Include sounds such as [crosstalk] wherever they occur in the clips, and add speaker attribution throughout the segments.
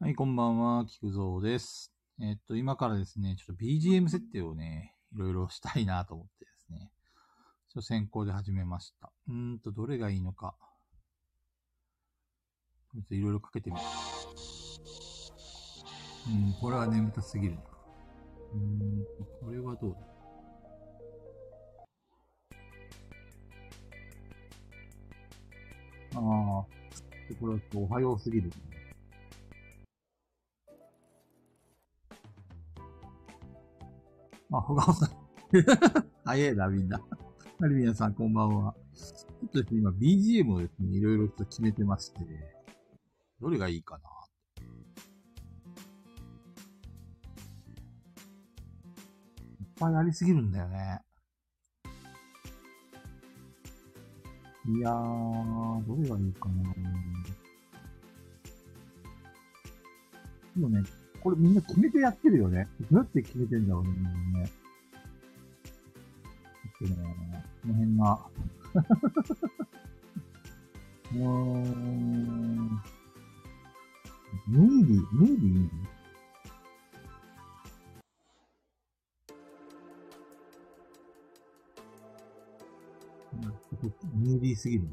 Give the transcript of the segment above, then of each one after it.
Speaker 1: はい、こんばんは、菊蔵です。えっと、今からですね、ちょっと BGM 設定をね、いろいろしたいなと思ってですね、ちょっと先行で始めました。うーんと、どれがいいのか。ちょっといろいろかけてみる。うん、これは眠たすぎるな。うーんと、これはどうだああ、でこれはおはようすぎる。あ、ほがおさん。早いな、みんな。 [laughs] はい、皆さん、こんばんは。ちょっとですね今、BGM をですね、いろいろと決めてまして、どれがいいかな。いっぱいありすぎるんだよね。いやー、どれがいいかな。でもね、これみんな決めてやってるよね。どうやって決めてんだろうね、みんなね。ちょっとね、この辺が。 [laughs] うーん。ムービー、ムービーいいのなんかちょっとムービーすぎるね。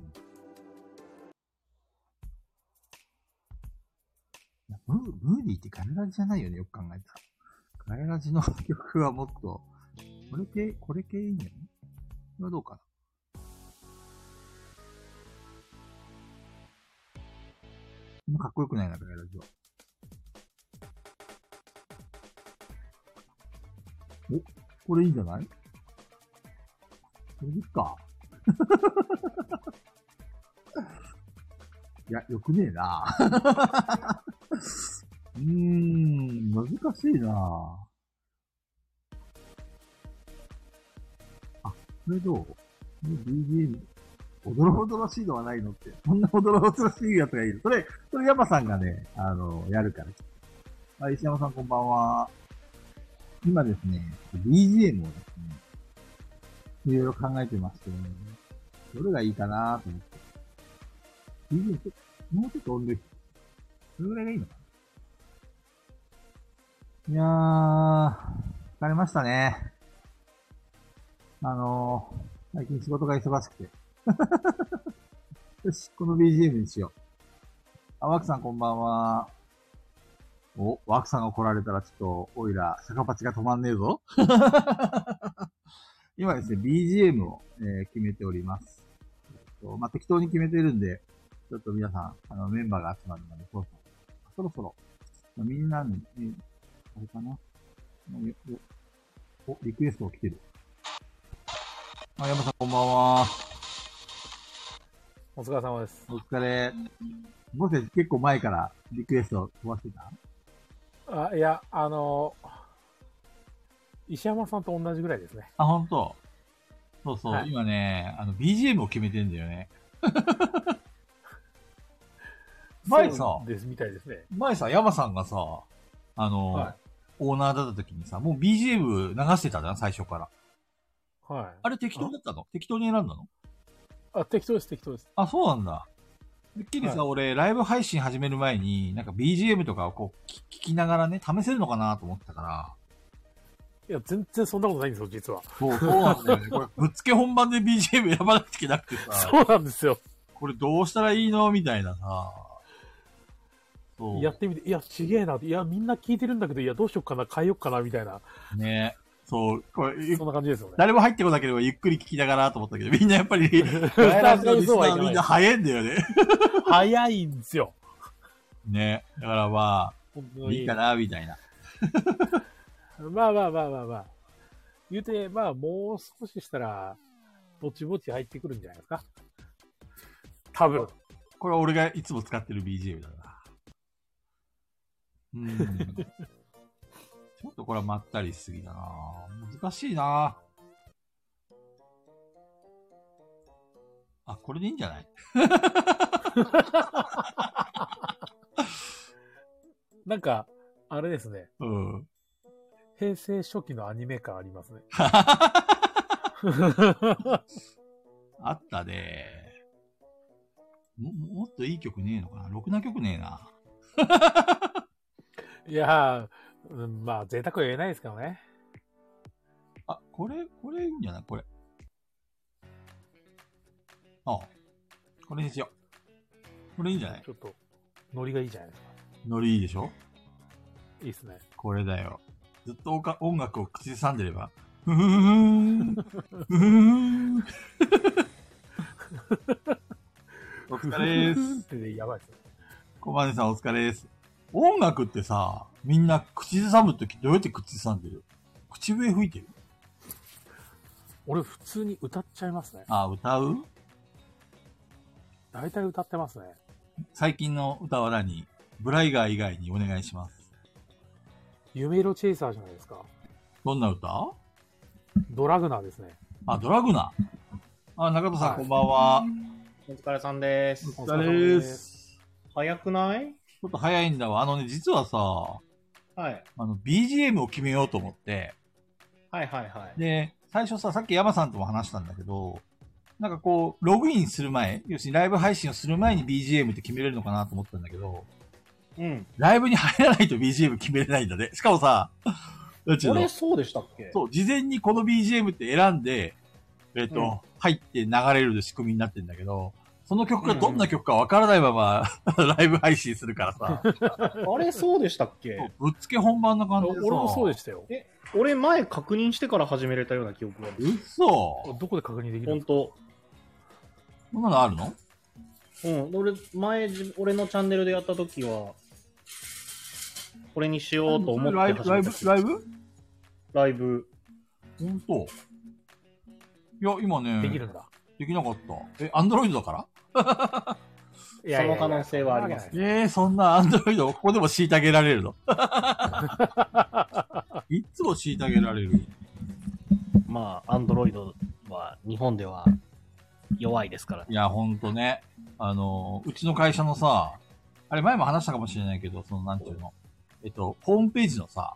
Speaker 1: いやムームーディーってガヤラジじゃないよね、よく考えたら。ガヤラジの曲はもっと、これ系、これ系いいんじゃないこれはどうかな。そんなかっこよくないな、ガヤラジは。お、これいいんじゃないこれですか [laughs] いや、よくねえなうーん、難しいなあ、これどうこれ ?BGM。おどろおどろしいのはないのって。そんなおどろおどろしいやつがいる。それ、それ山さんがね、あの、やるから。あ、石山さんこんばんは。今ですね、BGM をですね、いろいろ考えてますけどね、どれがいいかなと思って。BGM ちょっと、もうちょっと音量低く、それぐらいがいいのかないやー、疲れましたね。あのー、最近仕事が忙しくて。 [laughs] よし、この BGM にしよう。あ、ワクさんこんばんは。お、ワクさんが来られたらちょっと、おいら、坂パチが止まんねえぞ。 [laughs] 今ですね、BGM を、えー決めております。えっとまあ、適当に決めてるんで、ちょっと皆さん、あの、メンバーが集まるまで、そろそろ、そろそろ、まあみんなに、えーあれかなお、お、おリクエストが来てる。あ、山さんこんばんは。
Speaker 2: お疲れ様です。
Speaker 1: お疲れ。もし結構前からリクエスト飛ばしてた
Speaker 2: あ、いや、あの、石山さんと同じぐらいですね。
Speaker 1: あ、本当そうそう、
Speaker 2: はい
Speaker 1: 今ね、あの、BGM を決めてんだよ [laughs] ね。前さ
Speaker 2: そうです、みたいですね。
Speaker 1: 前さ、山さんがさ、あの、
Speaker 2: は
Speaker 1: オーナーだった時にさ、もう BGM 流してたじゃん、最初から。
Speaker 2: い。はい。
Speaker 1: あれ適当だったの適当に選んだの
Speaker 2: あ、適当です、適当です。
Speaker 1: あ、そうなんだ。てっきりさ、
Speaker 2: はい
Speaker 1: 俺、ライブ配信始める前に、なんか BGM とかをこう、き聞きながらね、試せるのかなと思ってたから。
Speaker 2: いや、全然そんなことないんですよ、実は。
Speaker 1: [laughs] そう、そうなんだよね。これ、ぶっつけ本番で BGM 選ばなきゃいけなくてさ、
Speaker 2: そうなんですよ。
Speaker 1: これどうしたらいいのみたいなさ。そう。
Speaker 2: やってみて、いや、ちげえな。いや、みんな聞いてるんだけど、いや、どうしよっかな、変えよっかな、みたいな。
Speaker 1: ね。そう、これ、ゆ
Speaker 2: そんな感じですよね。
Speaker 1: 誰も入ってこなければゆっくり聞きながらと思ったけど、みんなやっぱり、ガイラジのリスナーみんな早いんだよね。
Speaker 2: 早いんですよ。
Speaker 1: ね。だからま
Speaker 2: 本
Speaker 1: あ、
Speaker 2: 当に。
Speaker 1: いいかな、みたいな。
Speaker 2: まあまあまあまあまあ。言うて、まあ、もう少ししたら、ぼちぼち入ってくるんじゃないですか。多分。
Speaker 1: これは俺がいつも使ってる BGM だな。うん。ちょっとこれはまったりしすぎだな難しいなあ、これでいいんじゃない
Speaker 2: なんか、あれですね。
Speaker 1: うん。
Speaker 2: 平成初期のアニメ感ありますね。
Speaker 1: あったねも、もっといい曲ねえのかなろくな曲ねえな
Speaker 2: いやー、うんまあ、贅沢は言えないですけどね。
Speaker 1: あ、これ、これいいんじゃないこれ。ああこれにしよう。これいいんじゃない
Speaker 2: ちょっと、ノリがいいじゃないですか。
Speaker 1: ノリいいでしょ
Speaker 2: いいですね。
Speaker 1: これだよ。ずっとおか音楽を口ずさんでれば、ふふふーん、ふふふーん。お疲れーす。
Speaker 2: ってねやばいですね。
Speaker 1: 小金さんお疲れーす。音楽ってさ、みんな口ずさむときどうやって口ずさんでる口笛吹いてる
Speaker 2: 俺、普通に歌っちゃいますね。
Speaker 1: あ、歌う
Speaker 2: 大体歌ってますね。
Speaker 1: 最近の歌は何ブライガー以外にお願いします。
Speaker 2: 夢色チェイサーじゃないですか。
Speaker 1: どんな歌
Speaker 2: ドラグナーですね。
Speaker 1: あ、ドラグナー。あ、中田さん、
Speaker 2: はい
Speaker 1: こんばんは。
Speaker 3: お疲れさんです。
Speaker 2: お疲れ様です。
Speaker 3: 早くない
Speaker 1: ちょっと早いんだわ。あのね、実はさ、
Speaker 3: はい。
Speaker 1: あの、BGM を決めようと思って、
Speaker 3: はいはいはい。
Speaker 1: で、最初さ、さっき山さんとも話したんだけど、なんかこう、ログインする前、要するにライブ配信をする前に BGM って決めれるのかなと思ったんだけど、
Speaker 3: うん。
Speaker 1: ライブに入らないと BGM 決めれないんだね。しかもさ、うち
Speaker 3: あれ
Speaker 1: の、
Speaker 3: そうでしたっけ
Speaker 1: そう、事前にこの BGM って選んで、えっ、と、
Speaker 3: うん
Speaker 1: 入って流れる仕組みになってんだけど、その曲がどんな曲かわからないまま、 [laughs] ライブ配信するからさ、
Speaker 3: あれそうでしたっけ
Speaker 1: そうぶっつけ本番な感じでさ。
Speaker 2: 俺もそうでしたよ。
Speaker 3: 俺前確認してから始めれたような記憶がある。
Speaker 1: 嘘
Speaker 2: どこで確認できる
Speaker 3: ほ
Speaker 2: ん
Speaker 3: ん
Speaker 2: です
Speaker 3: と。
Speaker 1: そんなのあるの
Speaker 3: うん。俺、前、自俺のチャンネルでやった時は、これにしようと思
Speaker 1: ラ
Speaker 3: っ
Speaker 1: イ
Speaker 3: て
Speaker 1: ブ、
Speaker 3: 始
Speaker 1: ライ
Speaker 3: め
Speaker 1: ブ
Speaker 3: た。、
Speaker 1: ライブ
Speaker 3: ライブ。
Speaker 1: 本当いや、今ね、
Speaker 2: かできるんだ。
Speaker 1: できなかった。え、アンドロイドだから
Speaker 2: いやいやいや
Speaker 3: その可能性はあります
Speaker 2: ね。
Speaker 1: えー、そんなアンドロイドをここでも虐げられるの [laughs] いつも虐げられる。
Speaker 3: まあ、アンドロイドは日本では弱いですから。
Speaker 1: いや、ほんとね。あの、うちの会社のさ、あれ前も話したかもしれないけど、その、なんていうの。えっと、ホームページのさ、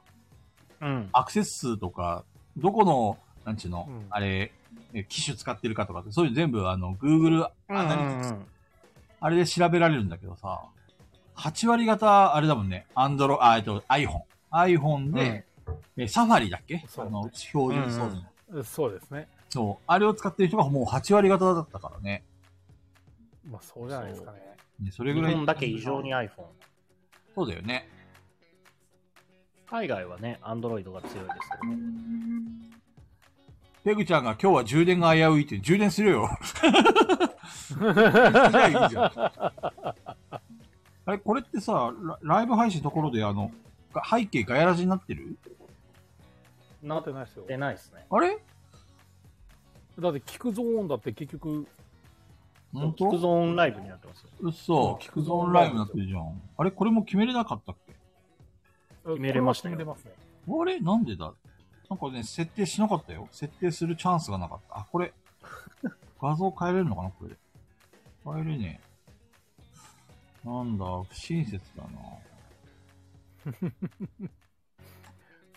Speaker 3: うん。
Speaker 1: アクセス数とか、どこの、なんちゅうの、
Speaker 2: うん
Speaker 1: あれ、え機種使ってるかとかって、そういうの全部、あの、Google アナリティクスあれで調べられるんだけどさ、8割方、あれだもんね、アンドロ、あ、えっと、iPhone。iPhone で、えサファリだっけ
Speaker 2: そう
Speaker 1: あの、標準装
Speaker 3: う
Speaker 1: 備
Speaker 3: んうん
Speaker 1: の。
Speaker 2: そうですね。
Speaker 1: そう。あれを使ってる人がもう8割方だったからね。
Speaker 2: まあ、そうじゃないですかね。
Speaker 1: ねそれぐ
Speaker 3: 日
Speaker 1: らい。
Speaker 3: 本だけ異常に iPhone。
Speaker 1: そうだよね。
Speaker 3: 海外はね、アンドロイドが強いですけどね。
Speaker 1: ペグちゃんが今日は充電が危ういって、充電する
Speaker 3: [laughs]
Speaker 1: よ。いやいいじゃん。あれ、これってさ、ラライブ配信のところで、あの、が背景ガヤラジになってる
Speaker 3: な
Speaker 2: なっ
Speaker 3: っ
Speaker 2: てないですよ。
Speaker 3: てないですね。
Speaker 1: あれ
Speaker 2: だって、聞くゾーンだって結局、
Speaker 1: 本
Speaker 3: キク
Speaker 1: 当
Speaker 3: ゾーンライブになってますよ。
Speaker 1: 嘘。
Speaker 2: キ
Speaker 1: キ
Speaker 2: ク
Speaker 1: ク
Speaker 2: ゾ
Speaker 1: ゾ
Speaker 2: ー
Speaker 1: ー
Speaker 2: ン
Speaker 1: ン
Speaker 2: ラ
Speaker 1: ラ
Speaker 2: イ
Speaker 1: イブにな
Speaker 2: ブになっ
Speaker 1: ってて
Speaker 2: る
Speaker 1: るじゃん。あれ、これも決めれなかったっけ
Speaker 3: 決めれましたよ
Speaker 2: これは決めれますね。
Speaker 1: あれなんでだなんかね、設定しなかったよ。設定するチャンスがなかった。あ、これ。画像変えれるのかなこれで。変えれねえ。なんだ、不親切だな。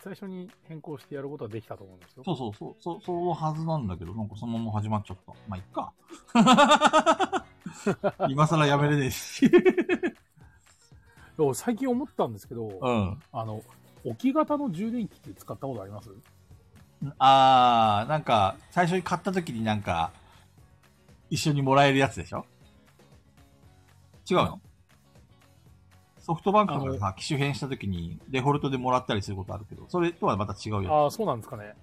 Speaker 2: 最初に変更してやることはできたと思うんですよ。
Speaker 1: そうそうそう、そう、そうはずなんだけど、なんかそのまま始まっちゃった。まあ、いっか。今更やめれねえし。
Speaker 2: でも最近思ったんですけど、
Speaker 1: うん。
Speaker 2: あの、置き型の充電器って使ったことあります
Speaker 1: あー、なんか、最初に買った時になんか、一緒にもらえるやつでしょ違うのソフトバンクとかさ、機種変した時にデフォルトでもらったりすることあるけど、それとはまた違うやつ。は
Speaker 2: ああ、そうなんですかね。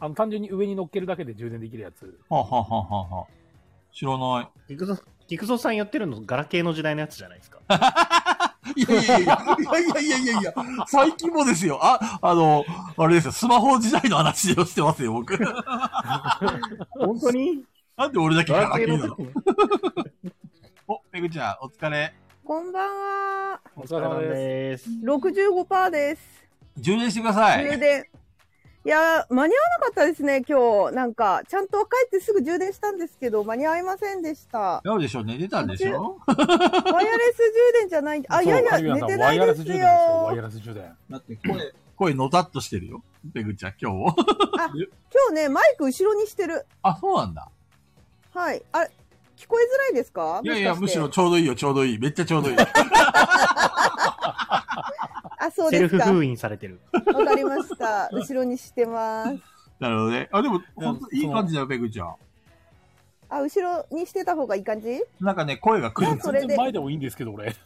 Speaker 2: あの、単純に上に乗っけるだけで充電できるやつ。
Speaker 1: あ、はあはあはあはあ、知らな
Speaker 3: キクゾ、キクゾさんやってるの、ガラケーの時代のやつじゃないですか。
Speaker 1: い。いやいやいやいやいやいやいやいや、最近もですよ。あ、あの、あれですよ、スマホ時代の話をしてますよ、 [laughs] 僕。な
Speaker 3: 本当に
Speaker 1: んで俺だけ
Speaker 3: ガ
Speaker 1: ガラ
Speaker 3: ラケ
Speaker 1: ケ
Speaker 3: ー
Speaker 1: ー
Speaker 3: の
Speaker 1: なの
Speaker 3: 時に。
Speaker 1: お、ペグちゃん、お疲れ。
Speaker 4: こんばんは。
Speaker 2: お
Speaker 3: お
Speaker 2: 疲
Speaker 3: 疲
Speaker 2: れ
Speaker 3: れ
Speaker 2: 様
Speaker 3: 様
Speaker 2: です。
Speaker 3: です。
Speaker 4: 65%です。
Speaker 1: 充電してください。
Speaker 4: 充電。いやー、間に合わなかったですね、今日。なんか、ちゃんと帰ってすぐ充電したんですけど、間に合いませんでした。
Speaker 1: やるでしょ寝てたんでしょ
Speaker 4: ワイヤレス充電じゃない、あ、いやい
Speaker 2: カリビ
Speaker 4: や、
Speaker 2: アン
Speaker 4: 寝
Speaker 2: さん
Speaker 4: てないですよ。
Speaker 2: ワイ
Speaker 4: 今
Speaker 2: ヤレス充電ですよ。ワイヤレス充電。
Speaker 1: だ [clears throat] って声、声のたっとしてるよ。ペグちゃん、今日も。 [laughs]
Speaker 4: 日ね、マイク後ろにしてる。
Speaker 1: あ、そうなんだ。
Speaker 4: はい。あ、聞こえづらいですか
Speaker 1: いやいや、
Speaker 4: も
Speaker 1: む
Speaker 4: しか
Speaker 1: して [laughs] ろちょうどいいよ、ちょうどいい。めっちゃちょうどいい。
Speaker 4: あ、そそう
Speaker 3: セ
Speaker 4: で
Speaker 3: ル
Speaker 4: す
Speaker 3: フ
Speaker 4: か。
Speaker 3: 封印されてる。
Speaker 4: わかりました。後ろにしてます。
Speaker 1: なるほどね。あ、で [laughs] も、
Speaker 3: うん
Speaker 1: ほんといい感じだよ、ペグちゃん。
Speaker 4: あ、後ろにしてた方がいい感じえ、
Speaker 1: なんかね、声が来る
Speaker 4: あ。
Speaker 1: [laughs]
Speaker 4: それで
Speaker 2: 全然前でもいいんですけど、
Speaker 4: [laughs]
Speaker 2: 俺。
Speaker 4: そ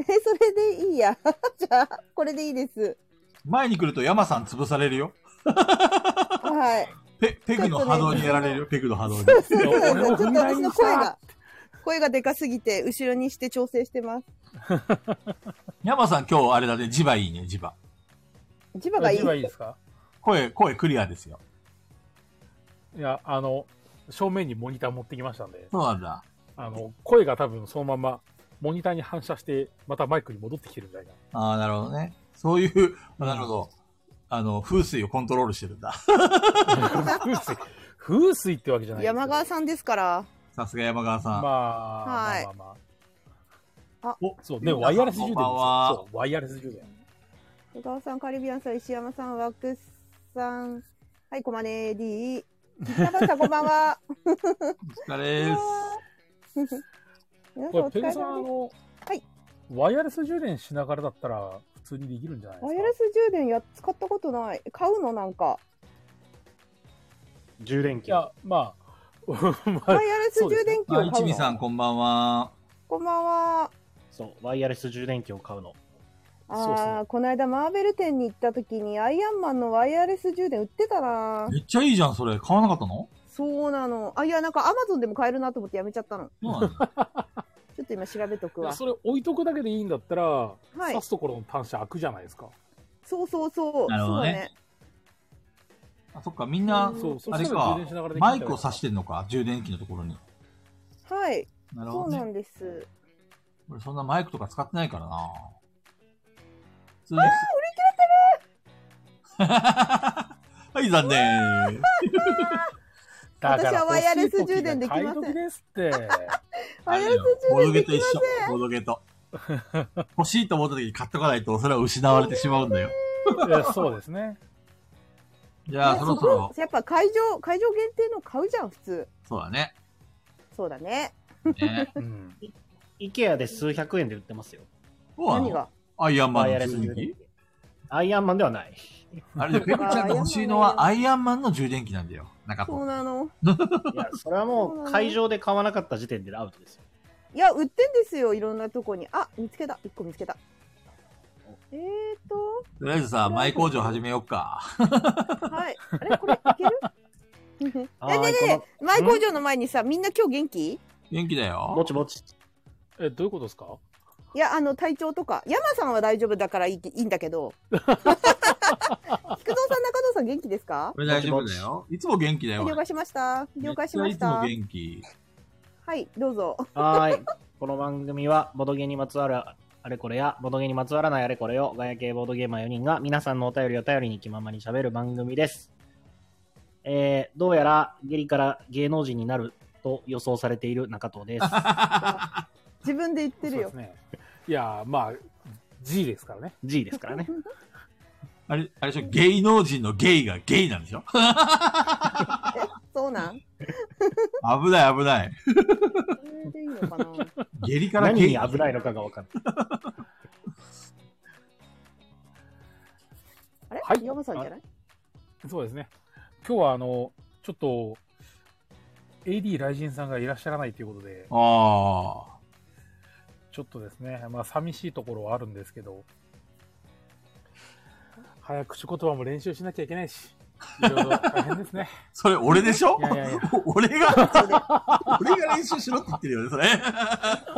Speaker 4: れでいいや。 [laughs] じゃあ、これでいいです。
Speaker 1: 前に来ると山さん潰されるよ。
Speaker 4: はい。
Speaker 1: ペ、ペグの波動にやられるよ、ペグの波動に。 [laughs]
Speaker 4: そうそうなんですよ。ちょ
Speaker 2: 俺
Speaker 4: っと
Speaker 2: も
Speaker 4: 私
Speaker 2: 踏み台
Speaker 4: の
Speaker 2: にし
Speaker 4: 声
Speaker 2: た
Speaker 4: が、声がでかすぎて、後ろにして調整してます。
Speaker 1: 山さん今日あれだね、磁場いいね、磁場。
Speaker 4: 磁場がいい。
Speaker 2: 一番いいですか
Speaker 1: 声、声クリアですよ。
Speaker 2: いや、あの、正面にモニター持ってきましたんで、
Speaker 1: そうなんだ。
Speaker 2: あの、声が多分そのまま、モニターに反射して、またマイクに戻ってきてるみたいな。
Speaker 1: ああ、なるほどね。そういう、なるほど。あの、風水をコントロールしてるんだ。
Speaker 2: 風水、風水ってわけじゃないですけど
Speaker 4: 山川さんですから。
Speaker 1: さすが山川さん。
Speaker 2: まあ、
Speaker 4: はい
Speaker 2: まあまあまあ
Speaker 4: あ。
Speaker 2: おそうね、ワイヤレス充電です
Speaker 1: こんばんは
Speaker 2: よ。そう、ワイヤレス充電。
Speaker 4: 小川さん、カリビアンさん、石山さん、ワックスさん。はい、コマネー D。北畑さん、こんばんは。
Speaker 1: お疲れです。
Speaker 4: 皆さん、
Speaker 2: これ、
Speaker 4: お疲
Speaker 2: ペグ
Speaker 4: れ様
Speaker 2: さん、あ
Speaker 4: です。
Speaker 2: の、
Speaker 4: はい
Speaker 2: ワイヤレス充電しながらだったら、普通にできるんじゃないですか。
Speaker 4: ワイヤレス充電や使ったことない。買うのなんか。
Speaker 3: 10連
Speaker 2: い
Speaker 3: 休。
Speaker 2: や、 [laughs] まあ、
Speaker 4: ワイヤレス充電器
Speaker 1: あ、
Speaker 4: を買
Speaker 1: 一
Speaker 4: う
Speaker 1: 味
Speaker 4: の。
Speaker 1: さんこんばんは。
Speaker 4: こんばんは。
Speaker 3: そう、ワイヤレス充電器を買うの。
Speaker 2: そうっす
Speaker 4: あ
Speaker 2: ね
Speaker 4: あ、この間マーベル店に行った時にアイアンマンのワイヤレス充電売ってたな。
Speaker 1: めっちゃいいじゃん、それ。買わなかったの
Speaker 4: そうなの。あ、いや、なんかアマゾンでも買えるなと思ってやめちゃったの。
Speaker 1: そうなんだ。
Speaker 4: ちょっと今調べとくわ。
Speaker 2: それ置いとくだけでいいんだったら、
Speaker 4: い
Speaker 2: 刺すところの端子開くじゃないですか。
Speaker 4: そうそうそう。
Speaker 1: なるほどね [laughs] あ、そっか、みんな
Speaker 4: うん、
Speaker 2: そう、そ
Speaker 1: あれ
Speaker 2: したら充
Speaker 1: か
Speaker 2: 電しながらできる
Speaker 1: マ
Speaker 2: ん
Speaker 1: イ
Speaker 2: じゃ
Speaker 1: ク
Speaker 2: な
Speaker 1: を
Speaker 2: いか
Speaker 1: 挿してんのか、充電器のところに。
Speaker 4: そうね。はい。
Speaker 1: なるほ
Speaker 4: そ
Speaker 1: ど
Speaker 4: うな
Speaker 1: ね。
Speaker 4: んです。
Speaker 1: 俺そんなマイクとか使ってないからな。普通に。あー、売り切れてる [laughs] はい、残念。
Speaker 2: だから
Speaker 4: 私はワイヤレス充電できません
Speaker 2: 欲しい時が買い時ですって。
Speaker 4: [laughs] ワイヤレス
Speaker 1: ボド
Speaker 4: 充電
Speaker 1: ゲ
Speaker 4: で
Speaker 1: と
Speaker 4: き
Speaker 1: 一緒。ボドゲと。欲しいと思った時に買っとかないと、それは失われてしまうんだよ。
Speaker 2: いやそうですね。
Speaker 1: じゃあ、
Speaker 4: ね
Speaker 1: そろそろ、
Speaker 4: やっぱ会場、会場限定の買うじゃん、普通。
Speaker 1: そうだね。
Speaker 4: そうだね。
Speaker 1: ね
Speaker 2: うん。
Speaker 3: イケアで数百円で売ってますよ。
Speaker 1: そうなの
Speaker 4: 何が
Speaker 1: アイアンマ
Speaker 3: ワ
Speaker 1: ン
Speaker 3: イ
Speaker 1: の
Speaker 3: ヤレス
Speaker 1: 充
Speaker 3: 充
Speaker 1: 電
Speaker 3: 電
Speaker 1: 器
Speaker 3: 器。アイアンマンではない。
Speaker 1: あれで、ペグちゃんが欲しいのはアイアンマンの充電器なんだよ。なんかった
Speaker 4: そうなの。
Speaker 3: いや、それはもう会場で買わなかった時点でアウトですよ。
Speaker 4: いや、売ってんですよ、いろんなとこに。あ、見つけた。一個見つけた。えーと、
Speaker 1: とりあえずさ、前工場始めよっか。
Speaker 4: はい。あれこれ、い [laughs] ける
Speaker 3: あ
Speaker 4: え、
Speaker 3: ーこ
Speaker 4: ねえねえねえ、前工場の前にさ、みんな今日元気
Speaker 1: 元気だよ。
Speaker 3: のもちもち。
Speaker 2: え、どういうことですか
Speaker 4: いや、あの、体調とか。山さんは大丈夫だからいいいいんだ
Speaker 1: [laughs]
Speaker 4: けど。菊蔵さん、中藤さん元気ですか
Speaker 1: これ大丈夫だよ。いつも元気だよ。
Speaker 4: 了解しました。了解しまし
Speaker 1: め
Speaker 4: た
Speaker 1: っちゃ。いつも元気。
Speaker 4: はい、どうぞ。
Speaker 3: はーい。この番組は、ボドゲにまつわるあれこれや、ボドゲにまつわらないあれこれを、ガヤ系ボードゲーマー4人が皆さんのお便りを頼りに気ままに喋る番組です。えー、どうやらゲリから芸能人になると予想されている中藤です。
Speaker 2: [laughs]
Speaker 4: 自分で言ってるよ
Speaker 2: そう。ですね。いや、まあ、G ですからね。
Speaker 3: G ですからね。
Speaker 1: あれ、あれでしょ、芸能人のゲイがゲイなんでしょ
Speaker 4: そうなん。
Speaker 1: 危ない危ない。
Speaker 4: それでいいのかな。
Speaker 1: ゲリから
Speaker 3: 何
Speaker 1: ゲ
Speaker 3: に
Speaker 1: イ。
Speaker 3: 危ないのかがわかんない。
Speaker 4: あれ、
Speaker 2: はい
Speaker 4: 山さんじゃない。
Speaker 2: そうですね。今日は、あの、ちょっと、AD 雷神さんがいらっしゃらないということで、
Speaker 1: ああ。
Speaker 2: ちょっとですね、まあ、寂しいところはあるんですけど、早口言葉も練習しなきゃいけないし、いろいろ大変ですね。
Speaker 1: それ俺でしょ [laughs]
Speaker 2: いやいやいや
Speaker 1: 俺が、俺が練習しろって言ってるよね、それ。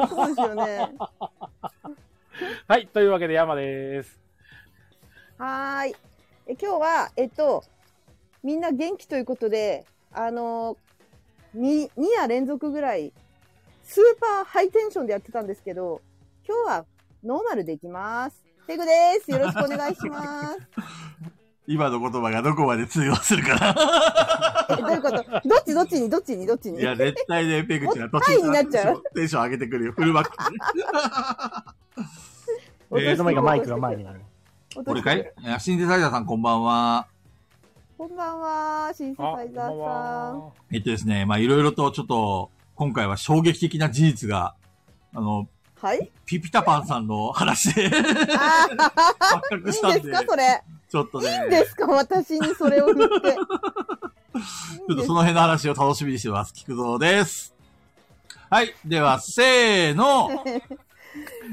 Speaker 4: そうですよね。
Speaker 2: はい、というわけで山です。
Speaker 4: はーい。え、今日は、えっと。みんな元気ということで、あのー。に、二夜連続ぐらい。スーパーハイテンションでやってたんですけど。今日はノーマルでいきます。ペグです。よろしくお願いします。
Speaker 1: 今の言葉がどこまで通用するか
Speaker 4: え、どういうこと。どっちどっちに、どっちに、どっち
Speaker 1: な。
Speaker 4: に。
Speaker 1: いや、
Speaker 4: い
Speaker 1: 絶対ね、ペグちゃん途
Speaker 4: もっかいになっちゃう
Speaker 1: テンション上げてくるよ。フルバック
Speaker 4: [laughs]
Speaker 1: で。えー
Speaker 3: いつの間にかマイクが前になる。
Speaker 1: 俺かいあシンセサイザーさんこんばんは。
Speaker 4: こんばんは、シンセサイザーさん。
Speaker 1: えっとですね、まあいろいろとちょっと、今回は衝撃的な事実が、あの、
Speaker 4: [laughs] はい
Speaker 1: ピピタパンさんの話で
Speaker 4: [laughs] あ
Speaker 1: 発
Speaker 4: ー
Speaker 1: 覚
Speaker 4: い
Speaker 1: し
Speaker 4: い
Speaker 1: た
Speaker 4: ん
Speaker 1: ん
Speaker 4: で
Speaker 1: で、
Speaker 4: すかそれ。
Speaker 1: ちょっとね、
Speaker 4: いいんですか私にそれを振って。
Speaker 1: ちょっとその辺の話を楽しみにしてます。菊蔵です。はい。では、せー
Speaker 4: [laughs]
Speaker 1: の。ガヤ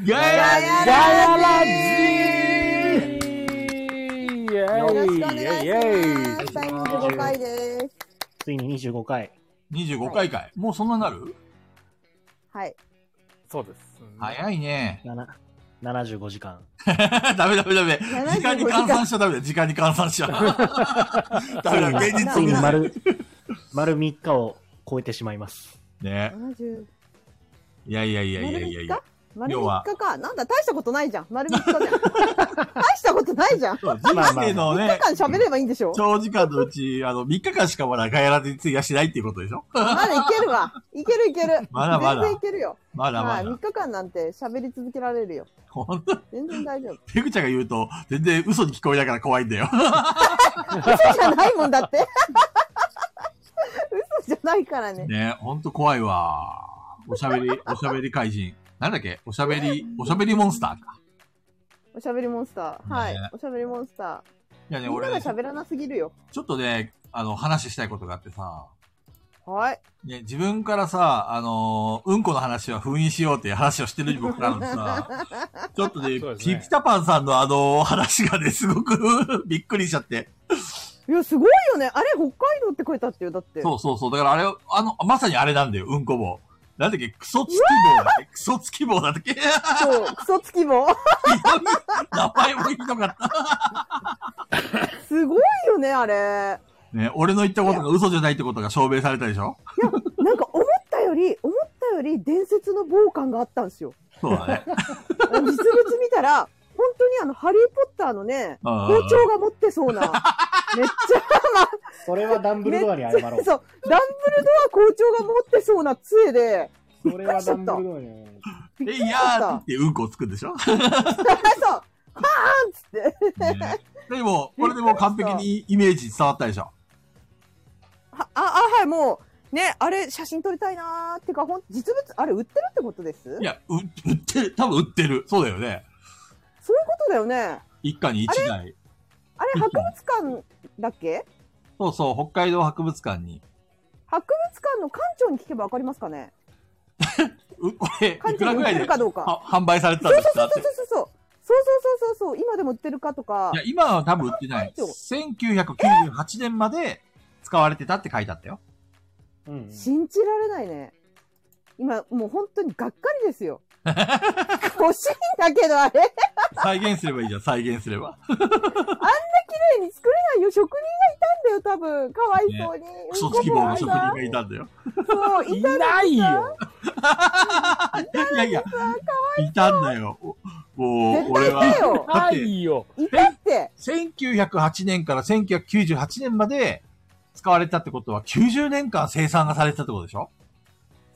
Speaker 4: ガヤ
Speaker 2: ガヤラジーイ
Speaker 4: よろ
Speaker 2: ェ
Speaker 4: しく
Speaker 2: イ
Speaker 4: お願い
Speaker 2: イ
Speaker 4: し
Speaker 2: ェ
Speaker 4: ま
Speaker 2: イ
Speaker 4: す。第25回です。
Speaker 3: ついに25回。。
Speaker 1: !25 回かい。もうそんなになる
Speaker 4: はい。
Speaker 2: そうです。
Speaker 1: 早いね [laughs]
Speaker 3: な75時間。
Speaker 1: ダメダメダメ。時間に換算しちゃダメだよ。時間に換算しちゃ。
Speaker 4: [laughs]
Speaker 1: ダメだ、現
Speaker 3: つ
Speaker 1: 実
Speaker 3: い
Speaker 1: を見
Speaker 3: に
Speaker 1: ない。
Speaker 3: 丸、丸3日を超えてしまいます。
Speaker 1: ね。
Speaker 4: 70
Speaker 1: いやいやいやいや
Speaker 4: 丸
Speaker 1: いや
Speaker 4: 3
Speaker 1: い
Speaker 4: 日
Speaker 1: や。
Speaker 4: 丸
Speaker 1: 要は
Speaker 4: 3日か。なんだ、大したことないじゃん。丸3日じゃん。大したことないじゃん。
Speaker 1: そう人生の
Speaker 4: 3
Speaker 1: ね
Speaker 4: 日、間喋ればいいんでしょ
Speaker 1: 長時間のうち、 [laughs] あの、3日間しかまだガヤラで費やしてないっていうことでしょ
Speaker 4: まだいけるわ。いけるいける。
Speaker 1: まだまだ
Speaker 4: 全然いけるよ。
Speaker 1: まだ
Speaker 4: は
Speaker 1: ま
Speaker 4: い。3
Speaker 1: だ。
Speaker 4: 日間なんて喋り続けられるよ。
Speaker 1: ほんと、
Speaker 4: 全然大丈夫。
Speaker 1: ペグちゃんが言うと、全然嘘に聞こえながら怖いんだよ。
Speaker 4: 嘘じゃないもんだ
Speaker 1: [laughs]
Speaker 4: って。嘘じゃないからね。
Speaker 1: ね、ほんと怖いわ。おしゃべり、おしゃべり怪人。なんだっけおしゃべり、おしゃべりモンスターか。
Speaker 4: おしゃべりモンスター。はい
Speaker 1: ね。
Speaker 4: おしゃべりモンスタ
Speaker 1: いや
Speaker 4: ー。
Speaker 1: ね、
Speaker 4: みんな
Speaker 1: 俺
Speaker 4: が
Speaker 1: ね、
Speaker 4: 喋らなすぎるよ。
Speaker 1: ちょっとね、あの、話したいことがあってさ、
Speaker 4: はい。
Speaker 1: ね、自分からさ、あのーうんこの話は封印しようっていう話をしてるにもかかわらずさ、ちょっとね、
Speaker 2: そうですね
Speaker 1: ピピタパンさんのあの話がね、すごく [laughs] びっくりしちゃって。
Speaker 4: いや、すごいよね。あれ、北海道って書いてあったよ。だって。
Speaker 1: そうそうそう。だからあれ、あの、まさにあれなんだよ、うんこ棒。なんだっけ、クソつき棒だっけクソつき棒だっけ [laughs]
Speaker 4: そう。クソつきも。
Speaker 1: 名前もひどかった。
Speaker 4: すごいよね、あれ。
Speaker 1: ね、俺の言ったことが嘘じゃないってことが証明されたでしょ
Speaker 4: なんか思ったより、思ったより伝説の傍観があったんですよ。
Speaker 1: そうだ
Speaker 4: [laughs]
Speaker 1: ね。
Speaker 4: あの実物見たら、本当にあの、ハリーポッターのね、
Speaker 1: うんうん
Speaker 4: 包
Speaker 1: うん
Speaker 4: 丁が持ってそうな。めっちゃ、
Speaker 3: それはダンブルドアに謝ろう。
Speaker 4: そう、ダンブルドア校長が持ってそうな杖で、
Speaker 3: それはダンブルドアに謝ろう。
Speaker 4: びっく
Speaker 1: え、
Speaker 4: り
Speaker 1: い
Speaker 4: し
Speaker 1: や
Speaker 4: まし
Speaker 1: ー
Speaker 4: た
Speaker 1: っ。てうんこつくんでしょ、
Speaker 4: [laughs] そう、パーンっつって。
Speaker 1: ねでも、これでもう完璧にイメージ伝わったでしょ
Speaker 4: あ、あ、はい、もう、ね、あれ、写真撮りたいなーってか、ほん、実物、あれ、売ってるってことですそう
Speaker 1: い
Speaker 4: いう
Speaker 1: や、う売ってる、多分売ってる。そうだよね。
Speaker 4: ことだよね。
Speaker 1: 一家に一台。
Speaker 4: あれ、博物館だっけ
Speaker 1: そうそう、北海道博物館に。
Speaker 4: 博物館の館長に聞けばわかりますかね
Speaker 1: う、これ、い
Speaker 4: 館
Speaker 1: く
Speaker 4: 長
Speaker 1: ら
Speaker 4: に
Speaker 1: ぐ
Speaker 4: 売
Speaker 1: ら
Speaker 4: っ
Speaker 1: い
Speaker 4: て
Speaker 1: で
Speaker 4: るかどうか。
Speaker 1: は販売されてたん
Speaker 4: そう
Speaker 1: です
Speaker 4: そ
Speaker 1: か
Speaker 4: う
Speaker 1: っ
Speaker 4: そ
Speaker 1: て
Speaker 4: う。そうそう。そうそうそうそうそう。今でも売ってるかとか
Speaker 1: いや、。今は多分売ってない。
Speaker 4: 館
Speaker 1: 1998年まで使われてたって書いてあったよ。
Speaker 3: うんうん
Speaker 4: 信じられないね。今、もう本当にがっかりですよ。 [laughs] 欲しいんだけど、あれ。
Speaker 1: 再現すればいいじゃん、再現すれば。
Speaker 4: 綺麗に作れないよ。職人がいたんだよ、多分。かわいそうに。
Speaker 1: クソつき棒の職人
Speaker 4: が
Speaker 1: がいたんだよ。
Speaker 4: そう、
Speaker 2: い
Speaker 4: いたの
Speaker 2: ないよ。
Speaker 1: いやいや、いたんだよ。おもう、
Speaker 4: 絶
Speaker 1: 俺
Speaker 4: 対いた
Speaker 1: は。
Speaker 4: よ。
Speaker 1: だっ
Speaker 2: な
Speaker 1: て
Speaker 2: いよ。
Speaker 4: いたって。
Speaker 1: 1908年から1998年まで使われたってことは90年間生産がされてたってことでしょ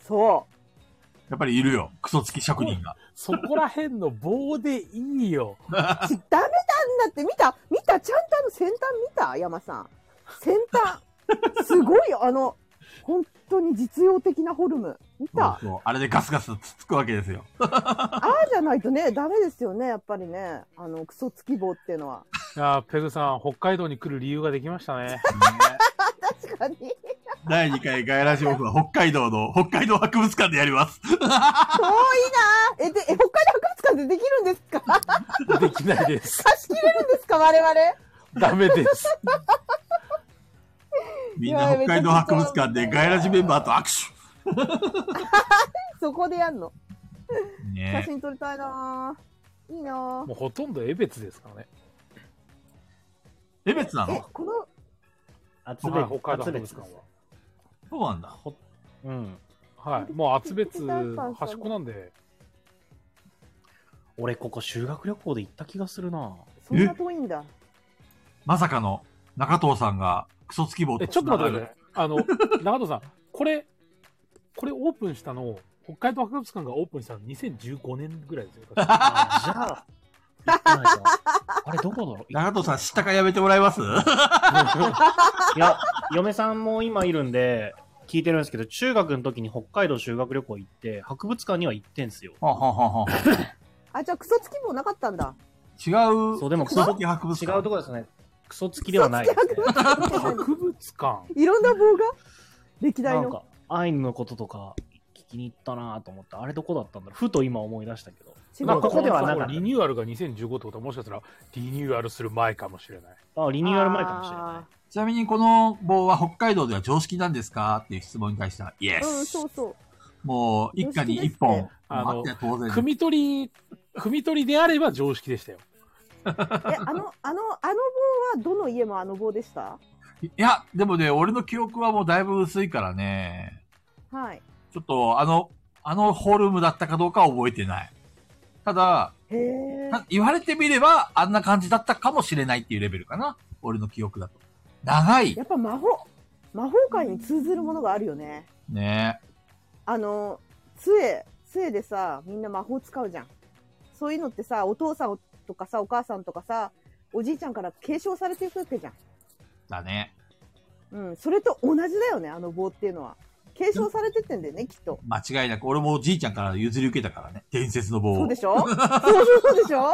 Speaker 4: そ
Speaker 1: やっぱりいるよ。クソつき職人が。
Speaker 2: そこら辺の棒でいいよ。
Speaker 4: う。ちダメなんだって。見た見たちゃんとあの先端見た山さん。先端。すごいよ。あの、本当に実用的なフォルム。見
Speaker 1: そう
Speaker 4: た。
Speaker 1: そう。あれでガスガスつつくわけですよ。
Speaker 4: ああじゃないとね、ダメですよね。やっぱりね。あの、クソつき棒っていうのは。
Speaker 2: いやーペグさん、北海道に来る理由ができました [laughs] ね。
Speaker 4: 確かに。
Speaker 1: 第2回ガヤラジオフは北海道の、北海道博物館でやります。
Speaker 4: 遠いなぁえ、で、え北海道博物館でできるんですか
Speaker 2: できないです。
Speaker 4: 貸し切れるんですか我々。
Speaker 2: ダメです。
Speaker 1: みんな北海道博物館でガヤラジメンバーと握
Speaker 4: そこでやんの。
Speaker 1: 手。
Speaker 4: 写
Speaker 1: ね
Speaker 4: 真撮りたいなぁいいなぁ
Speaker 2: もうほとんどエベツですからね。
Speaker 1: え。えべつな
Speaker 4: え
Speaker 1: の、
Speaker 4: この、
Speaker 3: 厚
Speaker 2: はい、
Speaker 3: 別、
Speaker 2: 北海道
Speaker 3: 厚
Speaker 2: 博物
Speaker 3: 別
Speaker 2: 館
Speaker 3: です。
Speaker 1: そうなんだ。
Speaker 3: ほうん。
Speaker 2: は。はい。もう厚別端っこなんで、
Speaker 3: 俺、ここ修学旅行で行った気がするな
Speaker 4: そんな遠いんだ。
Speaker 1: まさかの中藤さんがクソつき棒
Speaker 2: え、ちょっと待ってく
Speaker 1: 繋
Speaker 2: だ
Speaker 1: が
Speaker 2: さ
Speaker 1: る
Speaker 2: い。あの、長藤さん、これ、これオープンしたの、北海道博物館がオープンしたの2015年ぐらいですよ。確か
Speaker 3: あじゃあ、行ってないか。あれ、どこだろう
Speaker 1: 中藤さん、知ったかやめてもらえます
Speaker 3: いや、嫁さんも今いるんで、聞いてるんですけど、中学の時に北海道修学旅行行って、博物館には行ってんすよ。
Speaker 1: はあはあはあはあ
Speaker 4: あ、じゃあクソつきもなかったんだ。
Speaker 1: 違う、
Speaker 3: そう、でもク
Speaker 1: クソ
Speaker 3: ソ、
Speaker 1: 時博物
Speaker 3: 違う
Speaker 1: 館。
Speaker 3: ところですね。クソ付きではないですね。
Speaker 2: 博物館。
Speaker 4: いろんな棒が歴代
Speaker 3: なん
Speaker 4: の。
Speaker 3: か、アイヌのこととか聞きに行ったなと思って、あれどこだったんだろう。ふと今思い出したけど。
Speaker 4: 違う
Speaker 3: まあここではなかった
Speaker 2: リニューアルが2015ってことはもしかしたらリニューアルする前かもしれない。
Speaker 3: あ、リニューアル前かもしれな
Speaker 1: ちなみにこの棒は北海道では常識なんですかっていう質問に対しては、イエ
Speaker 4: うん、
Speaker 1: ス、
Speaker 4: そうそう。
Speaker 1: もう、一家に一本、
Speaker 2: あ
Speaker 1: あ
Speaker 2: の
Speaker 1: って当然。
Speaker 2: 踏み取り、踏み取りであれば常識でしたよ。
Speaker 4: え、あの、あの、あの棒はどの家もあの棒でした
Speaker 1: いや、でもね、俺の記憶はもうだいぶ薄いからね、
Speaker 4: はい。
Speaker 1: ちょっとあの、あのホルムだったかどうかは覚えてない。ただ、
Speaker 4: へえ。
Speaker 1: た言われてみれば、あんな感じだったかもしれないっていうレベルかな。俺の記憶だと。長い
Speaker 4: や。っぱ魔法、魔法界に通ずるものがあるよね。
Speaker 1: ね
Speaker 4: あの、杖、杖でさ、みんな魔法使うじゃん。そういうのってさ、お父さんとかさ、お母さんとかさ、おじいちゃんから継承されていくわけじゃん。
Speaker 1: だね。
Speaker 4: うん、それと同じだよね、あの棒っていうのは。継承されてってんだよね、きっと。
Speaker 1: 間違いなく、俺もおじいちゃんから譲り受けたからね。伝説の棒
Speaker 4: そう
Speaker 1: を
Speaker 4: で。しょそうそうそうでしょ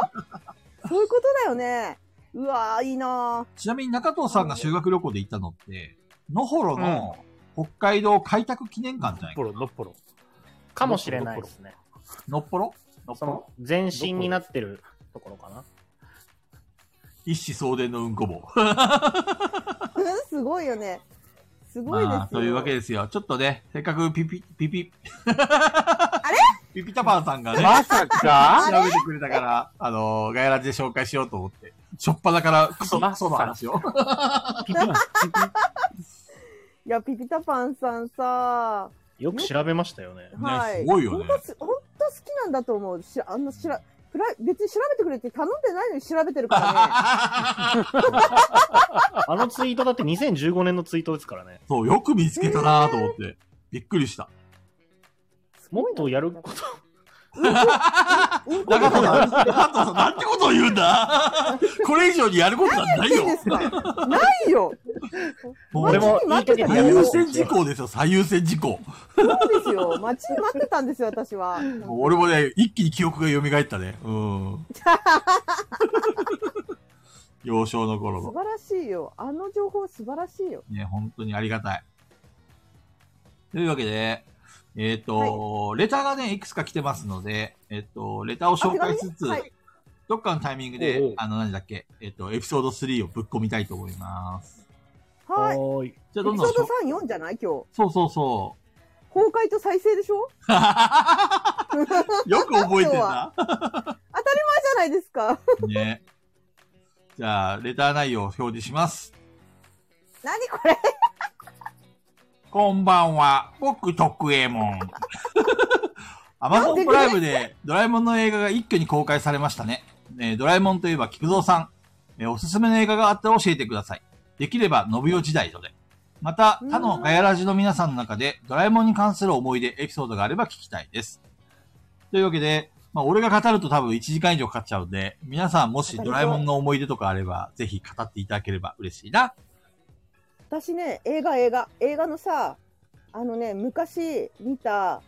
Speaker 4: そういうことだよね。うわー、いいな
Speaker 1: ちなみに中藤さんが修学旅行で行ったのって、野幌の北海道開拓記念館じゃない
Speaker 2: ポロ、のっぽろ。
Speaker 3: い。かもしれないですね。
Speaker 1: 野幌野幌
Speaker 3: その、全身になってるところかな。
Speaker 1: 一子相伝のうんこ棒。
Speaker 4: ー。 [laughs] うん、すごいよね。すごいです
Speaker 1: まあ、
Speaker 4: よ。
Speaker 1: というわけですよ。ちょっとね、せっかくピピ、ピピ、あ
Speaker 4: れ
Speaker 1: ピピタパンさんがね、
Speaker 2: まさか
Speaker 1: 調べてくれたから、あのー、ガヤラジで紹介しようと思って、しょっぱだからクソ、
Speaker 2: ま
Speaker 1: クソの話を。
Speaker 4: いや、ピピタパンさんさ、
Speaker 3: よく調べましたよね。
Speaker 4: はい。
Speaker 1: ねすごいよね
Speaker 4: 本当す本当好きなんだと思う。しあんなしら、プライ別に調べてくれって頼んでないのに調べてるからね。
Speaker 3: [laughs] あのツイートだって2015年のツイートですからね。
Speaker 1: [laughs] そう、よく見つけたなと思って、びっくりした。
Speaker 4: す
Speaker 3: [laughs] も
Speaker 4: ごい
Speaker 3: っ
Speaker 4: な
Speaker 3: とやること、
Speaker 4: うんこ
Speaker 1: 中藤さん、中藤さん、なんてことを言うんだこれ以上にやることなんない
Speaker 4: いい
Speaker 1: よ
Speaker 4: で。すかないよ
Speaker 1: もう
Speaker 3: 俺もいい加減や
Speaker 1: 最
Speaker 3: めま
Speaker 1: 優
Speaker 3: す
Speaker 1: 先事項ですよ、最優先事項。
Speaker 4: そうですよ。待ち待ってたんですよ、私は。
Speaker 1: もう俺もね、一気に記憶が蘇ったね。うん。 [laughs] 幼少の頃
Speaker 4: 素
Speaker 1: の。
Speaker 4: 晴らしいよ。あの情報素晴らしいよ。
Speaker 1: ね、本当にありがたい。というわけで、えっ、と、レターがね、いくつか来てますので、えっ、と、レターを紹介しつつ、
Speaker 4: あ手紙はい
Speaker 1: どっかのタイミングで、
Speaker 2: おうおう
Speaker 1: あの、何だっけ、えっ、と、エピソード3をぶっ込みたいと思います。
Speaker 4: はい。エ
Speaker 3: おーい。
Speaker 1: じゃあ、ど
Speaker 4: ピ
Speaker 1: ん
Speaker 4: ソ
Speaker 1: どん
Speaker 4: ー
Speaker 1: し
Speaker 4: ド
Speaker 1: ょ、
Speaker 4: 3、4じゃない今日。
Speaker 1: そうそうそ
Speaker 4: 崩壊と再生でし
Speaker 1: う。
Speaker 4: ょ [laughs]
Speaker 1: [laughs] よく覚えてん
Speaker 4: 今
Speaker 1: な。
Speaker 4: 当たり前じゃないですか。
Speaker 1: ね。じゃあ、レター内容を表示します。
Speaker 4: 何これ
Speaker 1: こんばんは、僕、徳右衛 [laughs] 門。アマゾンプライムでドラえもんの映画が一挙に公開されましたね。えードラえもんといえば菊蔵さん、えーおすすめの映画があったら教えてください。できれば、信代時代とで。また、他のガヤラジの皆さんの中で、ドラえもんに関する思い出、エピソードがあれば聞きたいです。というわけで、まあ、俺が語ると多分1時間以上かかっちゃうんで、皆さんもしドラえもんの思い出とかあれば、ぜひ語っていただければ嬉しいな。
Speaker 4: 私ね、映画映画。映画のさ、あのね、昔見た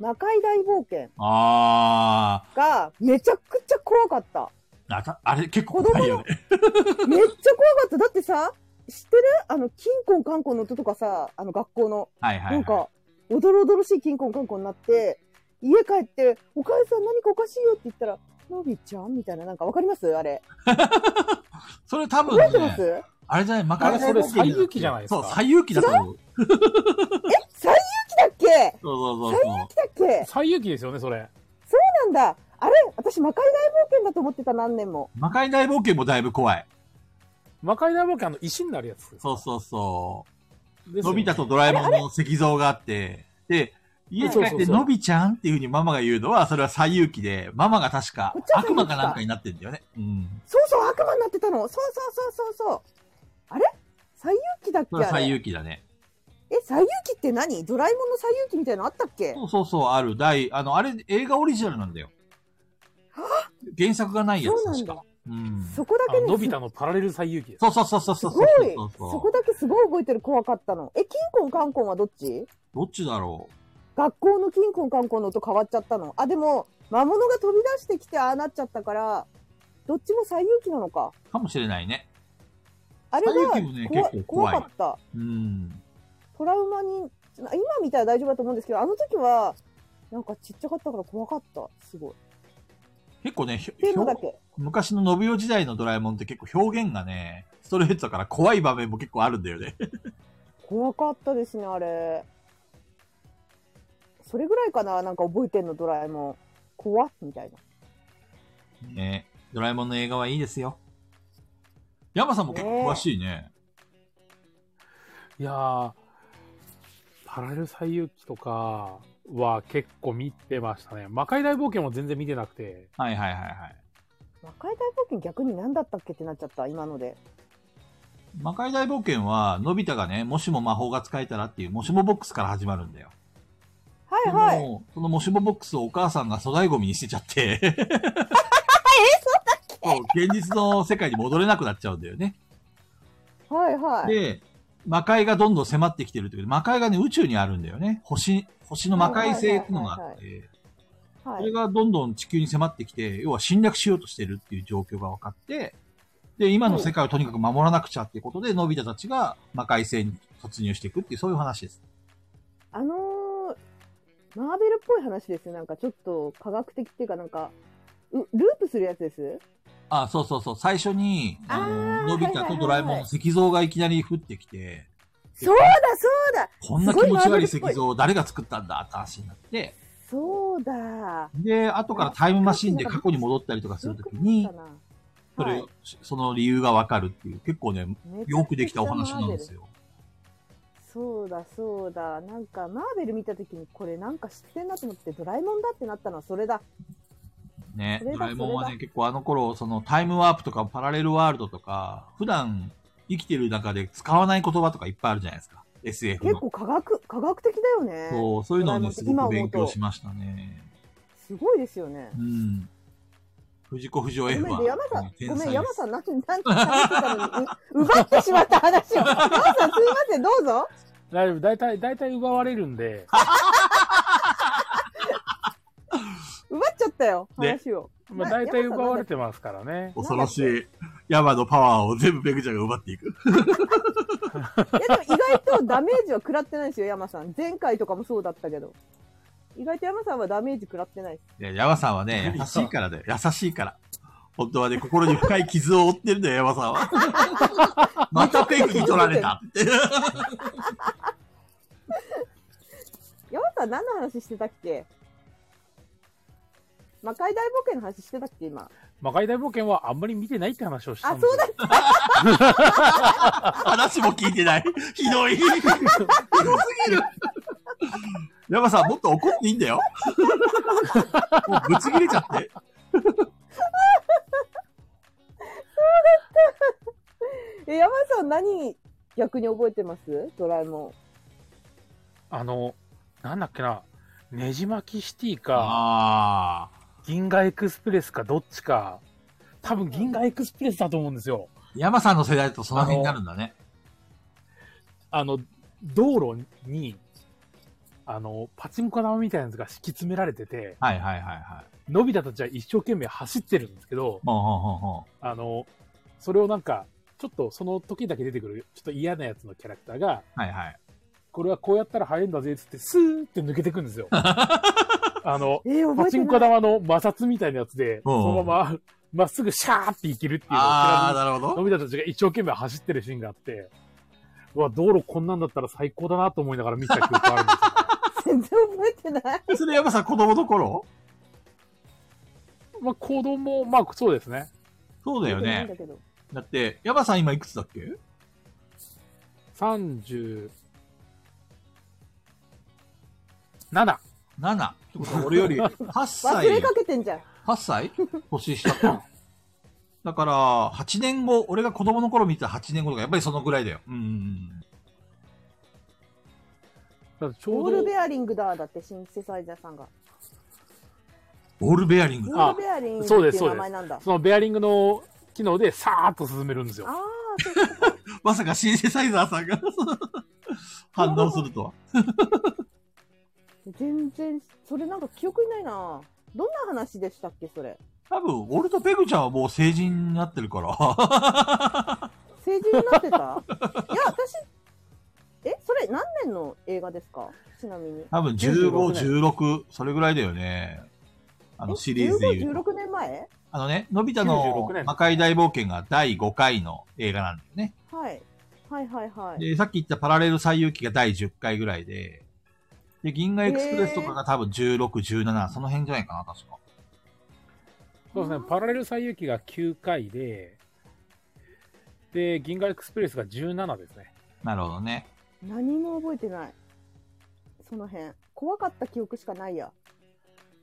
Speaker 4: 魔界大冒険
Speaker 1: あ
Speaker 4: がめちゃくちゃ怖かった。
Speaker 1: ー、なたあれ結構怖いよね。
Speaker 4: めっちゃ怖かった。だってさ、知ってるあの、金婚観光の音とかさ、あの学校の。
Speaker 1: はいはい、はい。
Speaker 4: なんか、おどろおどろしい金婚観光になって、家帰って、お母さん何かおかしいよって言ったら、のびちゃんみたいな、なんかわかりますあれ。
Speaker 1: それ多分
Speaker 4: 覚えてま
Speaker 1: ね
Speaker 4: す、え
Speaker 1: あれじゃない、マカロニ
Speaker 2: あれそれ西遊記じゃないですか
Speaker 1: そう、最遊記だと思う。
Speaker 4: 最遊記だっけ来
Speaker 1: そうそうそうそう。
Speaker 4: たっけ
Speaker 2: 最有機ですよね、それ。
Speaker 4: なんだ。あれ私、魔界大冒険だと思ってた、何年も。
Speaker 1: 魔界大冒険もだいぶ怖い。
Speaker 2: 魔界大冒険あの石になるやつ。
Speaker 1: そうそうそ
Speaker 2: で
Speaker 1: う。
Speaker 2: すよ
Speaker 1: のび
Speaker 2: ね
Speaker 1: 太とドラえもんの石像があって、で、家に帰
Speaker 2: そ
Speaker 1: っ
Speaker 2: うそ
Speaker 1: て
Speaker 2: うそう
Speaker 1: のびちゃんっていう風にママが言うのは、それは最遊記で、ママが確か
Speaker 4: こっちは西
Speaker 1: 悪
Speaker 4: 遊記か
Speaker 1: 魔かなんかになってんだよね。うん。
Speaker 4: そうそう、悪魔になってたの。そうそうそうそうそう。あれ最遊記だっけ
Speaker 1: それは
Speaker 4: あ
Speaker 1: 最
Speaker 4: れ
Speaker 1: 遊記だね。
Speaker 4: え、最遊記って何ドラえもんの最遊記みたいなのあったっけ
Speaker 1: そうそうそう、ある。第、あの、あれ、映画オリジナルなんだよ。原作がないや
Speaker 4: そう
Speaker 1: つ
Speaker 4: なん
Speaker 1: 確
Speaker 4: だ
Speaker 1: か。。うん。
Speaker 4: そこだ
Speaker 2: あ
Speaker 4: けね
Speaker 2: のび太のパラレル最遊記です。
Speaker 1: そうそうそうそう
Speaker 4: す
Speaker 1: そう
Speaker 4: ご
Speaker 1: そ
Speaker 4: いう
Speaker 1: そう
Speaker 4: そこだけすごい動いてる怖かったのえ金婚カンコンはどっち
Speaker 1: どっちだろ
Speaker 4: 学校の金婚カンコンの音変わっちゃったのあでも魔物が飛び出してきてああなっちゃったからどっちも最有機なのか
Speaker 1: うかもしれないね。
Speaker 4: あれは
Speaker 1: 西遊記もね
Speaker 4: 怖
Speaker 1: 結構怖
Speaker 4: 怖
Speaker 1: い
Speaker 4: かった
Speaker 1: うん。
Speaker 4: トラウマに今みたいら大丈夫だと思うんですけどあの時はなんかちっちゃかったから怖かったすごい
Speaker 1: 結構ね、ひょ
Speaker 4: テー
Speaker 1: ひ
Speaker 4: マ
Speaker 1: ょ
Speaker 4: だけ
Speaker 1: 昔の信代時代のドラえもんって結構表現がね、ストレートだから怖い場面も結構あるんだよ [laughs] ね。
Speaker 4: 怖かったですねあれそれぐらいかななんか覚えてんのドラえもん怖っみたいな
Speaker 1: ねドラえもんの映画はいいですよ。山さんも結構詳しいね。
Speaker 2: いやー、パラレル最遊記とかは結構見てましたね。魔界大冒険も全然見てなくて、
Speaker 1: はいはいはいはい。
Speaker 4: 魔界大冒険逆に何だったっけってなっちゃった今ので
Speaker 1: 魔界大冒険は、のび太がね、もしも魔法が使えたらっていう、もしもボックスから始まるんだよ。
Speaker 4: はいはい
Speaker 1: でもそのもしもボックスをお母さんが粗大ゴミに捨てちゃって。 [laughs] え、そうだっけ現実の世界に戻れなくなっちゃうんだよね。
Speaker 4: はいはい
Speaker 1: で、魔界がどんどん迫ってきてるという魔界がね、宇宙にあるんだよね。星、星の魔界星っていうのがあって、
Speaker 4: は
Speaker 1: そ
Speaker 4: い
Speaker 1: れがどんどん地球に迫ってきて、要は侵略しようとしてるっていう状況が分かって、で、今の世界をとにかく守らなくちゃっていうことで、のび太たちが魔界星に突入していくっていう、そういう話です。
Speaker 4: あのーマーベルっぽい話ですよなんかちょっと科学的っていうかなんかうループするやつです
Speaker 1: あ、そうそうそう。最初に、あ
Speaker 4: あ
Speaker 1: の、
Speaker 4: ー
Speaker 1: のび太とドラえもんの石像がいきなり降ってきて、
Speaker 4: そうだそうだ
Speaker 1: こんな気持ち悪い石像を誰が作ったんだって話になって、
Speaker 4: そうだ
Speaker 1: で、後からタイムマシンで過去に戻ったりとかするときに
Speaker 4: よく、なっ
Speaker 1: そ
Speaker 4: たなは
Speaker 1: れ
Speaker 4: い、
Speaker 1: その理由がわかるっていう、結構ね、
Speaker 4: めちゃくちゃ
Speaker 1: よくできたお話なんですよ。
Speaker 4: そうだそうだなんかマーベル見た時にこれなんか知ってんなと思ってドラえもんだってなったのはそれだ
Speaker 1: ね、
Speaker 4: それ
Speaker 1: ド
Speaker 4: だ
Speaker 1: ラえもんは
Speaker 4: そ
Speaker 1: ね、結構あの頃、そのタイムワープとかパラレルワールドとか、普段生きてる中で使わない言葉とかいっぱいあるじゃないですか。SF
Speaker 4: 結
Speaker 1: の。
Speaker 4: 構科学科学的だよね
Speaker 1: そう、そういうのをね、す
Speaker 4: ドラえ
Speaker 1: ご
Speaker 4: も
Speaker 1: く
Speaker 4: んって
Speaker 1: 勉
Speaker 4: 今思
Speaker 1: 強
Speaker 4: うと
Speaker 1: しましたね。
Speaker 4: すごいですよね
Speaker 1: うん。藤子不二雄
Speaker 4: ご
Speaker 1: F
Speaker 4: めん
Speaker 1: は
Speaker 4: ね、山さん、ご
Speaker 1: 天
Speaker 4: めん、
Speaker 1: 才
Speaker 4: 山
Speaker 1: です
Speaker 4: さん、なんて、なんて喋ってたのに、う奪ってしまった話を。山さん、すいません、どうぞ。
Speaker 2: 大丈夫、大体、大体奪われるんで、
Speaker 4: 奪っちゃったよ、
Speaker 1: ね
Speaker 4: 話を。
Speaker 2: まあ、
Speaker 4: な
Speaker 2: 大体奪
Speaker 4: 山さん
Speaker 2: われてますからね。
Speaker 1: 恐ろしい。山のパワーを全部ペグちゃんが奪っていく。
Speaker 4: いや、でも意外とダメージは食らってないですよ、山さん。前回とかもそうだったけど。意外と山さんはダメージ食らってないです。
Speaker 1: いや、山さんはね、優しいからだよ。優しいから。本当はね、心に深い傷を負ってるんだよ、山さんは。またペグに取られたって。
Speaker 4: 山さん、何の話してたっけ魔界大冒険の話してたっけ、今。
Speaker 2: 魔界大冒険はあんまり見てないって話をした
Speaker 4: あ、
Speaker 2: んで
Speaker 4: そう
Speaker 2: す
Speaker 4: だ [laughs]
Speaker 2: よ。
Speaker 4: った。
Speaker 1: 話も聞いてない。ひどい。ひどすぎる。山さん、もっと怒っていいんだよ。もうぶち切れちゃって。
Speaker 4: え、山さん、何、逆に覚えてますドラえも
Speaker 2: あの、なんだっけな、ねじ巻きシティか、
Speaker 1: ああ。
Speaker 2: 銀河エクスプレスか、どっちか、多分銀河エクスプレスだと思うんですよ。
Speaker 1: 山さんの世代だとその辺になるんだね。
Speaker 2: あの、道路に、あの、パチンコ玉みたいなやつが敷き詰められてて、
Speaker 1: はいはいはいはい。
Speaker 2: のび太たちは一生懸命走ってるんですけど、
Speaker 1: ほうほうほうほ
Speaker 2: あの、それをなんか、ちょっとその時だけ出てくる、ちょっと嫌なやつのキャラクターが、
Speaker 1: う。はいはい。
Speaker 2: これはこうやったら速いんだぜ、つって、スーって抜けてくん
Speaker 4: [laughs]
Speaker 2: ですよ。あの、
Speaker 4: ん。えー、覚
Speaker 2: パ
Speaker 4: え
Speaker 2: チ
Speaker 4: て
Speaker 2: ンコ
Speaker 4: ない。
Speaker 2: 玉の摩擦みたいなやつで、そ
Speaker 1: うん
Speaker 2: のまま、まっすぐシャーっていけるっていうのを知
Speaker 1: ああ、
Speaker 2: ら
Speaker 1: なるほ
Speaker 2: ずに、の
Speaker 1: ど。
Speaker 2: び太たちが一生懸命走ってるシーンがあって、うわ、道路こんなんだったら最高だなと思いながら見てた記憶があ
Speaker 4: [laughs]
Speaker 2: るんですよ。
Speaker 4: 全然覚えてない。
Speaker 1: それ山さん子供の頃
Speaker 2: まあ、行動も、まあ、そうですね。
Speaker 1: そうだよ
Speaker 4: 覚えてないん
Speaker 1: ね
Speaker 4: だ。けど。
Speaker 1: だって、山さん今いくつだっけ
Speaker 2: 37。
Speaker 1: ?7。ってことは俺より8
Speaker 4: 忘れ
Speaker 1: 歳、
Speaker 4: かけてんじゃん。
Speaker 1: 8歳年下か。だから、8年後、俺が子供の頃見てた8年後とか、やっぱりそのぐらいだよ。うんうんうん。
Speaker 2: だってちょ
Speaker 4: ボー
Speaker 2: う
Speaker 4: ル
Speaker 2: ど、
Speaker 4: ベアリングだ、だってシンセサイザーさんが。
Speaker 1: ボールベアリング
Speaker 4: ボ
Speaker 1: だ。
Speaker 4: ールベアリングっていう名前なんだ。
Speaker 2: そのベアリングの機能でさーっと進めるんですよ
Speaker 4: あ。あ、そうか。
Speaker 1: まさかシンセサイザーさんが [laughs] 反応するとは。
Speaker 4: 全然、それなんか記憶にないな。どんな話でしたっけ、それ。
Speaker 1: 多分、俺とペグちゃんはもう成人になってるから。
Speaker 4: 成人になってたいや、私、え、それ何年の映画ですかちなみに。
Speaker 1: 多分、15、16、それぐらいだよね。あの、
Speaker 4: え
Speaker 1: シリーズで言うと。
Speaker 4: 15、16年前
Speaker 1: あのね、のび太
Speaker 2: 96
Speaker 1: の
Speaker 2: 年
Speaker 1: 魔界大冒険が第5回の映画なんだよね。
Speaker 4: はい。はいはいはい。
Speaker 1: で、さっき言ったパラレル最遊記が第10回ぐらいで、で、銀河エクスプレスとかが多分16、17、その辺じゃないかな、確か。
Speaker 2: そうですね、パラレル最遊記が9回で、で、銀河エクスプレスが17ですね。
Speaker 1: なるほどね。
Speaker 4: 何も覚えてない。その辺。怖かった記憶しかない
Speaker 1: [laughs]
Speaker 4: や。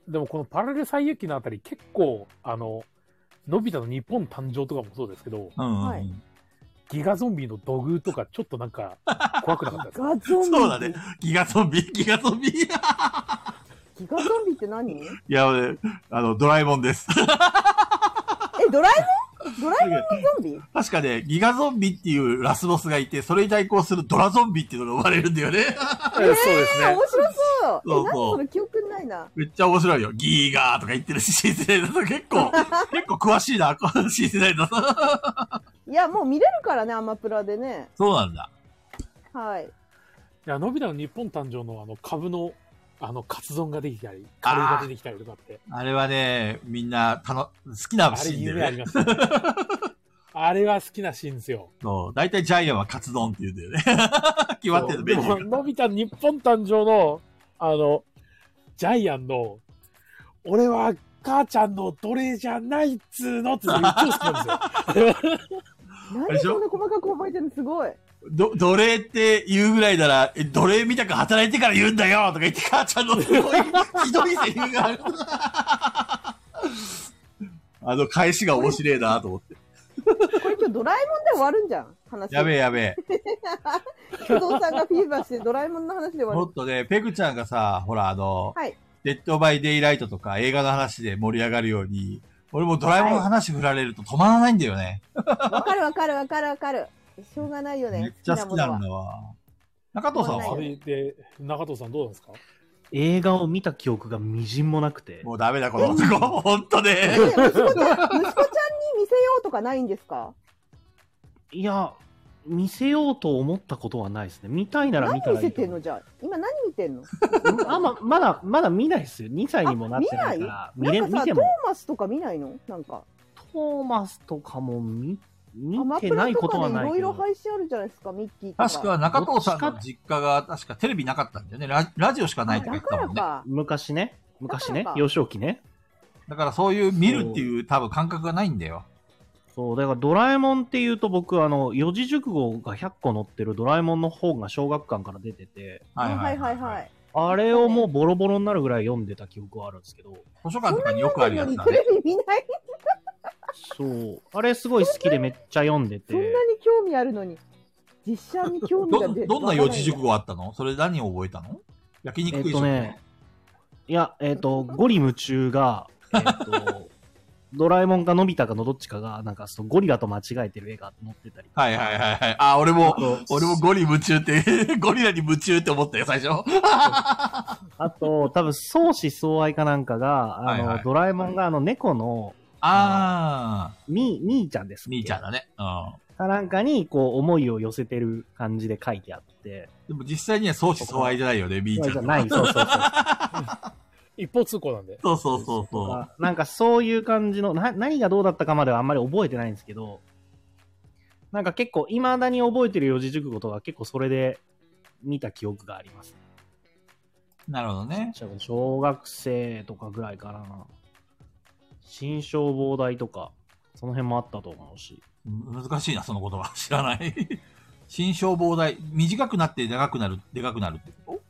Speaker 2: でもこのパラレル最遊記のあたり結構、あの、のび太の日本誕生とかもそうですけど、
Speaker 1: うんうんうん、
Speaker 4: はい
Speaker 2: ギガゾンビの土偶とかちょっとなん [laughs] か怖くなかったですか
Speaker 4: ガゾンビ。
Speaker 1: そうだね。。ギガゾンビ、ギガゾンビ。い
Speaker 4: ギガゾンビって何え、
Speaker 1: や、俺あの、ドラえもんです。
Speaker 4: ドラえ
Speaker 1: [laughs]
Speaker 4: もんドラえもんのゾンビ
Speaker 1: 確かね、ギガゾンビっていうラスボスがいて、それに対抗するドラゾンビっていうのが生まれるんだよね。
Speaker 2: ええそうで
Speaker 4: え
Speaker 2: す
Speaker 4: ー、
Speaker 2: ね
Speaker 4: 面。白そ
Speaker 1: そ
Speaker 4: う。
Speaker 1: うそう
Speaker 4: え、なんかそれ記憶にないな。
Speaker 1: めっちゃ面白いよ。ギーガーとか言ってるし、新世代だと結 [laughs] 構、結構詳しいな、この新世代だと。
Speaker 4: いや、もう見れるからね、アマプラでね。
Speaker 1: そうなんだ。
Speaker 4: はい。
Speaker 2: いや、のび太の日本誕生のあの株の、あの、カツ丼ができたり、カレーが出てきたりとかって、
Speaker 1: あれはね、みんな、たの、好きな
Speaker 2: あ
Speaker 1: シ
Speaker 2: れ
Speaker 1: ーンで
Speaker 2: 夢あり
Speaker 1: ね。
Speaker 2: ましたね。あれは好きなシーンですよ。
Speaker 1: そう。大体ジャイアンはカツ丼って言うんだよね。 [laughs] 決まってるメニュー
Speaker 2: そうのび太日本誕生の、あの、ジャイアンの、俺は母ちゃんの奴隷じゃないっつーのって言ってるんですよ。
Speaker 1: れ
Speaker 4: 何
Speaker 1: でしょ
Speaker 4: そんな細かく覚えてるのすごい。
Speaker 1: ど、奴隷って言うぐらいなら、え奴隷みたく働いてから言うんだよとか言って、母ちゃんのすごい、ひどいセリフがある。 [laughs] あの、返しが面白いなと思って。
Speaker 4: これ今日ドラえもんで終わるんじゃん話。
Speaker 1: やべえやべえ。
Speaker 4: 工藤さんがフィーバーしてドラえもんの話で終わ
Speaker 1: も
Speaker 4: る
Speaker 1: っ。とね、ペグちゃんがさ、ほらあの、
Speaker 4: はい
Speaker 1: デッドバイデイライトとか映画の話で盛り上がるように、俺もドラえもんの話振られると止まらないんだよね。
Speaker 4: わかるわかるわかるわかる。しょうがないよね。
Speaker 1: めっちゃ好き
Speaker 4: も
Speaker 1: なん
Speaker 4: のは
Speaker 1: だわ。中藤さん
Speaker 4: 止まら
Speaker 2: あ
Speaker 4: ない
Speaker 1: は
Speaker 4: よ
Speaker 2: れで、中藤さんどうなんですか
Speaker 3: 映画を見た記憶がみじんもなくて、
Speaker 1: もうダメだ、この男。 [laughs] ほんとね。
Speaker 4: え息子ちゃん、息子ちゃんに見せようとかないんですか
Speaker 3: いや、見せようと思ったことはないですね。見たいなら
Speaker 4: 何
Speaker 3: 見た
Speaker 4: 見
Speaker 3: らい
Speaker 4: せ
Speaker 3: いと
Speaker 4: てん
Speaker 3: 思
Speaker 4: の
Speaker 3: う。
Speaker 4: じゃあ今何見てんの
Speaker 3: あままだ、まだ見ないですよ。2歳にもなってないから、見れ
Speaker 4: なんか
Speaker 3: 見
Speaker 4: さ、
Speaker 3: て
Speaker 4: トー
Speaker 3: も、
Speaker 4: マスとか見ないのなんか。
Speaker 3: トーマスとかも見見
Speaker 4: アマプ
Speaker 3: て
Speaker 4: ラ
Speaker 3: ない
Speaker 4: と
Speaker 3: こと
Speaker 4: か
Speaker 3: は
Speaker 4: でい
Speaker 3: ない
Speaker 4: ろ
Speaker 3: け
Speaker 4: いろ
Speaker 3: ど。
Speaker 4: 配信あるじゃないですか、ミッキーとか。
Speaker 1: 確か中藤さんの実家が、確かテレビなかったんだよね。ララジオしかないとか言
Speaker 4: だ
Speaker 1: ってた
Speaker 4: から
Speaker 1: もんね。
Speaker 4: か。
Speaker 3: 昔ね、昔
Speaker 4: だ
Speaker 3: ね
Speaker 4: から、か
Speaker 3: 幼少期ね。
Speaker 1: だからそういう見るっていう多分感覚がないんだよ。
Speaker 3: そう、だからドラえもんっていうと僕、あの、四字熟語が100個載ってるドラえもんの本が小学館から出てて、
Speaker 4: はいはいはいはい。
Speaker 3: あれをもうボロボロになるぐらい読んでた記憶はあるんですけど、
Speaker 1: 図書館とかによくある
Speaker 4: な
Speaker 1: や
Speaker 4: の
Speaker 1: つ
Speaker 4: に
Speaker 1: だ
Speaker 4: テ
Speaker 1: ね。
Speaker 4: レビ見ない
Speaker 3: そう、あれすごい好きでめっちゃ読んで
Speaker 4: そんなに
Speaker 3: て、
Speaker 4: 興味あるのに。実写に興味が
Speaker 1: ど
Speaker 4: 出
Speaker 1: どんな四字熟
Speaker 4: 語
Speaker 1: 語あったのそれ何を覚えたの焼
Speaker 3: え
Speaker 1: 肉
Speaker 3: っ
Speaker 1: 食いし
Speaker 3: と
Speaker 1: ょ
Speaker 3: ね、いや、えっ、と、ゴリ夢中が、えっ、と、 [laughs] ドラえもんかのび太かのどっちかが、なんかそのゴリラと間違えてる絵が載ってたり。
Speaker 1: はいはいはいはい。あ、俺も、俺もゴリ夢中って、 [laughs] ゴリラに夢中って思ったよ、最初。
Speaker 3: あと、多分、相思相愛かなんかが、あの、
Speaker 1: はいはい
Speaker 3: ドラえもんがあの猫の、
Speaker 1: あ
Speaker 3: み、みーちゃんですっ
Speaker 1: ー、
Speaker 3: け。
Speaker 1: 兄ちゃんだね。うん。
Speaker 3: かなんかに、こう、思いを寄せてる感じで書いてあって。
Speaker 1: でも実際には相思相愛じゃないよね、みーちゃん
Speaker 3: じゃ
Speaker 1: と
Speaker 3: ない、そうそうそう。
Speaker 2: 一方通行なんで。
Speaker 1: そうそうそう [laughs] そう。
Speaker 3: なんかそういう感じのな、何がどうだったかまではあんまり覚えてないんですけど、なんか結構、未だに覚えてる四字熟語とか結構それで見た記憶があります。
Speaker 1: なるほどね。
Speaker 3: 小学生とかぐらいかな。新消防大とか、その辺もあったと思うし。
Speaker 1: うん難しいな、その言葉。 [laughs] 知らない。新消防大。短くなって長くなる、でかくなるってこ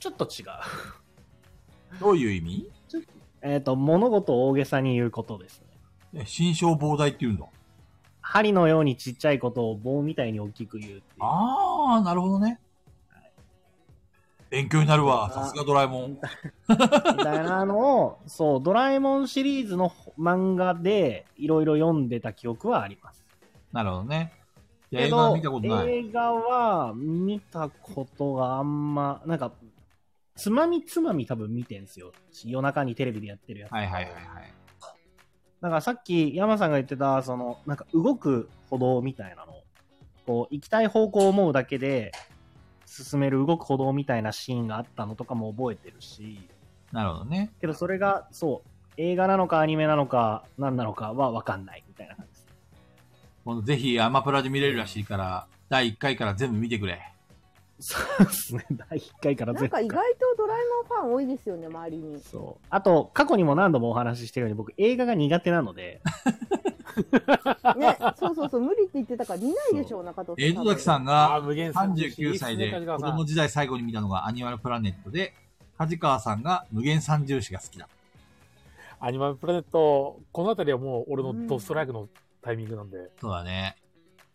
Speaker 3: ちょっと違う。
Speaker 1: とどういう意味
Speaker 3: えっ、と、物事を大げさに言うことですね。
Speaker 1: え新消防大って言うんだ。
Speaker 3: 針のようにちっちゃいことを棒みたいに大きく言うっていう。
Speaker 1: あー、なるほどね。勉強になるわ。さすがドラえもん。
Speaker 3: みたいなのを、そう、ドラえもんシリーズのほ漫画でいろいろ読んでた記憶はあります。
Speaker 1: なるほどね。いや、
Speaker 3: け
Speaker 1: 映
Speaker 3: ど
Speaker 1: 画は見たことない。
Speaker 3: 映画は見たことがあんま、なんか、つまみつまみ多分見てんすよ。夜中にテレビでやってるやつ。
Speaker 1: はいはいはいはい。
Speaker 3: だからさっき山さんが言ってた、その、なんか動く歩道みたいなの。こう、行きたい方向を思うだけで進める動く歩道みたいなシーンがあったのとかも覚えてるし、
Speaker 1: なるほどね。
Speaker 3: けどそれが、そう、映画なのかアニメなのか何なのかはわかんないみたいな感じです。
Speaker 1: このぜひアマプラで見れるらしいから、第1回から全部見てくれ。
Speaker 3: そうですね。 [laughs] 第1回から
Speaker 4: なん
Speaker 3: 全
Speaker 4: か意
Speaker 3: 部
Speaker 4: 外とドラえもんファン多いですよね、周り
Speaker 3: [laughs]
Speaker 4: に。
Speaker 3: そう。あと、過去にも何度もお話ししてるように、僕、映画が苦手なので、
Speaker 4: ね、そうそうそう、無理って言ってたから見ないでしょう、中藤
Speaker 1: え、
Speaker 4: 多
Speaker 1: 野
Speaker 4: 分
Speaker 1: 崎さん
Speaker 2: あ
Speaker 1: が
Speaker 2: ー、無限
Speaker 1: 39歳で子供時代最後に見たのがアニマルプラネットで、梶川さんが無限三重視が好きだ。
Speaker 2: アニマルプラネット、このあたりはもう俺のドストライクのタイミングなんで、
Speaker 1: そうだね。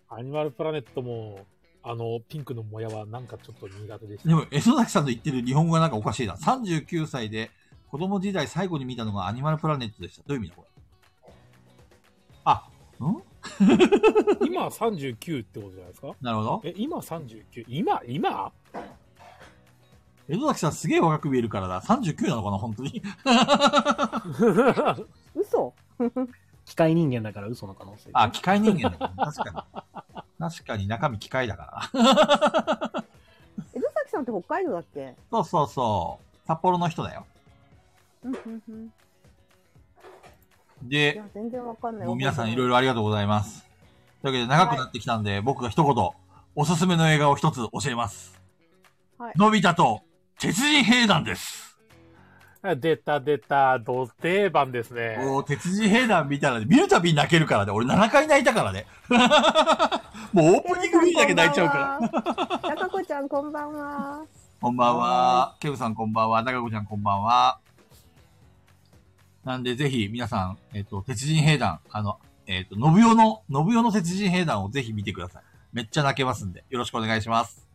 Speaker 2: アニマルプラネットも、あの、ピンクのもやはなんかちょっと苦手でし
Speaker 1: [laughs]
Speaker 2: た。
Speaker 1: でも、江戸崎さんの言ってる日本語がなんかおかしいな。39歳で子供時代最後に見たのがアニマルプラネットでした。どういう意味だこれ。あ、ん
Speaker 2: 今39ってことじゃないですか
Speaker 1: なるほど。
Speaker 2: え、今 39? 今
Speaker 1: [laughs]
Speaker 2: 今
Speaker 1: 江戸崎さんすげえ若く見えるからだ。39なのかな本当に。
Speaker 4: 嘘
Speaker 3: 機械人間だから嘘の可能性。
Speaker 1: あ、機械人間だから。確かに。確かに中身機械だから。
Speaker 4: 江戸崎さんって北海道だっけ
Speaker 1: そうそうそう。札幌の人だよ。
Speaker 4: うんうんうん。い
Speaker 1: で
Speaker 4: や、、全然わかんない。
Speaker 1: もう皆さんいろい
Speaker 4: ろ。
Speaker 1: ろありがとうございます。というわけで長くなってきたんで、僕が一言、おすすめの映画を一つ教えます。
Speaker 4: はい
Speaker 1: のび太と鉄人兵団です。
Speaker 2: 出た出た、ド定番ですね。
Speaker 1: もう鉄人兵団見たらね、見るたびに泣けるからね、俺7回泣いたからね。 [laughs] もうオープニング見るだけ泣いちゃうから。
Speaker 4: ら。中子ちゃんこんばんは。
Speaker 1: こんばんは。ケブさんこんばんは。中子ちゃんこんばんは。なんで、ぜひ、皆さん、えっ、と、鉄人兵団、あの、えっ、と、信代の、信代の鉄人兵団をぜひ見てください。めっちゃ泣けますんで、よろしくお願いします。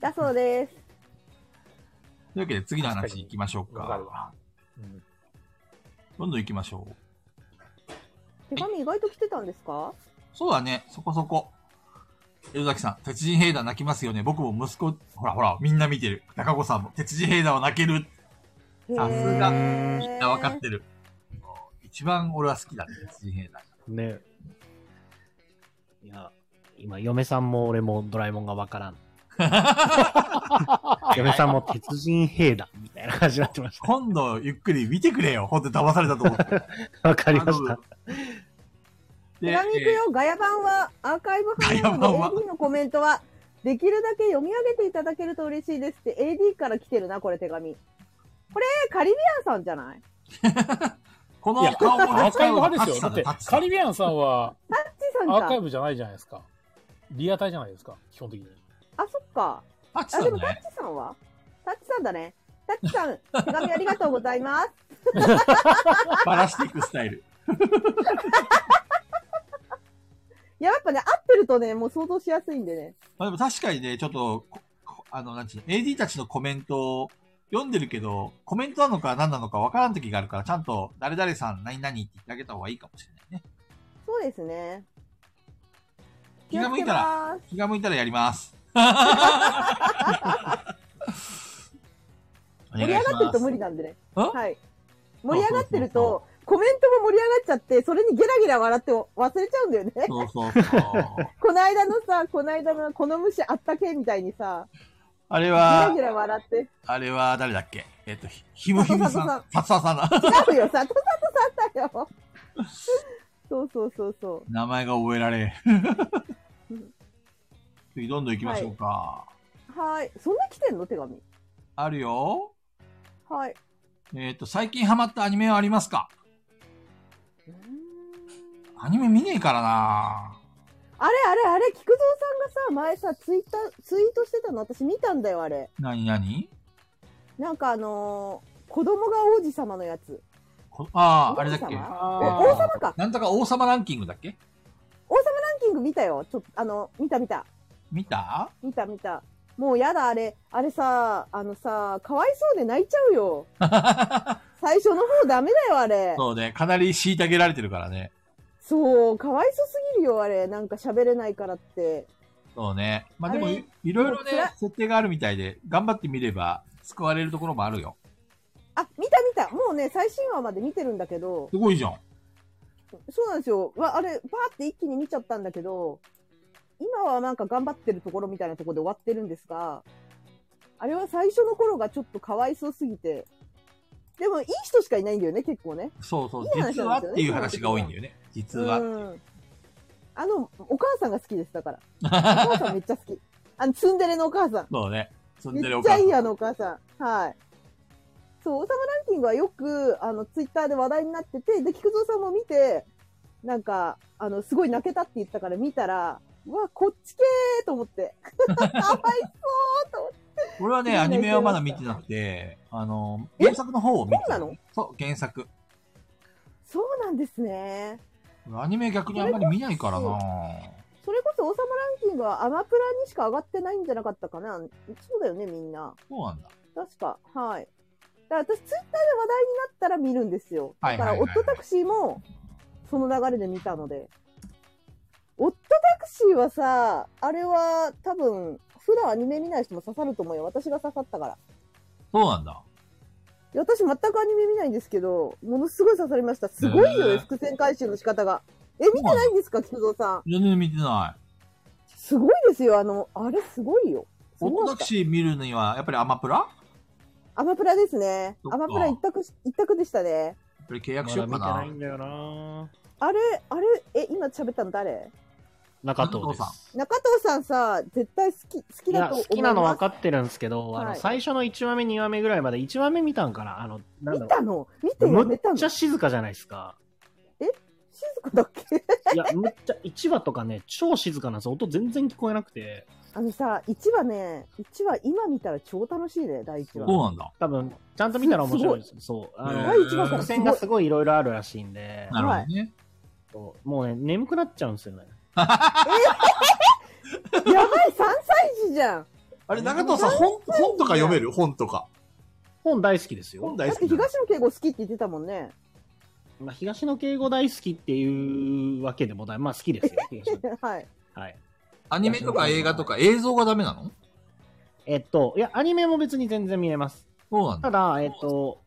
Speaker 4: だそうです。
Speaker 1: というわけで、次の話行きましょうか。
Speaker 2: わかるわ。うん
Speaker 1: どんどん行きましょう。
Speaker 4: 手紙意外と来てたんですか
Speaker 1: そうだね、そこそこ。江戸崎さん、鉄人兵団泣きますよね。僕も息子、ほらほら、みんな見てる。中子さんも、鉄人兵団は泣ける。さすが。みんなわかってる。一番俺は好きだね、鉄人兵団。
Speaker 3: ね。いや、今、嫁さんも俺もドラえもんがわ [laughs] からん。嫁さんも鉄人兵団みたいな感じになってまし
Speaker 1: 今度、ゆっくり見てくれよ。ほんと騙されたと
Speaker 3: [laughs]
Speaker 1: 思って。
Speaker 3: た。わか
Speaker 1: あ
Speaker 3: りました。。
Speaker 4: 手
Speaker 1: で、
Speaker 4: 紙行くよ、ガヤ版は、アーカイブ配信
Speaker 1: ガヤ版
Speaker 4: の
Speaker 1: は
Speaker 4: AD のコメントは、できるだけ読み上げていただけると嬉しいですって、AD から来てるな、これ手紙。これ、カリビアンさんじゃない
Speaker 1: えーこの
Speaker 2: いや
Speaker 1: 顔も
Speaker 2: アーカイブ派
Speaker 1: タ
Speaker 2: で
Speaker 1: ッチ
Speaker 2: す
Speaker 1: さ
Speaker 2: よ。
Speaker 1: ん
Speaker 2: だ
Speaker 1: だ
Speaker 2: っ
Speaker 1: タッ
Speaker 2: て
Speaker 1: チ、さ
Speaker 2: カ
Speaker 1: ん
Speaker 2: リビアンさんは
Speaker 4: タッチさん
Speaker 2: アーカイ
Speaker 4: か。
Speaker 2: ブじゃないじゃないですか。リアタイじゃないですか、基本的に。
Speaker 4: あ、そっか。
Speaker 1: タッチ
Speaker 4: あ、
Speaker 1: さ
Speaker 4: で
Speaker 1: ん
Speaker 4: もタッ
Speaker 1: ね。
Speaker 4: チさんはタッチさんだね。タッチさん、手紙ありがとうございます。
Speaker 1: バラしていくスタイル。
Speaker 4: いや、やっぱね、合ってるとね、もう想像しやすいんでね。
Speaker 1: まあでも確かにね、ちょっと、ここあの、なんちゅうの、AD たちのコメントを読んでるけど、コメントなのか何なのかわからん時があるから、ちゃんと、誰々さん、何々って言ってあげた方がいいかもしれないね。
Speaker 4: そうですね。
Speaker 1: 気が向いたら
Speaker 4: 気をつけます。
Speaker 1: 気が向いたらやり
Speaker 4: [laughs]
Speaker 1: ます。お願い
Speaker 4: 盛り
Speaker 1: し
Speaker 4: 上
Speaker 1: ま
Speaker 4: がってると無理なんでね。
Speaker 1: ん
Speaker 4: はい。盛り上がっ
Speaker 1: そ
Speaker 4: てる
Speaker 1: うそう
Speaker 4: と、コメントも盛り上がっちゃって、それにゲラゲラ笑って忘れちゃうんだよね。
Speaker 1: そうそうそう。
Speaker 4: この間のさ、この間のこの虫あったけみたいにさ、
Speaker 1: あれ
Speaker 4: ゲラ
Speaker 1: は
Speaker 4: ゲ、ラ笑って。
Speaker 1: あれは誰だっけえっと、ひひむひむさん。さ
Speaker 4: さ
Speaker 1: つささんだ。
Speaker 4: 違うよ、さとさとさん
Speaker 1: [laughs]
Speaker 4: だよ。そうそうそうそ
Speaker 1: 名前が覚えられ
Speaker 4: うんん。
Speaker 1: [laughs] 次、どんどん行きましょうか。
Speaker 4: う。はい。そんな来てんの手紙。
Speaker 1: あるよ。
Speaker 4: はい。
Speaker 1: えっ、と、最近ハマったアニメはありますか
Speaker 4: うーん
Speaker 1: アニメ見ねえからな
Speaker 4: あれあれあれ、菊蔵さんがさ、前さ、ツイッター、ツイートしてたの私見たんだよ、あれ。
Speaker 1: なになに
Speaker 4: なんかあのー子供が王子様のやつ。
Speaker 1: こああ、あ
Speaker 4: 王
Speaker 1: れだ
Speaker 4: 子
Speaker 1: っけ
Speaker 4: 様
Speaker 2: あ
Speaker 4: え
Speaker 2: ー
Speaker 4: 王様か。
Speaker 1: なんとか王様ランキングだっけ
Speaker 4: 王様ランキング見たよ。ちょっと、あの、見た見た。
Speaker 1: 見た
Speaker 4: 見た見た。もうやだ、あれ。あれさ、あのさ、かわいそうで泣いちゃうよ。最初の方ダメだよ、あれ。
Speaker 1: そうね、かなり虐げられてるからね。
Speaker 4: そう、かわいそすぎるよ、あれ。なんか喋れないからって。
Speaker 1: そうね。まあでも
Speaker 4: あれ
Speaker 1: い、いろいろ
Speaker 4: もう辛
Speaker 1: ね
Speaker 4: い、
Speaker 1: 設定があるみたいで、頑張ってみれば救われるところもあるよ。
Speaker 4: あ、見た見た。もうね、最新話まで見てるんだけど、
Speaker 1: すごいじゃん。
Speaker 4: そうなんですよ。わあれ、パーって一気に見ちゃったんだけど、今はなんか頑張ってるところみたいなところで終わってるんですが、あれは最初の頃がちょっとかわいそうすぎて、でもいい人しかいないんだよね、結構ね。
Speaker 1: そうそう、
Speaker 4: いい話なんです
Speaker 1: 実
Speaker 4: よね
Speaker 1: はっていう話が多いんだよね。実は。
Speaker 4: うんあの、お母さんが好きです、だから。お母さんめっちゃ好き。あの、ツンデレのお母さん。
Speaker 1: そうね。住ん
Speaker 4: め
Speaker 1: でる
Speaker 4: っ
Speaker 1: お
Speaker 4: ちゃ
Speaker 1: 母さ
Speaker 4: いい
Speaker 1: ん。
Speaker 4: あのお母さん。はい。そう、王様ランキングはよく、あの、ツイッターで話題になってて、で、菊蔵さんも見て、なんか、あの、すごい泣けたって言ったから見たら、うわ、こっち系ーと
Speaker 1: [laughs]
Speaker 4: 思って。かわい
Speaker 1: 俺はね、アニメはまだ見てなくて、あの、原作の方を見て
Speaker 4: そうなの
Speaker 1: そう、原作。
Speaker 4: そうなんですね。
Speaker 1: 俺アニメ逆にあんまり見ないからな
Speaker 4: それこそ王様ランキングはアマプラにしか上がってないんじゃなかったかな。そうだよね、みんな。
Speaker 1: そうなんだ。
Speaker 4: 確か。はい。だから私、ツイッターで話題になったら見るんですよ。
Speaker 1: は
Speaker 4: だ
Speaker 1: い
Speaker 4: か
Speaker 1: はいは
Speaker 4: ら、
Speaker 1: い
Speaker 4: オットタクシーも、その流れで見たので。オットタクシーはさ、あれは多分、普段アニメ見ない人も刺さると思うよ。私が刺さったから。
Speaker 1: そうなんだ。
Speaker 4: いや私全くアニメ見ないんですけど、ものすごい刺さりました。すごいよ
Speaker 1: へ
Speaker 4: ね、
Speaker 1: ー
Speaker 4: 伏線回収の仕方が。え、見てないんですか、菊蔵さん。
Speaker 1: 全然見てない。
Speaker 4: すごいですよ、あの、あれすごいよ。す
Speaker 1: オ
Speaker 4: ご
Speaker 1: ッ
Speaker 4: か
Speaker 1: ト
Speaker 4: っ
Speaker 1: タク
Speaker 4: た
Speaker 1: シー見るには、やっぱりアマプラや
Speaker 4: アマプラですね
Speaker 1: そっ。か
Speaker 4: アマプラ一択し、一択でしたね。
Speaker 1: っぱり契
Speaker 3: ま
Speaker 1: 約
Speaker 3: だ
Speaker 1: しよう
Speaker 3: 見
Speaker 1: か
Speaker 3: て
Speaker 1: な。
Speaker 3: ないんだよな
Speaker 4: あれ、あれ、え、今喋ったの誰
Speaker 3: 中藤で
Speaker 1: 中藤
Speaker 3: す。
Speaker 4: 中藤さんさ、絶対好き、好き
Speaker 3: いや、
Speaker 4: だと思
Speaker 3: 好
Speaker 4: う。
Speaker 3: きなの分かってるんですけど、あ
Speaker 4: は
Speaker 3: の、
Speaker 4: い
Speaker 3: 最初の1話目、2話目ぐらいまで、1話目見たんかなあの、なん
Speaker 4: 見
Speaker 3: だ
Speaker 4: たの見て
Speaker 3: ろう。
Speaker 4: やめ
Speaker 3: むった
Speaker 4: の
Speaker 3: ちゃ
Speaker 4: 静
Speaker 3: 静かじゃないですか。
Speaker 4: かだっけ [laughs]
Speaker 3: いや、むっちゃ、1話とかね、超静かなんですよ。音全然聞こえなくて。
Speaker 4: あのさ、1話ね、1話今見たら超楽しいね、第
Speaker 1: そ
Speaker 4: 1
Speaker 1: う
Speaker 4: 話。
Speaker 1: なんだ。
Speaker 3: 多分、ちゃんと見たら面白いです。そう。あ
Speaker 1: へ
Speaker 3: の
Speaker 1: ー、
Speaker 4: 第1話から
Speaker 3: 伏
Speaker 4: す
Speaker 3: 線
Speaker 4: ご
Speaker 3: が
Speaker 4: い
Speaker 3: すごいいろいろあるらしいんで、
Speaker 1: なるほどね。
Speaker 3: そうもうね、眠くなっちゃうんですよね。
Speaker 4: やばい、3歳児じゃん
Speaker 1: あれ、中藤さん、本、本とか読める本とか。
Speaker 3: 本大好きです
Speaker 1: 本
Speaker 3: よ。
Speaker 1: 大
Speaker 4: だ
Speaker 1: 好
Speaker 4: って
Speaker 1: きだ。
Speaker 4: 東野敬吾好きって言ってたもんね。 [laughs]
Speaker 3: まあ、東野敬吾大好きっていうわけでもない。まあ、好きですよ。東
Speaker 4: [laughs]
Speaker 3: 野
Speaker 4: はい。
Speaker 3: はい。
Speaker 1: アニメとか映画とか映像がダメなの
Speaker 3: えっと、いや、アニメも別に全然見えます。
Speaker 1: そうなん
Speaker 3: た
Speaker 1: だ。
Speaker 3: だ、えっと、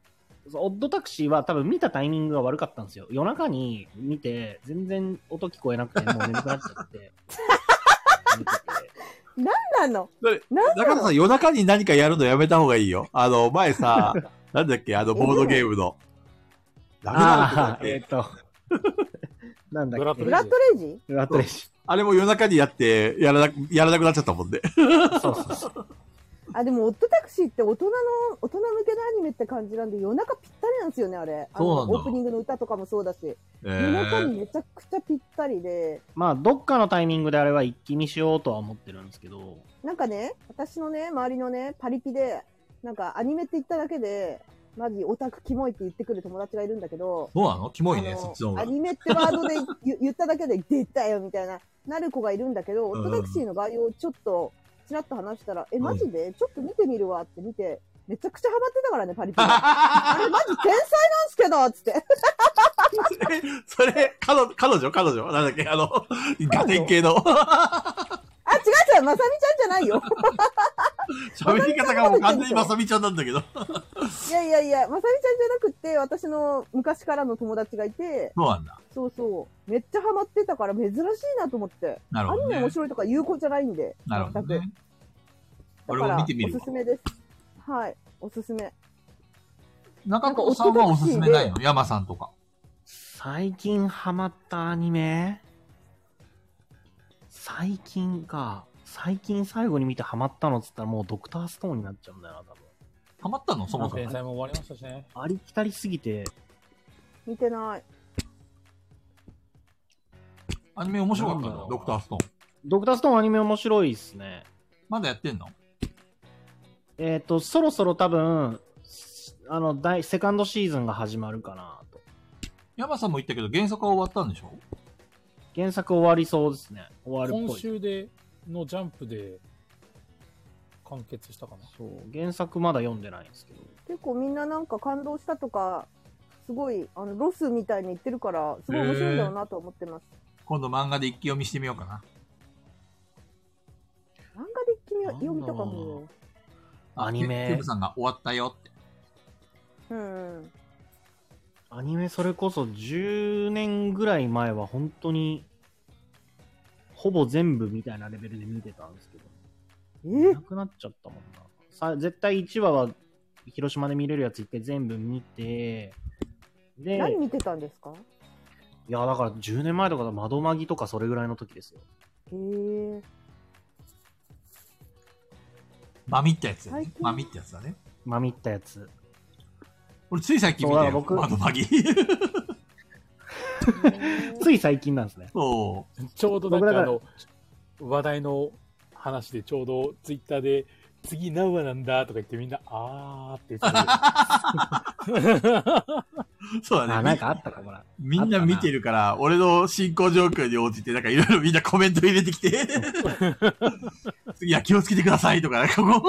Speaker 3: そうオッドタクシーは多分見たタイミングが悪かったんですよ。夜中に見て、全然音聞こえなくて、もう眠くなっち
Speaker 2: [laughs]
Speaker 3: ゃって。見てて
Speaker 4: なんなの
Speaker 1: それ
Speaker 4: なんな
Speaker 1: 中藤さ
Speaker 4: の
Speaker 1: ん、夜中に何かやるのやめた方がいいよ。あの、前さ、 [laughs] なんだっけ、あの、ボードゲームの。ダメなん
Speaker 3: ああ、
Speaker 1: だ
Speaker 3: え
Speaker 1: よ
Speaker 3: っと、 [laughs] なんだっ
Speaker 2: ドラ
Speaker 3: け
Speaker 2: ト
Speaker 4: ブ
Speaker 2: レ
Speaker 4: ラッドレイジ
Speaker 3: ブラッドレッシ
Speaker 1: あれも夜中にやって、やらな、やらなくなっちゃったもんね。
Speaker 3: ュ。そうそうそう。
Speaker 4: あ、でも、オットタクシーって大人の、大人向けのアニメって感じなんで、夜中ぴったりなんですよね、あれ。あ
Speaker 1: そ
Speaker 4: の
Speaker 1: うなんだ
Speaker 4: オープニングの歌とかもそうだし。
Speaker 1: え
Speaker 4: 夜中
Speaker 1: ー
Speaker 4: にめちゃくちゃぴったりで、
Speaker 3: まあ、どっかのタイミングであれは一気見しようとは思ってるんですけど、
Speaker 4: なんかね、私のね、周りのね、パリピで、なんかアニメって言っただけで、マジオタクキモいって言ってくる友達がいるんだけど、
Speaker 1: そうなのキモいね、
Speaker 4: あの
Speaker 1: そっちの方が。
Speaker 4: アニメってワードで [laughs] 言言っただけで、出たよみたいな、なる子がいるんだけど、オットタクシーの概要をちょっと、ちらっと話したら、え、マジでちょっと見てみるわって見て、めちゃくちゃハマってたから
Speaker 1: [laughs]
Speaker 4: ね、パリピが。あれ、マジ天才なんすけどっつって。 [laughs]
Speaker 1: [laughs] それ、彼女、彼女、彼女、なんだっけ、あの、画面系の。
Speaker 4: あ、違う違う、まさみちゃんじゃないよ。
Speaker 1: 喋り方がもう完全にまさみちゃんなんだけど。
Speaker 4: いやいやいや、まさみちゃんじゃなくって、私の昔からの友達がいて、
Speaker 1: そうなんだ。
Speaker 4: そうそう。めっちゃハマってたから珍しいなと思って。
Speaker 1: なる
Speaker 4: ア
Speaker 1: ほ
Speaker 4: ニ
Speaker 1: ど
Speaker 4: メ
Speaker 1: ね
Speaker 4: 面。白いとか有効じゃないんで。
Speaker 1: なるほど
Speaker 4: 全
Speaker 1: ね
Speaker 4: く。だ
Speaker 1: 俺
Speaker 4: か
Speaker 1: も
Speaker 4: ら
Speaker 1: 見てみる
Speaker 4: お
Speaker 1: わ
Speaker 4: すすめです。はい。おすすめ。
Speaker 1: 中藤さんはおすすめないの山さんとか。
Speaker 3: 最近ハマったアニメ最近か。最近最後に見てハマったのっつったらもうドクターストーンになっちゃうんだよな、多分。
Speaker 1: ハマったのそもそ
Speaker 2: 天
Speaker 1: も。
Speaker 2: 才も終わりましたしね。
Speaker 3: ありきたりすぎて、
Speaker 4: 見てない。
Speaker 1: アニメ面白かった
Speaker 3: なんだ
Speaker 1: の
Speaker 3: ろう
Speaker 1: ドクターストーン。
Speaker 3: ドクターストーンアニメ面白いっすね。
Speaker 1: まだやってんの
Speaker 3: えっ、と、そろそろ多分、あの、第、セカンドシーズンが始まるかなと。
Speaker 1: 山さんも言ったけど原作は終わったんでしょ
Speaker 3: 原作終わりそうですね。終わるっ
Speaker 2: 今
Speaker 3: ぽい。
Speaker 2: 週でのジャンプで、完結したかな。
Speaker 3: そう、原作まだ読んでないんですけど。
Speaker 4: 結構みんななんか感動したとか、すごい、あの、ロスみたいに言ってるから、すごい面白いんだろうなと思ってます。
Speaker 1: 今度漫画で一気読みしてみようかな。
Speaker 4: 漫画で君は読みたかもよ。
Speaker 1: あ
Speaker 3: アニメ
Speaker 1: ケケムさんが終わったよって。
Speaker 4: うんうん。
Speaker 3: アニメそれこそ10年ぐらい前は本当に、ほぼ全部みたいなレベルで見てたんですけど。
Speaker 4: え
Speaker 3: なくなっちゃったもんな。さ絶対1話は広島で見れるやつ一回全部見て、で、
Speaker 4: 何見てたんですか
Speaker 3: いや、だから10年前とかだ窓マギとかそれぐらいの時ですよ。
Speaker 1: [laughs]
Speaker 4: へえ。
Speaker 1: まみったやつや
Speaker 4: 最
Speaker 1: ね
Speaker 4: 近。
Speaker 1: まみったやつだね。
Speaker 3: まみったやつ。
Speaker 1: 俺つい最近見
Speaker 3: そう
Speaker 1: た
Speaker 3: だ
Speaker 1: よ
Speaker 3: から。僕
Speaker 1: 窓マギ。
Speaker 3: つい最近なんですね。
Speaker 1: [laughs] そ
Speaker 2: [laughs] ちょうどなんかあ
Speaker 3: 僕
Speaker 2: の、話題の話でちょうどツイッターで、次何話なんだとか言ってみんな、あーって言ってる。
Speaker 1: う。そうだ
Speaker 3: あ、
Speaker 1: ね。
Speaker 3: なんかあったかもな。
Speaker 1: みんな見てるから、俺の進行状況に応じて、なんかいろいろみんなコメント入れてきて、次は気をつけてくださいとか、なんかこ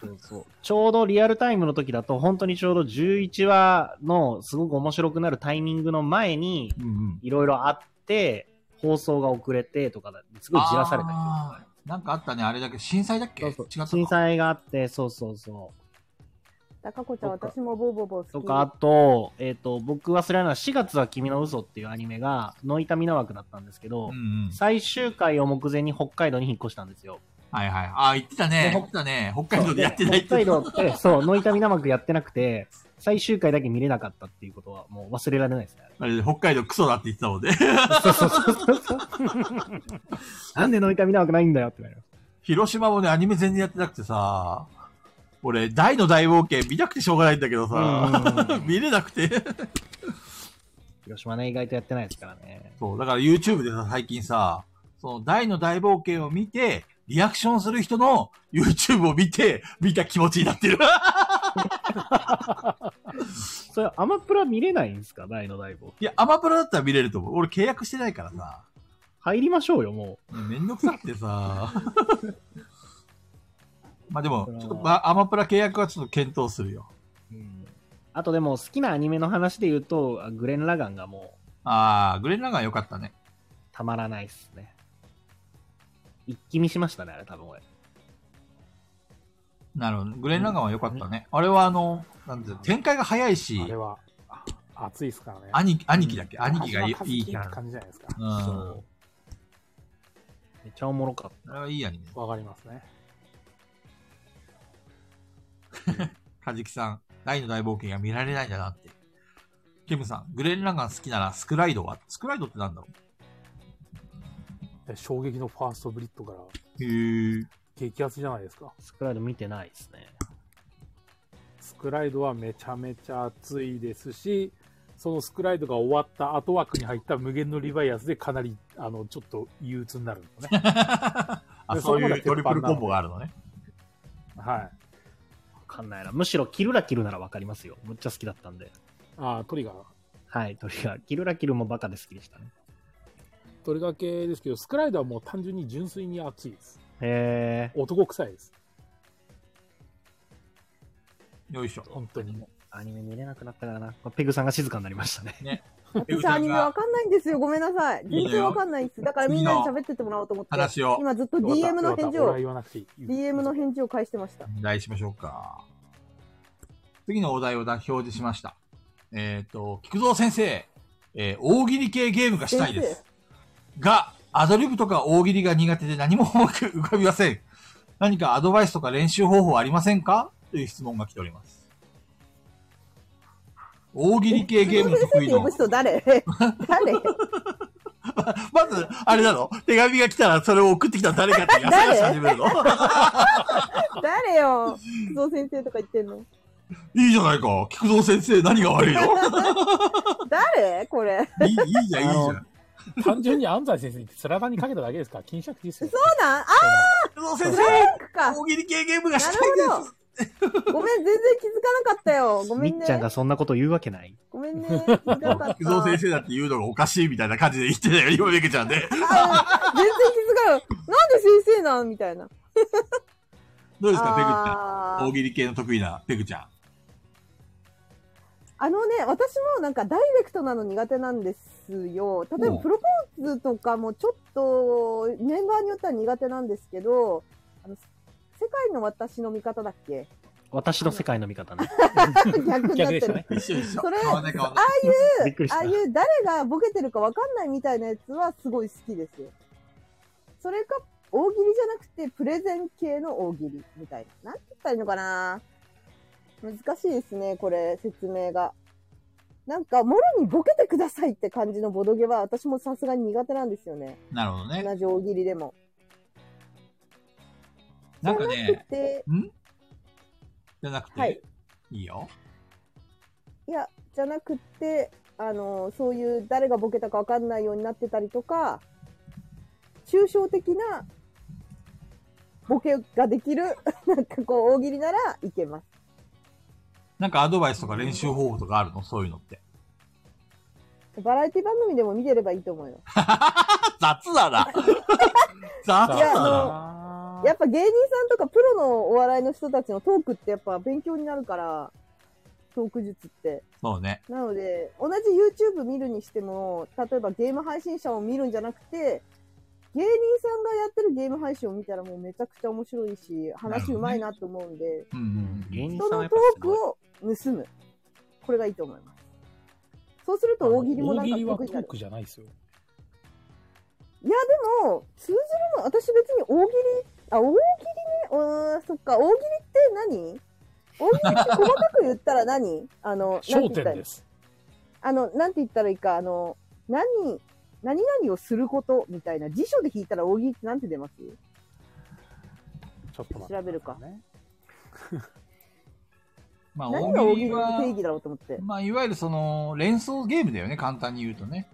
Speaker 3: そうそうちょうどリアルタイムの時だと、本当にちょうど11話のすごく面白くなるタイミングの前に、
Speaker 1: う。うんうん。
Speaker 3: いろいろあって、放送が遅れてとかだすごいじらされた記憶があります
Speaker 1: なんかあったね、あれだっけ震災だっけ
Speaker 3: そうそう
Speaker 1: 違った
Speaker 3: 震
Speaker 1: っ
Speaker 3: 災があって、そうそうそ
Speaker 4: 高子ちゃん、
Speaker 3: とか
Speaker 4: 私もボーボーボー
Speaker 3: う。
Speaker 4: 好
Speaker 3: と
Speaker 4: き。
Speaker 3: か、あと、えっ、と、僕忘れないのは4月は君の嘘っていうアニメが、ノイタミナ枠だったんですけど、
Speaker 1: うんうん。
Speaker 3: 最終回を目前に北海道に引っ越したんですよ。
Speaker 1: はいはい。ああ、言ってたね。
Speaker 3: で
Speaker 1: 言ってたね。北海道 [laughs] でやってないって。
Speaker 3: 北海道って、そう、ノイタミナ枠やってなくて、最終回だけ見れなかったっていうことはもう忘れられないですね。
Speaker 1: あれ北海道クソだって言ってたもんね。
Speaker 3: そうそうそうそう。なんでノイタミナ枠ないんだよってなります。
Speaker 1: 広島もね、アニメ全然やってなくてさ、俺、大の大冒険見たくてしょうがないんだけどさ、見れなくて。
Speaker 3: 広島ね、意外とやってないですからね。
Speaker 1: そう、だから YouTube でさ、最近さ、その大の大冒険を見て、リアクションする人の YouTube を見て、見た気持ちになってる。
Speaker 3: それ、アマプラ見れないんですか大の大冒
Speaker 1: いや、アマプラだったら見れると思う。俺契約してないからさ。
Speaker 3: 入りましょうよ、も
Speaker 1: めんどくさくてさ。まあでも、
Speaker 3: それは
Speaker 1: ちょっとばアマプラ契約はちょっと検討するよ。
Speaker 3: う。あとでも、好きなアニメの話で言うと、あグレン・ラガンがもう、
Speaker 1: あー、グレンラガン良かったね。
Speaker 3: たまらないっすね。一気見しましたね、あれ、多分俺。
Speaker 1: なるほど。グレンラガンは良かったね。あれはあの、なんていうの展開が早いし [laughs]
Speaker 2: あ、れは、あ熱いですからね。
Speaker 1: 兄貴、兄貴だっけ兄貴がいい
Speaker 2: 橋
Speaker 1: いい
Speaker 2: 和樹
Speaker 1: キャラ
Speaker 2: っ
Speaker 1: な
Speaker 2: て
Speaker 1: の。
Speaker 2: 感じじゃないですか。
Speaker 1: うん。
Speaker 3: めっちゃおもろかっ
Speaker 1: あれはいいアニメ。
Speaker 2: わかりますね。
Speaker 1: カジキさん、大の大冒険が見られないんだなって。ケムさん、グレンラガン好きならスクライドはスクライドってなんだろ
Speaker 2: で衝撃のファーストブリッドから
Speaker 1: うへー。
Speaker 2: 激アツじゃないですか。
Speaker 3: た。スクライド見てないですね。
Speaker 2: スクライドはめちゃめちゃ熱いですし、そのスクライドが終わった後枠に入った無限のリバイアスでかなり、あの、ちょっと憂鬱になるんですよ
Speaker 1: [laughs]
Speaker 2: ね。
Speaker 1: あ、
Speaker 2: で
Speaker 1: そう
Speaker 2: それま
Speaker 1: い
Speaker 2: で
Speaker 1: うトリプルコンボがあるのね。
Speaker 2: はい。
Speaker 3: わかんないな。むしろ、キルラキルならわかりますよ。むっちゃ好きだったんで。
Speaker 2: ああ、トリガー。
Speaker 3: はい、トリガー。キルラキルもバカで好きでしたね。
Speaker 2: トリガー系ですけど、スクライドはもう単純に純粋に熱いです。
Speaker 3: へえ。
Speaker 2: 男臭いです。
Speaker 1: よいしょ。
Speaker 2: 本当に。
Speaker 3: アニメ見れなくなったからな。ペグさんが静かになりましたね。
Speaker 1: ペグ
Speaker 4: 私
Speaker 1: さ
Speaker 4: ア
Speaker 1: ん
Speaker 4: ニメ
Speaker 1: が
Speaker 4: わかんないんですよ。ごめんなさい。全然わかんないです。だからみんなに喋ってってもらおうと思って。
Speaker 1: 話を
Speaker 4: 今ずっと DM の返
Speaker 2: よかったよかっ
Speaker 4: 事
Speaker 2: た俺は
Speaker 4: を、
Speaker 2: 言わなくていい。
Speaker 4: DM の返事を返してました。
Speaker 1: 題しましょうか。次のお題をだ表示しました。えっ、と、菊蔵先生、えー大喜利系ゲームがしたいです。が、アドリブとか大喜利が苦手で何もうまく浮かびません。何かアドバイスとか練習方法ありませんかという質問が来ております。大喜利系ゲーム得意
Speaker 4: 先生って
Speaker 1: の
Speaker 4: [laughs] 呼ぶ。
Speaker 1: [laughs]
Speaker 4: 人誰誰
Speaker 1: まず、あれなの手紙が来たらそれを送ってきた誰かってや
Speaker 4: 誰
Speaker 1: り始めるの
Speaker 4: 誰よ。ゾウ先生とか言ってんの。
Speaker 1: いいじゃないか。菊蔵先生何が
Speaker 4: [laughs]
Speaker 1: 悪いの
Speaker 4: 誰これ。
Speaker 1: いいいいじゃん、いいじゃん。
Speaker 2: 単純に安西先生にスラダンにかけただけですから、禁止ですよ。
Speaker 4: そうなんあ
Speaker 1: 菊蔵先生
Speaker 4: ブラックか。
Speaker 1: 大喜利系ゲームが
Speaker 4: な
Speaker 1: したい
Speaker 4: る
Speaker 1: で
Speaker 4: ほど。ごめん、全然気づかなかったよ。ごめ
Speaker 3: み
Speaker 4: ん
Speaker 3: っちゃん
Speaker 4: ね
Speaker 3: が。そんなこと言うわけない。
Speaker 4: ごめんね。気づかなかっ
Speaker 1: す。
Speaker 4: た。
Speaker 1: 菊蔵先生だって言うのがおかしいみたいな感じで言ってたよ、今めけちゃんで。
Speaker 4: あ全然気づかない。なんで先生なんみたいな。
Speaker 1: どうですか、ペグちゃん。
Speaker 4: あー
Speaker 1: 大喜利系の得意なペグちゃん。
Speaker 4: あのね、私もなんかダイレクトなの苦手なんですよ。例え
Speaker 1: う
Speaker 4: ば
Speaker 1: ん
Speaker 4: プロポーズとかもちょっとメンバーによっては苦手なんですけど、あの世界の私の見方だっけ
Speaker 3: 私の世界の見 [laughs] 方ね。
Speaker 4: 逆になっ
Speaker 3: 逆
Speaker 4: て
Speaker 3: でした
Speaker 4: る。
Speaker 3: ね。
Speaker 1: 一緒一緒。
Speaker 4: それ
Speaker 1: 変わんない変わん
Speaker 4: あ
Speaker 1: ない。
Speaker 4: あい
Speaker 3: びっく
Speaker 4: う
Speaker 3: り、した
Speaker 4: ああいう誰がボケてるかわかんないみたいなやつはすごい好きですよ。それか、大喜利じゃなくて、プレゼン系の大喜利みたいな。なんて言ったらいいのかな難しいですね、これ、説明が。なんか、もろにボケてくださいって感じのボドゲは、私もさすがに苦手なんですよね。
Speaker 1: なるほどね。
Speaker 4: 同じ大喜利でも。
Speaker 1: なんか
Speaker 4: じゃな
Speaker 1: ね
Speaker 4: く、て、
Speaker 1: じゃなくて、
Speaker 4: はいい、
Speaker 1: いよ。
Speaker 4: いや、じゃなくって、あの、そういう誰がボケたかわかんないようになってたりとか、抽象的なボケができる、 [laughs] なんかこう、大喜利ならいけます。
Speaker 1: なんかアドバイスとか練習方法とかあるのそういうのって。
Speaker 4: バラエティ番組でも見てればいいと思うよ。
Speaker 1: 雑だ
Speaker 4: [laughs]
Speaker 1: な雑
Speaker 2: さ
Speaker 1: だ
Speaker 2: あ
Speaker 4: いや
Speaker 1: な
Speaker 2: あ
Speaker 4: やっぱ芸人さんとかプロのお笑いの人たちのトークってやっぱ勉強になるから、トーク術って。
Speaker 1: そうね。
Speaker 4: なので、同じ YouTube 見るにしても、例えばゲーム配信者を見るんじゃなくて、芸人さんがやってるゲーム配信を見たらもうめちゃくちゃ面白いし、話うまいなと思うんで、
Speaker 1: うんうん
Speaker 3: 芸人
Speaker 4: 人
Speaker 3: さんは
Speaker 4: の
Speaker 3: やっ
Speaker 4: ト
Speaker 3: ぱ
Speaker 4: ー
Speaker 3: す
Speaker 4: ク
Speaker 3: ごい。
Speaker 4: を盗む。これがいいと思います。そうすると大喜利もな
Speaker 2: 大
Speaker 4: ん
Speaker 2: 喜
Speaker 4: か
Speaker 2: 利はト
Speaker 4: 得意にな
Speaker 2: ー
Speaker 4: る。
Speaker 2: クじゃないですよ。
Speaker 4: いや、でも、通ずるの、私別に大喜利、あ、大喜利ね、うーん、そっか、大喜利って何大喜利って細かく言ったら何あの、なん
Speaker 2: 焦
Speaker 4: て言ったら
Speaker 2: 点
Speaker 4: いい
Speaker 2: です。
Speaker 4: あの、なんて言ったらいいか、あの、何、何々をすることみたいな、辞書で引いたら大喜利ってなんて出ます
Speaker 2: ちょっと待って
Speaker 4: 調べ
Speaker 2: [laughs]
Speaker 4: るか
Speaker 2: ね
Speaker 1: まあ、
Speaker 4: 何が大
Speaker 1: 大喜
Speaker 4: 喜利
Speaker 1: 利
Speaker 4: の定
Speaker 1: は、
Speaker 4: 義だろうと思って。
Speaker 1: まあ、いわゆるその、連想ゲームだよね、簡単に言うとね。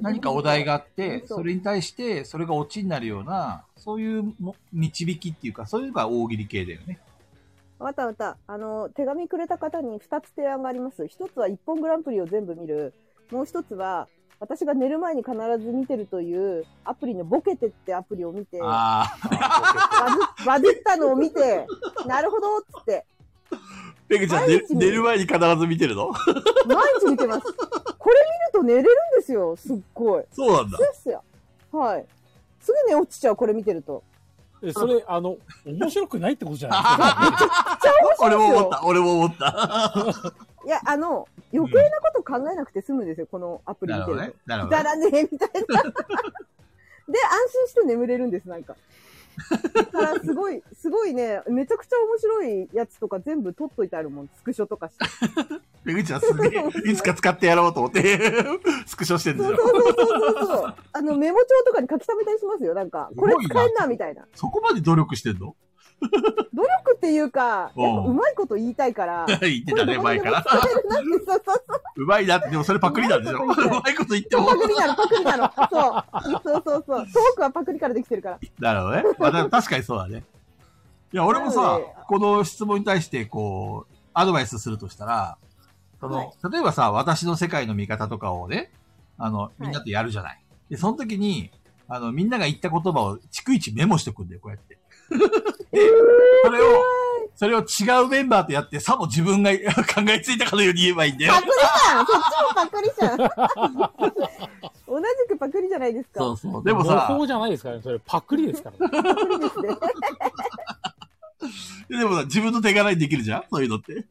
Speaker 1: 何かお題があって、
Speaker 4: そう
Speaker 1: それに対して、それがオチになるような、そういうも導きっていうか、そういうのが大喜利系だよね。
Speaker 4: またまた、あの、手紙くれた方に2つ提案があります。1つは1本グランプリを全部見る。もう1つは、私が寝る前に必ず見てるというアプリのボケてってアプリを見て、バ
Speaker 1: ああ、
Speaker 4: ズバズったのを
Speaker 1: [laughs]
Speaker 4: 見て、なるほどっつって、
Speaker 1: ペグ
Speaker 4: ちゃん寝る毎日寝る
Speaker 1: 前に必ず見てるの
Speaker 4: 毎日見てます。これ見ると寝れるんですよ、すっごい。
Speaker 1: そうなんだ
Speaker 4: そうっすよ。はい。すぐ寝落ちちゃう、これ見てると。
Speaker 2: え、それ、あの、面白くないってことじゃないですか。
Speaker 1: 俺
Speaker 4: も思った、
Speaker 1: 俺も思った。
Speaker 4: いや、あの、余計なこと考えなくて済むんですよ、このアプリ
Speaker 1: な
Speaker 4: 見
Speaker 1: る
Speaker 4: て
Speaker 1: ほ
Speaker 4: る
Speaker 1: どね。な
Speaker 4: と。
Speaker 1: るほ
Speaker 4: く
Speaker 1: ど
Speaker 4: だ
Speaker 1: ね。
Speaker 4: らねえみたいな。で、安心して眠れるんです、なんか。だから、すごい、すごいね、めちゃくちゃ面白いやつとか全部撮っといてあるもん、スクショとかして。
Speaker 1: ペグちゃんすげえ、いつか使ってやろうと思
Speaker 4: [laughs]
Speaker 1: って、スクショしてるんで
Speaker 4: そ
Speaker 1: す
Speaker 4: う
Speaker 1: よ。
Speaker 4: そうそうそうそうそう。あの、メモ帳とかに書き溜めたりしますよ、なんか。これ使えんな、みたいな。
Speaker 1: そこまで努力してんの [laughs]
Speaker 4: 努力っていうか、
Speaker 1: うん
Speaker 4: やっぱうまいこと言いたいから。
Speaker 1: [laughs] 言ってたね、
Speaker 4: こ
Speaker 1: 前
Speaker 4: れど
Speaker 1: か
Speaker 4: こでも [laughs]
Speaker 1: ら。
Speaker 4: 使えるなってそうそうそう
Speaker 1: うまいなって、でもそれパクリなんでしょ
Speaker 4: [laughs] う
Speaker 1: う
Speaker 4: まいこと言って
Speaker 1: まいこと言っても
Speaker 4: パ。クリなの、パクリなの。そう。そうそうそう。トークはパクリからできてるから。
Speaker 1: なるほどね。まあ、だ [laughs] 確かにそうだね。いや、俺も
Speaker 4: な
Speaker 1: さ
Speaker 4: ので、
Speaker 1: この質問に対して、こう、アドバイスするとしたら、その、
Speaker 4: はい
Speaker 1: 例えばさ、私の世界の見方とかをね、あの、みんなとやるじゃない。で、その時に、あの、みんなが言った言葉を逐一メモしておくんだよ、こうやっ
Speaker 4: [laughs]
Speaker 1: て。で、それを、それを違うメンバーとやって、さも自分が [laughs] 考えついたかのように言えばいいんだよ
Speaker 4: パ。クリじゃんそっちもパクリじゃん [laughs] 同じくパクリじゃないですか。
Speaker 1: そうそう。 [laughs] でも
Speaker 2: 模
Speaker 1: さ、
Speaker 2: 倣じゃない
Speaker 1: [laughs]
Speaker 2: ですからね。それ、パクリですからね。
Speaker 4: パクリですね。
Speaker 1: でもさ、自分の手柄にできるじゃんそういうのって。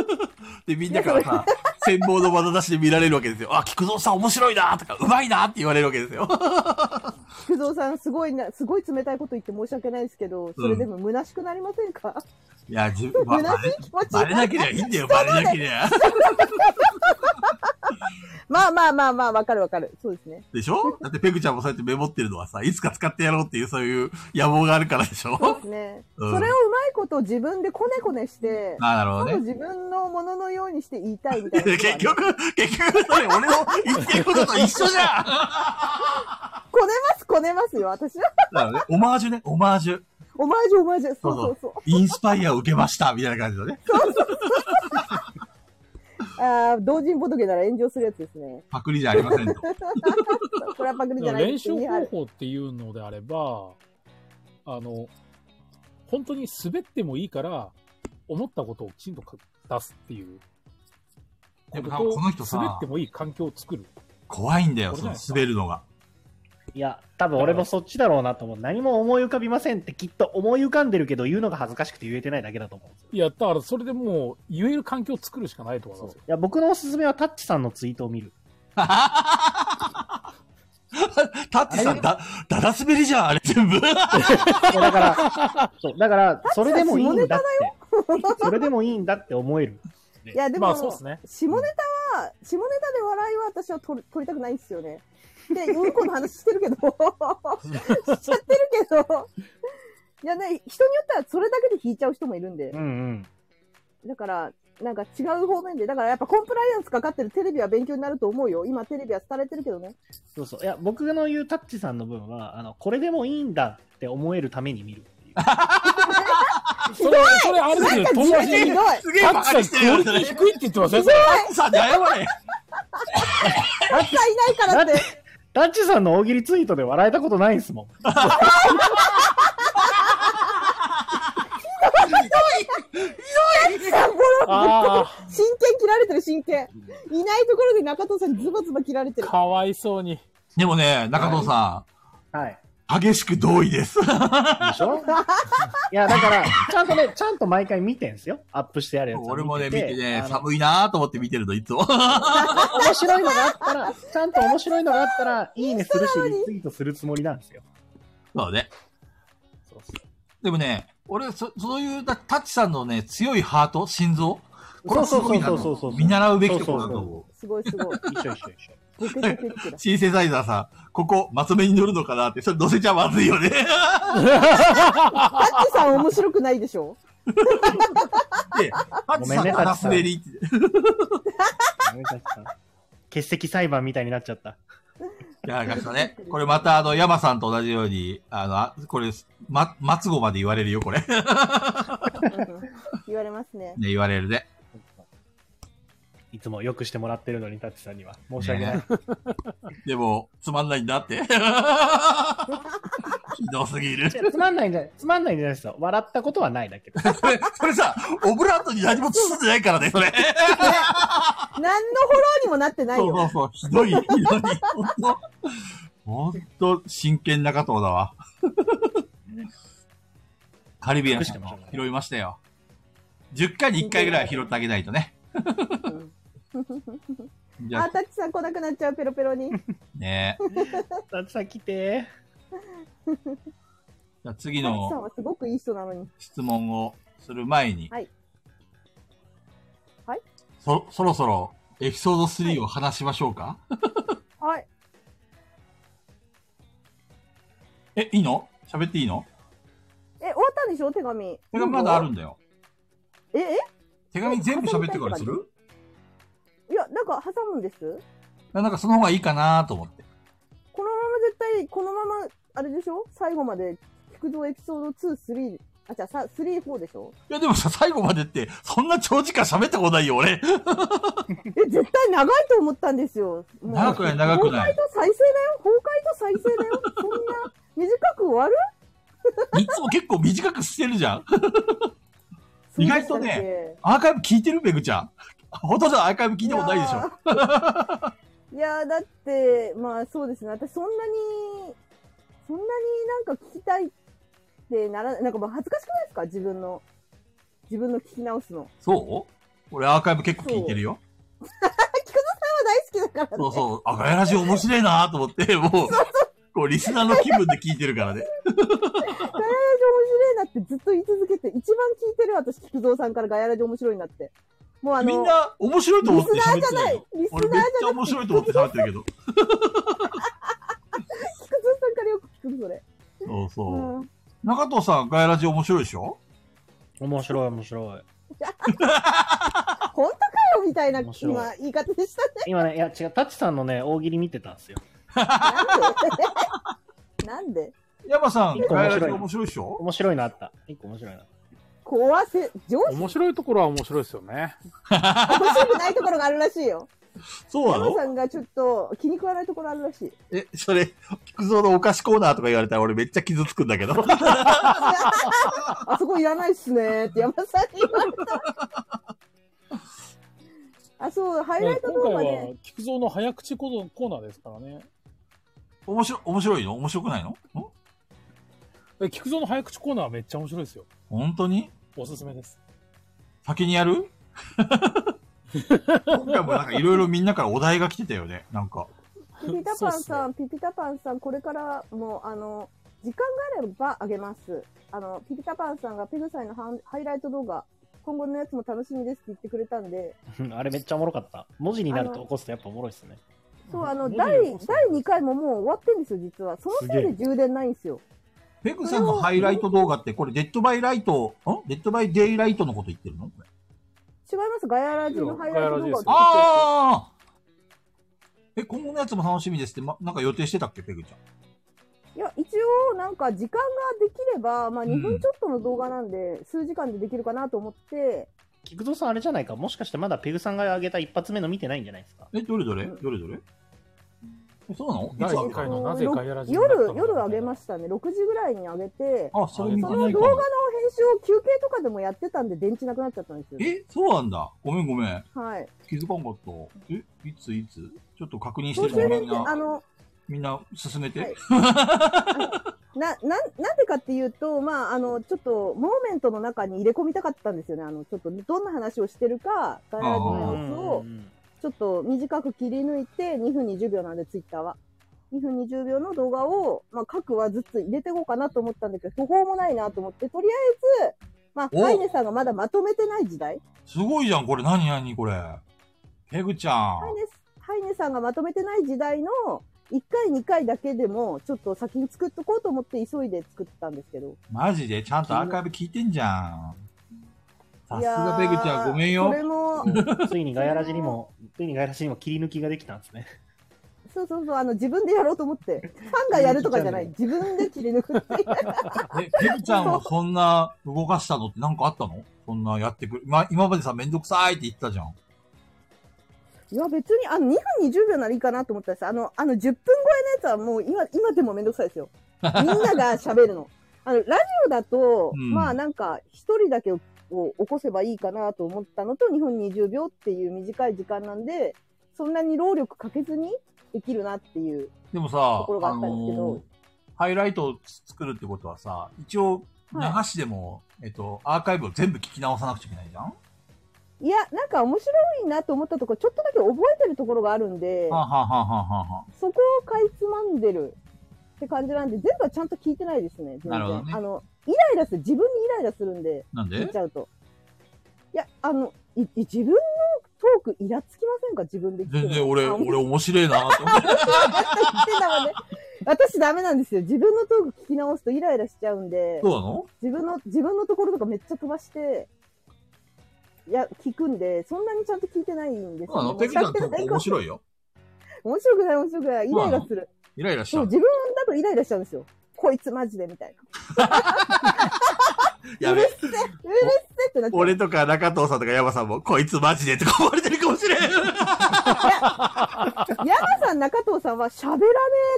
Speaker 1: [laughs] で、みんなからさ、戦望の眼差しで見られるわけですよ。あ、菊蔵さん面白いなとか、うまいなって言われるわけですよ。
Speaker 4: 菊蔵さん、すごいな、すごい冷たいこと言って申し訳ないですけど、それでも虚しくなりませんか、
Speaker 1: いや、自分、まあ、バ
Speaker 4: 虚
Speaker 1: レ
Speaker 4: しい気持ち
Speaker 1: バレなけりゃいいんだよ、バレなけりゃ。
Speaker 4: まあまあまあまあ、わかるわかる。そうですね。
Speaker 1: でしょだってペグちゃんもそうやってメモってるのはさ、いつか使ってやろうっていうそういう野望があるからでし
Speaker 4: そう
Speaker 1: ょ
Speaker 4: ですね。
Speaker 1: うん
Speaker 4: それをうまいこと自分でこねこねして、
Speaker 1: ああ、なるほど
Speaker 4: 今度
Speaker 1: ね。
Speaker 4: 自分のもののようにして言いたいみたいな、 [laughs]
Speaker 1: 結、局、結局それ俺の言ってることと一緒じゃん
Speaker 4: こねます、こねますよ、私は。 [laughs]
Speaker 1: だからね、オマージュね、オマージュ。
Speaker 4: おまじおまじ。そう
Speaker 1: そう
Speaker 4: そうそう。
Speaker 1: インスパイアを受けました、みたいな感じだね。
Speaker 4: ああ、同人ボトゲなら炎上するやつです
Speaker 2: [laughs]
Speaker 4: ね。
Speaker 1: パクリじゃありませんと。
Speaker 4: これはパクリじゃない
Speaker 2: 練
Speaker 4: です
Speaker 2: 習
Speaker 4: 言い張
Speaker 2: 方
Speaker 4: る
Speaker 2: 法っていうのであれば、あの、本当に滑ってもいいから、思ったことをきちんとか出すっていう。
Speaker 1: でも多分この人さ
Speaker 2: 滑ってもいい環境を作る。
Speaker 1: 怖いんだよ、
Speaker 2: これ
Speaker 1: そ
Speaker 2: じゃな
Speaker 1: の
Speaker 2: いですか
Speaker 1: 滑るのが。
Speaker 3: いや、多分俺もそっちだろうなと思う。何も思い浮かびませんってきっと思い浮かんでるけど言うのが恥ずかしくて言えてないだけだと思うんですよ。
Speaker 2: いや、だからそれでもう言える環境を作るしかないと思いますよ。
Speaker 3: いや、僕のおすすめはタッチさんのツイートを見る。
Speaker 1: タッチさん、だ、だだ滑りじゃん、あれ全部。
Speaker 3: そうだ [laughs] から、そう、だから、それでもいいんだって。それでもいいんだって思える。
Speaker 4: いや、でも、
Speaker 2: まあそうですね。
Speaker 4: 下ネタは、下ネタで笑いは私は取る取りたくないんですよね。で、うんこの話してるけど、しちゃってるけど、いやね、人によってはそれだけで引いちゃう人もいるんで
Speaker 3: う、んうん。
Speaker 4: だから、なんか違う方面で、だからやっぱコンプライアンスかかってるテレビは勉強になると思うよ。今テレビは廃れてるけどね。
Speaker 3: そうそう。いや、僕の言うタッチさんの分は、あの、これでもいいんだって思えるために見るっていう。
Speaker 2: それ、それあれですよ、友
Speaker 4: 自分
Speaker 2: 達
Speaker 4: でひ
Speaker 2: に
Speaker 4: どい。。
Speaker 1: すげえ
Speaker 2: タ
Speaker 1: バカ
Speaker 2: ッ
Speaker 1: に
Speaker 2: チ
Speaker 1: して
Speaker 2: さん、クオ
Speaker 1: る
Speaker 2: リ
Speaker 1: よ、それ。
Speaker 2: ティ低いって言ってませんそれ
Speaker 1: タッチさんに謝れ。
Speaker 4: バカいないからって。
Speaker 3: タッチさんの大喜利ツイートで笑えたことないんですもん。
Speaker 4: さボロ
Speaker 2: あ
Speaker 4: 真剣切られてる、真剣。いないところで中藤さんにズバズバ切られて
Speaker 2: あ、
Speaker 4: る。
Speaker 2: かわいそうに。
Speaker 1: でもね、中藤さ
Speaker 3: はい。
Speaker 1: ん、激しく同意です。
Speaker 3: でしょいや、だから、ちゃんとね、ちゃんと毎回見てんすよ。アップしてあるやつは
Speaker 1: 俺もね、見てね、
Speaker 3: あの
Speaker 1: 寒いなーと思って見てるの、いつも。 [laughs]
Speaker 3: 面白いのがあったら、ちゃんと面白いのがあったら、いいねするし、リツイートするつもりなんですよ。
Speaker 1: そうね。
Speaker 3: そうそう
Speaker 1: でもね、俺、そ、そういう、だタッチさんのね、強いハート、心臓これはすごいな
Speaker 3: そうそうそうそうそうそ
Speaker 1: と。
Speaker 3: う
Speaker 1: 見習うべきところだと思う。
Speaker 4: すごいすご
Speaker 1: [laughs]
Speaker 4: い。
Speaker 3: 一緒一緒一緒。
Speaker 4: びっくりびっくりびっくり
Speaker 1: シンセサイザーさん、ここ、まとめに乗るのかなって、それ乗せちゃま [laughs] ずいよね。
Speaker 4: タッチさん面白くないでしょ
Speaker 1: で、タッチさんがラスベリーって。
Speaker 3: ダメだった欠席裁判みたいになっちゃった。
Speaker 1: いや、なんかね、これまたあの、山さんと同じように、あのあ、これ、ま、末語まで言われるよ、こ
Speaker 4: [laughs]
Speaker 1: れ。ね、
Speaker 4: 言われますね。
Speaker 1: 言われるね。
Speaker 3: いつもよくしてもらってるのに、タッチさんには。申し訳ない。
Speaker 1: ねでも、つまんないんだ
Speaker 4: [laughs]
Speaker 1: って。ひどすぎる。
Speaker 3: 違うつまんないんじゃない、つまんないんじゃないですよ。笑ったことはないだけど。
Speaker 1: それ、それさ、オブラートに何も包んでないからね、それ。
Speaker 4: 何のフォローにもなってない
Speaker 1: そうそ
Speaker 4: よ。
Speaker 1: うそう、ひどい、ひどい。本当本当真剣な加藤だわ。カリビアンさんも拾いましたよ。10回に1回ぐらいは拾ってあげないとね。
Speaker 4: うん
Speaker 1: じゃ
Speaker 4: あ、
Speaker 1: あ、
Speaker 4: タッチさん来なくなっちゃう、ペロペロに。
Speaker 1: ね
Speaker 3: タッチさん来て。
Speaker 1: じゃあ次
Speaker 4: タッチさん
Speaker 1: の
Speaker 4: はすごくいい人なのに。
Speaker 1: 質問をする前に。
Speaker 4: はいはい
Speaker 1: そ、そろそろエピソード3を話しましょうか、
Speaker 4: はい。
Speaker 1: え、いいの喋っていいの
Speaker 4: え、終わったんでしょ手紙。
Speaker 1: 手紙まだあるんだよ。
Speaker 4: え、え
Speaker 1: 手紙全部喋ってからにする
Speaker 4: いや、なんか挟むんです
Speaker 1: なんかその方がいいかなと思って。
Speaker 4: このまま絶対、このまま、あれでしょ最後まで、菊蔵エピソード2、3、あ、じゃあさ、3、4でしょ
Speaker 1: いやでもさ、最後までって、そんな長時間喋ったことないよ、俺。
Speaker 4: え、絶対長いと思ったんですよ。もう
Speaker 1: 長くない、長く
Speaker 4: 崩
Speaker 1: な
Speaker 4: 壊
Speaker 1: い。
Speaker 4: と再生だよ崩壊と再生だよそんな、短く終わる
Speaker 1: いつも結構短くしてるじゃん。意外とね
Speaker 4: そうでしたっけ
Speaker 1: アーカイブ聞いてるめぐちゃん。ほとんどアーカイブ聞いたことないでしょ。
Speaker 4: いやーいやーだって、まあそうですね。私そんなに、そんなになんか聞きたいってなら、なんかもう恥ずかしくないですか自分の。自分の聞き直すの。
Speaker 1: そう俺アーカイブ結構聞いてるよ。
Speaker 4: それは大好きだからね。
Speaker 1: そうそう。あ、ガヤラジ面白いなと思って、もう、こう、リスナーの気分で聞いてるからね。
Speaker 4: ガヤラジ面白いなってずっと言い続けて、一番聞いてる私、菊蔵さんからガヤラジ面白いなって。もうあの、
Speaker 1: みんな面白いと思って
Speaker 4: リスナ
Speaker 1: 喋
Speaker 4: ー
Speaker 1: っ
Speaker 4: じ
Speaker 1: て
Speaker 4: ゃな
Speaker 1: ないい
Speaker 4: リ
Speaker 1: よ。
Speaker 4: スナー
Speaker 1: 俺めっちゃ面白いと思って喋ってるけど。
Speaker 4: 菊蔵さんからよく聞く、それ。
Speaker 1: そう
Speaker 4: う
Speaker 1: そ
Speaker 4: ん
Speaker 1: う。中藤さん、ガヤラジ面白いでしょ
Speaker 3: 面白い面白い。
Speaker 4: 本当かよみたいな
Speaker 3: 面白い
Speaker 4: 今言い方でしたね。 [laughs]
Speaker 3: 今ね、いや違う、タッチさんのね、大喜利見てたんですよ。
Speaker 4: なんでなんで
Speaker 1: 山さん、
Speaker 3: 結構
Speaker 1: ガ
Speaker 3: 面
Speaker 1: ヤ
Speaker 3: 白
Speaker 1: ラ
Speaker 3: い
Speaker 1: ジ面白いでしょ
Speaker 3: 面白いのあった。一個面白いな。
Speaker 4: 壊せ、上司
Speaker 2: 面白いところは面白いですよね。
Speaker 4: 面白くないところがあるらしいよ。
Speaker 1: そうな
Speaker 4: 山
Speaker 1: の
Speaker 4: さんがちょっと気に食わないところあるらしい。
Speaker 1: え、それ、菊蔵のお菓子コーナーとか言われたら俺めっちゃ傷つくんだけど。
Speaker 4: [laughs] あそこいらないっすねーって山さんに言われ
Speaker 1: [laughs]
Speaker 4: た。あ、そう、ハイライト
Speaker 2: 今
Speaker 4: 動
Speaker 2: 回
Speaker 4: 画
Speaker 2: は
Speaker 4: ね。
Speaker 2: 菊蔵の早口コーナーですからね。
Speaker 1: 面白、面白いの面白くないのん
Speaker 2: え菊蔵の早口コーナーはめっちゃ面白いですよ。
Speaker 1: 本当に
Speaker 2: おすすめです。
Speaker 1: 先にやる [laughs] 今回もなんかいろいろみんなからお題が来てたよね。なんか。
Speaker 4: ピピタ [laughs] パン
Speaker 2: そうっ
Speaker 4: さん、ピピタパンさん、これからもう、あの、時間があればあげます。あの、ピピタパンさんがペグさんのハンハイライト動画、今後のやつも楽しみですって言ってくれたんで、
Speaker 3: [laughs] あれめっちゃおもろかった。文字になると起こすとやっぱおもろいっすね。
Speaker 4: そう、あの、
Speaker 2: 文字
Speaker 4: 第、
Speaker 2: に起こす
Speaker 4: 第2回ももう終わってんですよ、実は。そのせいで充電ないんですよ。
Speaker 1: ペグさんのハイライト動画って、これデッドバイライト、んデッドバイデイライトのこと言ってるのこれ
Speaker 4: 違います、ガヤラジのハイライト動画を作って
Speaker 1: ああえ、今後のやつも楽しみですって、ま、なんか予定してたっけペグちゃん。
Speaker 4: いや、一応、なんか、時間ができれば、まあ、2分ちょっとの動画なんで、数時間でできるかなと思って、
Speaker 3: 菊蔵さんあれじゃないか。もしかしてまだペグさんが上げた一発目の見てないんじゃないですか。
Speaker 1: え、どれどれ
Speaker 4: うん
Speaker 1: どれどれえそうなのいつ
Speaker 2: 第
Speaker 1: 上
Speaker 2: 2
Speaker 1: げた
Speaker 2: 回
Speaker 1: の
Speaker 2: のなぜガヤラジになったの
Speaker 4: 夜、夜上げましたね。6時ぐらいに上げて、
Speaker 1: あ、それ見て
Speaker 4: そ
Speaker 1: な
Speaker 4: の
Speaker 1: い
Speaker 4: 動
Speaker 1: か
Speaker 4: 画の
Speaker 1: も
Speaker 4: 編。集を休憩とかでもやってたんで、電池なくなっちゃったんですよ。
Speaker 1: え、そうなんだ。ごめんごめん。
Speaker 4: はい。
Speaker 1: 気づかんかった。え、いついつちょっと確認し
Speaker 4: 途
Speaker 1: てる
Speaker 4: 中
Speaker 1: の
Speaker 4: で
Speaker 1: みん、な
Speaker 4: あ、の、
Speaker 1: みんな進めて。
Speaker 4: はいな、な、なんでかっていうと、まあ、あの、ちょっと、モーメントの中に入れ込みたかったんですよね。あの、ちょっと、どんな話をしてるか、ガヤラジ
Speaker 1: うん
Speaker 4: のやつを、ちょっと短く切り抜いて、2分20秒なんで、ツイッターは。2分20秒の動画を、まあ、各話ずつ入れていこうかなと思ったんだけど、途方もないなと思って、とりあえず、まあ、
Speaker 1: お
Speaker 4: ハイネさんがまだまとめてない時代
Speaker 1: すごいじゃん、これ。なになにこれ。ペグちゃん
Speaker 4: ハ。イネス、ハイネさんがまとめてない時代の、1回2回だけでも、ちょっと先に作っとこうと思って、急いで作ったんですけど。
Speaker 1: マジでちゃんとアーカイブ聞いてんじゃん。さ
Speaker 4: い
Speaker 1: す
Speaker 4: や
Speaker 1: が
Speaker 4: ー
Speaker 1: ペグちゃん、ごめんよ
Speaker 4: そ。れも、
Speaker 3: [laughs] ついにガヤラジにも、ついにガヤラジにも切り抜きができたんですね。
Speaker 4: そうそうそう、あの、自分でやろうと思って。ファンがやるとかじゃない。自分で切り抜くっていう。
Speaker 1: え、ペグちゃんをそんな動かしたのってなんかあったのそんなやってくる。ま、今までさ、めんどくさいって言ってたじゃん。
Speaker 4: いや、別に、あの、2分20秒ならいいかなと思ったんですあの、あの、10分超えのやつはもう、今、今でもめんどくさいですよ。みんなが喋るの。 [laughs] あの、ラジオだと、
Speaker 1: うん
Speaker 4: まあ、なんか、一人だけをを起こせばいいかなと思ったのと、2分20秒っていう短い時間なんで、そんなに労力かけずにできるなっていう。
Speaker 1: でもさ、
Speaker 4: ところがあったんですけど
Speaker 1: ーハイライトを作るってことはさ、一応、流
Speaker 4: は
Speaker 1: しでも、えっと、アーカイブを全部聞き直さなくちゃいけないじゃん、はい
Speaker 4: や、なんか面白いなと思ったところ、ちょっとだけ覚えてるところがあるんで、
Speaker 1: あ、はあはあはあはあ、
Speaker 4: そこをかいつまんでるって感じなんで、全部はちゃんと聞いてないですね。全然
Speaker 1: なるほどね
Speaker 4: あの、イライラする、自分にイライラするんで、
Speaker 1: なん
Speaker 4: 見
Speaker 1: で
Speaker 4: ちゃうと。いや、あの、いい自分のトークイラつきませんか自分で聞くの
Speaker 1: 全然俺、
Speaker 4: あ
Speaker 1: 俺面白いなと思って。
Speaker 4: 言ってたわね。 [laughs] 私ダメなんですよ。自分のトーク聞き直すとイライラしちゃうんで
Speaker 1: そ、うなの
Speaker 4: 自分の、自分のところとかめっちゃ飛ばして、いや、聞くんで、そんなにちゃんと聞いてないんで
Speaker 1: そ
Speaker 4: す
Speaker 1: うなの
Speaker 4: よ、
Speaker 1: ペ
Speaker 4: ね。
Speaker 1: グちゃんのト
Speaker 4: 喋
Speaker 1: ー
Speaker 4: ってな
Speaker 1: ク
Speaker 4: い
Speaker 1: 面白いよ。
Speaker 4: 面白くない、面白くない。イライラする。
Speaker 1: イライラしち
Speaker 4: そ
Speaker 1: ゃ
Speaker 4: う、
Speaker 1: う。
Speaker 4: 自分だとイライラしちゃうんですよ。こいつマジでみたいな。
Speaker 1: やべ
Speaker 4: うる。せえ、うるせえってなっちゃう。い
Speaker 1: 俺とか中藤さんとか山さんも、こいつマジでとか思われてるかもしれん。
Speaker 4: や、山さん、中藤さんは喋らね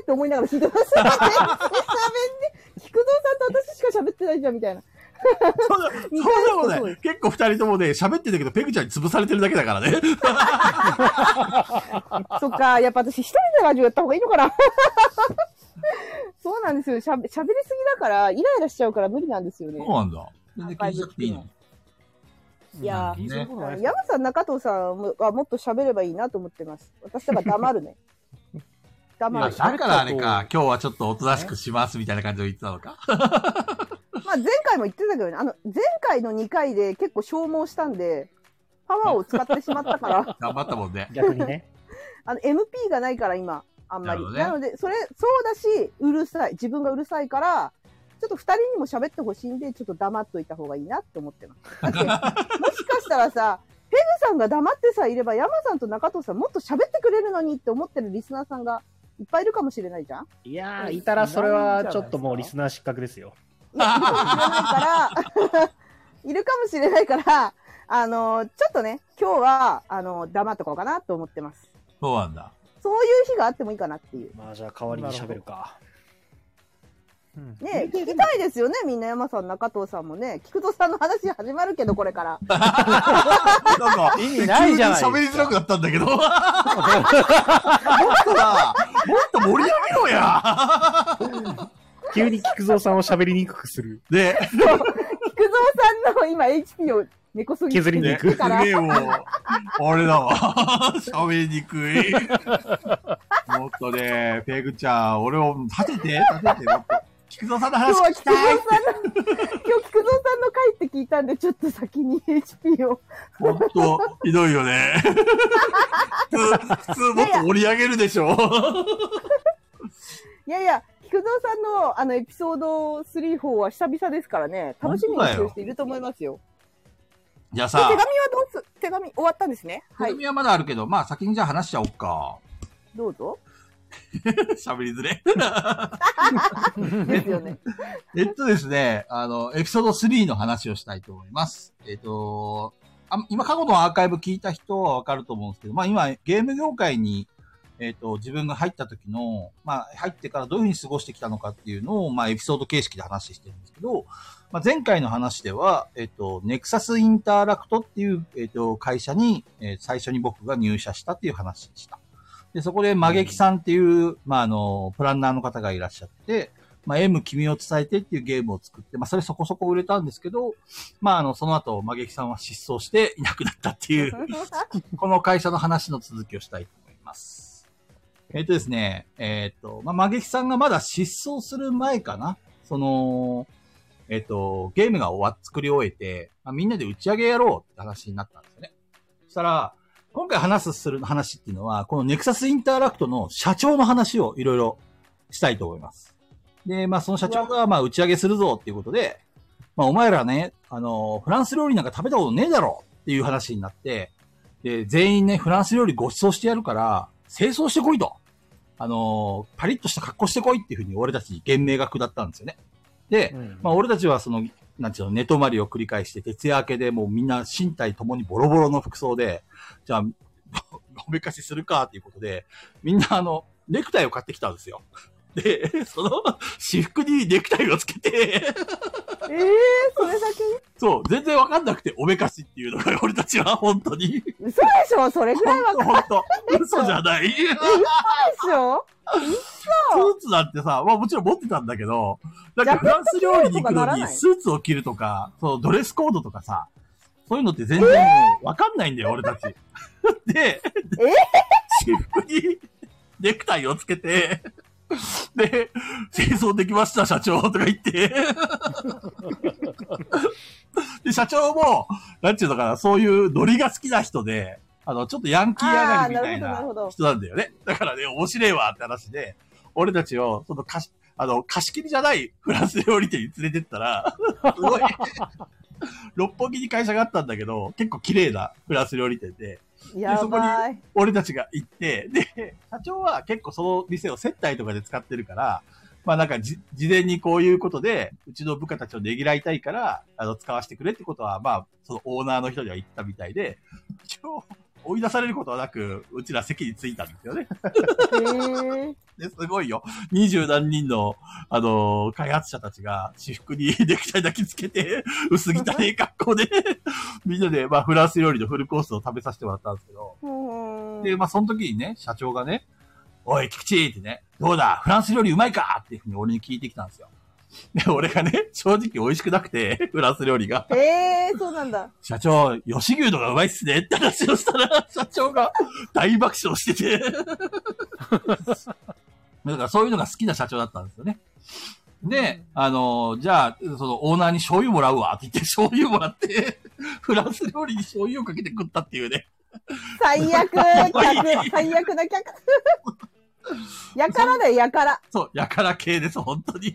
Speaker 4: えって思いながら聞いてました。喋んねえ。菊蔵さんと私しか喋ってないじゃんみたいな。
Speaker 1: そんな、そんなことない。結構二人ともね、喋ってたけど、ペグちゃんに潰されてるだけだからね。
Speaker 4: そっか、やっぱ私一人でラジオやった方がいいのかな。そうなんですよ。しゃべ喋りすぎだから、イライラしちゃうから無理なんですよね
Speaker 1: そう。なんだ。全然気にしなくていいの。
Speaker 4: いや
Speaker 1: 気にするこ
Speaker 4: ー、山さん、中藤さんはもっと喋ればいいなと思ってます。私だから黙るね。
Speaker 2: ま
Speaker 4: 黙
Speaker 1: あ、
Speaker 4: る。
Speaker 1: だからあれか、今日はちょっとおとなしくしますみたいな感じで言ってたのか。
Speaker 4: まあ前回も言ってたけどね、あの、前回の2回で結構消耗したんで、パワーを使ってしまったから、
Speaker 1: [laughs] 頑張ったもんね。
Speaker 3: 逆にね。
Speaker 4: あの、MP がないから今、あんまり。
Speaker 1: な
Speaker 4: な
Speaker 1: るほ
Speaker 4: ので、それ、そうだし、うるさい。自分がうるさいから、ちょっと二人にも喋ってほしいんで、ちょっと黙っといた方がいいなって思ってます。
Speaker 1: [laughs]
Speaker 4: だって、もしかしたらさ、ペグさんが黙ってさえいれば、山さんと中藤さんもっと喋ってくれるのにって思ってるリスナーさんがいっぱいいるかもしれないじゃん
Speaker 3: [laughs] いやー、いたらそれはちょっともうリスナー失格ですよ。
Speaker 4: いやいるかもしれないから、 [laughs] いるかもしれないから、あの、ちょっとね、今日は、あの、黙っとこうかなと思ってます。
Speaker 1: そうなんだ。
Speaker 4: そういう日があってもいいかなっていう。
Speaker 3: まあじゃあ代わりに喋るか。
Speaker 2: うん
Speaker 4: ね聞きたいですよね、みんな山さん、中藤さんもね。菊蔵さんの話始まるけど、これから。
Speaker 1: なんか、
Speaker 3: 意味ないじゃないですか
Speaker 1: 急に喋りづらくなったんだけど。もっとさ、もっと盛り上げろや。
Speaker 3: [laughs] 急に菊蔵さんを喋りにくくする。
Speaker 1: で、
Speaker 4: 菊蔵さんの今 HP を根こそぎ
Speaker 3: 削りに
Speaker 1: ね、
Speaker 3: 行
Speaker 1: すげ [laughs]
Speaker 3: く
Speaker 4: から。
Speaker 1: えもう、あれだわ。喋りにくい。もっとね、ペグちゃん、俺を立てて、立てて、もっと。菊蔵さんの
Speaker 4: 今日
Speaker 1: 話
Speaker 4: は
Speaker 1: 聞き
Speaker 4: 菊蔵
Speaker 1: たい。
Speaker 4: さんの、 [laughs] 今日菊蔵さんの回って聞いたんで、ちょっと先に HP を。
Speaker 1: ほんと、ひどいよね。普通、普通もっと盛り上げるでしょ。
Speaker 4: いやいや、菊蔵さんのあのエピソード3、4は久々ですからね、楽しみにしてる人いると思いますよ。
Speaker 1: じゃあ
Speaker 4: で手
Speaker 1: さ
Speaker 4: 紙は、どうす、手紙終わったんですね。
Speaker 1: 手
Speaker 4: はい、
Speaker 1: 紙はまだあるけど、まあ先にじゃあ話しちゃおっか。
Speaker 4: どうぞ。
Speaker 1: 喋りづれ。
Speaker 4: です
Speaker 1: [laughs]
Speaker 4: よね。
Speaker 1: えっとですね、あの、エピソード3の話をしたいと思います。えっと、あ今過去のアーカイブ聞いた人はわかると思うんですけど、まあ今ゲーム業界に、えっと、自分が入った時の、まあ入ってからどういうふうに過ごしてきたのかっていうのを、まあエピソード形式で話してるんですけど、まあ前回の話では、えっと、ネクサスインターラクトっていう、えっと、会社に、えー最初に僕が入社したっていう話でした。で、そこで、まげきさんっていう、まあ、あの、プランナーの方がいらっしゃって、まあ、M 君を伝えてっていうゲームを作って、まあ、それそこそこ売れたんですけど、まあ、あの、その後、まげきさんは失踪していなくなったっていう、この会社の話の続きをしたいと思います。えっ、とですね、えっ、と、まあ、まげきさんがまだ失踪する前かな、その、えっ、と、ゲームが終わっ、作り終えて、まあ、みんなで打ち上げやろうって話になったんですよね。そしたら、今回話す、する話っていうのは、このネクサスインタラクトの社長の話をいろいろしたいと思います。で、まあ、その社長が、まあ、打ち上げするぞっていうことで、まあ、お前らね、あの、フランス料理なんか食べたことねえだろっていう話になって、で、全員ね、フランス料理ご馳走してやるから、清掃してこいと。あの、パリッとした格好してこいっていうふうに俺たちに言命が下ったんですよね。で、まあ、俺たちはその、なんちゅうの、寝泊まりを繰り返して、徹夜明けでもうみんな身体ともにボロボロの服装で、じゃあ、 [laughs] おめかしするかっていうことで、みんなあの、ネクタイを買ってきたんですよ。で、その、私服にネクタイをつけて、
Speaker 4: ええー、それだけ
Speaker 1: そう、全然わかんなくて、おめかしっていうのが、俺たちは本当に、
Speaker 4: 嘘でしょそれぐらいわかる
Speaker 1: 本当、嘘じゃない。
Speaker 4: でしょ
Speaker 1: スーツなんてさ、まあもちろん持ってたんだけど、なんか
Speaker 4: ジャケット
Speaker 1: フランス料理に行く
Speaker 4: 着るとかな
Speaker 1: の
Speaker 4: ら
Speaker 1: に
Speaker 4: ない
Speaker 1: スーツを着るとか、そう、ドレスコードとかさ、そういうのって全然もうわかんないんだよ、俺
Speaker 4: [laughs]
Speaker 1: たち。で、私服にネクタイをつけて、で、清掃できました、社長とか言
Speaker 4: [laughs]
Speaker 1: って。で、社長も、なんちゅうのかな、そういうノリが好きな人で、あの、ちょっとヤンキー上がりみたい
Speaker 4: あーな
Speaker 1: な
Speaker 4: るほどなるほど
Speaker 1: 人なんだよね。だからね、面白いわって話で、俺たちを、その貸し、あの、貸し切りじゃないフランス料理店に連れてったら、す
Speaker 4: [laughs]
Speaker 1: ごい、六本木に会社があったんだけど、結構綺麗なフランス料理店で、
Speaker 4: やば
Speaker 1: [laughs]
Speaker 4: い。
Speaker 1: 俺たちが行って、で、社長は結構その店を接待とかで使ってるから、まあなんかじ、事前にこういうことで、うちの部下たちをねぎらいたいから、あの、使わせてくれってことは、まあ、そのオーナーの人には言ったみたいで、今日、追い出されることはなく、うちら席に着いたんですよね。
Speaker 4: えー、
Speaker 1: ですごいよ。二十何人の、あのー開発者たちが、私服にネクタイだけつけて、薄汚い格好で、みんなで、まあ、フランス料理のフルコースを食べさせてもらったんですけど、
Speaker 4: うん
Speaker 1: で、まあ、その時にね、社長がね、おい、菊池ってね、どうだフランス料理うまいかっていうふうに俺に聞いてきたんですよ。で、俺がね、正直美味しくなくて、フランス料理が。
Speaker 4: えー、そうなんだ。
Speaker 1: 社長、吉牛のがうまいっすねって話をしたら、社長が大爆笑してて。 [laughs] だからそういうのが好きな社長だったんですよね。で、あの、じゃあ、そのオーナーに醤油もらうわって言って醤油もらって、フランス料理に醤油をかけて食ったっていうね。
Speaker 4: 最悪
Speaker 1: [laughs]
Speaker 4: 客最悪な客やからだよ、やから。
Speaker 1: そう、やから系です、本当に。よ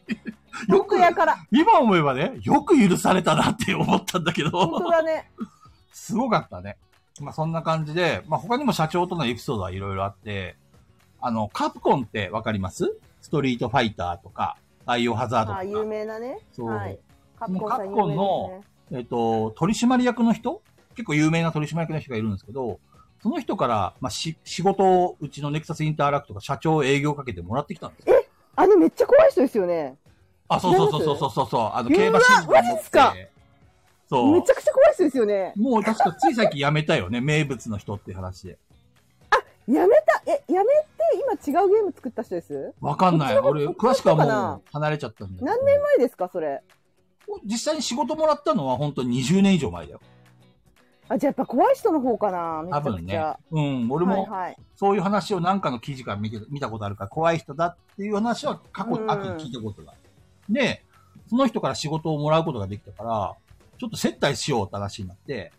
Speaker 4: よく
Speaker 1: く、
Speaker 4: や
Speaker 1: [laughs]
Speaker 4: から。
Speaker 1: 今思えばね、よく許されたなって思ったんだけど。
Speaker 4: 本当だね。
Speaker 1: すごかったね。まあ、そんな感じで、まあ、他にも社長とのエピソードはいろいろあって、あの、カプコンってわかりますストリートファイターとか、バイオハザードと
Speaker 4: あ
Speaker 1: か。
Speaker 4: あ、有名なね。
Speaker 1: そう
Speaker 4: はい。カ
Speaker 1: もう
Speaker 4: さん
Speaker 1: カプコンの
Speaker 4: 有名ですね
Speaker 1: えっと、取締役の人結構有名な取締役の人がいるんですけど、その人から、まあ、し、仕事を、うちのネクサスインターラクトが社長営業かけてもらってきたんですよ。
Speaker 4: あのめっちゃ怖い人ですよね。
Speaker 1: あ、そうそうそうそうそうそう、あの、競馬新聞
Speaker 4: うわマジっすか
Speaker 1: そ
Speaker 4: め
Speaker 1: う
Speaker 4: ち。ゃくちゃ怖い人ですよね。
Speaker 1: もう確かつい最近辞めたよね、名物の人っていう話で。
Speaker 4: やめた、え、やめて今違うゲーム作った人です
Speaker 1: わかんない。
Speaker 4: こっちの方
Speaker 1: 俺、
Speaker 4: こっちの方
Speaker 1: 詳しくは
Speaker 4: か
Speaker 1: も
Speaker 4: な
Speaker 1: う離れちゃったんだけど
Speaker 4: 何年前ですか、それ。
Speaker 1: 実際に仕事もらったのは本当に20年以上前だよ。
Speaker 4: あ、じゃあやっぱ怖い人の方かな、めち
Speaker 1: 多
Speaker 4: ゃく
Speaker 1: 分
Speaker 4: ち
Speaker 1: ね
Speaker 4: ゃ。。
Speaker 1: うん、俺
Speaker 4: はい
Speaker 1: も
Speaker 4: はい。
Speaker 1: そういう話を何かの記事から見て見たことあるから、怖い人だっていう話は過去
Speaker 4: う
Speaker 1: に
Speaker 4: ん
Speaker 1: 後に聞いたことがある。で、その人から仕事をもらうことができたから、ちょっと接待しようって話になって、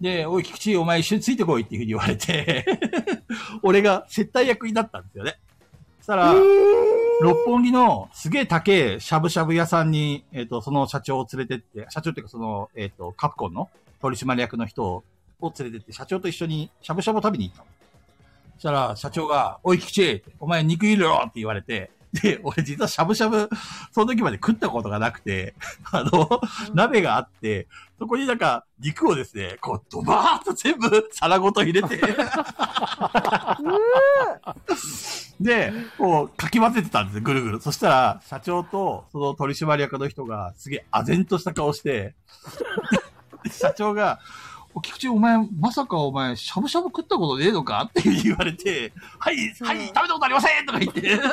Speaker 1: で、おい、菊池、お前一緒についてこいっていうふうに言われて、 [laughs] 俺が接待役になったんですよね。そした
Speaker 4: え
Speaker 1: ら、六本木のすげえ高えしゃぶしゃぶ屋さんに、えっ、と、その社長を連れてって、社長っていうかその、えっ、と、カプコンの取締役の人をを連れてって、社長と一緒にしゃぶしゃぶを食べに行ったの。そしたら、社長が、おい、菊池って、お前肉いるよって言われて、で、俺実はしゃぶしゃぶ、その時まで食ったことがなくて、 [laughs] あの、鍋があって、そこになんか、肉をですね、こう、ドバーッと全部皿ごと入れて、
Speaker 4: ー、うー
Speaker 1: で、こう、かき混ぜてたんですよ、ぐるぐる。そしたら、社長と、その取締役の人が、すげえ、唖然とした顔
Speaker 4: [laughs]
Speaker 1: して、で社長が、お菊池、お前、まさかお前、しゃぶしゃぶ食ったことねえのかって言われて、はい、はい、食べたことありませんとか言
Speaker 4: [laughs]
Speaker 1: って。そした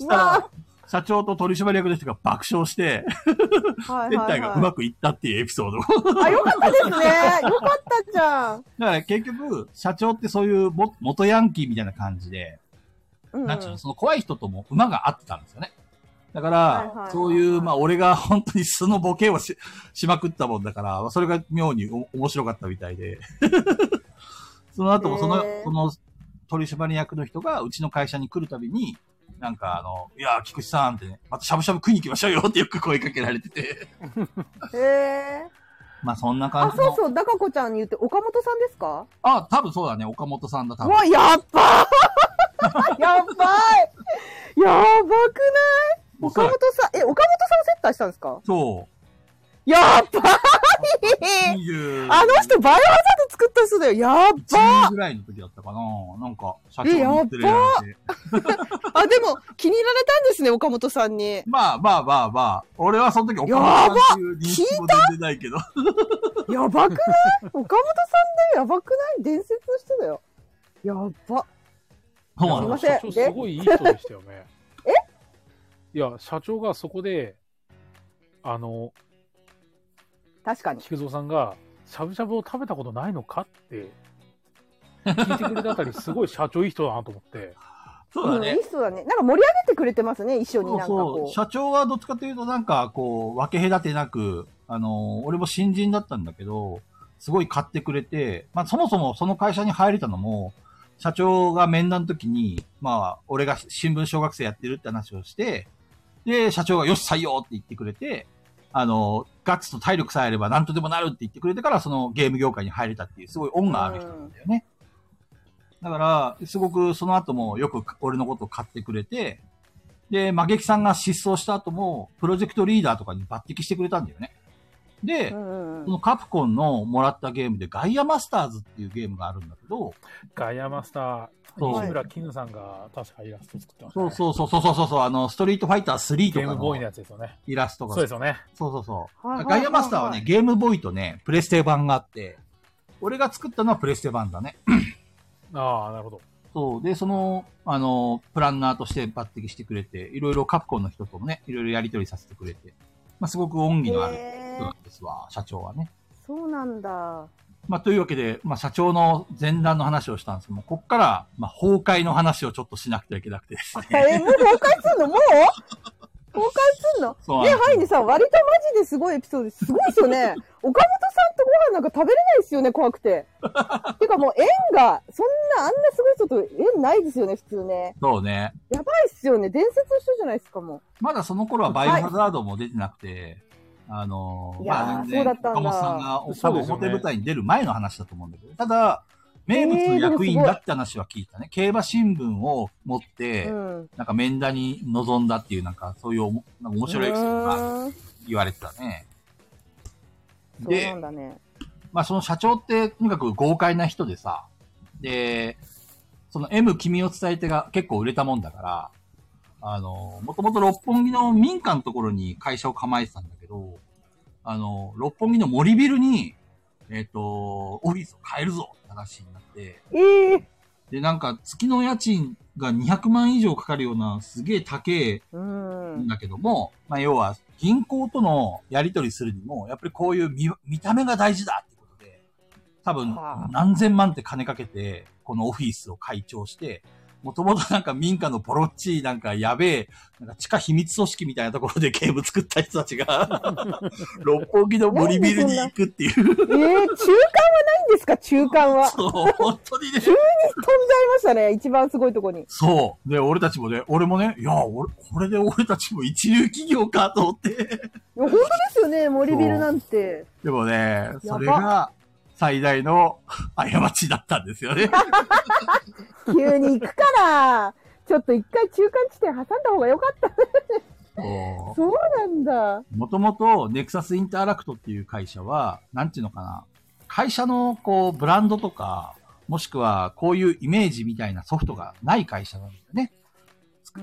Speaker 4: う
Speaker 1: ら
Speaker 4: わ、
Speaker 1: 社長と取締役の人が爆笑して、
Speaker 4: はい
Speaker 1: 接
Speaker 4: は
Speaker 1: 待
Speaker 4: い
Speaker 1: がう
Speaker 4: は
Speaker 1: まくいったっていうエピソードを
Speaker 4: い。あ、よかったですね。よかったじゃん。
Speaker 1: だから結局、社長ってそういうも元ヤンキーみたいな感じで、
Speaker 4: うん。
Speaker 1: なんちゅうの、その怖い人とも馬が合ってたんですよね。だから、
Speaker 4: はいはいはい
Speaker 1: そういう、まあ、俺が本当に素のボケをし、しまくったもんだから、それが妙にお面白かったみたいで。 [laughs] その後もその
Speaker 4: へー、
Speaker 1: その取締役の人が、うちの会社に来るたびに、なんかあの、いやー、菊池さんってね、またしゃぶしゃぶ食いに行きましょうよってよく声かけられてて。 [laughs]
Speaker 4: へえ。
Speaker 1: まあ、そんな感
Speaker 4: あ、
Speaker 1: じの。
Speaker 4: そうそう、だかこちゃんに言って、岡本さんですか
Speaker 1: あ、多分そうだね、岡本さんだ、多分
Speaker 4: わ、。やっばー [laughs] やっばいやばくない岡本さん、え、岡本さんを接待したんですか
Speaker 1: そ
Speaker 4: やっば
Speaker 1: う。
Speaker 4: い
Speaker 1: 20
Speaker 4: あの人、バイオハザード作った人だよ。や
Speaker 1: 1
Speaker 4: っば
Speaker 1: 年ぐらいの時だったかななんか、社長に
Speaker 4: えやっば
Speaker 1: 言ってるやつで。
Speaker 4: あ、でも、気に入られたんですね、岡本さんに。
Speaker 1: まあまあまあまあ、俺はその時岡本さんっていう認識も出てないけど。
Speaker 4: やばくない [laughs] 岡本さんだよ。やばくない伝説の人だよ。やっば。
Speaker 1: そう
Speaker 2: いや
Speaker 1: な
Speaker 2: あ
Speaker 1: の
Speaker 2: の
Speaker 4: すいま
Speaker 2: 社
Speaker 4: せん
Speaker 2: 長すごいいい人でしたよね。
Speaker 4: え
Speaker 2: いや、社長がそこで、あの、
Speaker 4: 確かに。
Speaker 2: 菊蔵さんが、しゃぶしゃぶを食べたことないのかって、聞いてくれたあたり、すごい社長いい人だなと思 [laughs] って。
Speaker 1: そうだ
Speaker 4: うん、
Speaker 1: ね
Speaker 4: いい。人だね。なんか盛り上げてくれてますね、一緒に
Speaker 1: そ
Speaker 4: なん
Speaker 1: う
Speaker 4: か
Speaker 1: そ
Speaker 4: こ
Speaker 1: う。
Speaker 4: う。
Speaker 1: 社長はどっちかというとなんか、こう、分け隔てなく、あのー、俺も新人だったんだけど、すごい買ってくれて、まあそもそもその会社に入れたのも、社長が面談の時に、まあ、俺が新聞小学生やってるって話をして、で、社長がよし、採用って言ってくれて、あの、ガッツと体力さえあれば何とでもなるって言ってくれてから、そのゲーム業界に入れたっていう、すごい恩がある人なんだよね。だから、すごくその後もよく俺のことを買ってくれて、で、マゲキさんが失踪した後も、プロジェクトリーダーとかに抜擢してくれたんだよね。で、
Speaker 4: うんうん
Speaker 1: そ
Speaker 4: うん
Speaker 1: のカプコンのもらったゲームで、ガイアマスターズっていうゲームがあるんだけど、
Speaker 2: ガイアマスター、
Speaker 1: そう
Speaker 2: 西村絹さんが確かイラスト作ってました、
Speaker 1: そう
Speaker 2: ね。
Speaker 1: そうそうそうそうそう、あの、ストリートファイター3と
Speaker 2: ゲ
Speaker 1: か
Speaker 2: ームボーイの
Speaker 1: の
Speaker 2: やつですよね。
Speaker 1: イラストが
Speaker 2: そうですよね。
Speaker 1: そうそうそう。
Speaker 4: はいはいはい
Speaker 1: ガイアマスターはね、ゲームボーイとね、プレステ版があって、俺が作ったのはプレステ版だね。
Speaker 2: ああ、なるほど。
Speaker 1: そう。で、その、あの、プランナーとして抜擢してくれて、いろいろカプコンの人ともね、いろいろやりとりさせてくれて、まあ、すごく恩義のある
Speaker 4: へ
Speaker 1: 人
Speaker 4: ー
Speaker 1: なんですわ、社長はね。
Speaker 4: そうなんだ。
Speaker 1: まあ、というわけで、まあ、社長の前段の話をしたんですけども、こっから、まあ、崩壊の話をちょっとしなくてはいけなくてですね。
Speaker 4: え、もう崩壊すんのもう崩壊すんの
Speaker 1: そうなん
Speaker 4: ね、
Speaker 1: ですよ
Speaker 4: ハイにさ、割とマジですごいエピソードです。すごいですよ
Speaker 1: [laughs]
Speaker 4: ね。岡本さんとご飯なんか食べれないですよね、怖くて。てかもう縁が、そんな、あんなすごい人と縁ないですよね、普通ね。
Speaker 1: そうね。
Speaker 4: やばいっすよね。伝説の人じゃないですか、も
Speaker 1: まだその頃はバイオハザードも出てなくて、あのー、
Speaker 4: いやー
Speaker 1: まあ
Speaker 4: そうだったんだ
Speaker 1: 岡本さんが
Speaker 2: そうですよね
Speaker 1: 表舞台に出る前の話だと思うんだけど、ただ、名物の役員だって話は聞いたね。競馬新聞を持っ
Speaker 4: う。
Speaker 1: て、
Speaker 4: うん。
Speaker 1: なんか面談に臨んだっていう、なんかそういうおもなんか面白いエピソードがある
Speaker 4: うーん
Speaker 1: 言われてたね。
Speaker 4: そうな
Speaker 1: で
Speaker 4: ん、だね。
Speaker 1: まあその社長ってとにかく豪快な人でさ、で、その M 君を伝えてが結構売れたもんだから、あの、もともと六本木の民家のところに会社を構えてたんだけど、あの、六本木の森ビルに、えっ、と、オフィスを変えるぞって話になって、
Speaker 4: ええ
Speaker 1: で、なんか月の家賃が200万以上かかるようなすげえ高え
Speaker 4: うんん。
Speaker 1: だけども、まあ要は銀行とのやり取りするにも、やっぱりこういう見見た目が大事だってことで、多分
Speaker 4: はあ
Speaker 1: 何千万って金かけて、このオフィスを開庁して、もともとなんか民家のボロッチーなんかやべえ、なんか地下秘密組織みたいなところでゲ [laughs] ーム作った人たちが、
Speaker 4: [laughs]
Speaker 1: 六本木の森ビルに行くっていう。
Speaker 4: ええ中間はないんですか中間は。飛ん
Speaker 1: そう、本当にね。
Speaker 4: じゃいましたね。一番すごいとこに。
Speaker 1: そう。で、俺たちもね、俺もね、いや、俺、これで俺たちも一流企業かと思って。
Speaker 4: いや本当ですよね。森ビルなんて。
Speaker 1: でもね、
Speaker 4: やば
Speaker 1: それが最大の [laughs] 過ちだったんですよ
Speaker 4: [laughs]
Speaker 1: ね。
Speaker 4: 急に行くから。ちょっと一回中間地点挟んだ方が良かった。
Speaker 1: そ
Speaker 4: そうなんだ。
Speaker 1: うもともと、ネクサスインタラクトっていう会社は、なんていうのかな。会社の、こう、ブランドとか、もしくは、こういうイメージみたいなソフトがない会社なんだよね。
Speaker 4: うん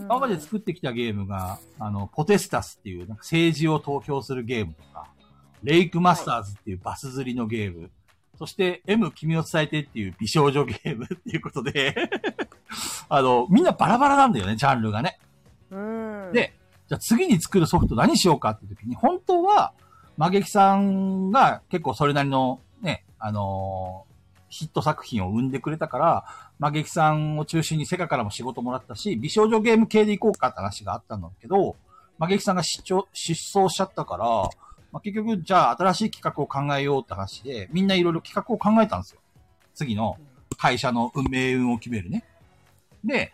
Speaker 1: 今まで作ってきたゲームが、あの、ポテスタスっていう、なんか政治を投票するゲームとか、レイクマスターズっていうバス釣りのゲーム、そして、M 君を伝えてっていう美少女ゲームっていうことで、 [laughs] あの、みんなバラバラなんだよね、ジャンルがね。
Speaker 4: うん。
Speaker 1: で、じゃあ次に作るソフト何しようかって時に、本当は、マゲキさんが結構それなりのね、あのーヒット作品を生んでくれたから、マゲキさんを中心にセガからも仕事もらったし、美少女ゲーム系で行こうかって話があったんだけど、マゲキさんが失調失踪しちゃったから、まあ、結局、じゃあ新しい企画を考えようって話で、みんないろいろ企画を考えたんですよ。次の会社の運命運を決めるね。で、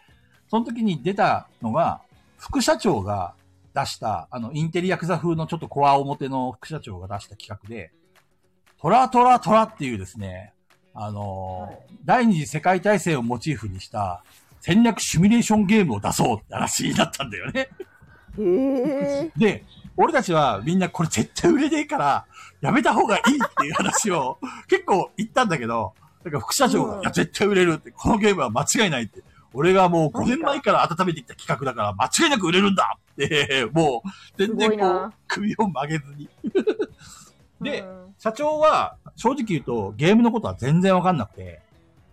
Speaker 1: その時に出たのが、副社長が出した、あの、インテリヤクザ風のちょっとコア表の副社長が出した企画で、トラトラトラっていうですね、あのー第二次世界大戦をモチーフにした戦略シミュレーションゲームを出そうって話になったんだよね。
Speaker 4: へえ。
Speaker 1: で、俺たちはみんなこれ絶対売れねえから、やめた方がいいっていう話を [laughs] 結構言ったんだけど、だから副社長が、
Speaker 4: うん
Speaker 1: いや、絶対売れるって、このゲームは間違いないって。俺がもう5年前から温めてきた企画だから間違いなく売れるんだって、 [laughs] もう、全
Speaker 4: す
Speaker 1: 然
Speaker 4: ごい
Speaker 1: こう
Speaker 4: な、
Speaker 1: 首を曲げずに。で
Speaker 4: うん
Speaker 1: 社長は、正直言うと、ゲームのことは全然わかんなくて、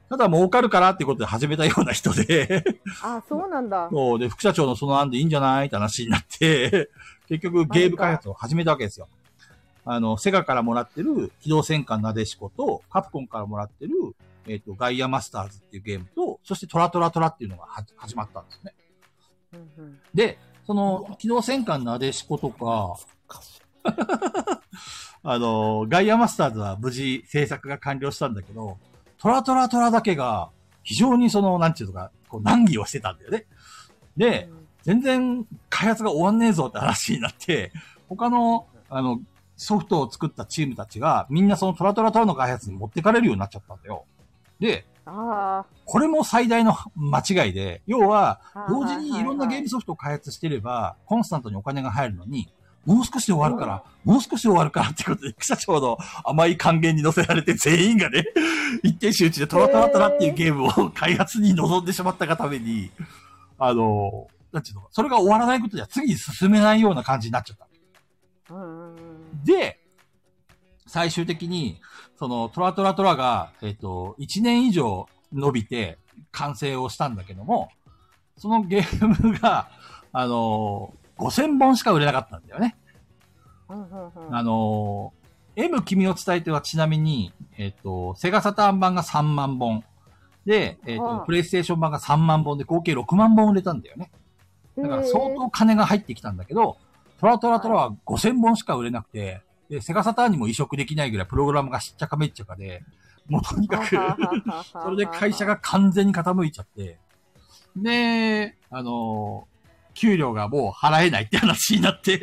Speaker 1: ただ儲かるからってことで始めたような人で、
Speaker 4: あ、そうなんだ。
Speaker 1: そう、で、副社長のその案でいいんじゃないって話になって、 [laughs] 結局ゲーム開発を始めたわけですよ。あの、セガからもらってる機動戦艦なでしこと、カプコンからもらってる、えっ、と、ガイアマスターズっていうゲームと、そしてトラトラトラっていうのがは始まったんですね。
Speaker 4: うんうん
Speaker 1: で、その、機動戦艦なでしことか、 [laughs] あの、ガイアマスターズは無事制作が完了したんだけど、トラトラトラだけが、非常にその、なんちゅうのか、こう、難儀をしてたんだよね。で、全然開発が終わんねえぞって話になって、他の、あの、ソフトを作ったチームたちが、みんなそのトラトラトラの開発に持ってかれるようになっちゃったんだよ。で、
Speaker 4: あ
Speaker 1: これも最大の間違いで、要は、
Speaker 4: あ。
Speaker 1: 同時にいろんなゲームソフトを開発してれば、コンスタントにお金が入るのに、もう少しで終わるから、もう少しで終わるからってことで、記者長の甘い還元に乗せられて全員がね、 [laughs] 一点集中でトラトラトラっていうゲームを開発に臨んでしまったがために、あの、なんちゅうの、それが終わらないことでは次に進めないような感じになっちゃった。
Speaker 4: うんうん
Speaker 1: で、最終的に、そのトラトラトラが、えっ、と、1年以上伸びて完成をしたんだけども、そのゲームが、あのー5000本しか売れなかったんだよね。
Speaker 4: うんうんうんうん
Speaker 1: あのー M 君を伝えてはちなみに、えっ、と、セガサターン版が3万本。で、えっ、と
Speaker 4: はあ、
Speaker 1: プレイステーション版が3万本で合計6万本売れたんだよね。だから相当金が入ってきたんだけど、トラトラトラは5000本しか売れなくて、で、セガサターンにも移植できないぐらいプログラムがしっちゃかめっちゃかで、もうとにかく、それで会社。が完全に傾いちゃって、で、あのー給料がもう払えないって話にな
Speaker 4: [laughs]
Speaker 1: って、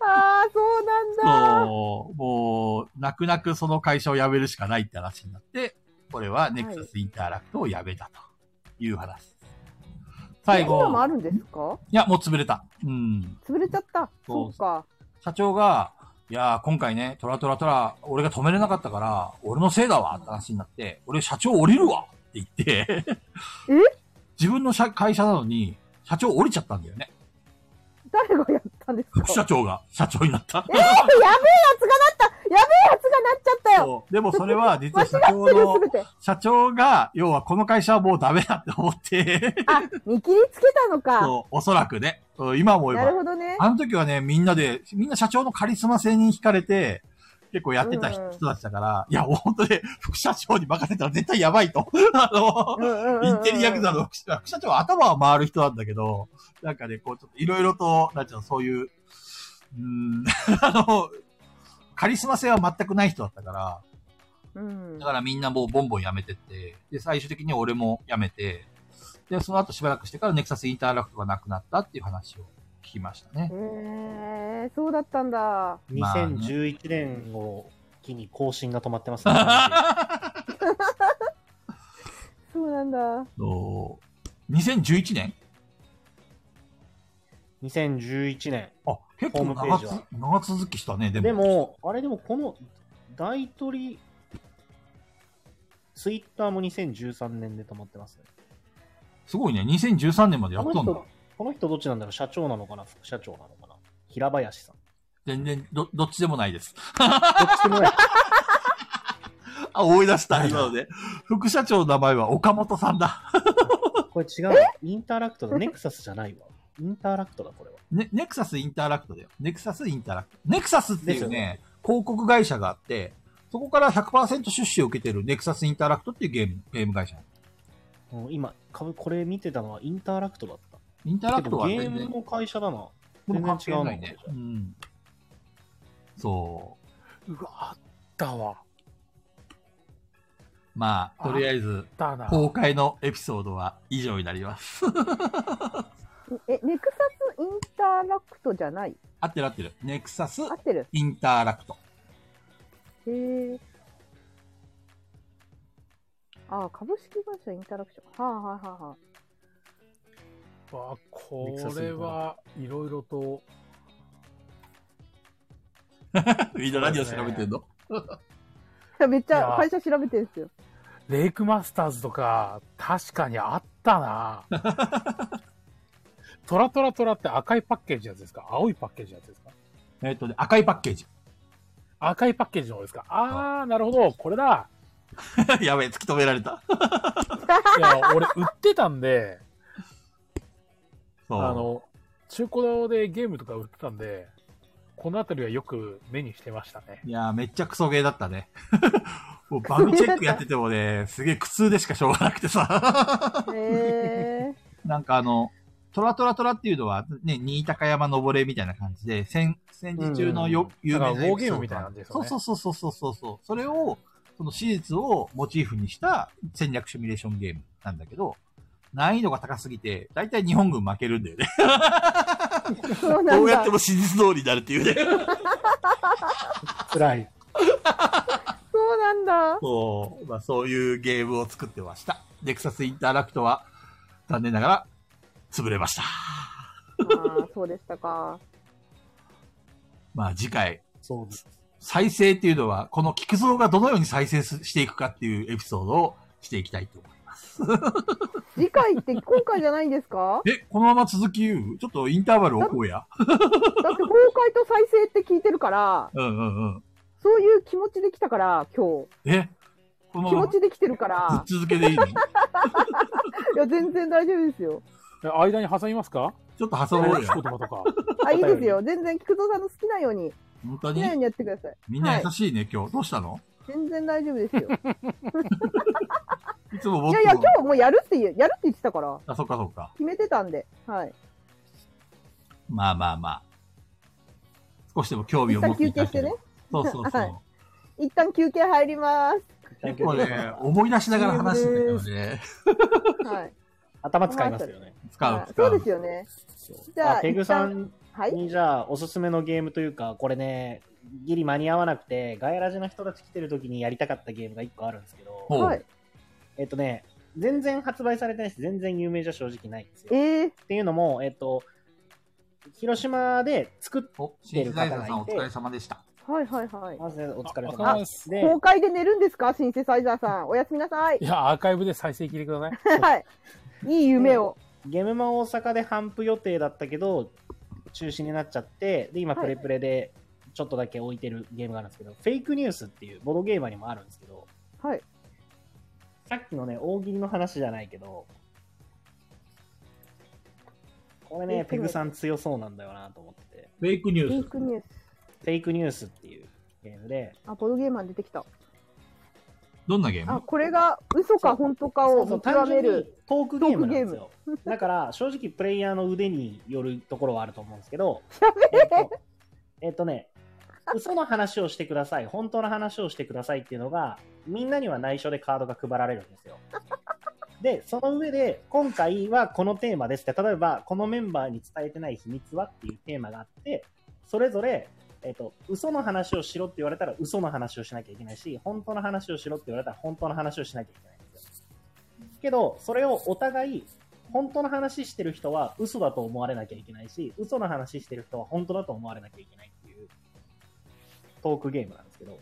Speaker 4: あーそうなんだ。
Speaker 1: そう、もう、泣く泣くその会社を辞めるしかないって話になって、これはネクサスインターラクトを辞めたという話です。最後
Speaker 4: 今、もあるんですか
Speaker 1: いや、もう潰れた。うん。
Speaker 4: 潰れちゃった。
Speaker 1: そ
Speaker 4: そううか。
Speaker 1: 社長が、いやー、今回ね、トラトラトラ、俺が止めれなかったから、俺のせいだわって話になって、俺社長降りるわって言って、
Speaker 4: え
Speaker 1: 自分の社会社なのに、社長降りちゃったんだよね。
Speaker 4: 誰がやったんです
Speaker 1: [laughs] 副
Speaker 4: か
Speaker 1: 社長が社長になった。
Speaker 4: やべえやつがなったやべえやつがなっちゃったよ
Speaker 1: そうでもそれは実
Speaker 4: 間
Speaker 1: は
Speaker 4: 違
Speaker 1: 社
Speaker 4: っ
Speaker 1: 長
Speaker 4: てる
Speaker 1: の
Speaker 4: すべ、て。
Speaker 1: 社長が、要はこの会社はもうダメだって思って、
Speaker 4: あ、見切りつけたのか。
Speaker 1: そうおそらくね、うん今思え
Speaker 4: なる
Speaker 1: ば。
Speaker 4: ほどね。
Speaker 1: あの時はね、みんなで、みんな社長のカリスマ性に惹かれて、結構やってた人
Speaker 4: うんうん
Speaker 1: 人たちだから、いや、本当ね、副社長に任せたら絶対やばいと。 [laughs] あの、インテリヤクザ
Speaker 4: の。
Speaker 1: の副社副社長は頭は回る人なんだけど、なんかね、こう、ちょっといろいろと、なんちゃうのそういう、うーん、 [laughs] あの、カリスマ性は全くない人だったから、
Speaker 4: うん
Speaker 1: だからみんなもうボンボン辞めてって、で、最終的に俺も辞めて、で、その後しばらくしてからネクサスインターラクトがなくなったっていう話を聞きましたね。
Speaker 4: えー、そうだったんだ。
Speaker 1: まあね
Speaker 3: 2011年を機に更新が止まっ
Speaker 1: [laughs]
Speaker 3: てますね。あ
Speaker 4: そうなんだ。
Speaker 1: そう2011年
Speaker 3: の2011年。
Speaker 1: あ、結構
Speaker 3: ホーム
Speaker 1: 長
Speaker 3: ページ
Speaker 1: つ
Speaker 3: は
Speaker 1: 長続きしたね、でも。
Speaker 3: でも、あれでもこの大取り、ツイッターも2013年で止まってますね。
Speaker 1: すごいね、2013年までや
Speaker 3: こ
Speaker 1: っ
Speaker 3: の
Speaker 1: たんだ
Speaker 3: 人。、この人どっちなんだろう社長なのかな副社長なのかな平
Speaker 1: [laughs]
Speaker 3: 林さん。
Speaker 1: 全然、ど、どっちでもないです。 [laughs]
Speaker 3: どっちでもない。
Speaker 1: あ、思い出した、今ので。副社長の名前は岡本さんだ。
Speaker 3: これ違うわ。インタラクトだ。ネクサスじゃないわ。インタラクトだ、これは。
Speaker 1: ね、ネクサスインターラクトだよ。ネクサスインターラクト。ネクサスってい
Speaker 3: です
Speaker 1: う
Speaker 3: よ
Speaker 1: ね
Speaker 3: ね、
Speaker 1: 広告会社があって、そこから100%出資を受けてるネクサスインターラクトっていうゲーム、ゲーム会社。
Speaker 3: うん今、株これ見てたのはインタラクトだった。
Speaker 1: インターラクトは
Speaker 3: ゲ
Speaker 1: 全
Speaker 3: ー
Speaker 1: 然、
Speaker 3: ムの会社だな。
Speaker 1: でも
Speaker 3: 全然
Speaker 1: 関
Speaker 3: 違
Speaker 1: 係
Speaker 3: う
Speaker 1: ない
Speaker 3: の
Speaker 1: ね。うん。そう
Speaker 2: わ、あったわ。
Speaker 1: う。まあ、とりあえず、
Speaker 2: だな。
Speaker 1: 公開のエピソードは以上になります。
Speaker 4: え、ネクサスインターラクトじゃない
Speaker 1: 合ってる合ってる。ネクサス
Speaker 4: 合ってる。
Speaker 1: インターラクト。
Speaker 4: へえ。あ、株式会社インタラクション。はあ、はあはあはあ、
Speaker 2: わこれはいろいろと、
Speaker 1: [laughs] みんな何を調べてんの
Speaker 4: いやめっち
Speaker 2: い
Speaker 4: ゃ
Speaker 2: や
Speaker 4: 会社調べてるんですよ。
Speaker 2: レイクマスターズとか、確かにあった [laughs] な。トラトラトラって赤いパッケージのやつですか青いパッケージのやつですか
Speaker 1: えっとね、赤いパッケージ。
Speaker 2: 赤いパッケージの方ですかあー、なるほど、これだ。
Speaker 1: [laughs] やべえ、突き止められた。
Speaker 2: いや、俺売ってたん [laughs] で、
Speaker 1: そう。
Speaker 2: あの、中古でゲームとか売ってたんで、このあたりはよく目にしてましたね。
Speaker 1: いやー、めっちゃクソゲーだった [laughs] ね。もうバグチェックやっててもね、すげえ苦痛でしかしょうがなくてさ。
Speaker 4: へえ。
Speaker 1: なんかあの、トラトラトラっていうのは、ね、新高山登れみたいな感じで、戦、戦時中のよ、有名な
Speaker 2: だからウォーゲーム
Speaker 1: エピソドが
Speaker 2: みたいな感じですよね
Speaker 1: そうそうそうそうそうそう。それを、その史実をモチーフにした戦略シミュレーションゲームなんだけど、難易度が高すぎて、だいたい日本軍負けるんだよね。 [laughs]
Speaker 4: そうな
Speaker 1: ど
Speaker 4: ん
Speaker 1: うや
Speaker 4: だ
Speaker 1: って。も史実通りになるっていうね。 [laughs]
Speaker 2: 辛い。
Speaker 4: そうなんだ。
Speaker 1: そう、まあそういうゲームを作ってました。ネクサスインターラクトは、残念ながら、潰れました。
Speaker 4: ああ、そうでしたか。
Speaker 1: まあ次回、
Speaker 2: そうです。
Speaker 1: 再生っていうのは、この菊蔵がどのように再生すしていくかっていうエピソードをしていきたいと思いま
Speaker 4: 次回って今回じゃないんですか
Speaker 1: す。え、このまま続き言うちょっとインターバル置こうや。
Speaker 4: だって崩壊と再生って聞いてるから、
Speaker 1: うんうんうん。
Speaker 4: そういう気持ちで来たから、今
Speaker 1: え、この
Speaker 4: 日。気
Speaker 1: ま
Speaker 4: 持
Speaker 1: ま
Speaker 4: ちで来て
Speaker 1: [laughs]
Speaker 4: るから、
Speaker 1: 続けで
Speaker 4: [laughs]
Speaker 1: いいのち
Speaker 4: いや、全然大丈夫ですよ。
Speaker 2: え間に挟みますか
Speaker 1: ょっと挟
Speaker 2: そう
Speaker 1: もう
Speaker 2: い
Speaker 1: よ
Speaker 2: う。
Speaker 1: [laughs]
Speaker 2: 言葉とか。
Speaker 4: あ、いいですよ。全然、菊蔵さんの好きなように、
Speaker 1: 本当
Speaker 4: 好き
Speaker 1: に
Speaker 4: なようにやってください。
Speaker 1: みんな優しいね、今日。どうしたの
Speaker 4: 全然大丈
Speaker 1: [laughs]
Speaker 4: 夫ですよ。
Speaker 1: いつも
Speaker 4: い
Speaker 1: 僕
Speaker 4: やいや、
Speaker 1: も
Speaker 4: 今。日もうやるって言う、やるって言ってたから、
Speaker 1: あ、そっかそっか。
Speaker 4: 決めてたんで、はい。
Speaker 1: まあまあまあ。少しでも興味を持っていただければ
Speaker 4: 一
Speaker 1: そうそうそう。
Speaker 4: [laughs] はい一旦休憩入ります。
Speaker 1: 結構ね、思い出しながら話
Speaker 4: [laughs]
Speaker 1: してたからね。 [laughs]
Speaker 4: はい。
Speaker 3: 頭使いますよね。
Speaker 1: 使
Speaker 4: は
Speaker 1: う
Speaker 4: い、
Speaker 1: 使。
Speaker 4: そううですよね。じゃあ
Speaker 3: あペグさん
Speaker 4: はい。
Speaker 3: にじゃあおすすめのゲームというか、これね、ギリ間に合わなくて、ガヤラジの人たち来てる時にやりたかったゲームが1個あるんですけど、
Speaker 1: ほう
Speaker 4: はい。
Speaker 3: えっとね、全然発売されてないし、全然有名じゃ正直ないんです
Speaker 4: え
Speaker 3: よ。
Speaker 4: ー、
Speaker 3: っていうのも、えっと、広島で作っ
Speaker 1: お、新時代さんお疲れ様でした。
Speaker 4: はいはいはい。
Speaker 3: まずお疲れ
Speaker 2: ああ
Speaker 3: 様
Speaker 2: そう
Speaker 3: で。
Speaker 2: ですす
Speaker 3: で、
Speaker 4: 公開で寝るんですかシンセサイザーさん。おやすみ
Speaker 3: [laughs]
Speaker 4: なさい
Speaker 2: い。や、アーカイブで再生聞いてください。
Speaker 4: はい。 [laughs] いい夢を。
Speaker 3: ゲームマン大阪で頒布予定だったけど、中止になっちゃって、で、今、
Speaker 4: はい
Speaker 3: プレプレでちょっとだけ置いてるゲームがあるんですけど、フェイクニュースっていうボードゲーマーにもあるんですけど、
Speaker 4: はい。
Speaker 3: さっきのね、大喜利の話じゃないけど、これね、
Speaker 4: フェイクニュース
Speaker 3: ペグさん強そうなんだよなと思ってて、
Speaker 1: フェイクニュ
Speaker 4: フェイ
Speaker 1: ース。
Speaker 4: クニュース。
Speaker 3: フェイクニュースっていうゲームで、
Speaker 4: あ、ボードゲーマーに出てきた。
Speaker 1: どんなゲー
Speaker 4: あ、
Speaker 1: ム
Speaker 4: これが嘘か本当かを
Speaker 3: そう
Speaker 4: 見
Speaker 3: 単
Speaker 4: 極
Speaker 3: 純
Speaker 4: め
Speaker 3: に
Speaker 4: る。
Speaker 3: トークゲームなんですよ。だから、正直プレイヤーの腕によるところはあると思うんですけど、えっとえっとね、嘘の話をしてください、本当の話をしてくださいっていうのが、みんなには内緒でカードが配られるんですよ。で、その上で、今回はこのテーマですって、例えば、このメンバーに伝えてない秘密はっていうテーマがあって、それぞれ、えっと、嘘の話をしろって言われたら嘘の話をしなきゃいけないし、本当の話をしろって言われたら本当の話をしなきゃいけないんですよ。けど、それをお互い、本当の話してる人は嘘だと思われなきゃいけないし、嘘の話してる人は本当だと思われなきゃいけないっていう、トークゲームなんですけど、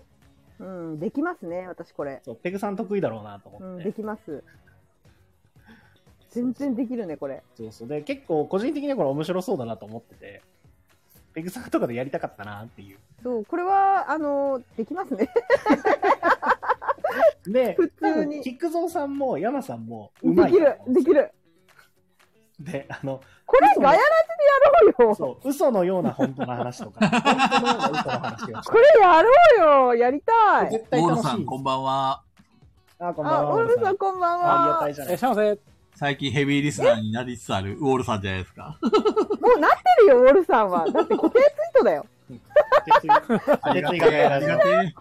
Speaker 4: うん、できますね、私これ。
Speaker 3: そう、ペグさん得意だろうなと
Speaker 4: う
Speaker 3: 思
Speaker 4: ん、
Speaker 3: って。
Speaker 4: できます。全然できるね、これ。
Speaker 3: そうそう。で、結構個人的にはこれ面白そうだなと思ってて、ペグさんとかでやりたかったなっていう。
Speaker 4: そう、これは、あの、できますね。
Speaker 3: で、
Speaker 4: 普
Speaker 3: 多
Speaker 4: 通
Speaker 3: 分
Speaker 4: に
Speaker 3: 菊蔵さんも山さんもうま
Speaker 4: で
Speaker 3: い
Speaker 4: き
Speaker 3: と思
Speaker 4: る、
Speaker 3: うん
Speaker 4: ですき
Speaker 3: よ。
Speaker 4: る。
Speaker 3: で、あの、
Speaker 4: これ、ガヤラジでやろうよ。
Speaker 3: そう、嘘のような本当の話とか、本当のような嘘の話をし
Speaker 4: これやろうよやりたい
Speaker 3: 絶対
Speaker 1: オー
Speaker 3: 楽
Speaker 1: ル
Speaker 3: しい
Speaker 1: さん、こんばんは。
Speaker 3: あ、こんばん
Speaker 4: あ、
Speaker 3: は。
Speaker 4: オールさんこんば
Speaker 3: あ
Speaker 4: ん
Speaker 3: りが
Speaker 4: は
Speaker 3: たいじゃない
Speaker 2: え、しません。
Speaker 1: 最近ヘビーリスナーになりつつあるウォールさんじゃないですか。
Speaker 4: もうなってるよ、オールさんは。だって固定ツイートだよ。
Speaker 3: 鉄槌
Speaker 1: [laughs] ありがて
Speaker 3: 鉄槌が
Speaker 1: え、
Speaker 3: や
Speaker 1: あり
Speaker 3: ら
Speaker 1: が
Speaker 3: れる
Speaker 1: てえ。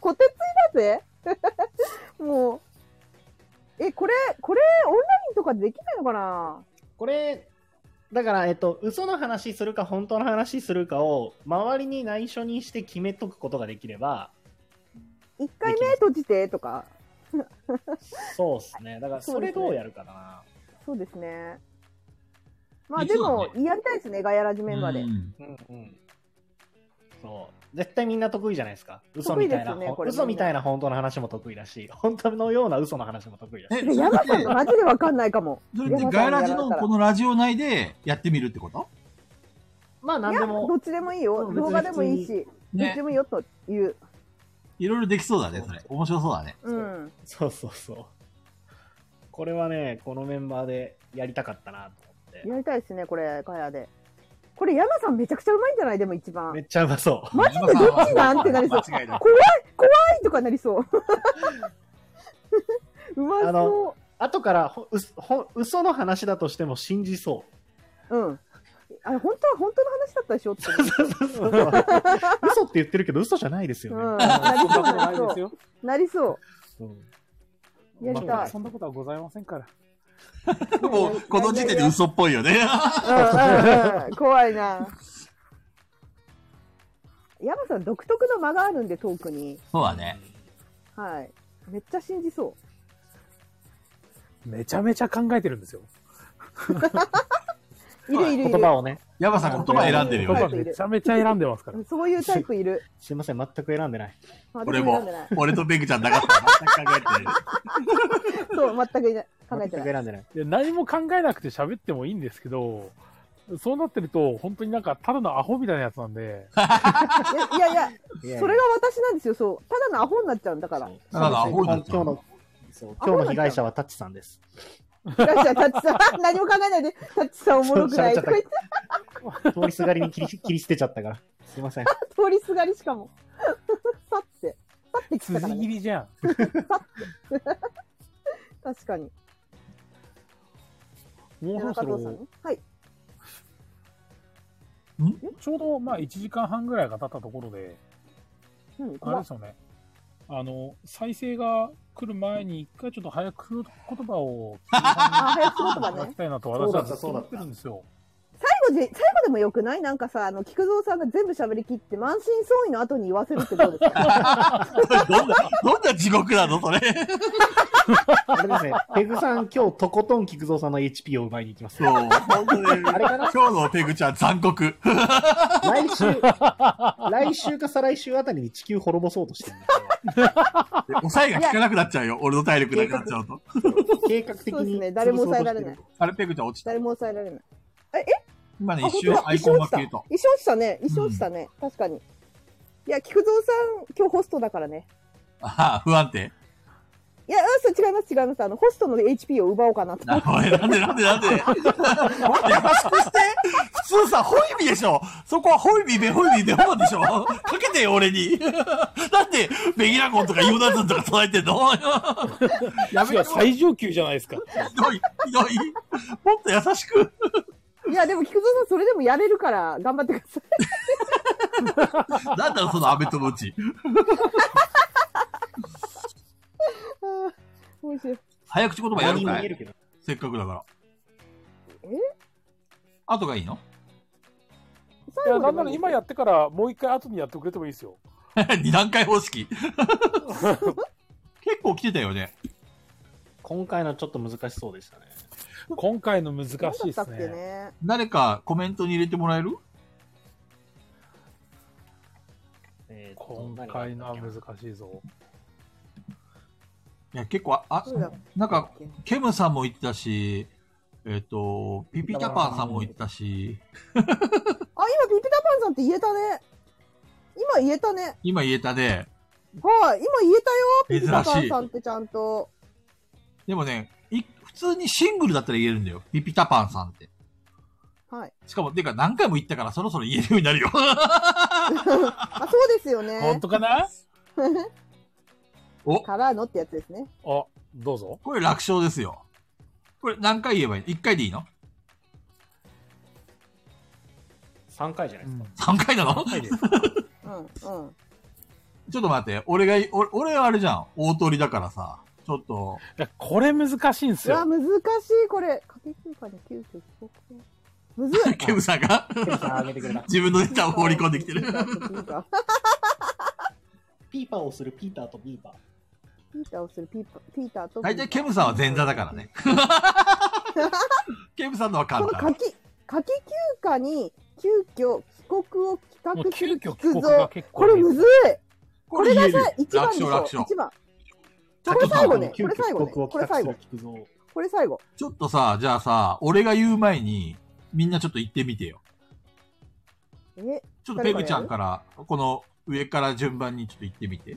Speaker 4: 固定ツイだぜ。 [laughs] もう。え、これ、これ、オンラインとかでできないのかな
Speaker 3: これ、だから、えっと、嘘の話するか本当の話するかを、周りに内緒にして決めとくことができれば、
Speaker 4: 一回目閉じてとか。
Speaker 3: そうですね。だから、それどうやるかだな。
Speaker 4: そうですね。まあ
Speaker 1: で
Speaker 4: で
Speaker 1: きそうだ
Speaker 4: も、やりたいですね、ガヤラジメンバーで
Speaker 1: う。ん
Speaker 3: うんうん。そう。絶対みんな得意じゃないですか。嘘みたいな、
Speaker 4: 得意ですね
Speaker 3: ほん
Speaker 4: これ
Speaker 3: 嘘みたいな本当の話も得意だし、本当のような嘘の話も得意だし。
Speaker 1: え、そ
Speaker 4: で
Speaker 1: れ
Speaker 4: 山さん
Speaker 1: で
Speaker 4: が、マジでわかんないかも。
Speaker 1: それで
Speaker 4: 山
Speaker 1: ガ
Speaker 4: さ
Speaker 1: イ
Speaker 4: ん
Speaker 1: ラジ
Speaker 4: やら
Speaker 1: の
Speaker 4: れたら
Speaker 1: このラジオ内でやってみるってこと
Speaker 3: まあ、ないん
Speaker 4: や、
Speaker 3: で
Speaker 4: ど
Speaker 3: も。
Speaker 4: っちでもいいよ。
Speaker 3: うん別に
Speaker 4: 動画でもいいし、どっち
Speaker 1: ね
Speaker 4: で。もいいよという。
Speaker 1: いろいろできそうだね、それ。面白そうだね。
Speaker 4: うん。
Speaker 3: そうそうそう。これはね、このメンバーでやりたかったなと思って。
Speaker 4: やりたいですね、これ、ガヤで。これ、山さんめちゃくちゃうまいんじゃないでも一番。
Speaker 3: めっちゃうまそう。
Speaker 4: マジでどっちなんてなりそう。
Speaker 1: 間違いない。
Speaker 4: 怖い怖いとかなりそう。 [laughs] うま
Speaker 3: あ
Speaker 4: そ。
Speaker 3: の後からほうすほ嘘の話だとしても信じそう
Speaker 4: [laughs] うん。あれ、本当は本当の話だったでしょって。
Speaker 3: う。嘘って言ってるけど嘘じゃないです
Speaker 4: う
Speaker 3: よね。
Speaker 4: ん。
Speaker 2: そんなこと
Speaker 4: な
Speaker 2: な
Speaker 4: り
Speaker 2: い
Speaker 4: そ
Speaker 2: です
Speaker 4: う。
Speaker 2: よ。
Speaker 4: なりそう。やりたい
Speaker 2: まあそんなことはございませんから。
Speaker 1: もう、この時点で嘘っぽいよね。
Speaker 4: うんうんうん怖いな。山さん独特の間があるんでトークに、
Speaker 1: そうだね。
Speaker 4: はい、めっちゃ信じそ
Speaker 2: めちゃめちゃ考えてるんですよ。
Speaker 4: う。いるいるい
Speaker 3: 言
Speaker 4: る。
Speaker 3: 葉をね。
Speaker 1: ヤバさん言葉選んでるよね
Speaker 2: 言葉。めちゃめちゃ選んでますから。
Speaker 4: そういうタイプいる。
Speaker 3: すいません、全く選んで
Speaker 4: [laughs]
Speaker 3: ない。
Speaker 4: まあ
Speaker 1: 俺
Speaker 4: 私選ん
Speaker 1: も
Speaker 4: でない。、
Speaker 1: 俺とペグちゃんなかったら全く考えてない。
Speaker 4: そう、全くいない考えて
Speaker 3: 全く
Speaker 4: な
Speaker 3: 選
Speaker 4: い。
Speaker 3: んでない。
Speaker 2: で何も考えなくて喋ってもいいんですけど、そうなってると、本当になんか、ただのアホみたいなやつなんで、
Speaker 4: いやいやいや、それが私なんですよ、そう。ただのアホになっちゃうんだから。い
Speaker 1: ただのアホにな
Speaker 3: 今
Speaker 1: っ
Speaker 3: 日
Speaker 1: ちゃう
Speaker 3: の、そう今日の被害者はタッチさんです。
Speaker 4: らっしゃい、タッチさん。何も考えないで、タッチさんおもろくない。
Speaker 3: そ
Speaker 4: と
Speaker 3: う
Speaker 4: か言って、
Speaker 3: 通りすがりに切り切り捨てちゃったから。すいません。
Speaker 4: 通りすがりしかも。 [laughs] 去って、去ってきたから
Speaker 2: 辻切
Speaker 4: ね。
Speaker 2: りじゃん。
Speaker 4: 確かに。
Speaker 2: もうそろ
Speaker 4: 中
Speaker 2: そ
Speaker 4: 藤さん
Speaker 2: ろ、
Speaker 4: ね。はい。
Speaker 2: ちょうどまあ1時間半ぐらいが経ったところで、
Speaker 4: うん、
Speaker 2: あれ
Speaker 4: 怖
Speaker 2: で
Speaker 4: い
Speaker 2: すよね。あの、再生が来る前に一回ちょっと早く言葉を、
Speaker 4: あ、
Speaker 2: 早
Speaker 4: 早口言葉
Speaker 2: い
Speaker 4: ね。 [laughs]
Speaker 2: たいなと私はずっと思ってるんですよ。
Speaker 4: 後で、最後でもよくないなんかさ、あの、菊蔵さんが全部喋りきって、満身創痍の後に言わせるってどうですか
Speaker 1: どんな、どんな地獄なのそれ。
Speaker 3: あれですね、ペグさん、今日とことん菊蔵さんの HP を奪いに行きます。
Speaker 1: そう、本当に。
Speaker 3: あれかな
Speaker 1: 今日のペグちゃん残酷。
Speaker 3: 来
Speaker 4: [laughs]
Speaker 3: 週、来週か再来週あたりに地球滅ぼそうとしてるんです
Speaker 1: で抑えが効かなくなっちゃうよ。俺の体力なくなっちゃうと。
Speaker 3: よ計画的に。
Speaker 4: そうですね誰も抑えられない。
Speaker 1: あれ、ペグちゃん落ちた。
Speaker 4: 誰も抑えられない。
Speaker 1: 今ね、
Speaker 4: あ
Speaker 1: 一瞬
Speaker 4: 本当だ
Speaker 1: アイコンが消えた。
Speaker 4: 一生落ちたね。一生落ちたね。確かに。いや、菊蔵さん、今日ホストだからね。
Speaker 1: ああ、不安定。
Speaker 4: いや、うん、そう、違います、違います。あの、ホストの HP を奪おうかなと。
Speaker 1: なおいなんでなんでなんで。もっと優しくして。普通さ、ホイミでしょ。そこはホイミ、ベホイミ、ベホイミでしょ。かけてよ、俺に。なんで、ベギラゴンとかユーナズンとか唱えてんのやめ
Speaker 2: い
Speaker 1: ろ、
Speaker 2: や
Speaker 1: ひ
Speaker 2: 最上級じゃないですか。
Speaker 1: どい、ひどい。もっと優しく。
Speaker 4: いや、でも菊蔵さん、それでもやれるから、頑張ってください。
Speaker 1: なんだろう、そのアメとムチ。
Speaker 4: あー面白い。
Speaker 1: 早口言葉や
Speaker 3: 何
Speaker 1: る
Speaker 3: にも
Speaker 1: か
Speaker 3: 見え
Speaker 1: い
Speaker 3: るけど。
Speaker 1: せっかくだから。
Speaker 4: え
Speaker 1: 後がいいの [laughs]
Speaker 2: い
Speaker 4: 最
Speaker 2: や、
Speaker 4: 後
Speaker 2: な
Speaker 4: で
Speaker 2: んなら
Speaker 4: もいい
Speaker 2: 今やってから、もう一回後にやってくれてもいいですよ。
Speaker 1: 二段階方式。 [laughs] 結構来てたよね。
Speaker 3: 今回のちょっと難しそうでしたね。
Speaker 2: 今回の難しい
Speaker 4: 何だ
Speaker 2: で
Speaker 4: ったっ
Speaker 2: す
Speaker 4: け
Speaker 2: ね。
Speaker 4: ね。
Speaker 1: 誰かコメントに入れてもらえる
Speaker 3: えーと
Speaker 2: 今回のは難しいぞ。
Speaker 1: いや、結構、あ、あ
Speaker 4: そうだっ
Speaker 1: なんか、
Speaker 4: け
Speaker 1: ケムさんも言ってたし、えっ、と、ピピタパンさんも言ってたし、
Speaker 4: あ、今、ピピタパンさんって言えたね。今言えたね。
Speaker 1: 今言えたね。
Speaker 4: はい、今言えたよ、ピピタパ
Speaker 1: 珍し
Speaker 4: ン
Speaker 1: い
Speaker 4: さんってちゃんと。
Speaker 1: でもね、い普通にシングルだったら言えるんだよ。ピピタパンさんって。
Speaker 4: はい。
Speaker 1: しかも、てか何回も言ったからそろそろ言えるようになるよ。 [laughs]
Speaker 4: あ、そうですよね
Speaker 2: 本。当かな
Speaker 1: お、
Speaker 4: からのってやつですね。
Speaker 2: あ、どうぞ。
Speaker 1: これ楽勝ですよ。これ何回言えばいい ?1 回でいいの
Speaker 3: 3回じゃないですか。
Speaker 1: ?3 回なの [laughs] ち
Speaker 2: は
Speaker 1: ょ
Speaker 2: い
Speaker 1: っ
Speaker 2: で
Speaker 4: うん、うん。
Speaker 1: と待って、俺が、俺俺はあれじゃん。大鳥だからさ。ちょっと、
Speaker 2: いやこれ難しいんです
Speaker 4: うわ、
Speaker 2: よ。
Speaker 4: 難しい、これ。かけ休暇に急遽帰国。むずい。
Speaker 1: ケムさんが [laughs]
Speaker 3: ケムさんあげてくれた。
Speaker 1: 自分のネタを放り込んできてる
Speaker 4: ピ。ーターとピーター
Speaker 3: ピーパーをするピーターとピーパー。
Speaker 4: ピーターをするピーパーピーターとピーター。
Speaker 1: 大体ケムさんは前座だから
Speaker 4: [laughs]
Speaker 1: ね。ケムさんのは
Speaker 4: こ
Speaker 1: 簡
Speaker 4: の
Speaker 1: 単。
Speaker 4: 夏季、夏季休暇に急遽帰国を
Speaker 2: も
Speaker 4: 企
Speaker 2: う
Speaker 4: 画す
Speaker 2: 急
Speaker 4: る
Speaker 2: 遽帰
Speaker 4: 菊
Speaker 2: 国が
Speaker 4: 蔵。
Speaker 2: 結構
Speaker 4: こ
Speaker 2: ね。
Speaker 4: れむずい。
Speaker 1: こ
Speaker 4: れ
Speaker 1: 言える
Speaker 4: 一番
Speaker 1: 楽
Speaker 4: でし
Speaker 1: 勝
Speaker 4: ょ。
Speaker 1: 楽勝。
Speaker 4: 一番。
Speaker 1: こ
Speaker 4: れ最後ね
Speaker 3: 急遽帰国を企画する菊蔵。
Speaker 4: これ最後。
Speaker 1: ちょっとさ、じゃあさ、俺が言う前に、みんなちょっと言ってみてよ。
Speaker 4: え、
Speaker 1: ちょっとペグちゃんから、この上から順番にちょっと言ってみて。
Speaker 4: い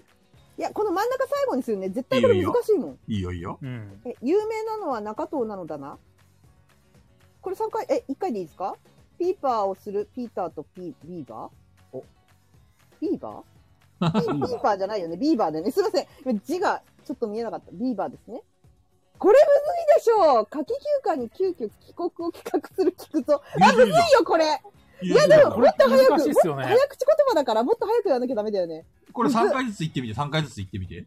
Speaker 4: や、この真ん中最後にするね。絶対こ
Speaker 1: いい
Speaker 4: れ
Speaker 1: よ
Speaker 4: 難しいもん。
Speaker 1: いいよいいよ。
Speaker 2: うん。
Speaker 4: え、有名なのは中藤なのだな。これ3回、え、1回でいいですかピーパーをするピーターとピー、ビーバー
Speaker 3: お
Speaker 4: ビーバ
Speaker 1: [laughs]
Speaker 4: ーピ
Speaker 3: ビーバー
Speaker 4: ピーパーじゃないよね。ビーバーでね。すいません。今字がちょっと見えなかった。ビーバーですね。これむずいでしょう夏季休暇に急遽帰国を企画する聞くと。あ、むずいよ、これいや、でも、
Speaker 2: こ
Speaker 4: も
Speaker 2: れ
Speaker 4: っと早く、も
Speaker 2: 難
Speaker 4: っ
Speaker 2: しい
Speaker 4: と
Speaker 2: っ
Speaker 4: 早
Speaker 2: す
Speaker 4: 口
Speaker 2: よ
Speaker 4: 言
Speaker 2: ね
Speaker 4: 葉だから、もっと早くやらなきゃダメだよね。
Speaker 1: これ3回ずつ言ってみて、3回ずつ言ってみて。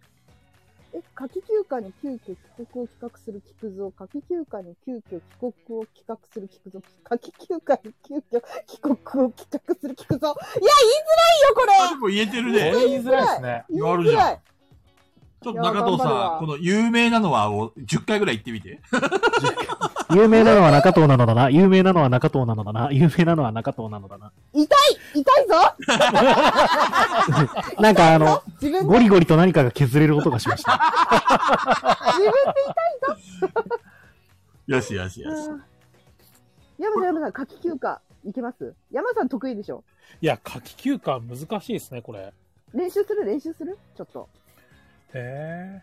Speaker 4: え、夏季休暇に急遽帰国を企画する菊蔵、夏季休暇に急遽帰国を企画する菊蔵、夏季休暇に急遽帰国を企画する菊蔵。いや、言いづらい
Speaker 1: あ、で
Speaker 4: よ、こ
Speaker 1: も言えてる
Speaker 2: こ
Speaker 1: ね。
Speaker 2: れ言いづらいですね。
Speaker 4: れ
Speaker 1: や
Speaker 4: 言
Speaker 1: る
Speaker 4: いづ
Speaker 1: じゃ
Speaker 4: ら
Speaker 1: ん
Speaker 4: い。
Speaker 1: ちょっと中藤
Speaker 4: いや頑張る
Speaker 1: さ
Speaker 4: わ
Speaker 1: ん、この有名なのはを10回ぐらい言ってみて。
Speaker 3: 有名なのは中藤なのだな。有名なのは中藤なのだな。有名なのは中藤なのだな。
Speaker 4: 痛い痛いぞ
Speaker 3: なんかあの、
Speaker 4: 自分で、
Speaker 3: ゴリゴリと何かが削れる音がしました。
Speaker 4: 自分で
Speaker 1: よしよしよし。
Speaker 4: 痛い。山さん、山さん、夏季休暇、いきます山さん得意でしょ
Speaker 2: いや、夏季休暇難しいですね、これ。
Speaker 4: 練習する練習するちょっと。
Speaker 2: へえ。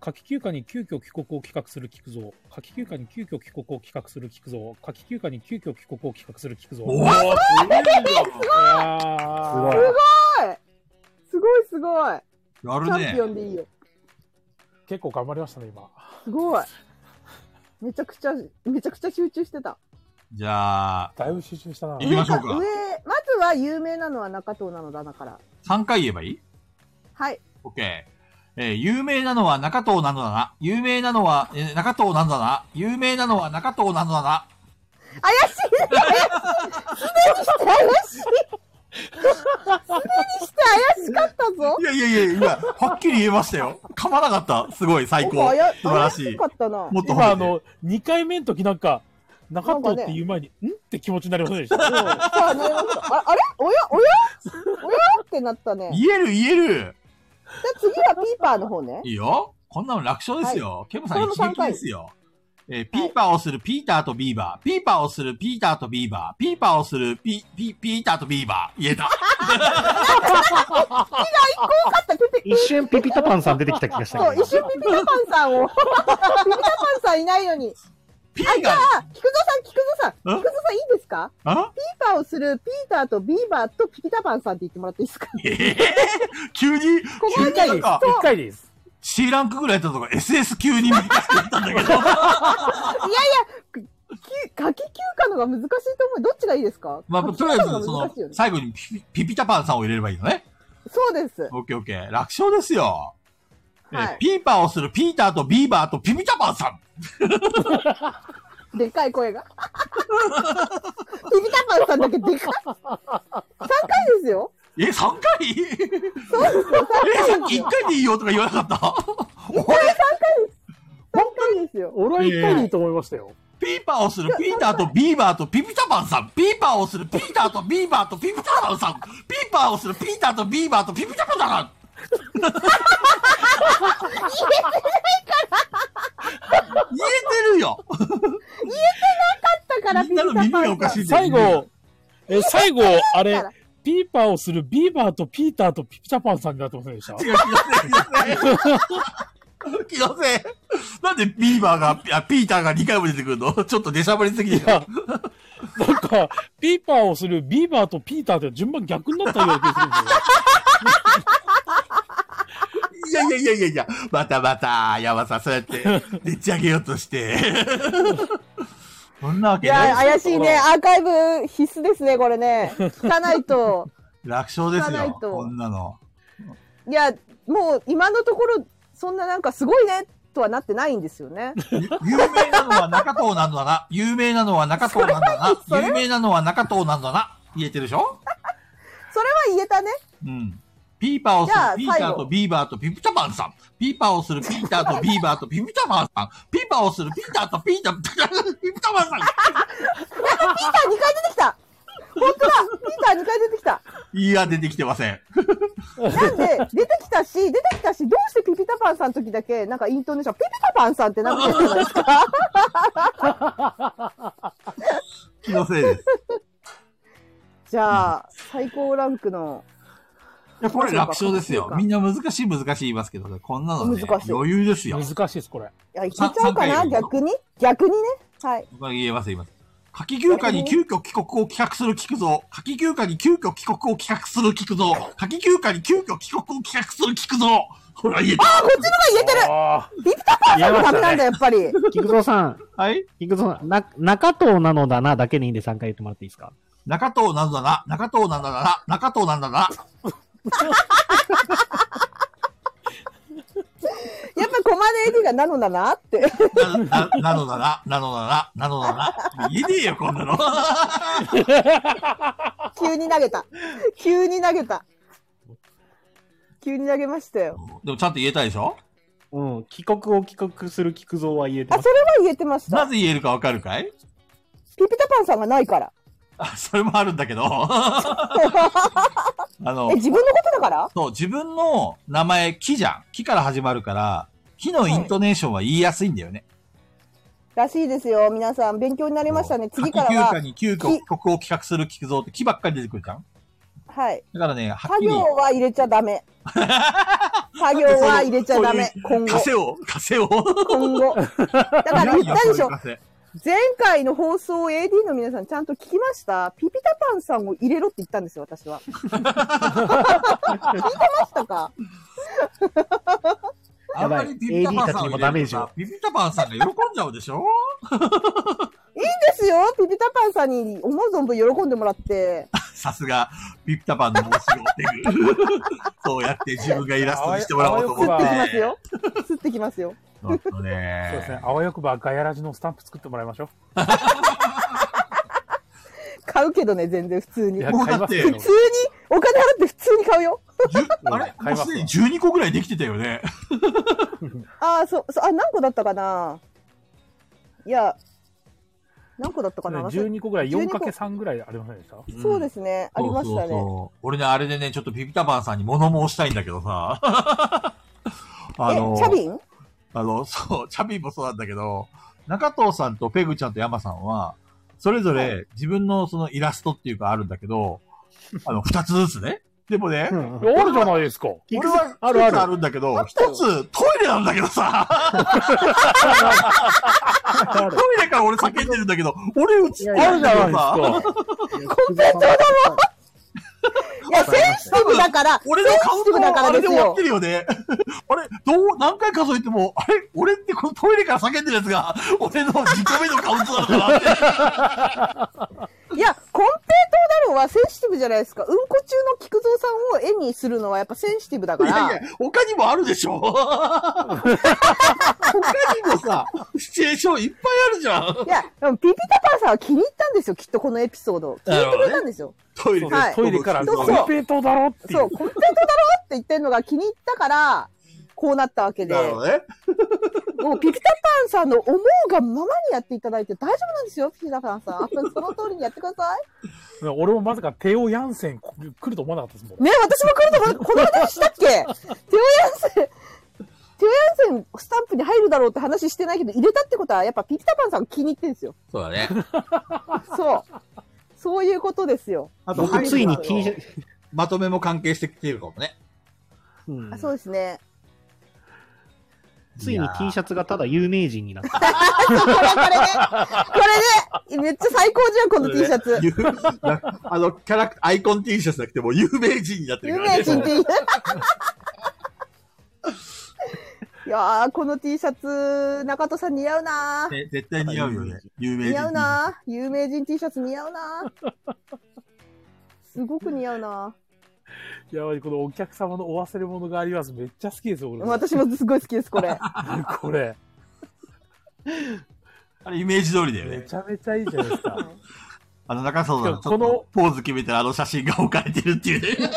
Speaker 2: 夏季休暇に急遽帰国を企画する菊蔵。夏季休暇に急遽帰国を企画する菊蔵。夏季休暇に急遽帰国を企画する菊蔵。
Speaker 1: おお
Speaker 2: い
Speaker 3: す
Speaker 2: やー
Speaker 3: ごい。
Speaker 4: すごいすごい。
Speaker 1: や
Speaker 4: チ
Speaker 1: る
Speaker 4: ャン
Speaker 1: ね
Speaker 4: ピオ。ンでいいよ。
Speaker 2: 結構頑張りましたね、今。
Speaker 4: すごい。めちゃくちゃ、めちゃくちゃ集中してた。
Speaker 1: じゃあ、
Speaker 2: だいぶ集中したな。
Speaker 1: 行きましょう
Speaker 4: 上
Speaker 1: か
Speaker 4: 上、。まずは有名なのは中藤なのだなから。
Speaker 1: 3回言えばいい
Speaker 4: はい。
Speaker 1: OK。えー有名なのは中藤なのだな。有名なのは、えー中藤なのだな。有名なのは中藤なのだな。
Speaker 4: 怪しいして怪しい。すでにして怪しかったぞ。
Speaker 1: いやいやいや、今、はっきり言えましたよ。噛まなかった。すごい、最
Speaker 4: お
Speaker 1: 高
Speaker 4: あや。
Speaker 1: 素晴ら
Speaker 4: 怪
Speaker 1: しい。
Speaker 4: かったな。
Speaker 1: もっと
Speaker 2: 今、
Speaker 1: 褒
Speaker 2: あ
Speaker 1: めて。
Speaker 2: の、2回目の時なんか、なかったっていう前に、んって気持ちになりませんでした。
Speaker 4: うんさあ、なりましたああれおやおやおやってなったね。じゃ
Speaker 1: 言える言える。
Speaker 4: あ次はピーパーの方ね。
Speaker 1: いいよ。こんなの楽勝ですよ。ケムさん
Speaker 4: これも
Speaker 1: 一
Speaker 4: 三
Speaker 1: 撃
Speaker 4: 回
Speaker 1: ですよ。えーピーパーをするピーターとビーバー。ピーパーをするピーターとビーバー。ピーパーをするピ、ピ、ピーターとビーバー。言え
Speaker 4: [laughs]
Speaker 1: た。
Speaker 4: よかった、ピピ
Speaker 3: 一瞬ピピタパンさん出てきた気がした
Speaker 4: そう、
Speaker 3: けど
Speaker 4: 一瞬ピピタパンさんを。 [laughs] ピピタパンさんいないのに。
Speaker 1: ピ
Speaker 4: あ、
Speaker 1: ー
Speaker 4: じゃ
Speaker 1: が、
Speaker 4: あ、菊蔵さん、菊蔵さん。
Speaker 1: ん
Speaker 4: 菊蔵さんいいですか
Speaker 1: あ
Speaker 4: ピーパーをするピーターとビーバーとピピタパンさんって言ってもらってい
Speaker 1: [laughs]
Speaker 4: いですか
Speaker 1: えー、急に、
Speaker 4: ここ
Speaker 1: 急
Speaker 4: は
Speaker 1: に
Speaker 2: 1回
Speaker 1: な
Speaker 2: で
Speaker 1: ん
Speaker 2: す。
Speaker 1: か、
Speaker 2: 1回です。
Speaker 1: C ランクぐらいやったとこ SS 級に見えてきたんだけど。
Speaker 4: き夏季休暇のが難しいと思う。どっちがいいですか
Speaker 1: まあ、
Speaker 4: 夏季
Speaker 1: とりあえ
Speaker 4: 休
Speaker 1: ず、
Speaker 4: 暇
Speaker 1: そ
Speaker 4: のが難
Speaker 1: の
Speaker 4: しいよ、ね
Speaker 1: 最後にピピピピタパンさんを入れればいいのね。
Speaker 4: そうです。
Speaker 1: オッケーオッケー。楽勝ですよ。
Speaker 4: は
Speaker 1: えー
Speaker 4: い。
Speaker 1: ピーパーをするピーターとビーバーとピピタパンさん。
Speaker 4: でかい声が。ピピタパンさんだけでかい。3回ですよ。
Speaker 1: え、3回
Speaker 4: そうですよ。
Speaker 1: [laughs]
Speaker 4: 3
Speaker 1: え、さっ
Speaker 4: 回で
Speaker 1: き
Speaker 4: す
Speaker 1: 1
Speaker 4: よ。
Speaker 1: 回でいいよとか言わなかった
Speaker 4: 三回ですよ。
Speaker 2: 俺は1回でいいと思いましたよ。
Speaker 1: ピーパーをするピーターとビーバーとピピタパンさん。ピーパーをするピーターとビーバーとピピタパンさん。ピーパーをするピーターとビーバーとピピタパンさん。言えてないから
Speaker 4: だから
Speaker 1: 言えてるよみんなの耳がおかしいんだよ
Speaker 2: 最後、え、最後、あれ
Speaker 4: から、
Speaker 2: ピーパーをするビーバーとピーターとピピタパンさんになってませんでした
Speaker 1: 違う、 [laughs] 気のせい、気のせい。気のせい。なんでビーバーが、あピーターが2回も出てくるのちょっと出しゃばりすぎてる。
Speaker 2: やなんか、ピーパーをするビーバーとピーターって順番逆になったような気がするんですよ。
Speaker 1: いやいやいやいやいや、またまた、山さん、そうや
Speaker 4: [laughs]
Speaker 1: って、でっち上げようとして。そんなわ
Speaker 4: い
Speaker 1: け
Speaker 4: や、
Speaker 1: ない。
Speaker 4: 怪しいね。アーカイブ必須ですね、これね。聞かないと。
Speaker 1: 楽勝です
Speaker 4: 聞かない
Speaker 1: よ、
Speaker 4: と
Speaker 1: こんなの。
Speaker 4: いや、もう今のところ、そんななんかすごいね、とはなってないんですよ [laughs] ね。
Speaker 1: ゆ有名なのは中藤なんだな。有名なのは中藤なんだ
Speaker 4: [laughs] それ
Speaker 1: な。有
Speaker 4: は
Speaker 1: 名なのは中藤なんだな。言えてるでしょ
Speaker 4: それは言えたね。
Speaker 1: うん。ピーパーをする
Speaker 4: じゃあ
Speaker 1: ピータ
Speaker 4: 最
Speaker 1: ー
Speaker 4: 後
Speaker 1: とビーバーとピピタパンさん。ピーパーをするピーターとビーバーとピピタパンさん。ピーパーをするピーターとピー [laughs] ター、ピピタパンさん。
Speaker 4: ピーター2回出てきた本当だピーター2回出てき [laughs] た
Speaker 1: いや、出てきてません。
Speaker 4: なんで、出てきたし、出てきたし、どうしてピピタパンさんの時だけ、なんかイントネーション、ピピタパンさんってなんか言って [laughs] ないですか
Speaker 1: 気のせいです。
Speaker 4: じゃあ、最高ランクの、
Speaker 1: いや、これ楽勝ですよ
Speaker 4: そう。か
Speaker 1: みんな難しい難しい言いますけどね、こんなのね
Speaker 4: 難し、い
Speaker 1: 余裕ですよ。
Speaker 2: 難しいです、これ。
Speaker 4: いや、いけちゃおうかな
Speaker 1: さん
Speaker 4: 逆に逆にね。はい。
Speaker 1: 僕は言えます、言います。夏季休暇に急遽帰国を企画する菊蔵。夏季休暇に急遽帰国を企画する菊蔵。夏季休暇に急遽帰国を企画する菊蔵。ほら、言えた。
Speaker 4: あ、こっちの方が言えてる
Speaker 2: あ
Speaker 4: ピピタパンさんもダメなんだ、やっぱり。
Speaker 3: 菊蔵さん、
Speaker 1: はい
Speaker 3: 菊蔵さん、な、中藤なのだなだけでいいんで3回言ってもらっていいですか
Speaker 1: 中藤なんだな、中藤なんだな、中藤なんだな。
Speaker 4: やっぱコマネ AD がなのだなって。
Speaker 1: な、な、なのだな、なのだな、なのだな。言えねえよ、こんなの。
Speaker 4: 急に投げた。急に投げた。急に投げましたよ。
Speaker 1: でもちゃんと言えたでしょ
Speaker 3: うん。帰国を帰国する菊蔵は言えて
Speaker 4: あ、
Speaker 3: ます
Speaker 4: そ。れは言えてまし
Speaker 1: な
Speaker 4: た。
Speaker 1: ぜ言えるかわかるかい
Speaker 4: ピピタパンさんがないから。
Speaker 1: あ、それもあるんだけ
Speaker 4: [laughs]
Speaker 1: ど。あの
Speaker 4: え、、自分のことだから
Speaker 1: そう、自分の名前、木じゃん。木から始まるから、木のイントネーションは言いやすいんだよね。
Speaker 4: らしいですよ。皆さん、勉強になりましたね。次か
Speaker 1: 夏
Speaker 4: ら
Speaker 1: 季休暇
Speaker 4: は、
Speaker 1: に急遽曲を企画する菊蔵って木ばっかり出てくるじゃん。
Speaker 4: はい。
Speaker 1: だからね、はっ
Speaker 4: 作
Speaker 1: きり
Speaker 4: 業、は入れちゃダメ。作業は入れちゃ
Speaker 1: [laughs]
Speaker 4: ダメ。今後。
Speaker 1: 稼を、稼を。
Speaker 4: 今後。だから言ったでしょ。
Speaker 1: 稼い
Speaker 4: 前回の放送を AD の皆さんちゃんと聞きましたピピタパンさんを入れろって言ったんですよ、
Speaker 1: [laughs]
Speaker 4: 私は。聞いてましたか
Speaker 1: あんまりピピタパンさんを入れるとさ
Speaker 3: AD たちにもダメージを
Speaker 1: ピピタパンさんが喜んじゃうでしょ
Speaker 4: いいんですよピピタパンさんに思う存分喜んでもらって。
Speaker 1: さすが、ピピタパンの面白いテ
Speaker 3: [laughs]
Speaker 1: グ。そうやって自分がイラストにしてもらおうと思
Speaker 4: 吸
Speaker 1: っ。
Speaker 4: っててきますよ。吸ってきますよ。
Speaker 1: ちょっと
Speaker 2: あ。そうですね
Speaker 1: ね。。
Speaker 2: あわよくばガヤラジのスタンプ作ってもらいましょう。
Speaker 4: うけどね、全然普
Speaker 2: [laughs]
Speaker 4: 通に。
Speaker 2: いや
Speaker 4: 普
Speaker 1: もうだ
Speaker 2: 買い
Speaker 1: っ
Speaker 2: ます
Speaker 1: て
Speaker 2: よ
Speaker 4: 通に、お金払って普通に買うよ。
Speaker 1: じゅ
Speaker 2: ん
Speaker 1: あれ
Speaker 2: 買います
Speaker 1: もうすでに12個ぐらいできてたよね。
Speaker 4: ああ、そう、そう、あ、何個だったかないや、何個だったかな忘れ
Speaker 2: 12個ぐらい、
Speaker 4: 12個
Speaker 2: 4×3 ぐらいありませんでした
Speaker 4: そうですね、ありました
Speaker 1: そうそう
Speaker 4: ね。
Speaker 1: そう俺ね、あれでね、ちょっとピピタパンさんに物申したいんだけどさ。あの、
Speaker 4: え、チャビン
Speaker 1: あの、そう、 [laughs] チャビもそうなんだけど、中藤さんとペグちゃんとヤマさんは、それぞれ自分のそのイラストっていうかあるんだけど、あの、二つずつね。でもね、
Speaker 2: いやあるじゃないですか。
Speaker 1: 俺は
Speaker 2: あるある
Speaker 1: 一つあるんだけど、一つトイレなんだけどさ、トイレから俺叫んでるんだけど、俺映って
Speaker 2: あ
Speaker 1: る
Speaker 2: る
Speaker 1: ん
Speaker 2: じゃ
Speaker 1: だけ
Speaker 2: な
Speaker 1: どさ、
Speaker 2: いですか。
Speaker 4: コンペイトーだもんいや、センシティブだから、
Speaker 1: 俺のカウント
Speaker 4: センシティブだか
Speaker 1: もあ
Speaker 4: ら
Speaker 1: れで
Speaker 4: で
Speaker 1: す終わっ
Speaker 4: よ
Speaker 1: て。るよね。 [laughs] あれ、どう、何回数えても、あれ、俺ってこのトイレから叫んでるやつが、俺の2個目のカウントなのか
Speaker 4: [laughs]
Speaker 1: なって。
Speaker 4: いや、コンペイトーだろうはセンシティブじゃないですか。うんこ中の菊蔵さんを絵にするのはやっぱセンシティブだか
Speaker 1: いや
Speaker 4: ら
Speaker 1: い。や、他にもあるでし
Speaker 4: [laughs]
Speaker 1: ょ他にもさ、シチュエーションいっぱいあるじゃん
Speaker 4: いや、でもピピタパンさんは気に入ったんですよ、きっとこのエピソード。気に入ってくれたんですよ。
Speaker 1: トイレ
Speaker 4: はい
Speaker 2: トイレから、
Speaker 4: そうそう
Speaker 2: コンペイトーだろってい
Speaker 4: そうう、。コンペイトーだろって言ってるのが気に入ったから、こうなったわけで。
Speaker 1: なるほどね。
Speaker 4: もうピピタパンさんの思うがままにやっていただいて大丈夫なんですよ、ピピタパンさん。あその通りにやってください。
Speaker 2: 俺もまさかテオ・ヤンセンこ来ると思わなかったですもん。
Speaker 4: ね、私も来ると思うこの話したっけテオヤンセン、テオヤンセンスタンプに入るだろうって話してないけど、入れたってことはやっぱピピタパンさん気に入ってんですよ。
Speaker 1: そうだね。
Speaker 4: そう。そういうことですよ。
Speaker 1: あと
Speaker 3: 僕ついに T シ
Speaker 1: ャツ。
Speaker 3: ャツ、
Speaker 1: まとめも関係してきてるかもね。
Speaker 3: うん
Speaker 4: あそうですね。
Speaker 3: ついに T シャツがただ有名人になった。
Speaker 4: これ、これね。これね。めっちゃ最高じゃん、この T シャ
Speaker 1: [laughs]
Speaker 4: ツ。
Speaker 1: 有あの、キャラクター、アイコン T シャツなくてもう有名人になってる
Speaker 4: 有
Speaker 1: から
Speaker 4: 名
Speaker 1: ね。
Speaker 4: 人っていう。いやー、この T シャツ、中戸さん似合うなー。
Speaker 1: ね絶対似合うよね。有名人。
Speaker 4: 似合うなー。有名人 T シャツ似合うなー。すごく似合うな
Speaker 2: やばい、このお客様のお忘れ物があります。めっちゃ好きですよ、
Speaker 4: ー。
Speaker 2: 俺。
Speaker 4: 私もすごい好きです、これ。
Speaker 2: これ。
Speaker 1: あれイメージ通りだよ
Speaker 2: め
Speaker 1: ね。
Speaker 2: ちゃめちゃいいじゃないですか。
Speaker 1: あの、中澤さんがちょっ
Speaker 2: この
Speaker 1: とポーズ決めてあの写真が置かれてるっていうね。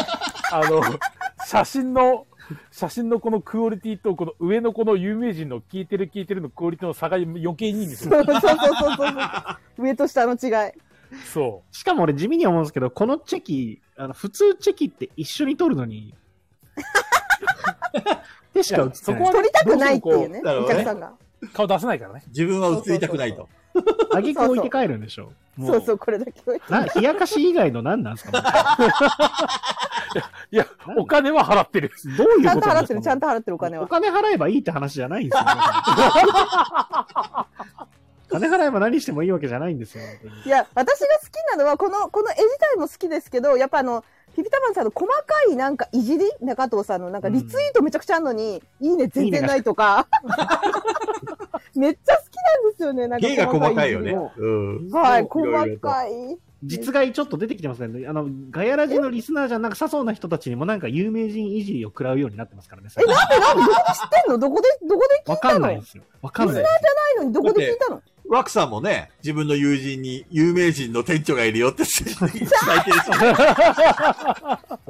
Speaker 2: あの、写真の、写真のこのクオリティと、この上のこの有名人の聞いてる聞いてるのクオリティの差が余計にいいんですよ。
Speaker 4: そうそうそうそうそう。上と下の違い。
Speaker 2: そ
Speaker 3: しかも俺地味に思うんですけど、このチェキ、あの普通チェキって一緒に撮るの
Speaker 4: [laughs]
Speaker 3: に。でしか写ってない。
Speaker 2: いやそこは
Speaker 4: 取りたくないっていうね、
Speaker 1: どうしてもこ
Speaker 4: お
Speaker 1: う
Speaker 4: 客さんが。
Speaker 2: う。顔出せないからね。
Speaker 1: 自分は映りたくないと。
Speaker 3: あげく置いて帰るんでしょ。も
Speaker 4: そうそう、これだけ置いて。
Speaker 3: な、冷やかし以外の何なんです
Speaker 4: [laughs]
Speaker 3: か
Speaker 2: いや、お金は払ってる。
Speaker 3: もうどういうこと
Speaker 4: ちゃんと
Speaker 3: な
Speaker 4: 払
Speaker 3: ん
Speaker 4: っ
Speaker 3: です
Speaker 4: て
Speaker 3: か
Speaker 4: る、ちゃんと払ってるお
Speaker 3: お
Speaker 4: 金は。
Speaker 3: 払えばいいって話じゃないんですよ。金払えば何してもいいわけじゃないんですよ。本当に
Speaker 4: いや、私が好きなのは、この、この絵自体も好きですけど、やっぱあの、ピピタパンさんの細かいなんかいじり中藤さんのなんかリツイートめちゃくちゃあるのに、いいね全然ないとか。 [laughs] めっちゃ好きなんですよね、なんか。
Speaker 1: 芸が細かいよ
Speaker 4: じ
Speaker 1: ね
Speaker 4: りも。
Speaker 1: うん。
Speaker 4: はい、
Speaker 1: そういろいろ
Speaker 4: 細
Speaker 1: と
Speaker 4: かい。
Speaker 3: 実害ちょっと出てきてますね。あの、ガヤラジのリスナーじゃなくさそうな人たちにもなんか有名人いじりを食らうようになってますからね。最
Speaker 4: え、
Speaker 3: 近
Speaker 4: なんでなんでどこで知ってんのどこで、どこで聞
Speaker 3: わ
Speaker 4: いた
Speaker 3: かん
Speaker 4: の
Speaker 3: ない
Speaker 4: ない
Speaker 3: ですよ。わかんないです
Speaker 4: のにどこで聞いたの
Speaker 1: ワクさんもね、自分の友人に有名人の店長がいるよって伝えてるし。
Speaker 3: [laughs] そう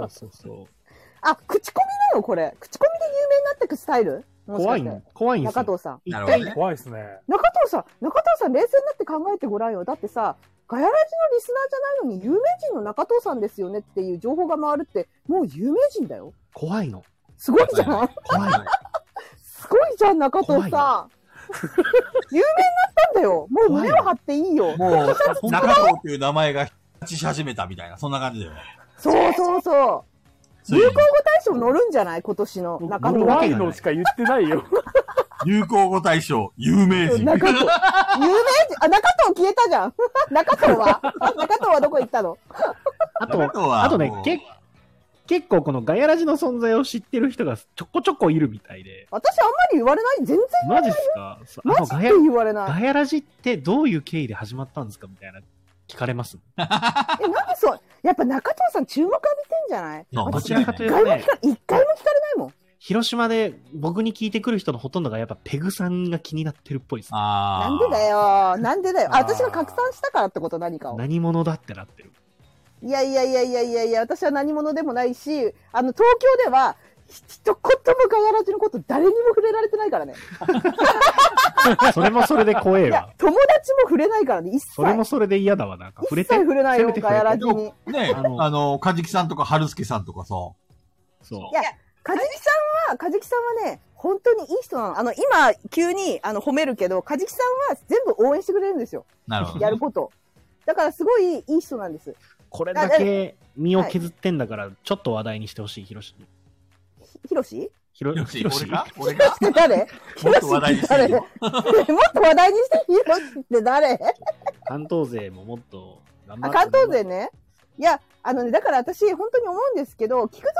Speaker 3: そうそ
Speaker 4: あ、口コミなのこれ。口コミで有名になってくスタイル
Speaker 3: う。
Speaker 4: もしか
Speaker 3: 怖い
Speaker 4: して
Speaker 3: ん、怖いんですよ。
Speaker 4: 中藤さん。
Speaker 3: 一
Speaker 1: なるほど
Speaker 3: 体
Speaker 1: ね。
Speaker 2: 怖いですね。
Speaker 4: 中藤さん、中藤さん冷静になって考えてごらんよ。だってさ、ガヤラジのリスナーじゃないのに有名人の中藤さんですよねっていう情報が回るって、もう有名人だよ。
Speaker 3: 怖いの。
Speaker 4: すごいじゃん
Speaker 3: 怖いの。
Speaker 4: すごいじゃん、中藤さん。 [laughs] 有名になったんだよ。もう胸を張っていいよ。
Speaker 1: もう、中藤っていう名前が立ち始めたみたいな、そんな感じだよね。
Speaker 4: そうそうそ
Speaker 1: つ
Speaker 4: う。
Speaker 1: いに
Speaker 4: 流行語大賞乗るんじゃない今年の中藤。
Speaker 2: 怖いのしか言ってないよ。
Speaker 1: 流行語大賞、有名 [laughs] 人。
Speaker 4: 中藤。有名人、あ、中藤消えたじゃん。 [laughs] 中藤は中藤はどこ行ったの
Speaker 3: あ
Speaker 1: 中藤
Speaker 3: と、
Speaker 1: は
Speaker 3: あとね
Speaker 1: もう、
Speaker 3: け結構このガヤラジの存在を知ってる人がちょこちょこいるみたいで。
Speaker 4: 私あんまり言われない。全然、
Speaker 3: マジっすかそうあ
Speaker 4: マ
Speaker 3: の
Speaker 4: ジ
Speaker 3: ガ
Speaker 4: で
Speaker 3: ヤ、
Speaker 4: 言われない。
Speaker 3: ガヤラジってどういう経緯で始まったんですかみたいな聞かれます。
Speaker 4: え、なんでそう、やっぱ中藤さん注目浴びてんじゃない
Speaker 1: な
Speaker 3: どちらかという
Speaker 4: 外
Speaker 3: と
Speaker 4: も
Speaker 3: ね
Speaker 4: 聞か、一回も聞かれないもん。
Speaker 3: 広島で僕に聞いてくる人のほとんどがやっぱペグさんが気になってるっぽいですね。
Speaker 1: あー
Speaker 4: なんでだ。よ。なんでだよ。あ、
Speaker 1: あー
Speaker 4: 私が拡散したからってこと何かを。
Speaker 3: 何者だってなってる。
Speaker 4: いやいやいやいやいやいや、私は何者でもないし、あの、東京では、ひ一言もガヤラジのこと誰にも触れられてないからね。
Speaker 3: それもそれで怖
Speaker 4: い
Speaker 3: え
Speaker 4: や
Speaker 3: わ。、
Speaker 4: 友達も触れないからね、一切。
Speaker 3: それもそれで嫌だわ。なんか触れ
Speaker 4: 一
Speaker 3: て
Speaker 4: 切。触れない
Speaker 3: せ
Speaker 4: よ、
Speaker 3: めて触
Speaker 4: ガ
Speaker 3: れ
Speaker 4: ヤ
Speaker 3: て
Speaker 4: ラジに。
Speaker 1: ね、
Speaker 3: あ
Speaker 1: あ
Speaker 3: の
Speaker 1: の、かじきさんとか、はるすけさんとかさ。
Speaker 3: そ
Speaker 4: いや、かじきさんは、かじきさんはね、本当にいい人なの。あの、今、急に、あの、褒めるけど、かじきさんは全部応援してくれるんですよ。
Speaker 1: なるほ
Speaker 4: や
Speaker 1: ど。
Speaker 4: ること。だから、すごいいい人なんです。
Speaker 3: う。これだけ身を削ってんだから、ちょっと話題にしてほしい、広島。
Speaker 4: ひひろし
Speaker 3: ひろ
Speaker 1: よし、俺
Speaker 3: 広
Speaker 1: か俺か
Speaker 4: って誰ひ
Speaker 1: も
Speaker 4: ろ
Speaker 1: っ
Speaker 4: し
Speaker 1: と話題
Speaker 4: っ
Speaker 1: に
Speaker 4: て
Speaker 1: してい
Speaker 4: 誰
Speaker 1: い
Speaker 4: もっ
Speaker 1: よ
Speaker 4: と話題にして、ひろしって誰
Speaker 3: 関東勢ももっと頑張
Speaker 4: あ
Speaker 3: って。
Speaker 4: 関東勢ね。いや、あのね、だから私、本当に思うんですけど、菊蔵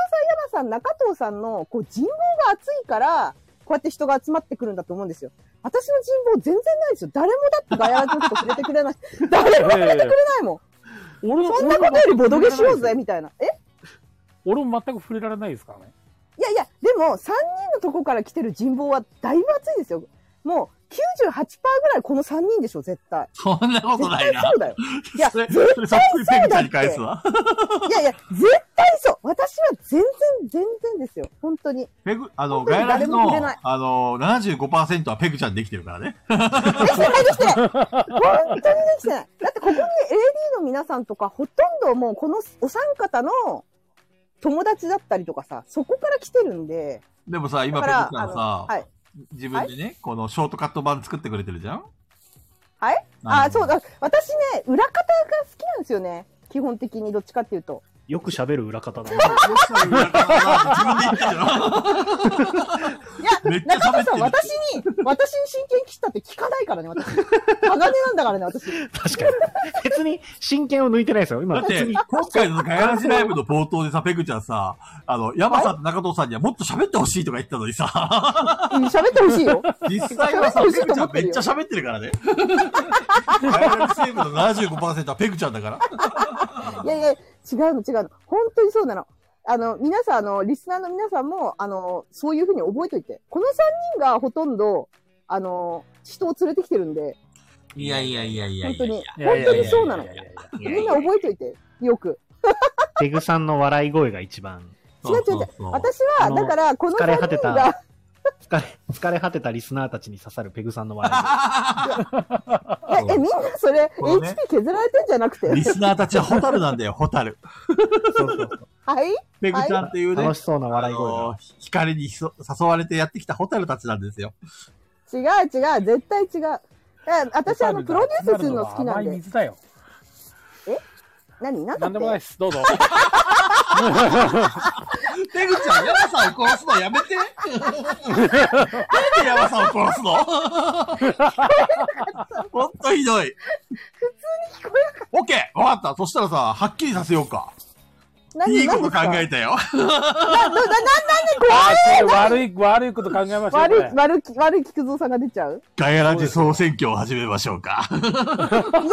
Speaker 4: さん、山さん、中藤さんの、こう、人望が厚いから、こうやって人が集まってくるんだと思うんですよ。私の人望全然ないですよ。誰もだってガヤラジのこと触れてくれない。誰も触れてくれないもん。
Speaker 2: 俺も
Speaker 4: そんなことよりボドゲしようぜ、みたいな。え
Speaker 2: 俺も全く触れられないですからね。
Speaker 4: いやいや、でも、3人のとこから来てる人望はだいぶ厚いですよ。もう、98%ぐらいこの3人でしょ、絶対。
Speaker 1: そんなこと
Speaker 4: 絶
Speaker 1: ない
Speaker 4: 対
Speaker 1: な。
Speaker 4: そうだよ。いや
Speaker 1: それ、
Speaker 4: 絶
Speaker 1: それそっくりペグちゃんに返すわ。
Speaker 4: いやいや、絶対そう。私は全然、全然ですよ。本当に。
Speaker 1: ペグ、あの、
Speaker 4: 本当
Speaker 1: ガヤ
Speaker 4: に
Speaker 1: ラジ
Speaker 4: 誰も触れない
Speaker 1: の、あの、75%はペグちゃんできてるからね。
Speaker 4: できてない、できてない。本当にできてない。だってここに AD の皆さんとか、ほとんどもうこのお三方の友達だったりとかさ、そこから来てるんで、
Speaker 1: でもさ、今
Speaker 4: だ
Speaker 1: ペ
Speaker 4: か
Speaker 1: グちゃ
Speaker 4: ら
Speaker 1: ん、
Speaker 4: あの、
Speaker 1: さ、
Speaker 4: はい。
Speaker 1: 自分でね、このショートカット版作ってくれてるじゃん
Speaker 4: はい
Speaker 1: の
Speaker 4: あ、そうだ。私ね、裏方が好きなんですよね。基本的にどっちかっていうと。
Speaker 3: よく喋る裏方だね。
Speaker 1: よっしゃ裏方だな自分で言ったじゃん。めっちゃ喋って
Speaker 4: いや、中田
Speaker 1: る
Speaker 4: さん、私に、私に真剣切ったって聞かないからね、私。鋼なんだからね、私。
Speaker 3: [laughs] 確かに。別に真剣を抜いてないですよ。今、
Speaker 1: だっ
Speaker 3: 別
Speaker 1: て、
Speaker 3: に。
Speaker 1: 今回のガヤラジライブの冒頭でさ、ペグちゃんさ、あの、ヤマさんと中藤さんにはもっと喋ってほしいとか言ってたのにさ、
Speaker 4: うん喋ってほしいよ。
Speaker 1: 実際はさ、
Speaker 4: 喋
Speaker 1: ペ
Speaker 4: ってほしい
Speaker 1: グ
Speaker 4: と
Speaker 1: ち
Speaker 4: 思
Speaker 1: ゃん
Speaker 4: って
Speaker 1: め
Speaker 4: る
Speaker 1: っ
Speaker 4: よ
Speaker 1: ちゃ喋ってる
Speaker 4: [laughs]
Speaker 1: からね。ガヤラジセーブの75%はペグちゃんだから。
Speaker 4: いやいや、違うの違うの。本当にそうなの。あの、皆さん、あの、リスナーの皆さんも、あの、そういうふうに覚えといて。この3人がほとんど、あの、人を連れてきてるんで、
Speaker 1: いやいやいやいや
Speaker 4: 本
Speaker 1: い
Speaker 4: 当
Speaker 1: や
Speaker 4: に、
Speaker 2: いやい
Speaker 4: 本
Speaker 2: や
Speaker 4: 当にそうなの
Speaker 2: いや。いやいやいや
Speaker 4: みんな覚えといて、よく。
Speaker 3: ペグさんの笑い声が一番。
Speaker 4: 違う違う違う。私
Speaker 3: あ
Speaker 4: は、
Speaker 3: の
Speaker 4: だから、この
Speaker 3: 疲れ果
Speaker 4: 3
Speaker 3: て
Speaker 4: 人
Speaker 3: た
Speaker 4: が、、
Speaker 3: 疲れ、疲れ果てたリスナーたちに刺さるペグさんの笑い声。
Speaker 1: [laughs]
Speaker 4: え、えみんなそれ、
Speaker 1: このね
Speaker 4: HP 削られてんじゃなくて。
Speaker 1: リスナーたちはホタルなんだよ、ホタル。
Speaker 3: そうそうそう
Speaker 4: はい
Speaker 1: ペグちゃんっていうね、
Speaker 3: 楽しそうな
Speaker 1: あ
Speaker 3: 笑い声
Speaker 1: の
Speaker 3: が。
Speaker 1: ー、光にひそ誘われてやってきたホタルたちなんですよ。
Speaker 4: 違う違う、絶対違う。え私、あの、プロデュースするの好きなん
Speaker 2: 甘い
Speaker 4: で。
Speaker 2: 水だよ。
Speaker 4: 何なん
Speaker 2: な
Speaker 4: だっ
Speaker 2: んで
Speaker 4: て
Speaker 2: もないです。どうぞ。
Speaker 1: ペグちゃん、ヤマさんを殺すのやめて。なんでヤマさんを殺すのほんとひどい。
Speaker 4: 聞こ
Speaker 1: オッケーわかった。そしたらさ、はっきりさせようか。
Speaker 4: え何
Speaker 1: いいこと考
Speaker 4: 何です
Speaker 1: えたよ。
Speaker 4: かな、な、な、なんで怖い
Speaker 2: あ悪い、 [laughs] 悪いこと考えました
Speaker 4: 悪
Speaker 2: よ
Speaker 4: い
Speaker 2: これ、
Speaker 4: 悪い、悪い菊蔵さんが出ちゃう
Speaker 1: ガヤラジ総選挙を始めましょうか。
Speaker 4: やめてくださいよ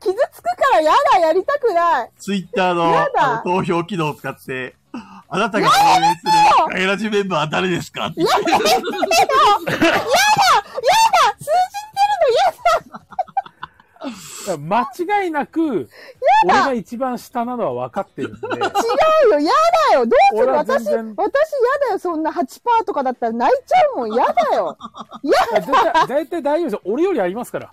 Speaker 4: 傷つくからやだ、やりたくない。
Speaker 1: ツイッターの
Speaker 4: やだ
Speaker 1: あの投票機能を使って、あなたが応援するガヤラジメンバーは誰ですかって
Speaker 4: やめてよやだやだ数
Speaker 2: 間違いなく、俺が一番下なのは分かってるんで、
Speaker 4: 字違うよやだよどうする
Speaker 2: 俺は
Speaker 4: 私、
Speaker 2: 全
Speaker 4: 私や
Speaker 2: 然
Speaker 4: だよそんな8%とかだったら泣いちゃうもん。やだよ
Speaker 2: いや絶対大体大丈夫ですよ。俺よりありますから。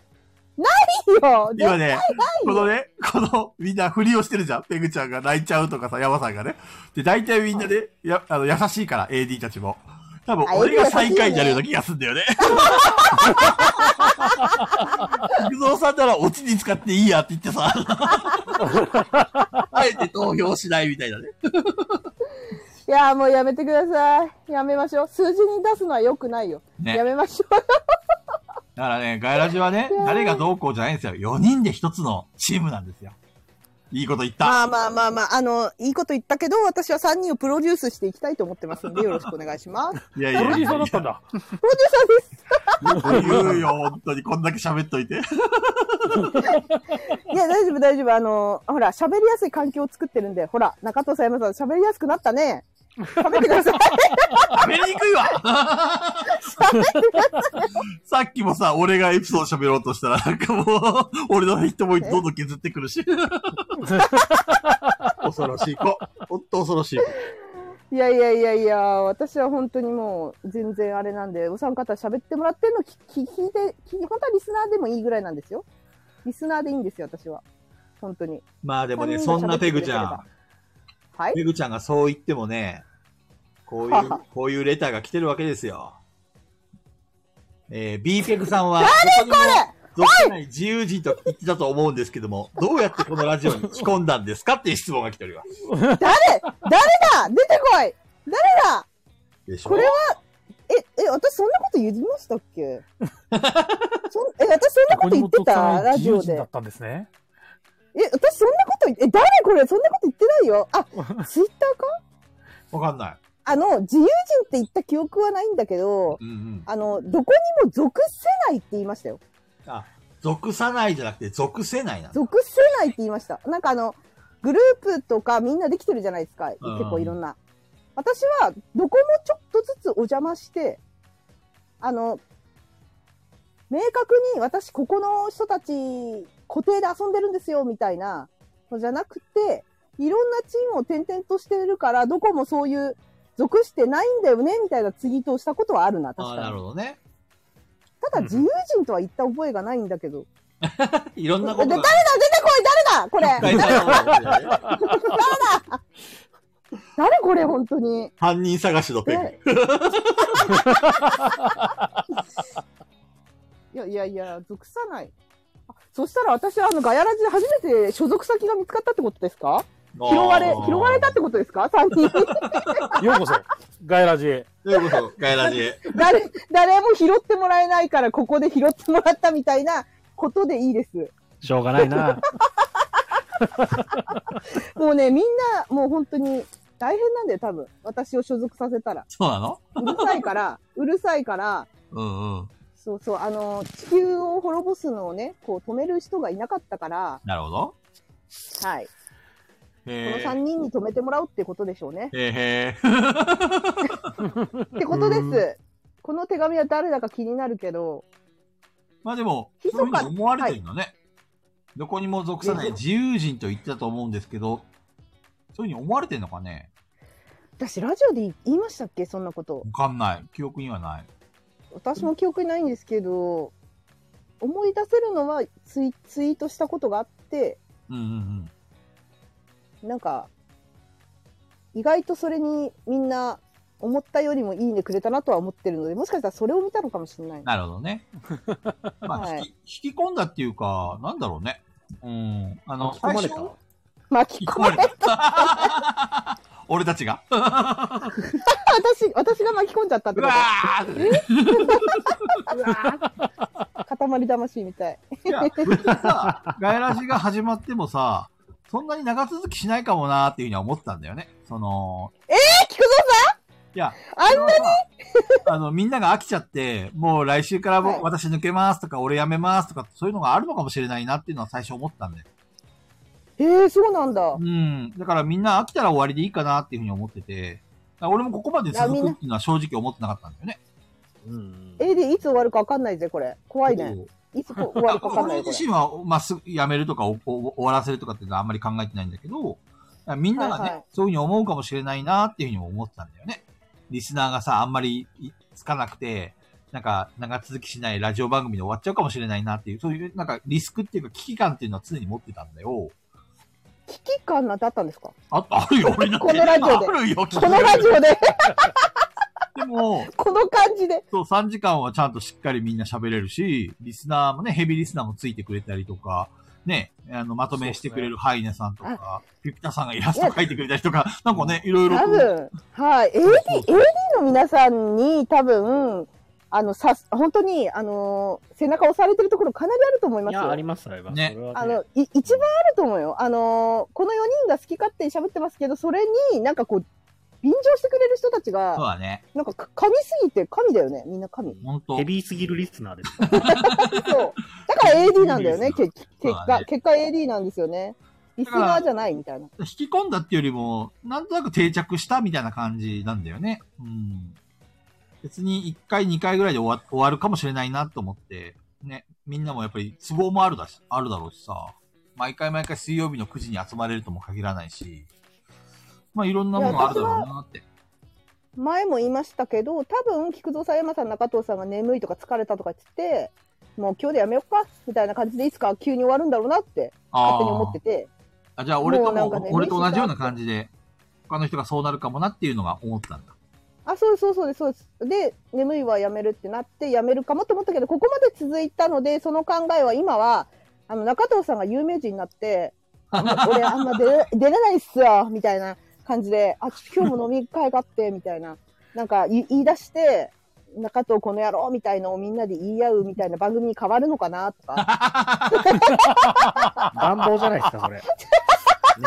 Speaker 4: よ
Speaker 1: 今ね、このね、この、みんなふりをしてるじゃん。ペグちゃんが泣いちゃうとかさ、ヤマさんがね。で、大体みんなね、や、あの、優しいから、AD たちも。多分、
Speaker 4: あ
Speaker 1: 俺
Speaker 4: AD
Speaker 1: が
Speaker 4: 優しいね
Speaker 1: 最下位になるような気がするんだよね。菊蔵さんならオチに使っていいやって言ってさ。あえて投票しないみたいなね。
Speaker 4: いや、もうやめてください。やめましょう。数字に出すのは良くないよ。
Speaker 1: ね
Speaker 4: やめましょう。
Speaker 1: だからね、ガイラジはね、誰がどうこうじゃないんですよ。4人で1つのチームなんですよ。いいこと言った。
Speaker 4: まあまあまあまあ、あの、いいこと言ったけど、私は3人をプロデュースしていきたいと思ってますので、よろしくお願いします。
Speaker 1: いやい
Speaker 2: プ
Speaker 1: や
Speaker 2: ロデ
Speaker 1: い
Speaker 2: ューサ
Speaker 1: や
Speaker 2: ーだったんだ。
Speaker 4: プロデューサーです。
Speaker 1: 言うよ、本当に。こんだけ喋っといて。
Speaker 4: いや、大丈夫、大丈夫。あの、ほら、喋りやすい環境を作ってるんで、ほら、中藤さん、山田さん、喋りやすくなったね。食べてください。
Speaker 1: 食べにくいわ [laughs] さっきもさ、俺がエピソード喋ろうとしたら、なんかもう、俺のヒットポイントどんどん削ってくる [laughs] し。恐ろしい子。ほんと恐ろしい子。
Speaker 4: いやいやいやいや、私は本当にもう全然あれなんで、お三方喋ってもらってるの聞聞いて、聞本当はリスナーでもいいぐらいなんですよ。リスナーでいいんですよ、私は。本当に。
Speaker 1: まあでもね、そ
Speaker 4: 三人が
Speaker 1: んなペグちゃ
Speaker 4: 喋ってくれ
Speaker 1: ん、 [laughs]
Speaker 4: はい
Speaker 1: ペグちゃんがそう言ってもね、こう
Speaker 4: [laughs]
Speaker 1: いう、こういうレターが来てるわけですよ。えー、B ペグさん
Speaker 4: [laughs]
Speaker 1: は、誰これない自由人と言ってたと思うんですけども、どうやってこのラジオに仕込んだんですかっていう質問が来ております。
Speaker 4: 誰誰だ出てこい誰だ
Speaker 1: でしょ
Speaker 4: これは、え、え、私そんなこと言いましたっ
Speaker 1: [laughs]
Speaker 4: けそんえ、私そんなこと言ってたラジオ
Speaker 2: だ
Speaker 4: で
Speaker 2: っ。たんですね。
Speaker 4: え、私そんなこと言って、え、誰これそんなこと言ってないよ。
Speaker 1: [laughs]
Speaker 4: あ、ツイッターか
Speaker 1: わかんない。
Speaker 4: あの、自由人って言った記憶はないんだけど、
Speaker 1: うんうん。
Speaker 4: あの、どこにも属せないって言いましたよ。
Speaker 1: あ、属さないじゃなくて、属せないなんだ。
Speaker 4: 属せないって言いました。なんかあの、グループとかみんなできてるじゃないですか。結
Speaker 1: うん
Speaker 4: 構いろんな。私は、どこもちょっとずつお邪魔して、あの、明確に私ここの人たち固定で遊んでるんですよみたいなのじゃなくて、いろんなチームを転々としてるから、どこもそういう属してないんだよねみたいなツイートをしたことはあるな、
Speaker 1: あ
Speaker 4: 確
Speaker 1: あ、
Speaker 4: か
Speaker 1: な
Speaker 4: に
Speaker 1: る。ほどね。 [laughs]
Speaker 4: ただ自由人とは言った覚えがないんだけど。
Speaker 1: いろんな
Speaker 4: だ
Speaker 1: こと
Speaker 4: 誰だ
Speaker 1: が。
Speaker 4: 出てこい誰だこれ
Speaker 1: 大体あるんだよね [laughs]
Speaker 4: 誰これ本当に。
Speaker 1: 犯人探しのペグ。
Speaker 4: でいやいやいや、属さない。あそしたら私はあのガヤラジで初めて所属先が見つかったってことですか拾われ
Speaker 1: あ、ー
Speaker 4: 拾われたってことですか三人。 [laughs]
Speaker 2: ようこそ、ガイラジへ。
Speaker 1: ということ、ガイラ
Speaker 4: [laughs]
Speaker 1: ジへ。
Speaker 4: 誰、誰も拾ってもらえないからここで拾ってもらったみたいなことでいいです。
Speaker 3: しょうがないな。
Speaker 4: もうね、みんな、もう本当に大変なんだよ、多分。私を所属させたら。
Speaker 1: そうなの
Speaker 4: うるさいから、うるさいから、
Speaker 1: うんうん。
Speaker 4: そうそう、あの、地球を滅ぼすのをね、こう止める人がいなかったから、
Speaker 1: なるほど。
Speaker 4: はい。この
Speaker 1: へ
Speaker 4: 3人に止めてもらうってことでしょうね。
Speaker 1: え。へ
Speaker 4: ってことで
Speaker 2: う
Speaker 4: す。この手紙は誰だか気になるけど、
Speaker 1: まあでも、
Speaker 4: ひ
Speaker 1: そういふ
Speaker 4: そう
Speaker 1: う
Speaker 4: か
Speaker 1: に思われてるのね。どこにも属さない自由人と言ってたと思うんですけど、そういうふうに思われてるのかね
Speaker 4: 私ラジオで言い言いましたっけそんなこと。
Speaker 1: わかんない。記憶にはない。
Speaker 4: 私も記憶にないんですけど、思い出せるのはツイツイートしたことがあって、
Speaker 1: うんうんうん。
Speaker 4: なんか、意外とそれにみんな思ったよりもいいねくれたなとは思ってるので、もしかしたらそれを見たのかもしれない。
Speaker 1: なるほどね。 [laughs] まあ、
Speaker 4: はい
Speaker 1: 引き引き込んだっていうか、なんだろうね。うん。あの、最初
Speaker 4: 巻き
Speaker 1: 引き
Speaker 4: 込
Speaker 1: 込
Speaker 4: ま
Speaker 1: ま
Speaker 4: れ
Speaker 1: れ
Speaker 4: た。
Speaker 1: た。俺たちが。
Speaker 4: 私、私が巻き込んじゃったって
Speaker 1: う
Speaker 4: こ
Speaker 1: わ
Speaker 4: と [laughs]
Speaker 1: ー
Speaker 4: 塊魂みたい。
Speaker 1: いや、別にさ、ガイラジが始まってもさ、そんなに長続きしないかもなーっていうふうには思ってたんだよね。その、
Speaker 4: え、菊蔵
Speaker 1: いや、
Speaker 4: さんあん
Speaker 1: それはさあの、みんなが飽きちゃって、もう来週からも
Speaker 4: はいう
Speaker 1: 私抜けますとか、俺辞めますとか、そういうのがあるのかもしれないなっていうのは最初思ったんで。
Speaker 4: えー、そうなんだ。
Speaker 1: うん。だからみんな飽きたら終わりでいいかなっていうふうに思ってて、だから俺もここまで続くっていうのは正直思ってなかったんだよね。
Speaker 3: うん
Speaker 4: えー、で、いつ終わるか分かんないぜ、これ。怖いね。
Speaker 1: そう
Speaker 4: いつこ終わるか分かんな
Speaker 1: 俺
Speaker 4: いよ、これ
Speaker 1: 自。身は、まあ、すぐ辞めるとかおお終わらせるとかっていうのはあんまり考えてないんだけど、みんながね、
Speaker 4: はいはい
Speaker 1: そういうふうに思うかもしれないなっていうふうにも思ってたんだよね。リスナーがさ、あんまりいつかなくて、なんか、長続きしないラジオ番組で終わっちゃうかもしれないなっていう、そういう、なんか、リスクっていうか、危機感っていうのは常に持ってたんだよ。
Speaker 4: 危機感なんてあったんですか
Speaker 1: あ、あるよ、俺だって。
Speaker 4: このラジオで
Speaker 1: あるよ、
Speaker 4: このラジオで、 [laughs]
Speaker 1: でも、
Speaker 4: この感じで。
Speaker 1: そう、3時間はちゃんとしっかりみんな喋れるし、リスナーもね、ヘビーリスナーもついてくれたりとか、ね、あの、まとめしてくれるハイネさんとか、ピピタさんがイラスト描いてくれたりとか、なんかね、いろいろ
Speaker 4: 多
Speaker 1: と。
Speaker 4: 分、はい。AD、AD の皆さんに多分、あの、さす、本当に、あのー背中押されてるところかなりあると思いま
Speaker 3: い
Speaker 4: す
Speaker 3: や、
Speaker 4: よ
Speaker 3: あり。ます、あれは。
Speaker 1: ね
Speaker 3: それは
Speaker 4: あ
Speaker 3: ね
Speaker 4: の、い、一番あると思うよ。あのーこの4人が好き勝手に喋ってますけど、それになんかこう、便乗してくれる人た
Speaker 1: そ
Speaker 4: ち
Speaker 1: う
Speaker 4: が、
Speaker 1: だね。
Speaker 4: なんかか、神すぎて神だよね。みんな [laughs] 神。
Speaker 1: ほんと
Speaker 3: ヘ。ビーすぎるリスナーです。
Speaker 4: そう。だから AD なんだよね、
Speaker 1: そう
Speaker 4: 結結
Speaker 1: そうだ
Speaker 4: 果、
Speaker 1: ね
Speaker 4: 結果 AD なんですよね。リスナーじゃないみたいな。
Speaker 1: 引き込んだっていうよりも、なんとなく定着したみたいな感じなんだよね。うん。別に1回、2回ぐらいで終わ終わるかもしれないなと思って、ね、みんなもやっぱり都合もあるだし、あるだろうしさ、毎回毎回水曜日の9時に集まれるとも限らないし、まあいろんなものあるだろうなって。
Speaker 4: 前も言いましたけど、多分、菊蔵さん、山さん、中藤さんが眠いとか疲れたとか言って、もう今日でやめようかみたいな感じで、いつか急に終わるんだろうなって、
Speaker 1: あ
Speaker 4: 勝手に思ってて。
Speaker 1: あ、じゃあ俺と
Speaker 4: もうな
Speaker 1: も、
Speaker 4: んかね
Speaker 1: 俺と同じような感じで、他の人がそうなるかもなっていうのが思ったんだ。
Speaker 4: あ、そうそうそうです、そうです。で、眠いはやめるってなって、やめるかもと思ったけど、ここまで続いたので、その考えは今は、あの、中藤さんが有名人になって、あの俺あんま
Speaker 3: [laughs]
Speaker 4: 出れ出れないっすよ、みたいな感じで、あ、今日も飲み会があって、みたいな。なんかい言い出して、中藤この野郎みたいのをみんなで言い合うみたいな番組に変わるのかなとか。
Speaker 3: [laughs] 願望じゃないですか、それ。ね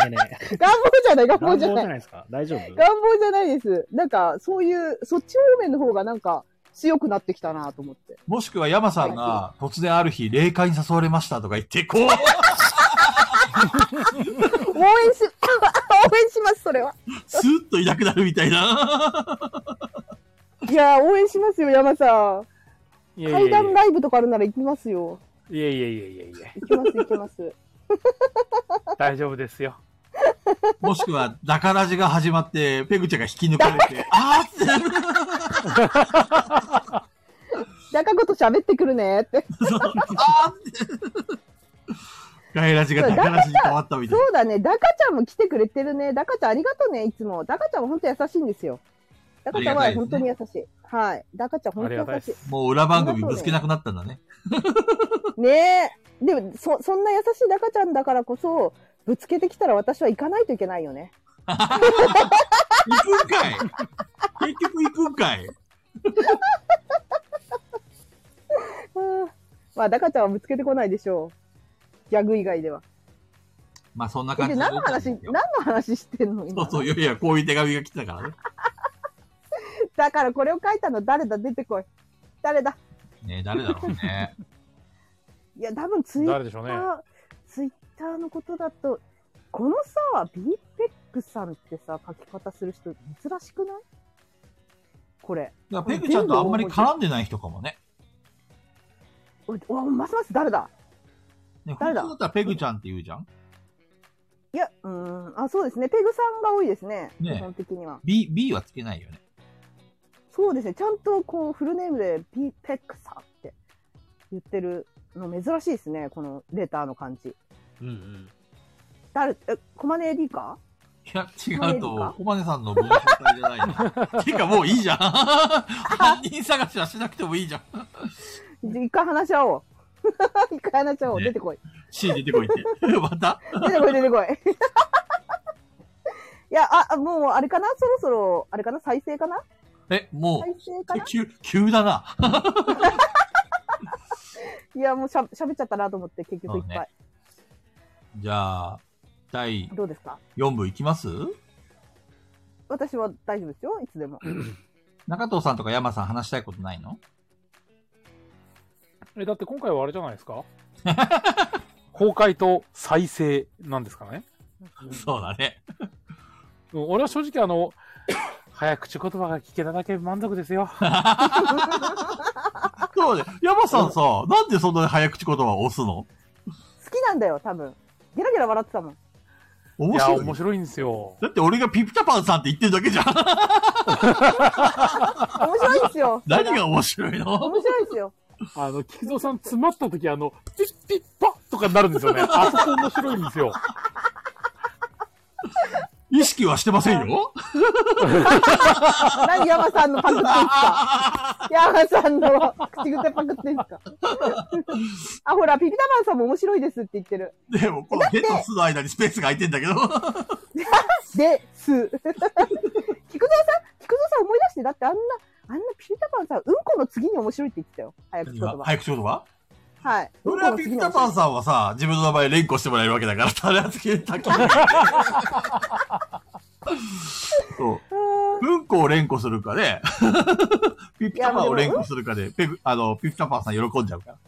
Speaker 3: えねえ。
Speaker 4: 願望じゃない、願望
Speaker 3: 願望
Speaker 4: じ
Speaker 3: じゃ
Speaker 4: ゃない。
Speaker 3: ないですか。大丈夫
Speaker 4: 願望じゃないです。なんか、そういう、そっち方面の方がなんか強くなってきたなと思って。
Speaker 1: もしくは山さんが突然ある日、霊界に誘われましたとか言って、こう、
Speaker 4: 応援し、応援します、それは。
Speaker 1: スーッといなくなるみたいな。
Speaker 4: [laughs] いやー、応援しますよ、山さ
Speaker 2: い
Speaker 4: ん。
Speaker 2: やいやい
Speaker 4: 階
Speaker 2: や
Speaker 4: 段ライブとかあるなら行きますよ。
Speaker 2: いやいやいやいやいや、
Speaker 4: 行きます、行きます。
Speaker 2: 大丈夫ですよ。
Speaker 1: もしくは、ダカラジが始まって、ペグちゃんが引き抜かれ
Speaker 4: [laughs]
Speaker 1: て、あーってなる。
Speaker 4: 中子と喋ってくるねって。
Speaker 1: あーって。ガイラジがダカラジに変わったみたい
Speaker 4: そうだね、ダカちゃんも来てくれてるね。ダカちゃんありがとうね、いつも。ダカちゃんも本当優しいんですよ。ダカちゃん
Speaker 1: あ
Speaker 4: は
Speaker 1: りが
Speaker 4: 本
Speaker 1: た
Speaker 4: 当
Speaker 1: い
Speaker 4: に
Speaker 1: で
Speaker 4: 優しい。はい。ダカちゃん本当に優しい。
Speaker 1: な。もう裏番組ぶつけなくなったんだね。
Speaker 4: ねえ。でも、そ、そんな優しいダカちゃんだからこそ、ぶつけてきたら私は行かないといけないよね。
Speaker 1: 行くんかい結局行くんかい
Speaker 4: うんまあ、ダカちゃんはぶつけてこないでしょう。ギャグ以外では。
Speaker 1: まあそんな
Speaker 4: え
Speaker 1: 感
Speaker 4: で
Speaker 1: じ
Speaker 4: 何の話、
Speaker 1: そう
Speaker 4: 何の話してんの今
Speaker 1: そう、いやいや、こういう手紙が来てたからね。
Speaker 4: だからこれを書いたの誰だ出てこい。誰だ
Speaker 1: ねえ誰だろうね。
Speaker 4: いや、多分ツイッ
Speaker 2: 誰でしょう
Speaker 4: タ
Speaker 2: ね。
Speaker 4: ー、ツイッターのことだと、このさ、ビーペックさんってさ、書き方する人珍しくないこれ。
Speaker 1: だからペグちゃんとあんまり絡んでない人かもね。
Speaker 4: おい、おますます誰だ
Speaker 1: ね
Speaker 4: 誰
Speaker 1: 普通だ
Speaker 4: だ
Speaker 1: ったらペグちゃんって言うじゃん
Speaker 4: いや、うーん、あ、そうですね。ペグさんが多いですね。
Speaker 1: ねえ
Speaker 4: 基本的には。
Speaker 1: ?B、B はつけないよね。
Speaker 4: そうですね。ちゃんとこう、フルネームでビーペックさんって言ってるの珍しいですね。このレターの感じ。
Speaker 3: うんうん。
Speaker 4: 誰、え、コマネ AD か
Speaker 1: いや、違うと思う
Speaker 4: コマネ
Speaker 1: コマネさ
Speaker 4: か、
Speaker 1: んの文章体じゃない [laughs] な。てかもういいじゃん。犯人探しはしなくてもいいじゃん。
Speaker 4: じゃあ一回話し合おう。 [laughs] 一回話し合おう。
Speaker 1: ね
Speaker 4: 出てこい。
Speaker 1: C 出てこいって。 [laughs] また
Speaker 4: 出てこい、出てこい。 [laughs] いや、あ、あもう、あれかなそろそろ、あれかな再生かな
Speaker 1: え、も
Speaker 4: 再生か
Speaker 1: う
Speaker 4: な、
Speaker 1: 急、急だな。
Speaker 4: いや、もうしゃ、喋っちゃったなと思って、結局いっぱい。
Speaker 1: そうじゃあ、第
Speaker 4: どうですか
Speaker 1: 4部いきます
Speaker 4: 私は大丈夫ですよ。いつでも。
Speaker 1: 中藤さんとか山さん話したいことないの
Speaker 2: え、だって今回はあれじゃないですか [laughs] 崩壊と再生なんですからね。
Speaker 1: そうだね。
Speaker 2: うん俺は正直
Speaker 1: [laughs]
Speaker 2: あの、早口言葉が聞けただけ満足ですよ。
Speaker 1: そうだね。山さんさ、なんでそんなに早口言葉を押すの
Speaker 4: 好きなんだよ、多分。ゲラゲラ笑ってたもん。
Speaker 2: い
Speaker 1: 面
Speaker 2: や、
Speaker 1: 白い。
Speaker 2: 面白いんですよ。
Speaker 1: だって俺がピピタパンさんって言ってるだけじ [laughs] ゃん。。
Speaker 4: 面白いですよ
Speaker 1: [laughs] 何が面白いの
Speaker 4: 面白いですよ。
Speaker 2: あの、菊蔵さん詰まった時あの、ピッピッパッとかになるんで
Speaker 1: [laughs]
Speaker 2: すよね。あそこ面白いんですよ。
Speaker 1: 意識はしてませんよ。
Speaker 4: 何山さんのパクっていいっす
Speaker 1: [laughs]
Speaker 4: か山さんの口癖パクっていいっすか [laughs] あ、ほら、ピピタパンさんも面白いですって言ってる。
Speaker 1: でも、このヘとスの間にスペースが空いてんだけど。
Speaker 4: です。菊蔵さん、菊蔵さん思い出して、だってあんな、あんなピピタパンさん、うんこの次に面白いって言ってたよ。早口
Speaker 1: 何
Speaker 4: 言
Speaker 1: が
Speaker 4: 葉。
Speaker 1: 早口言葉
Speaker 4: はい。うん
Speaker 1: 俺
Speaker 4: こ
Speaker 1: は
Speaker 4: の
Speaker 1: ピ
Speaker 4: 次
Speaker 1: ピ
Speaker 4: に
Speaker 1: タ
Speaker 4: 面
Speaker 1: パ
Speaker 4: 白い
Speaker 1: ンさんはさ、自分の名前連呼してもらえるわけだから、 [laughs] タレつけたき。そう。うんこを連呼するかで、 [laughs] ピピタパンを連呼するかで、ペグ、あの、ピピタパンさん喜んじゃうから。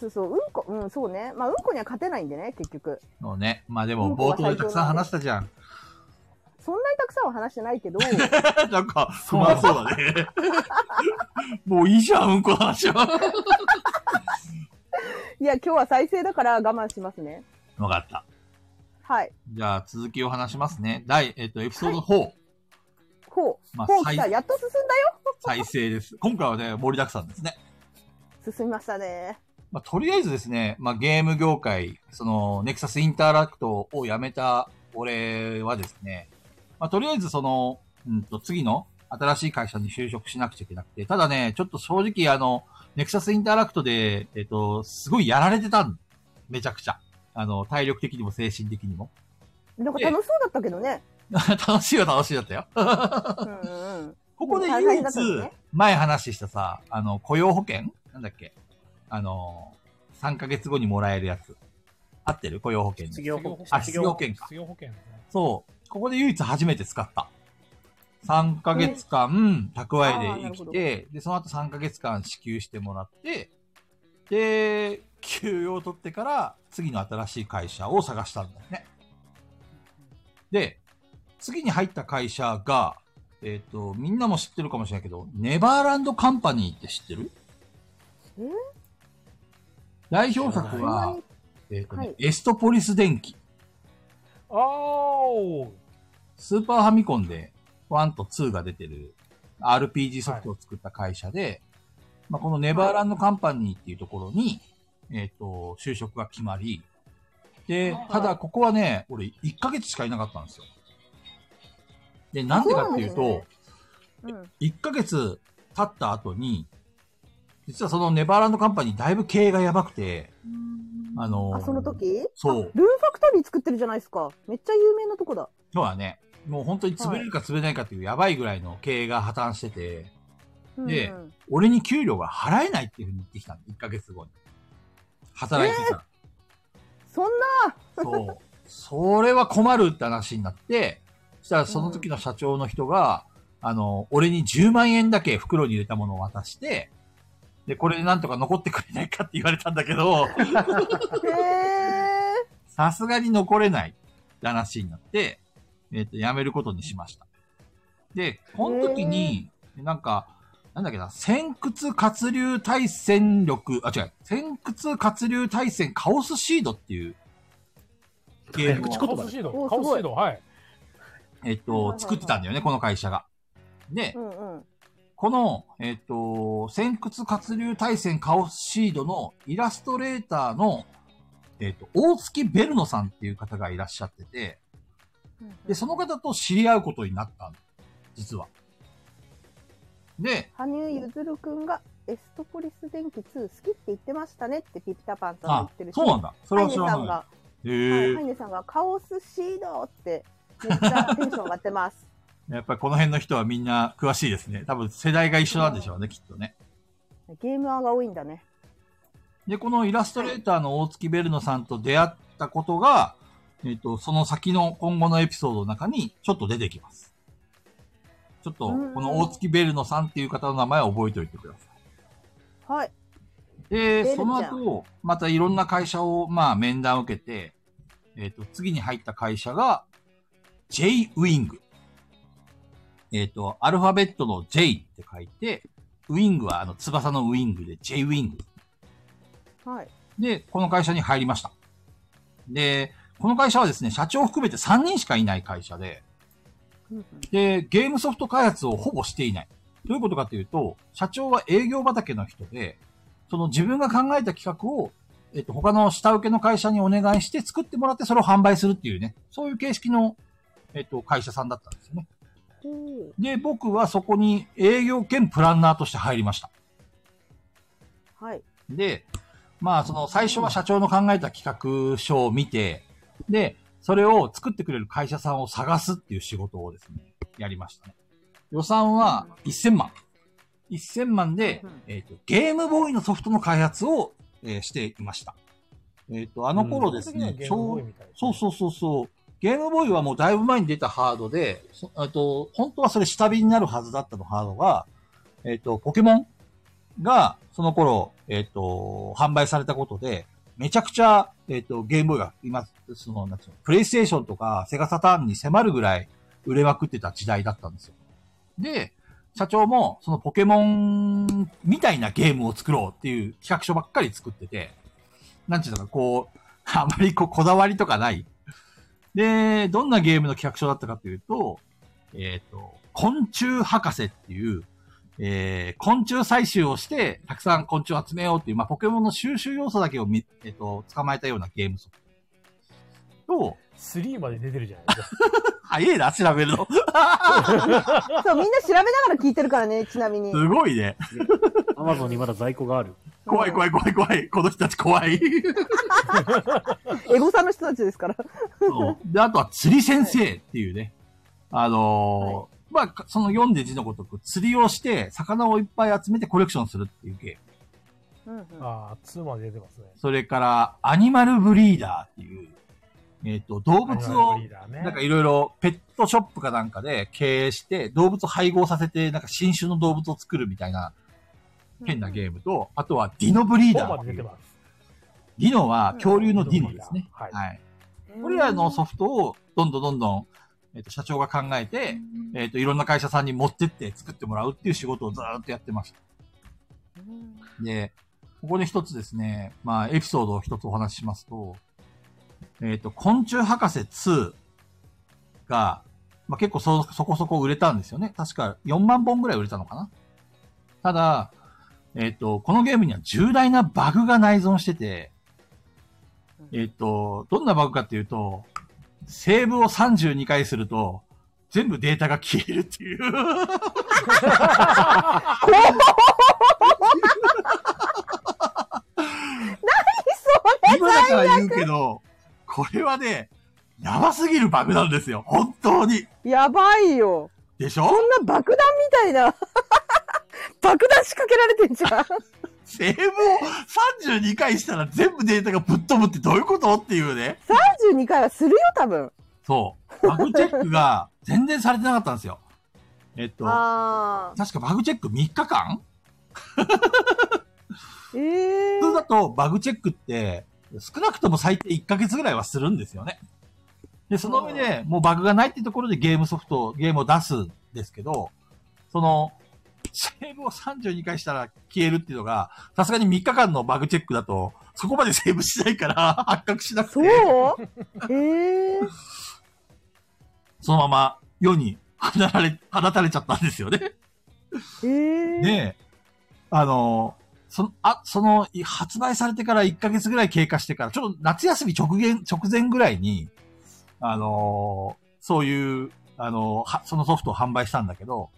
Speaker 4: そうそう、うんこ、うん、そうね。まあ、うんこには勝てないんでね、結局。
Speaker 1: そうね。まあでも、冒頭でたくさん話したじゃん。
Speaker 4: そんなにたくさんは話してない
Speaker 1: [laughs]
Speaker 4: けど、
Speaker 1: なんか、不満そうだ
Speaker 4: [laughs]
Speaker 1: ね。もういいじゃん、うんこの話は。
Speaker 4: いや、今日は再生だから我慢しますね。
Speaker 1: わかった。
Speaker 4: はい。
Speaker 1: じゃあ、続きを話しますね。第、えっと、エピソード4、
Speaker 4: こう。
Speaker 1: まあ
Speaker 4: こう
Speaker 1: 再
Speaker 4: 来た。やっと進ん
Speaker 1: 再生です。今回はね、盛りだくさんですね。
Speaker 4: だよ。進みましたね。
Speaker 1: まあ、とりあえずですね、まあ、ゲーム業界、その、ネクサスインタラクトを辞めた俺はですね、まあ、とりあえずその、うんと、次の新しい会社に就職しなくちゃいけなくて、ただね、ちょっと正直あの、ネクサスインタラクトで、えっと、すごいやられてたんめちゃくちゃ。あの、体力的にも精神的にも。 [laughs]
Speaker 4: なんか楽しそうだったけどね。
Speaker 1: 楽しいは楽しいだったよ。
Speaker 4: うんうん。
Speaker 1: ここで
Speaker 4: もう大
Speaker 1: 唯
Speaker 4: 変
Speaker 1: 一
Speaker 4: だったんですね、
Speaker 1: 前話したさ、あの、雇用保険なんだっけあの、3ヶ月後にもらえるやつ。合ってる雇用保険。
Speaker 3: 失業保
Speaker 1: あ失業保険か
Speaker 2: 失業保険ですね。
Speaker 1: そう。ここで唯一初めて使った。3ヶ月間、蓄えで生きて、で、その後3ヶ月間支給してもらって、で、給与を取ってから、次の新しい会社を探したんだよね。で、次に入った会社が、えっ、と、みんなも知ってるかもしれないけど、ネバーランドカンパニーって知ってる
Speaker 4: え
Speaker 1: 代表作
Speaker 4: そんな
Speaker 1: は
Speaker 4: に、
Speaker 1: えっ、とね、
Speaker 4: はい
Speaker 1: エストポリス電機。
Speaker 2: あー
Speaker 1: スーパーファミコンで1と2が出てる RPG ソフトを作った会社で、まあ、このネバーランドカンパニーっていうところに、えっ、と、就職が決まり、で、ただここはね、俺1ヶ月しかいなかったんですよ。で、なんでかっていう
Speaker 4: そうなん
Speaker 1: と
Speaker 4: で、うん。
Speaker 1: 1ヶ月経った後に、実はそのネバーランドカンパニーだいぶ経営がやばくて、あのー
Speaker 4: あ、その時
Speaker 1: そう。
Speaker 4: ルーンファクトリー作ってるじゃないですか。めっちゃ有名なとこだ。
Speaker 1: 今日はね、もう本当に潰れるか潰れないかっていうやばいぐらいの経営が破綻してて、
Speaker 4: うんうん、
Speaker 1: で俺に給料が払えないっていうふうに言ってきたの。1ヶ月後に。働いてたら。
Speaker 4: そんな、
Speaker 1: そう。それは困るって話になって、そしたらその時の社長の人が、あの、俺に10万円だけ袋に入れたものを渡して、で、これでなんとか残ってくれないかって言われたんだけど、
Speaker 4: へ
Speaker 1: さすがに残れないって話になって、えっ、と、辞めることにしました。で、この時に、なんか、なんだっけな、戦屈活流対戦力、あ、違う、戦屈活流対戦カオスシードっていうゲーム
Speaker 3: 早口
Speaker 1: を、
Speaker 2: カ
Speaker 3: 言葉
Speaker 2: オスシード、
Speaker 4: お
Speaker 2: カオスシード、は
Speaker 1: えっ、
Speaker 2: い。
Speaker 4: はいはいは
Speaker 1: と、
Speaker 4: い
Speaker 1: 作ってたんだよね、この会社が。で
Speaker 4: ー。う、んうん。
Speaker 1: この、えっ、と、戦屈活流対戦カオスシードのイラストレーターの、えっ、と、大月ベルノさんっていう方がいらっしゃってて、で、その方と知り合うことになったの。実は。で、
Speaker 4: 羽生結弦くんがエストポリス電気2好きって言ってましたねってピピタパンさんが言
Speaker 1: あ
Speaker 4: ってる、し
Speaker 1: そうなんだ。それ
Speaker 4: ハ
Speaker 1: は
Speaker 4: イネ
Speaker 1: 知
Speaker 4: さ
Speaker 1: ら
Speaker 4: ん
Speaker 1: な
Speaker 4: が、
Speaker 1: い。
Speaker 4: は
Speaker 1: へ
Speaker 4: い、
Speaker 1: え
Speaker 4: ハイネさんがカオスシードってめっちゃテンション上がってます。 [laughs]
Speaker 1: やっぱりこの辺の人はみんな詳しいですね。多分世代が一緒なんでしょうね、きっとね。
Speaker 4: ゲームアーが多いんだね。
Speaker 1: で、このイラストレーターの大月ベルノさんと出会ったことが、えっ、と、その先の今後のエピソードの中にちょっと出てきます。ちょっと、この大月ベルノさんっていう方の名前を覚えておいてください。
Speaker 4: はい。ベルち
Speaker 1: で、
Speaker 4: ゃん
Speaker 1: その後、またいろんな会社を、まあ、面談を受けて、えっ、と、次に入った会社が、J ウィング。えっ、と、アルファベットの J って書いて、ウィングはあの翼のウィングで J ウィング。
Speaker 4: はい。
Speaker 1: で、この会社に入りました。で、この会社はですね、社長を含めて3人しかいない会社で、
Speaker 4: うんうん
Speaker 1: で、ゲームソフト開発をほぼしていない。どういうことかというと、社長は営業畑の人で、その自分が考えた企画を、えっと、他の下請けの会社にお願いして作ってもらってそれを販売するっていうね、そういう形式の、えっと、会社さんだったんですよね。で、僕はそこに営業兼プランナーとして入りました。
Speaker 4: はい。
Speaker 1: で、まあ、その最初は社長の考えた企画書を見て、で、それを作ってくれる会社さんを探すっていう仕事をですね、やりましたね。予算は1000万。1000万で
Speaker 4: うん、
Speaker 1: えっ、と、ゲームボーイのソフトの開発を、えーしていました。えっ、と、あの頃ですね、
Speaker 2: ち
Speaker 1: ちょ
Speaker 2: ょ
Speaker 1: う
Speaker 2: う
Speaker 1: そうそうそうそう。ゲームボーイはもうだいぶ前に出たハードで、そあと、本当はそれ下火になるはずだったのハードが、えっ、と、ポケモンが、その頃、えっ、と、販売されたことで、めちゃくちゃ、えっ、と、ゲームボーイが今、その、なんつうの、プレイステーションとかセガサターンに迫るぐらい売れまくってた時代だったんですよ。で、社長も、そのポケモンみたいなゲームを作ろうっていう企画書ばっかり作ってて、なんちゅうのか、こう、 [laughs] あまりこう、こだわりとかない。で、どんなゲームの企画書だったかというと、えっ、と、昆虫博士っていう、えー、昆虫採集をして、たくさん昆虫を集めようっていう、まあ、ポケモンの収集要素だけをみ、えっ、と、捕まえたようなゲームソフト。と、
Speaker 5: 3まで出てるじゃないですか。
Speaker 1: 早いな、調べるの。
Speaker 4: そう、みんな調べながら聞いてるからね、ちなみに。
Speaker 1: すごいね。
Speaker 3: アマゾンにまだ在庫がある。
Speaker 1: 怖い怖い怖い怖い。この人たち怖い。
Speaker 4: エゴサの人たちですから。
Speaker 1: そうで、あとは釣り先生っていうね。あのーまあ、その読んで字のごとく釣りをして、魚をいっぱい集めてコレクションするっていうゲーム。
Speaker 4: うんうん
Speaker 5: ああ、2まで出てますね。
Speaker 1: それから、アニマルブリーダーっていう、えっ、と、動物を、
Speaker 5: リーダーね
Speaker 1: なんかいろいろペットショップかなんかで経営して、動物を配合させて、なんか新種の動物を作るみたいな変なゲームと、あとはディノブリーダ
Speaker 5: 4
Speaker 1: ー
Speaker 5: ま
Speaker 1: っ
Speaker 5: で
Speaker 1: て
Speaker 5: 出
Speaker 1: い
Speaker 5: て
Speaker 1: う。
Speaker 5: ます。
Speaker 1: ディノは恐竜のディノですね。
Speaker 5: はい
Speaker 1: はい。これらのソフトをどんどんどんどん、えっと社長が考えて、えっといろんな会社さんに持ってって作ってもらうっていう仕事をずーっとやってました。で、ここで一つですね、まあエピソードを一つお話ししますと、えっ、と、昆虫博士2が、まあ結構そそこそこ売れたんですよね。確か4万本ぐらい売れたのかな。ただ、えっ、と、このゲームには重大なバグが内存してて、えっ、と、どんなバグかっていうと、セーブを32回すると、全部データが消えるっていう。今だから言うけど、これはね、やばすぎるバグなんですよ。本当に。
Speaker 4: やばいよ。
Speaker 1: でしょ
Speaker 4: こんな爆弾みたいな。 [laughs] 爆弾仕掛けられてんじゃん。
Speaker 1: セーブを32回したら全部データがぶっ飛ぶってどういうことっていうね。
Speaker 4: 32回はするよ、多分。
Speaker 1: そう。バグチェックが全然されてなかったんですよ。えっと、
Speaker 4: ああ。
Speaker 1: 確かバグチェック3日間
Speaker 4: ええ
Speaker 1: 普通だとバグチェックって少なくとも最低1ヶ月ぐらいはするんですよね。で、その上でもうバグがないってところでゲームソフト、ゲームを出すんですけど、その、セーブを32回したら消えるっていうのが、さすがに3日間のバグチェックだと、そこまでセーブしないから発覚しなく
Speaker 4: そう
Speaker 1: て、
Speaker 4: ええ
Speaker 1: そのまま世に放たれ、放たれちゃったんですよね。
Speaker 4: ええ
Speaker 1: で、あの、その、あ、その、い発売されてから1ヶ月ぐらい経過してから、ちょっと夏休み直前、直前ぐらいに、あのーそういう、あのーは、そのソフトを販売したんだけど、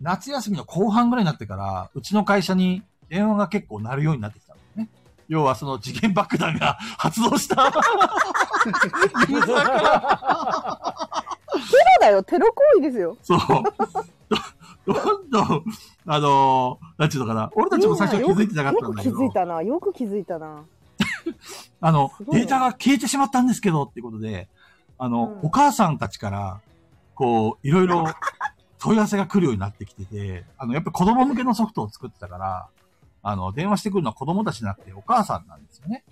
Speaker 1: 夏休みの後半ぐらいになってから、うちの会社に電話が結構鳴るようになってきたんですね。要はその次元爆弾が [laughs] 発動した。
Speaker 2: [laughs]
Speaker 4: そうだよ、テロ行為ですよ。
Speaker 1: そう。どどんどん、あのーなんちゅうのかな。俺たちも最初は気づいてなかったんだけ
Speaker 4: よ
Speaker 1: ど。
Speaker 4: く気づいたな、よく気づいたな。
Speaker 1: あの
Speaker 4: す、ごい
Speaker 1: デ
Speaker 4: ね
Speaker 1: ータが消えてしまったんですけど、っていうことで、あの、
Speaker 4: うん
Speaker 1: お母さんたちから、こう、いろい
Speaker 4: [laughs]
Speaker 1: ろ問い合わせが来るようになってきてて、あの、やっぱ子供向けのソフトを作ってたから、あの、電話してくるのは子供たちじゃなくてお母さんなんですよね。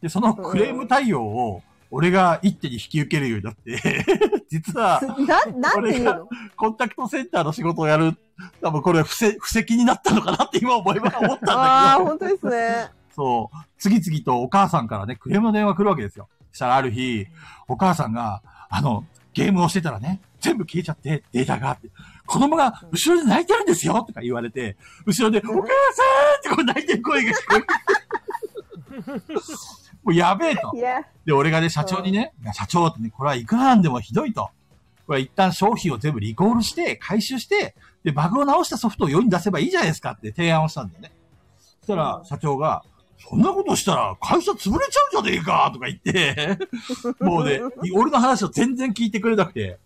Speaker 1: で、そのクレーム対応を、俺が一手に引き受けるようになって、 [laughs] 実は、
Speaker 4: な、なんて言うの
Speaker 1: コンタクトセンターの仕事をやる、多分これ不正、不責になったのかなって今思えば思ったんだけど。
Speaker 4: ああ、本当ですね。
Speaker 1: [laughs] そう、次々とお母さんからね、クレームの電話来るわけですよ。そしたらある日、お母さんが、あの、ゲームをしてたらね、全部消えちゃって、データがって。子供が後ろで泣いてるんですよとか言われて、後ろで、お母さんってこう泣いてる声が聞こえて。 [laughs] もうやべえと
Speaker 4: い。や、
Speaker 1: で、俺がね、社長にね、いや社長ってね、これはいくらなんでもひどいと。これは一旦商品を全部リコールして、回収して、で、バグを直したソフトを世に出せばいいじゃないですかって提案をしたんだよね。そしたら、社長が、そんなことしたら会社潰れちゃうんじゃねえかとか言
Speaker 4: [laughs]
Speaker 1: って、もうね、俺の話を全然聞いてくれなくて、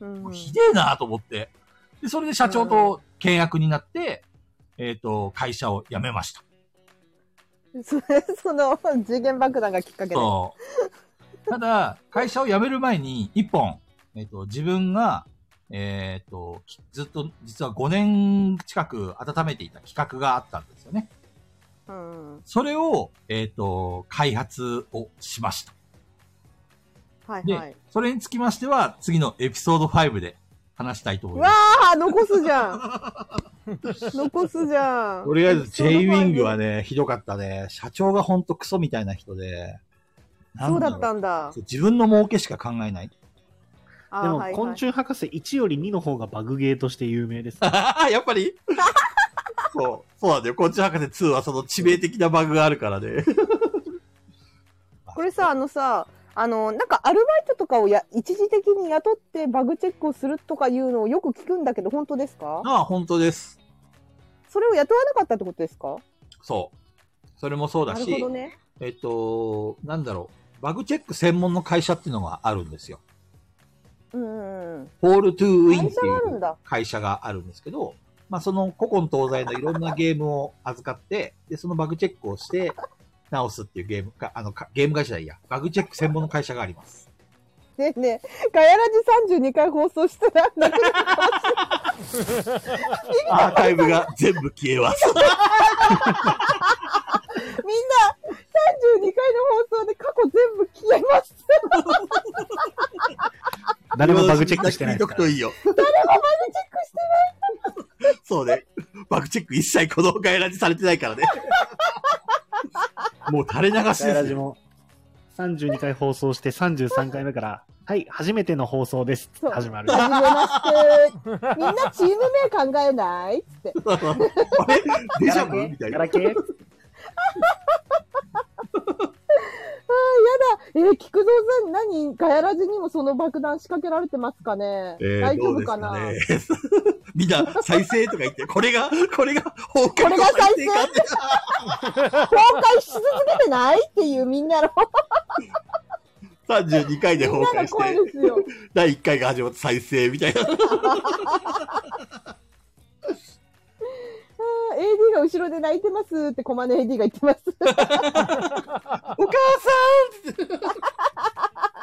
Speaker 4: うん、
Speaker 1: ひでえなと思って。で、それで社長と契約になって、えっ、と、会社を辞めました。
Speaker 4: それ、その、次元爆弾がきっかけで。
Speaker 1: そう。ただ、会社を辞める前に、一本、えっ、と、自分が、えーっと、きずっと実は5年近く温めていた企画があったんですよね。
Speaker 4: うん。
Speaker 1: それを、えーっと、開発をしました。
Speaker 4: はい
Speaker 1: で、
Speaker 4: はい。
Speaker 1: それにつきましては、次のエピソード5で話したいと思
Speaker 4: う
Speaker 1: い
Speaker 4: わ
Speaker 1: ます。
Speaker 4: あ、残すじゃん。
Speaker 1: [laughs]
Speaker 4: 残すじゃん。
Speaker 1: とりあえず、J
Speaker 4: そう
Speaker 1: ウィングはね、ひどかったね。社長がほんとクソみたいな人で。
Speaker 4: そう
Speaker 1: な
Speaker 4: だ
Speaker 1: ん
Speaker 4: っ
Speaker 1: ろ
Speaker 4: たんだ
Speaker 1: そ。う自分の儲けしか考えない。
Speaker 4: あ
Speaker 3: で
Speaker 4: ー
Speaker 3: も、
Speaker 4: はい
Speaker 3: 昆
Speaker 4: はい
Speaker 3: 虫博士1より2の方がバグゲーとして有名です。
Speaker 1: やっぱりそう、そうなんだよ。こっち博士2はその致命的なバグがあるからね。
Speaker 4: これさ、あのさ、あの、なんかアルバイトとかをや一時的に雇ってバグチェックをするとかいうのをよく聞くんだけど、本当ですか
Speaker 1: ああ、本当です。
Speaker 4: それを雇わなかったってことですか
Speaker 1: そう。それもそうだ
Speaker 4: なる
Speaker 1: し、
Speaker 4: ほどね。
Speaker 1: えっと、なんだろう。バグチェック専門の会社っていうのがあるんですよ。
Speaker 4: うんうんうん。
Speaker 1: ホールトゥーウィンって
Speaker 4: 会社がある
Speaker 1: い
Speaker 4: ん
Speaker 1: う
Speaker 4: だ
Speaker 1: 会社があるんですけど、まあその古今東西のいろんなゲームを預かって、で、そのバグチェックをして直すっていうゲームか、あの、かゲーム会社だいや、バグチェック専門の会社があります。
Speaker 4: ねえねえ、ガヤラジ32回放送したら、なくなる
Speaker 1: アーカイブが全部消えます。
Speaker 4: みんな、32回の放送で過去全部消えます。
Speaker 3: 誰もバグチェックしてないで
Speaker 1: [laughs]
Speaker 3: すから。
Speaker 1: いよ。そうね。バグチェック一切この外ラジされてないからね。 [laughs] もう垂れ流し
Speaker 3: ガヤラジも32回放送して33回目から、はい、初めての放送ですって始まる。
Speaker 4: はじめまして。みんなチーム名考えないつって。
Speaker 1: あれデジャブみたい
Speaker 3: ガ
Speaker 1: な
Speaker 3: ラ。ケー
Speaker 4: えー、菊蔵さん、何ガヤラジにもその爆弾仕掛けられてますかね、
Speaker 1: えー
Speaker 4: 大丈夫かな
Speaker 1: どうですかね [laughs] みんな再生とか言って、これが、これが崩壊
Speaker 4: これが再生
Speaker 1: かって
Speaker 4: 崩壊し続けてないっていうみんなの、
Speaker 1: 32回で
Speaker 4: みん
Speaker 1: 崩壊
Speaker 4: なの
Speaker 1: し
Speaker 4: 声
Speaker 1: て、
Speaker 4: ですよ。
Speaker 1: 第1回が始まって再生みたいな。
Speaker 4: あー AD が後ろで泣いてます
Speaker 1: [laughs]
Speaker 4: ってコマの AD が言ってます。
Speaker 1: お母さ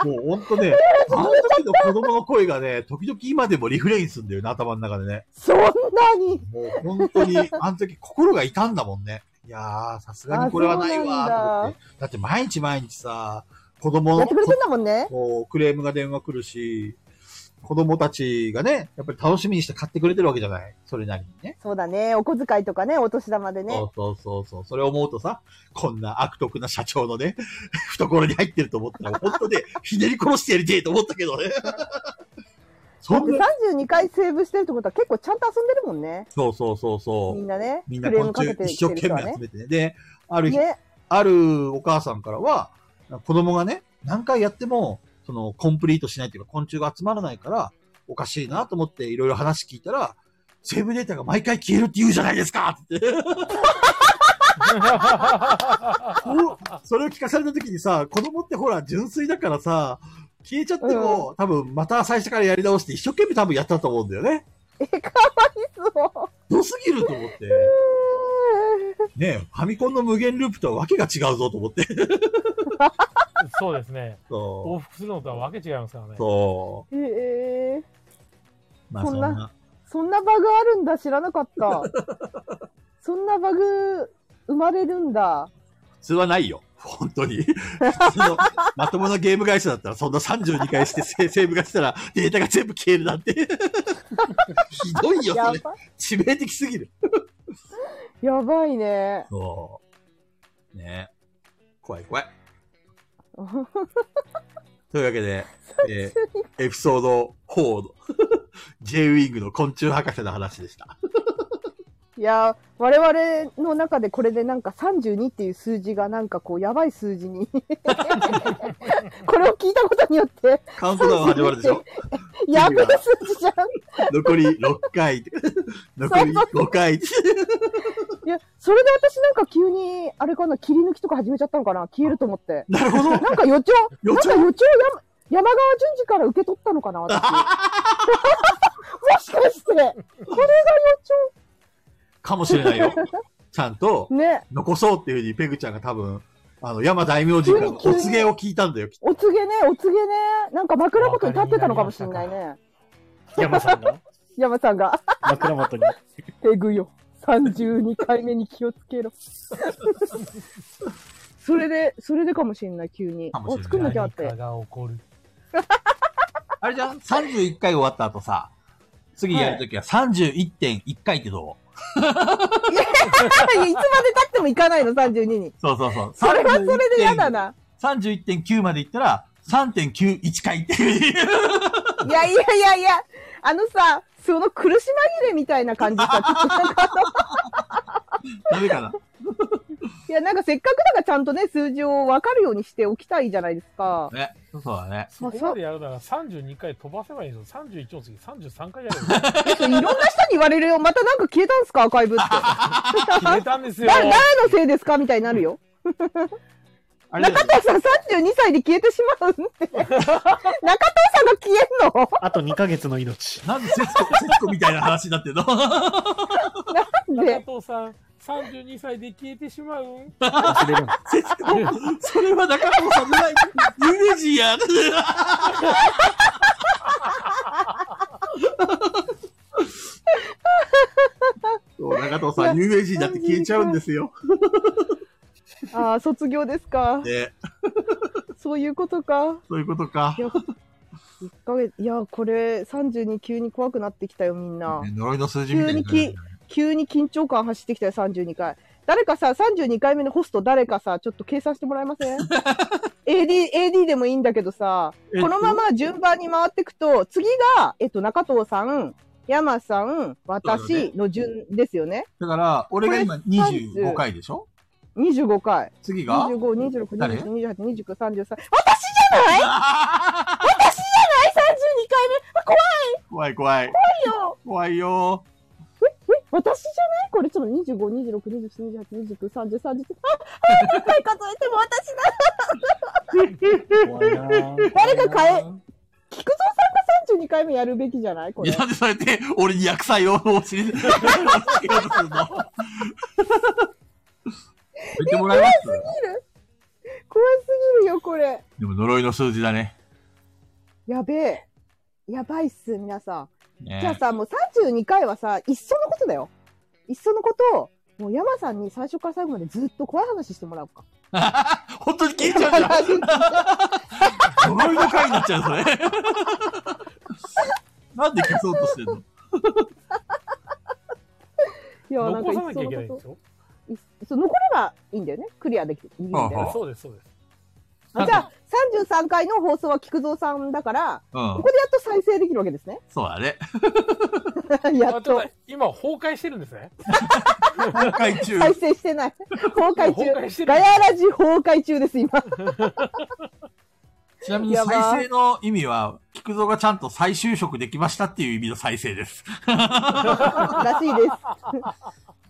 Speaker 1: んもうほんとね、あの時の子供の声がね、時々今でもリフレインするんだよね、頭の中でね。
Speaker 4: そんなに。
Speaker 1: もう本当に、あの時心が痛んだもんね。いやー、さすがにこれはないわ
Speaker 4: あそう
Speaker 1: ーと
Speaker 4: な
Speaker 1: 思
Speaker 4: ん
Speaker 1: って。だって毎日毎日さ、子供
Speaker 4: や
Speaker 1: の
Speaker 4: ってくれてんだもんね。
Speaker 1: こうクレームが電話来るし、子供たちがね、やっぱり楽しみにして買ってくれてるわけじゃない。それなりにね。
Speaker 4: そうだね。お小遣いとかね、お年玉で
Speaker 1: そ
Speaker 4: ね
Speaker 1: う。そうそうそう。それを思うとさ、こんな悪徳な社長のね、 [laughs] 懐に入ってると思ったら、本当ね、 [laughs] ひねり殺してやりてえと思ったけど
Speaker 4: [laughs]
Speaker 1: ね。そ
Speaker 4: だって
Speaker 1: んな、
Speaker 4: 32回セーブしてるってことは結構ちゃんと遊んでるもんね。
Speaker 1: そうそうそうそ
Speaker 4: み
Speaker 1: う。
Speaker 4: んなね。
Speaker 1: みん
Speaker 4: ク
Speaker 1: な
Speaker 4: レーム
Speaker 1: 昆
Speaker 4: かけて
Speaker 1: 虫
Speaker 4: きて
Speaker 1: 一生懸
Speaker 4: る人は
Speaker 1: 命
Speaker 4: ね
Speaker 1: 集。めてね。で、ある日、
Speaker 4: ね。
Speaker 1: あるお母さんからは、子供がね、何回やっても、その、コンプリートしないというか、昆虫が集まらないから、おかしいなと思っていろいろ話聞いたら、セーブデータが毎回消えるって言うじゃないですかって言っておそれを聞かされた時にさ、子供ってほら、純粋だからさ、消えちゃっても、多分また最初からやり直して一生懸命多分やったと思うんだよね。
Speaker 4: え、かわいそう。
Speaker 1: どすぎると思って。ねえファミコンの無限ループとはわけが違うぞと思って。
Speaker 5: そうですね。
Speaker 1: そ
Speaker 5: 往復するのとはわけ違いますからね
Speaker 1: う。。そ
Speaker 4: ええ
Speaker 1: う。まあ
Speaker 4: そ
Speaker 1: そ
Speaker 4: ん
Speaker 1: ん
Speaker 4: な
Speaker 1: な。
Speaker 4: そんなバグあるんだ、知らな
Speaker 1: [laughs]
Speaker 4: かった。そんなバグ、生まれるんだ。
Speaker 1: 普通はないよ。本当に。普通 [laughs] の、まともなゲーム会社だったら、そんな32回してセセーブがしたら、データが全部消えるなんて。ひどいよ、
Speaker 4: や
Speaker 1: そ
Speaker 4: ば
Speaker 1: れ。致命的すぎる。
Speaker 4: やばいね。
Speaker 1: そう。ね怖い怖い。 [laughs] というわけで、えーエピソード4の J ウィングの昆虫博士の話で [laughs] した。
Speaker 4: いや、我々の中でこれでなんか32っていう数字がなんかこう、やばい数字
Speaker 1: [laughs]
Speaker 4: に。これを聞いたことによって、
Speaker 1: カウントダウン始まるでしょ
Speaker 4: やべえ数字じゃん。
Speaker 1: 残り6回。残り5回。
Speaker 4: いや、それで私なんか急に、あれかな、切り抜きとか始めちゃったのかな、消えると思って。
Speaker 1: なるほど。
Speaker 4: なんか予兆、
Speaker 1: 予
Speaker 4: なん
Speaker 1: 兆
Speaker 4: か予兆山、山川淳二から受け取ったのかな、私。もしかして、これが予
Speaker 1: かもしれない
Speaker 4: [laughs]
Speaker 1: よ。ちゃんと
Speaker 4: 兆、ね、
Speaker 1: 残そうっていうふうにペグちゃんが多分、あの、山大名人からのお告げを聞いたんだよ。
Speaker 4: お告げね、お告げね、なんか枕元に立ってたのかもしれないね。
Speaker 3: 山さんが
Speaker 6: 山さんが、
Speaker 3: 枕元に。
Speaker 6: えぐよ。32回目に気をつけろ。それで、それでかもしれない、急に。
Speaker 1: かもしれない
Speaker 6: あ作んなきゃっ
Speaker 5: 何
Speaker 6: て
Speaker 5: か。が起こる。
Speaker 1: あれじゃん ?31 回終わった後さ、次やるときは31.1回ってどう、
Speaker 4: いやいつまで経っても行かないの、32に。
Speaker 1: そうそうそう。
Speaker 4: それはそれで嫌だな。
Speaker 1: 31.。31.9までいったら、3.91回っていう。 [laughs]
Speaker 4: いやいやいやいや、あのさ、その苦し紛れみたいな感じさ、ちょっとなんか
Speaker 1: ダメかない
Speaker 4: や、なんかせっかくだからちゃんとね、数字を分かるようにしておきたいじゃないですか。
Speaker 1: ね。そうだね。
Speaker 5: そこまでやるなら32回飛ばせばいいんですよ。31の次、33回やる
Speaker 4: [laughs]
Speaker 5: よ。
Speaker 4: いろんな人に言われるよ。またなんか消えたんすかアーカイブって。
Speaker 5: 決めたんですよ。
Speaker 4: だ誰のせいですかみたいになるよ。
Speaker 1: あれだよ
Speaker 4: 中
Speaker 1: ね
Speaker 4: 藤さん32歳で消えてしまうんって。中藤さんが消えんの
Speaker 3: あと2ヶ月の命。
Speaker 1: なんで節子、節子みたいな話になってんの
Speaker 4: なんで
Speaker 5: 加藤さん、32歳で消えてしまうん
Speaker 3: 忘れるの。
Speaker 1: それは中藤さんじゃない。ユネジや。 [laughs] そう中藤さん、有名人だって消えちゃうんですよ。
Speaker 4: ああ、卒業ですか。
Speaker 1: ね、
Speaker 4: そういうことか。
Speaker 1: そういうことか。
Speaker 4: 1ヶ月、いや、これ32急に怖くなってきたよ、みんな。
Speaker 1: ね呪いの数字みたいな。
Speaker 4: 急に急に緊張感走ってきたよ、32回。誰かさ、32回目のホスト、誰かさ、ちょっと計算してもらえま
Speaker 1: [laughs]
Speaker 4: せん ?AD、AD でもいいんだけどさ、
Speaker 1: えっと
Speaker 4: このまま順番に回っていくと、次が、えっと、中藤さん、山さん、
Speaker 1: そうだね
Speaker 4: 私の順ですよね。
Speaker 1: だから、俺が今25回でしょ
Speaker 4: 25回。
Speaker 1: 次が
Speaker 4: 25、26、
Speaker 1: 誰
Speaker 4: 27、28、29、33。私じゃない私じゃない
Speaker 1: [laughs] 怖い怖い。
Speaker 4: !32 回目よ
Speaker 1: 怖いよ。
Speaker 6: え、
Speaker 4: 私じゃないこれちょっと25、26、27、28、29、30、30。あ、あ、何回数えても私だ
Speaker 3: 怖いなぁ
Speaker 4: 誰か変え、菊蔵さんが32回目やるべきじゃないこ
Speaker 1: い
Speaker 4: れ
Speaker 1: や。なんでそうやって、俺に薬剤を教え [laughs] て、教えようとする
Speaker 4: [laughs]
Speaker 1: の言ってもらいます
Speaker 4: 怖すぎるよ、これ。
Speaker 1: でも呪いの数字だね。
Speaker 4: やべえ。やばいっす、皆さん。じゃあ
Speaker 1: ね
Speaker 4: さ、もう32回はさ、いっそのことだよ。いっそのことを、もう山さんに最初から最後までずっと怖い話してもらおうか。
Speaker 1: 本当に聞いちゃうじゃん。呪いの回になっちゃう、それ。 [laughs] なんで消そうとしてんの
Speaker 4: いや、なん
Speaker 5: [laughs]
Speaker 4: か
Speaker 5: 残
Speaker 4: いっ
Speaker 5: さなきゃ
Speaker 4: そ
Speaker 5: いけない
Speaker 4: の
Speaker 5: ん
Speaker 4: こ
Speaker 5: ですよ。
Speaker 4: と。いっそう残ればいいんだよね。クリアできる。いいんだよ
Speaker 1: はあは
Speaker 4: ね
Speaker 1: あ
Speaker 5: そうです、そうです。
Speaker 4: あじゃあ、33回の放送は菊蔵さんだから、
Speaker 1: うん
Speaker 4: ここ。でやっと再生できるわけですね。 [laughs]
Speaker 1: そうだ [laughs] ね。
Speaker 4: や
Speaker 5: あ
Speaker 4: っ
Speaker 5: ちょ
Speaker 4: と
Speaker 5: っ。と今、崩壊してるんですね。
Speaker 1: 今回中。
Speaker 4: 再生してない。崩壊
Speaker 5: 崩壊して
Speaker 4: 中。
Speaker 5: る
Speaker 4: ガヤラジ崩壊中で
Speaker 5: [laughs]
Speaker 4: す、今。
Speaker 1: ちなみに
Speaker 4: やば
Speaker 1: 再生の意味は、菊蔵がちゃんと再就職できましたっていう意味の再生です。
Speaker 4: らしいです。
Speaker 5: [laughs]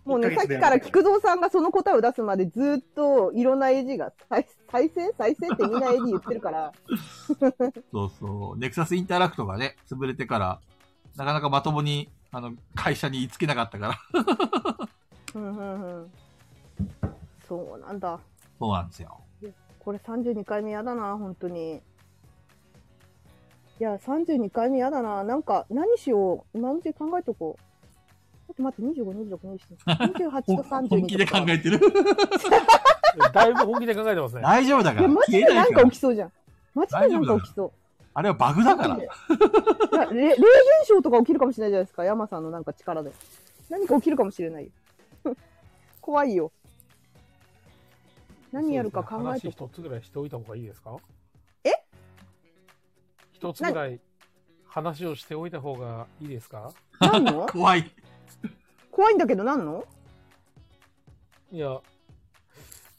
Speaker 4: もうね、
Speaker 3: 1
Speaker 4: さ
Speaker 3: ヶ
Speaker 4: っ
Speaker 3: 月
Speaker 4: き
Speaker 3: で
Speaker 4: から菊蔵さんがその答えを出すまでずっといろんな AD が再再生再生ってみんな AD 言ってるから、
Speaker 1: [laughs] そうそう。ネクサスインタラクトがね、潰れてから、なかなかまともに、あの、会社に居つけなかったから。
Speaker 4: うんうんうん、そうなんだ。
Speaker 1: そうなんですよ。
Speaker 4: これ32回目やだな、本当に。いや、32回目やだな。なんか、何しよう。今のうちに考えとこう。ちょっと待って、25、26、27、28と32
Speaker 1: 本気で考えてる。
Speaker 5: だいぶ本気で考えてますね。
Speaker 1: 大丈夫だから。
Speaker 4: いや、マジで
Speaker 1: 消え
Speaker 4: ないん
Speaker 1: か
Speaker 4: から起きそうじゃん。マジでなんか起きそう。
Speaker 1: あれはバグだから。
Speaker 4: いや、れ霊現象とか起きるかもしれないじゃないですか。山さんのなんか力で。何か起きるかもしれないよ。 [laughs] 怖いよ。何やるか
Speaker 5: そ
Speaker 4: 考え
Speaker 5: う
Speaker 4: て
Speaker 5: ですね話一つぐらいしておいた方がいいですか
Speaker 4: え
Speaker 5: 一つぐらい話をしておいた方がいいですか
Speaker 4: 何の
Speaker 1: 怖い。
Speaker 4: 怖いんだけど何の
Speaker 5: いや、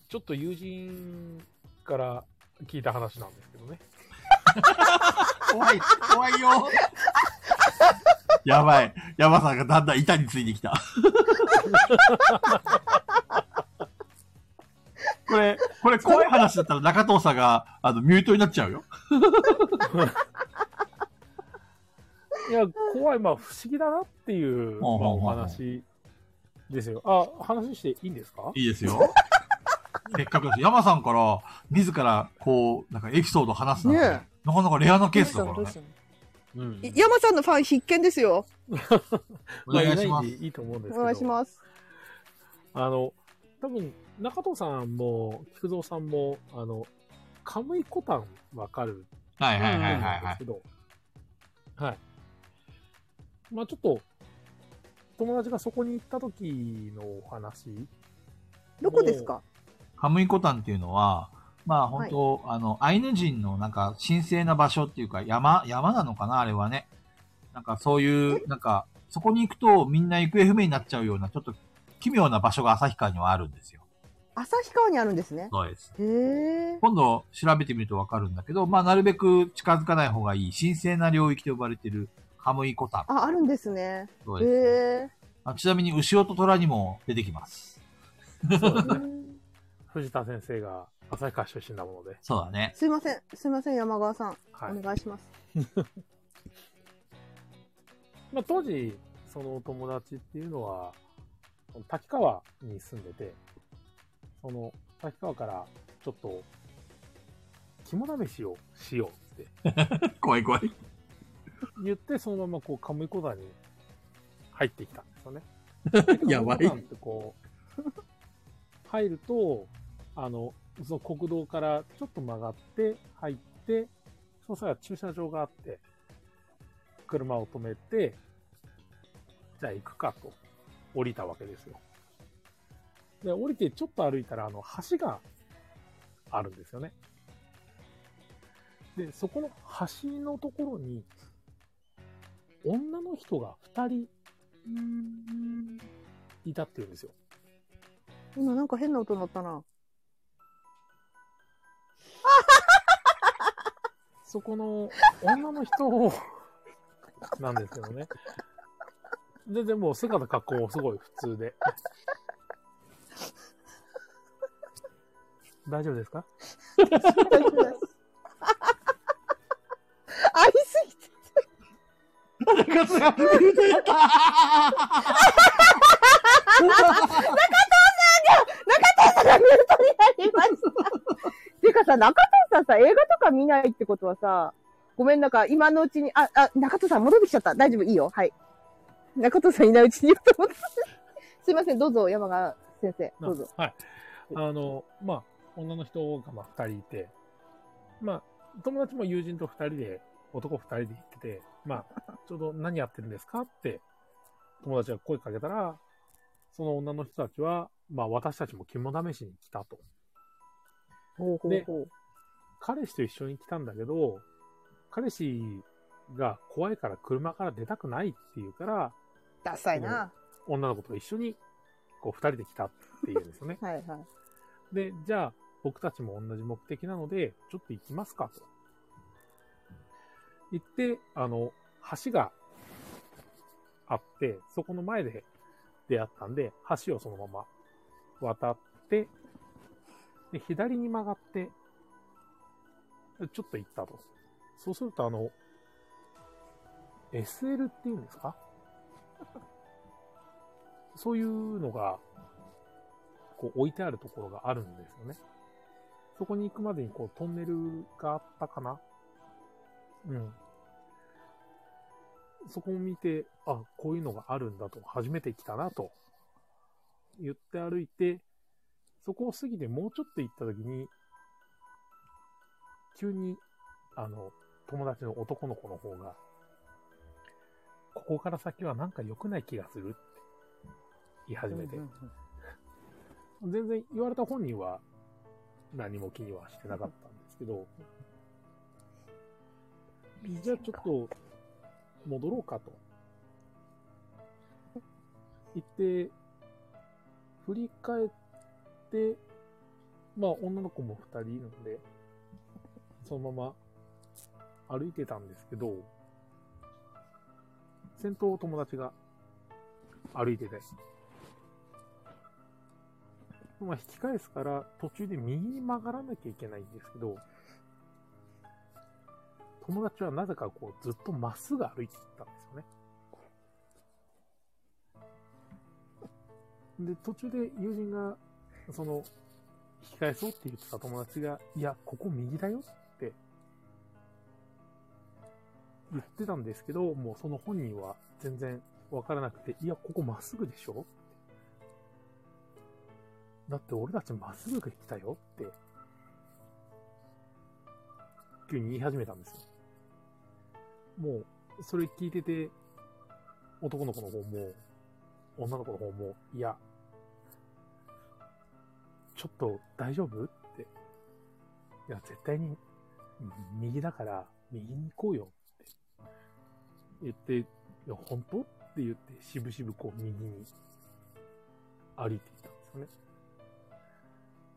Speaker 5: ちょっと友人から聞いた話なんですけどね。
Speaker 1: 怖い。怖いよ。やばい。山さんがだんだん板についてきた。これ、これ怖い話だったら中藤さんが、あの、ミュートになっちゃうよ。
Speaker 5: いや、怖い、まあ、不思議だなっていう、まあ、
Speaker 1: ほうほうほう
Speaker 5: お話ですよ。あ、話していいんですか
Speaker 1: いいですよ。せっかくだし、山さんから、自ら、こう、なんかエピソード話すなんて、
Speaker 4: ね
Speaker 1: なかなかレアなケースだからね。
Speaker 2: うん
Speaker 4: い山さんのファン必見ですよ。
Speaker 1: お願いしま
Speaker 2: あ
Speaker 1: す
Speaker 2: な。でいいと思うんです
Speaker 4: お
Speaker 2: けど。
Speaker 4: 願いします。
Speaker 2: あの、多分、中藤さんも、菊蔵さんも、あの、カムイコタンわかる
Speaker 1: はいはい
Speaker 2: と
Speaker 1: はい
Speaker 2: 思
Speaker 1: は
Speaker 2: う
Speaker 1: い
Speaker 2: んで
Speaker 1: は
Speaker 2: す
Speaker 1: い。
Speaker 2: けど、はい。まあちょっと、友達がそこに行った時のお話。
Speaker 4: どこですか
Speaker 1: カムイコタンっていうのは、まあ本当、あの、アイヌ人のなんか神聖な場所っていうか山、山なのかなあれはね。なんかそういう、なんか、そこに行くとみんな行方不明になっちゃうような、ちょっと奇妙な場所が旭川にはあるんですよ。
Speaker 4: 旭川にあるんですね。
Speaker 1: そうです。
Speaker 4: へえ。
Speaker 1: 今度調べてみるとわかるんだけど、まあなるべく近づかない方がいい神聖な領域と呼ばれているカムイコタン。
Speaker 4: あ、あるんですね。
Speaker 1: そう
Speaker 4: へ
Speaker 1: ですね
Speaker 4: え。
Speaker 1: あちなみに、牛尾と虎にも出てきます。
Speaker 4: うん
Speaker 2: 藤田先生が旭川出身なもので。
Speaker 1: そうだね。
Speaker 4: すいません、すいません、山川さん。
Speaker 2: はい
Speaker 4: お。願いします。
Speaker 2: まあ、当時、そのお友達っていうのは、その滝川に住んでて、その滝川からちょっと、肝試しをしようって
Speaker 1: 怖い怖 [laughs] い。
Speaker 2: 言って、そのままこう、カムイコダに入ってきたんですよね。
Speaker 1: [laughs] やばい
Speaker 2: カムイコダってこう、入ると、あの、その国道からちょっと曲がって、入って、その際は駐車場があって、車を止めて、じゃあ行くかと、降りたわけですよ。で、降りてちょっと歩いたら、あの、橋があるんですよね。で、そこの橋のところに、女の人が2人いたっていうんですよ。
Speaker 4: 今なんか変な音鳴ったな。
Speaker 2: そこの女の人を [laughs] なんですよね。で、でも、セカの格好もすごい普通で。大丈夫ですか
Speaker 4: 大丈夫ですありすぎて。
Speaker 3: 中藤さんがミュートになりました。てかさ、中藤さんさ、映画とか見ないってことはさ、
Speaker 4: ごめん、なんか今のうちに、あ、あ、中戸さん戻ってきちゃった。大丈夫、いいよ。はい。中戸さんいないうちに言うと思って。すいません、どうぞ、山川先生。どうぞ。
Speaker 2: はい。あの、まあ、女の人がまあ2人いて、まあ、友達も友人と2人で、男2人で行ってて、ま
Speaker 4: [laughs]
Speaker 2: あ、ちょうど何やってるんですかって、友達が声かけたら、その女の人たちは、まあ、私たちも肝試しに来たと。
Speaker 4: ほうほうほう。
Speaker 2: 彼氏と一緒に来たんだけど、彼氏が怖いから車から出たくないっていうから、
Speaker 4: ダサいな。。
Speaker 2: 女の子と一緒に、こう、二人で来たっていうんですよね
Speaker 4: はいはい。
Speaker 2: で、じゃあ、僕たちも同じ目的なので、ちょっと行きますか、と。行って、あの、橋があって、そこの前で出会ったんで、橋をそのまま渡って、で、左に曲がって、ちょっと行ったと。そうすると、あの、SL っていうんですか [laughs] そういうのが、こう置いてあるところがあるんですよね。そこに行くまでにこうトンネルがあったかなうん。そこを見て、あ、こういうのがあるんだと、初めて来たなと、言って歩いて、そこを過ぎてもうちょっと行った時に、急に、あの、友達の男の子の方が、ここから先はなんか良くない気がするって言い始めて、全然言われた本人は何も気にはしてなかったんですけど、じゃあちょっと戻ろうかと。言って、振り返って、まあ女の子も二人いるので、そのまま歩いてたんですけど、先頭を友達が歩いてて、まあ、引き返すから途中で右に曲がらなきゃいけないんですけど、友達はなぜかこうずっとまっすぐ歩いていったんですよね。で、途中で友人が、その、引き返そうって言ってた友達が、いや、ここ右だよって、言ってたんですけど、もうその本人は全然わからなくて、いや、ここまっすぐでしょだって俺たちまっすぐ来たよって、急に言い始めたんですよ。もう、それ聞いてて、男の子の方も、女の子の方も、いや、ちょっと大丈夫って。いや、絶対に、うん右だから、右に行こうよって。言って、いや、本当って言って、しぶしぶこう、右に歩いていったんですよね。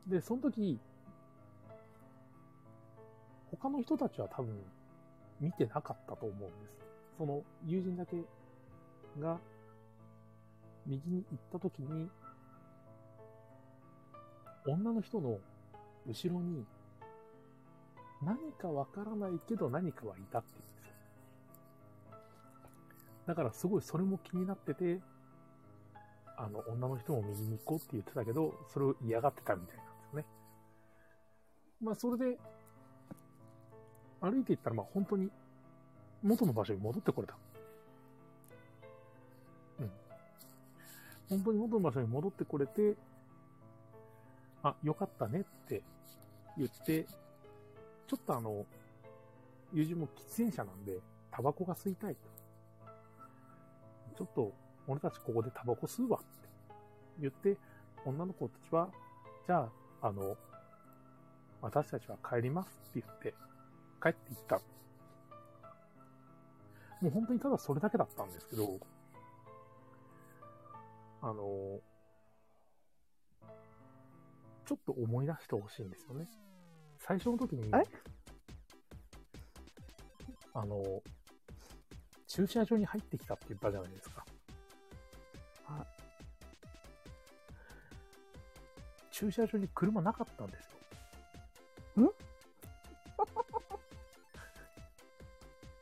Speaker 2: で、その時、他の人たちは多分、見てなかったと思うんです。その友人だけが、右に行った時に、女の人の後ろに、何かわからないけど何かはいたって言うんですよ。だからすごいそれも気になってて、あの、女の人も右に行こうって言ってたけど、それを嫌がってたみたいなんですよね。まあ、それで、歩いていったら、まあ、本当に、元の場所に戻ってこれた。うん。本当に元の場所に戻ってこれて、あ、よかったねって言って、ちょっとあの、友人も喫煙者なんで、タバコが吸いたいと。ちょっと、俺たちここでタバコ吸うわって言って、女の子たちは、じゃあ、あの、私たちは帰りますって言って、帰っていった。もう本当にただそれだけだったんですけど、あの、ちょっと思い出してほしいんですよね。最初の時に
Speaker 4: あ、
Speaker 2: あの、駐車場に入ってきたって言ったじゃないですか。駐車場に車なかったんです
Speaker 4: んえ、ど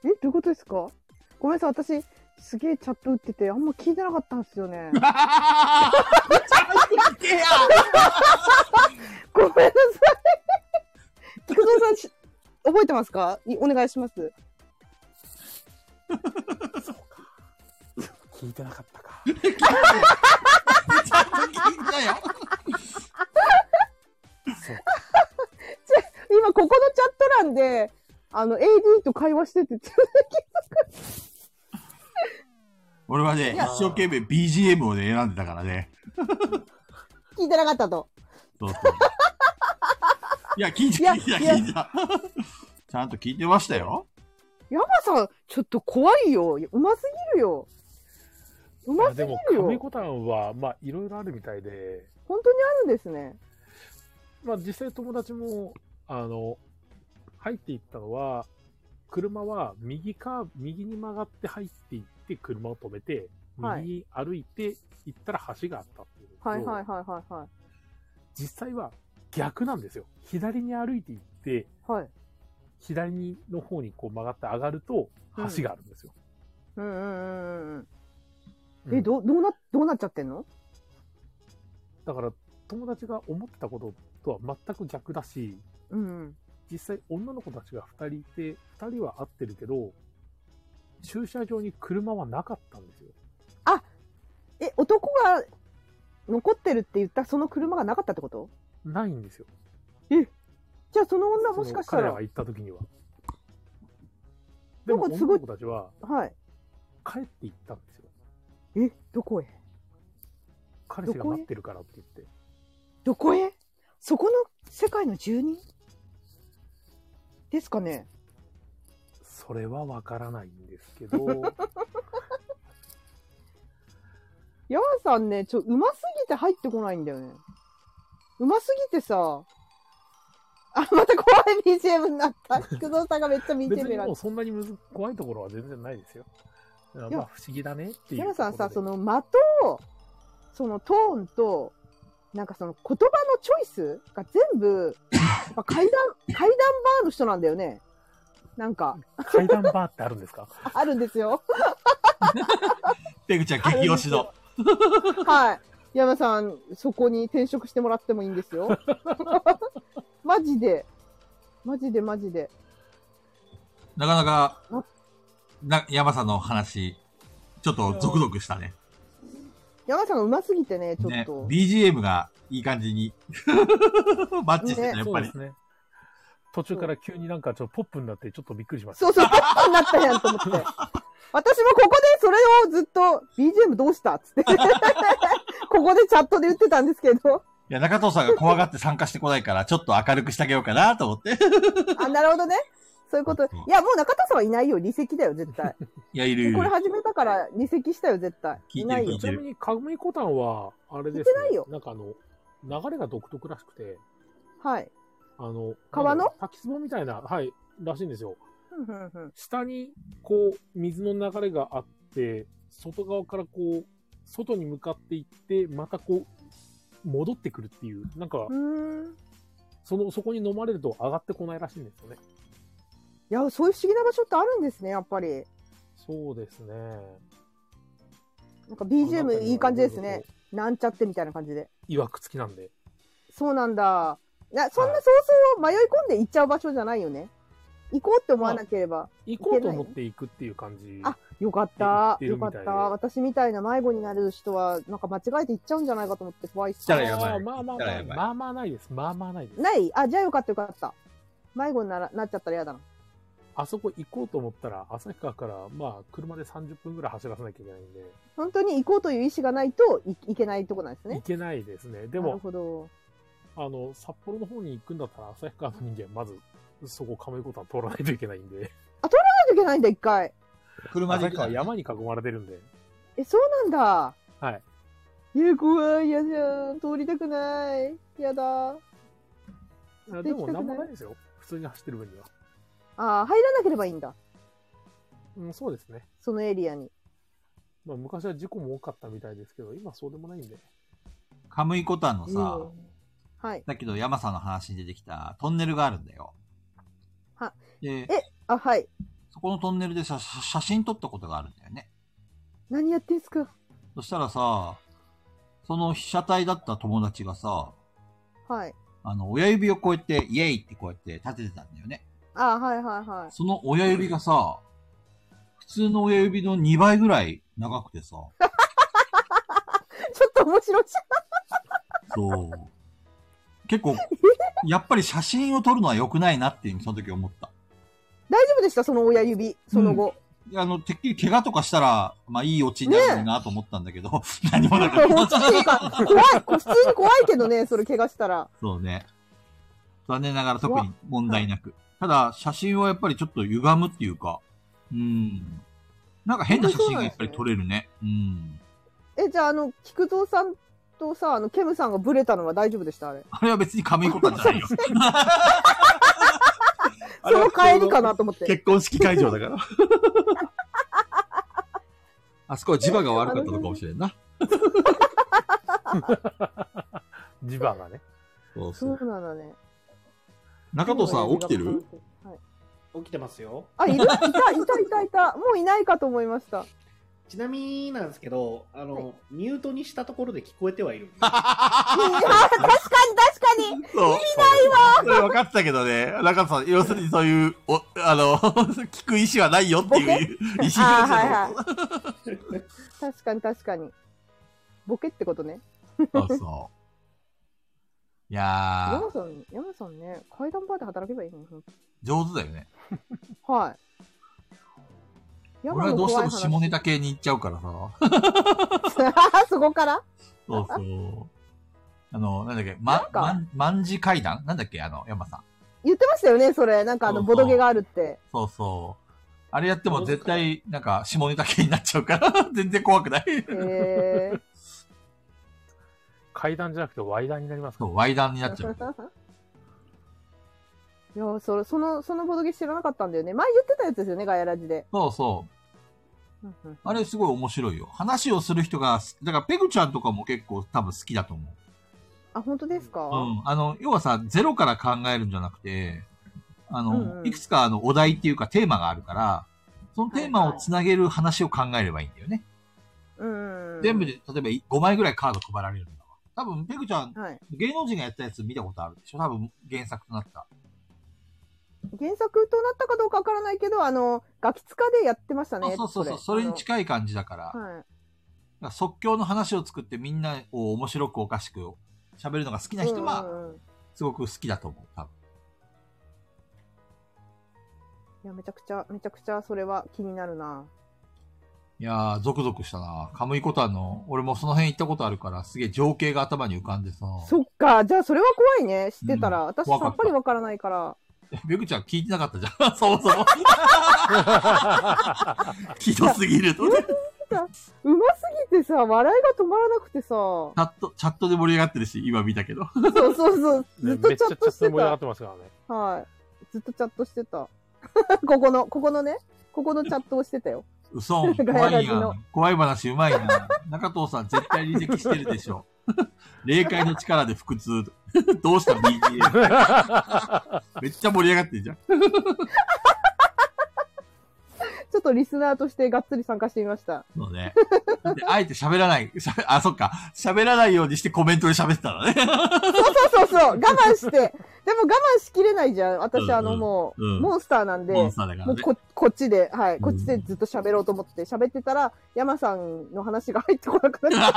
Speaker 4: ういうことですかごめんなさい、私、すげえチャット打ってて、あんま聞いてなかったんです
Speaker 2: [laughs]
Speaker 4: よね。ごめんなさい。菊蔵さんし、覚えてますかいお願いします。
Speaker 2: よ。聞いてなかったか。
Speaker 4: 今、ここのチャット欄で、あの、AD と会話してて、 [laughs]
Speaker 1: 俺はね、一生懸命 BGM をね、選んでたからね。
Speaker 4: 聞いてなかったと。
Speaker 1: そうそういや、聞い
Speaker 4: いや
Speaker 1: た、聞いた、聞いた。ちゃんと聞いてましたよ。
Speaker 4: 山さん、ちょっと怖いよ。うますぎるよ。う
Speaker 2: ま
Speaker 4: ま
Speaker 2: あ
Speaker 4: す
Speaker 2: で
Speaker 4: ぎる
Speaker 2: も、神
Speaker 4: よ。
Speaker 2: ボタンは、まあ、いろいろあるみたいで、
Speaker 4: 本当にあるんですね。
Speaker 2: まあ、実際友達も、あの、入っていったのは、車は右か、右に曲がって入っていって、車を止めて、
Speaker 4: はい
Speaker 2: 右に歩いて行ったら橋があったっていうのと、
Speaker 4: はいはいはいはいは
Speaker 2: 実際は逆なんですよ。左に歩いていって、
Speaker 4: い。はい。
Speaker 2: 左の方にこう曲がって上がると、橋があるんですよ。
Speaker 4: うんうんうんうんうん。
Speaker 2: う
Speaker 4: え、
Speaker 2: ん
Speaker 4: どう、どうな、どうなっちゃってんの
Speaker 2: だから友達が思ってたこととは全く逆だし、
Speaker 4: うん。
Speaker 2: 実際女の子たちが2人いて、2人は会ってるけど、駐車場に車はなかったんですよ。
Speaker 4: え、男が残ってるって言ったその車がなかったってこと
Speaker 2: ないんですよ。
Speaker 4: じゃあその
Speaker 2: そ
Speaker 4: 女
Speaker 2: の
Speaker 4: もしかした
Speaker 2: 彼
Speaker 4: ら
Speaker 2: らが。行った時には。でも
Speaker 4: なんか
Speaker 2: 女
Speaker 4: すごい
Speaker 2: の子たちは
Speaker 4: はい。
Speaker 2: 帰って行ったんですよ。
Speaker 4: え、どこへ
Speaker 2: 彼氏
Speaker 4: ど
Speaker 2: が
Speaker 4: こへ
Speaker 2: 待ってるからって言って。
Speaker 4: どこへそこの世界の住人ですかね
Speaker 2: それはわからないんです
Speaker 4: [laughs]
Speaker 2: けど、
Speaker 4: ヤマさんね、ちょ、うますぎて入ってこないんだよね。うますぎてさ、あ、また怖い BGM になった。菊蔵さんがめっちゃ BGM
Speaker 2: 別に
Speaker 4: 選ん
Speaker 2: もう
Speaker 4: で
Speaker 2: そんなにむず怖いところは全然ないですよ。まあ
Speaker 4: いや
Speaker 2: 不思議だねっていう
Speaker 4: ヤマさん
Speaker 2: と
Speaker 4: さ、
Speaker 2: こ
Speaker 4: そ
Speaker 2: ろで
Speaker 4: の間と、そのトーンと、なんかその言葉のチョイスが全
Speaker 2: [laughs]
Speaker 4: 部、まあ、階段、階段バーの人なんだよね。なんか、
Speaker 2: 階段バーってあるんですか
Speaker 4: あるんで
Speaker 2: [laughs]
Speaker 4: すよ。
Speaker 1: ペグちゃん激推しの。
Speaker 4: はい。山さん、そこに転職してもらってもいいんです
Speaker 2: [laughs]
Speaker 4: よ。マジで。マジでマジで。
Speaker 1: なかなかな山さんの話、ちょっとゾクゾクしたね。
Speaker 4: 山さんがうますぎてね、ちょっ
Speaker 1: ね
Speaker 4: と。
Speaker 1: BGM がいい感じに [laughs] マッチしてた、やっ
Speaker 2: そ
Speaker 1: ぱ
Speaker 2: う
Speaker 1: り
Speaker 2: で。すね。途中から急になんかちょっとポップになってちょっとびっくりしました。
Speaker 4: そうそう、ポップになったやんと思って。私もここでそれをずっと BGM どうしたっつって。 [laughs] ここでチャットで言ってたんですけど。
Speaker 1: いや、中藤さんが怖がって参加してこないから、ちょっと明るくしてあげようかなと思って。
Speaker 4: あ、なるほどね。そういうこと。いや、もう中田さんはいないよ。離席だよ、絶対。
Speaker 1: いや、いるいる
Speaker 4: これ。始めたから離席したよ、絶対。
Speaker 1: 聞いて
Speaker 4: いな
Speaker 1: る
Speaker 4: い
Speaker 1: 聞
Speaker 4: よ
Speaker 1: い。
Speaker 2: ち
Speaker 1: て
Speaker 2: なみ
Speaker 1: る。
Speaker 2: に、かぐみこたんは、あれで
Speaker 4: 聞いてない
Speaker 2: す
Speaker 4: よ
Speaker 2: ね。なんかあの、流れが独特らしくて、
Speaker 4: はい。
Speaker 2: あの、
Speaker 4: 川
Speaker 2: なんだ
Speaker 4: の
Speaker 2: ろう滝壺みたいな、はい、らしいんですよ。
Speaker 4: ふんふんふん
Speaker 2: 下に、こう、水の流れがあって、外側からこう、外に向かっていって、またこう、戻ってくるっていう、なんか
Speaker 4: う、ーん。
Speaker 2: その、そこに飲まれると上がってこないらしいんですよね。
Speaker 4: いや、そういう不思議な場所ってあるんですね、やっぱり。
Speaker 2: そうですね。
Speaker 4: なんか BGM いい感じですね。
Speaker 2: この辺りは色々と。
Speaker 4: なんちゃってみたいな感じで。
Speaker 2: いわくつきなんで。
Speaker 4: そうなんだ。なそんな想像を迷い込んで行っちゃう場所じゃないよね。行こうって思わなければ。
Speaker 2: 行こうと思って行くっていう感じ。
Speaker 4: あ、よかった。
Speaker 2: 行
Speaker 4: よ
Speaker 2: ってるみ
Speaker 4: か
Speaker 2: たい
Speaker 4: っ
Speaker 2: で
Speaker 4: た。私みたいな迷子になる人は、なんか間違えて行っちゃうんじゃないかと思って怖いっす。
Speaker 1: たらやばい
Speaker 2: あーまあま
Speaker 1: 行っ
Speaker 2: あ
Speaker 1: たら
Speaker 2: ま
Speaker 1: や
Speaker 2: あ、
Speaker 1: ばい
Speaker 2: まあまあないです。まあまあないです。
Speaker 4: ないあ、じゃあよかったよかった。迷子にならなっちゃったら嫌だな。
Speaker 2: あそこ行こうと思ったら、旭川から、まあ、車で30分ぐらい走らせなきゃいけないんで、
Speaker 4: 本当に行こうという意思がないといいけないとこなんです
Speaker 2: 行
Speaker 4: ね。
Speaker 2: けないですね。で
Speaker 4: なる
Speaker 2: も、
Speaker 4: ほど。
Speaker 2: あの、札幌の方に行くんだったら、旭川の人間、まず、そこ、亀井コタン通らないといけないんで、
Speaker 4: ないといけないんだ、一回。
Speaker 1: 車で
Speaker 2: 旭
Speaker 1: 行く
Speaker 2: 川山に囲まれてるんで、
Speaker 4: え、そうなんだ。
Speaker 2: はい。
Speaker 4: えー、怖い、嫌じゃん。通りたくない。嫌だ。
Speaker 2: あで
Speaker 4: 行
Speaker 2: も、
Speaker 4: きた
Speaker 2: な
Speaker 4: く
Speaker 2: ん
Speaker 4: な
Speaker 2: も
Speaker 4: い
Speaker 2: ないですよ。普通に走ってる分には。
Speaker 4: ああ、入らなければいいんだ。
Speaker 2: うん、そうですね。
Speaker 4: そのエリアに。
Speaker 2: まあ、昔は事故も多かったみたいですけど、今そうでもないんで。
Speaker 1: カムイコタンのさ、
Speaker 4: うんはい。
Speaker 1: さっきの山さんの話に出てきたトンネルがあるんだよ。
Speaker 4: は
Speaker 1: で、
Speaker 4: あ、はい。
Speaker 1: そこのトンネルでさ写写真撮ったことがあるんだよね。
Speaker 4: 何やってんすか
Speaker 1: そしたらさ、その被写体だった友達がさ、
Speaker 4: はい。
Speaker 1: あの、親指をこうやって、イエイってこうやって立ててたんだよね。
Speaker 4: ああ、はいはい [laughs] は
Speaker 1: その親指がさ、普通の親指の2倍ぐらい長くてさ、
Speaker 4: い。ちょっと面白いじ
Speaker 1: そう。結構、やっぱり写真を撮るのは良くないなっていう、その時思った。
Speaker 4: ゃん大丈夫でしたその親指。その後。
Speaker 1: いやあの、てっきり怪我とかしたら、まあいいオチになるのになと思ったんだけど、 [laughs] 何もなか
Speaker 4: 本
Speaker 1: っ
Speaker 4: 当
Speaker 1: た。
Speaker 4: にか怖い。こ普通に怖いけどね、それ怪我したら。
Speaker 1: そうね。残念ながら特に問題なく。ただ、写真はやっぱりちょっと歪むっていうか、うん。なんか変な写真がやっぱり撮れるね。うん。
Speaker 4: え、じゃあ、あの、菊蔵さんとさ、あの、ケムさんがブレたのは大丈夫でしたあれ。
Speaker 1: あれは別に亀井ことじゃないよ。あ
Speaker 4: そ
Speaker 1: れ
Speaker 4: の
Speaker 1: は
Speaker 4: 帰りかなと思って。
Speaker 1: 結婚式会場だから。 [laughs]
Speaker 2: [laughs]
Speaker 1: あそこは磁場が悪かったのかもしれんな。
Speaker 2: 磁場がね。
Speaker 1: そうそ
Speaker 4: そう
Speaker 1: う。
Speaker 4: なんだね。
Speaker 1: 中藤さん起きてる
Speaker 4: は
Speaker 3: [laughs]
Speaker 4: い
Speaker 3: 起きてますよ。
Speaker 4: あ、いるいた、いた、いた、いた。もういないかと思いました。
Speaker 3: ちなみになんですけど、あの、
Speaker 4: は
Speaker 3: ミュートにしたところで聞こえてはいるんで
Speaker 4: いや確かに、確かに。
Speaker 1: そう。それ分かってたけどね、中藤さん、要するにそういう、おあの、 [laughs] 聞く意思はないよっていう意思表示
Speaker 4: あー
Speaker 1: だ
Speaker 4: は
Speaker 1: と
Speaker 4: い
Speaker 1: 思
Speaker 4: は
Speaker 1: う
Speaker 4: い。確かに確かに。ボケってことね。
Speaker 1: そうそう。いやー
Speaker 4: 山、さん、山さんね、階段バーで働けばいいのに
Speaker 1: 上手だよね。
Speaker 4: はい。
Speaker 1: 俺はどうしても下ネ
Speaker 4: だ
Speaker 1: タ系に行っちゃうからさ。
Speaker 4: [laughs] そこから
Speaker 1: そう
Speaker 4: [laughs]
Speaker 1: そう。あの、なんだっけ、ま
Speaker 4: な、んか
Speaker 1: まん、万字階段なんだっけあの、山さん。
Speaker 4: 言ってましたよね、それ。なんかあ
Speaker 1: そ
Speaker 4: の、
Speaker 1: うそう
Speaker 4: ボドゲがあるって。
Speaker 1: そうそう。あれやっても絶対、なんか、下ネタ系になっちゃうから、 [laughs] 全然怖くない。
Speaker 4: へ
Speaker 1: [laughs]
Speaker 4: え。
Speaker 2: 階段じゃなくて、ワイダーになります
Speaker 1: そ
Speaker 2: から。
Speaker 1: う、ワイダーになっちゃう。
Speaker 4: [laughs] いやそれその、そのボドゲ知らなかったんだよね。前言ってたやつですよね、ガヤラジで。
Speaker 1: そうそう。
Speaker 4: うんうん
Speaker 1: あれすごい面白いよ。話をする人が、だからペグちゃんとかも結構多分好きだと思う。
Speaker 4: あ、本当ですか、
Speaker 1: うん。あの、要はさ、ゼロから考えるんじゃなくて、あの、
Speaker 4: うんうん
Speaker 1: いくつかあのお題っていうかテーマがあるから、そのテーマをつなげる話を考えればいいんだよね。
Speaker 4: うん。
Speaker 1: 全部で、例えばい5枚ぐらいカード配られるんだわ。多分、ペグちゃん、
Speaker 4: はい。
Speaker 1: 芸能人がやったやつ見たことあるでしょ多分、原作となった。
Speaker 4: 芸原作となったかどうかわからないけど、あの、ガキ使でやってましたね。
Speaker 1: そうそうそう、それに近い感じだから、
Speaker 4: い。はい。
Speaker 1: なんか即興の話を作ってみんなを面白くおかしく喋るのが好きな人
Speaker 4: う
Speaker 1: は、
Speaker 4: んうんうん
Speaker 1: すごく好きだと思う、多分。
Speaker 4: いや、めちゃくちゃ、めちゃくちゃ、それは気になるな。
Speaker 1: いやー、ゾクゾクしたな。カムイコタンの、俺もその辺行ったことあるから、すげえ情景が頭に浮かんでさ。
Speaker 4: そっか、じゃあそれは怖いね、知ってたら。
Speaker 1: うん
Speaker 4: 私、さ
Speaker 1: 怖かった
Speaker 4: っぱりわからないから。
Speaker 1: えめぐちゃん聞いてなかったじゃん、 [laughs] そもそも。ひどすぎると。
Speaker 4: うますぎてさ、笑いが止まらなくてさ。そ
Speaker 1: チャット、チャットで盛り上がってるし、今見たけど。
Speaker 4: うそうそう、ずっと
Speaker 2: め
Speaker 4: チ
Speaker 2: っちゃ
Speaker 4: ャ
Speaker 2: チ
Speaker 4: ッ
Speaker 2: ャ
Speaker 4: トし
Speaker 2: ット
Speaker 4: て
Speaker 2: 盛り上が
Speaker 4: た
Speaker 2: っ。てますからね。
Speaker 4: はい。ずっとチャットしてた。 [laughs] ここの、ここのね、ここのチャットをしてたよ。 [laughs]
Speaker 1: うそん、
Speaker 4: ガヤ
Speaker 1: 怖
Speaker 4: ラ
Speaker 1: い
Speaker 4: ジ
Speaker 1: や
Speaker 4: の
Speaker 1: ん。怖い話うまいな。中藤さん絶対離席してるでしょ。 [laughs] 霊界の力で腹痛。 [laughs] どうした ?BGM。めっちゃ盛り上がってるじゃん。
Speaker 4: ちょっとリスナーとしてがっつり参加してみました。
Speaker 1: そうね。だってあえて喋らない。 [laughs] 喋あ、そっか。喋らないようにしてコメントで喋ってたのね。
Speaker 4: そうそうそう、我慢して。でも我慢しきれないじゃん。
Speaker 1: う
Speaker 4: 私、
Speaker 1: んうん
Speaker 4: あの、もう、
Speaker 1: うん
Speaker 4: モンスターなん
Speaker 1: [laughs]
Speaker 4: で、
Speaker 1: モンスターだから
Speaker 4: もう
Speaker 1: ね。
Speaker 4: こ、こっちで、はい、こっちでずっと喋ろうと思って喋ってたら、山さんの話が入ってこなくなっち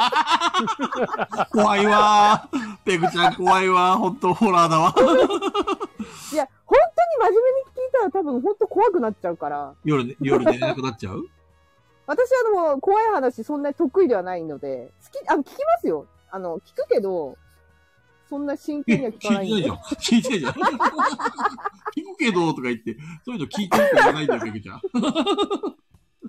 Speaker 4: ゃっ
Speaker 1: 怖いわ [laughs] ー。ペグちゃん怖いわー。ほんとホラーだわ。
Speaker 4: て。いや、本当に真面目に聞いたら多分本当怖くなっちゃうから。
Speaker 1: 夜ね、夜寝れなくなっちゃう
Speaker 4: 私はあの、怖い話そんなに得意ではないので、好き、あの、聞きますよ。あの、聞くけど、そんな真
Speaker 1: え
Speaker 4: 剣には
Speaker 1: 聞い
Speaker 4: 聞
Speaker 1: て
Speaker 4: か
Speaker 1: な
Speaker 4: ないいん
Speaker 1: じ
Speaker 4: で
Speaker 1: ゃん。。聞いてないじゃん。聞くけどとか言って、そういうの聞いてるって言わないんだよ、ペグちゃん。
Speaker 4: い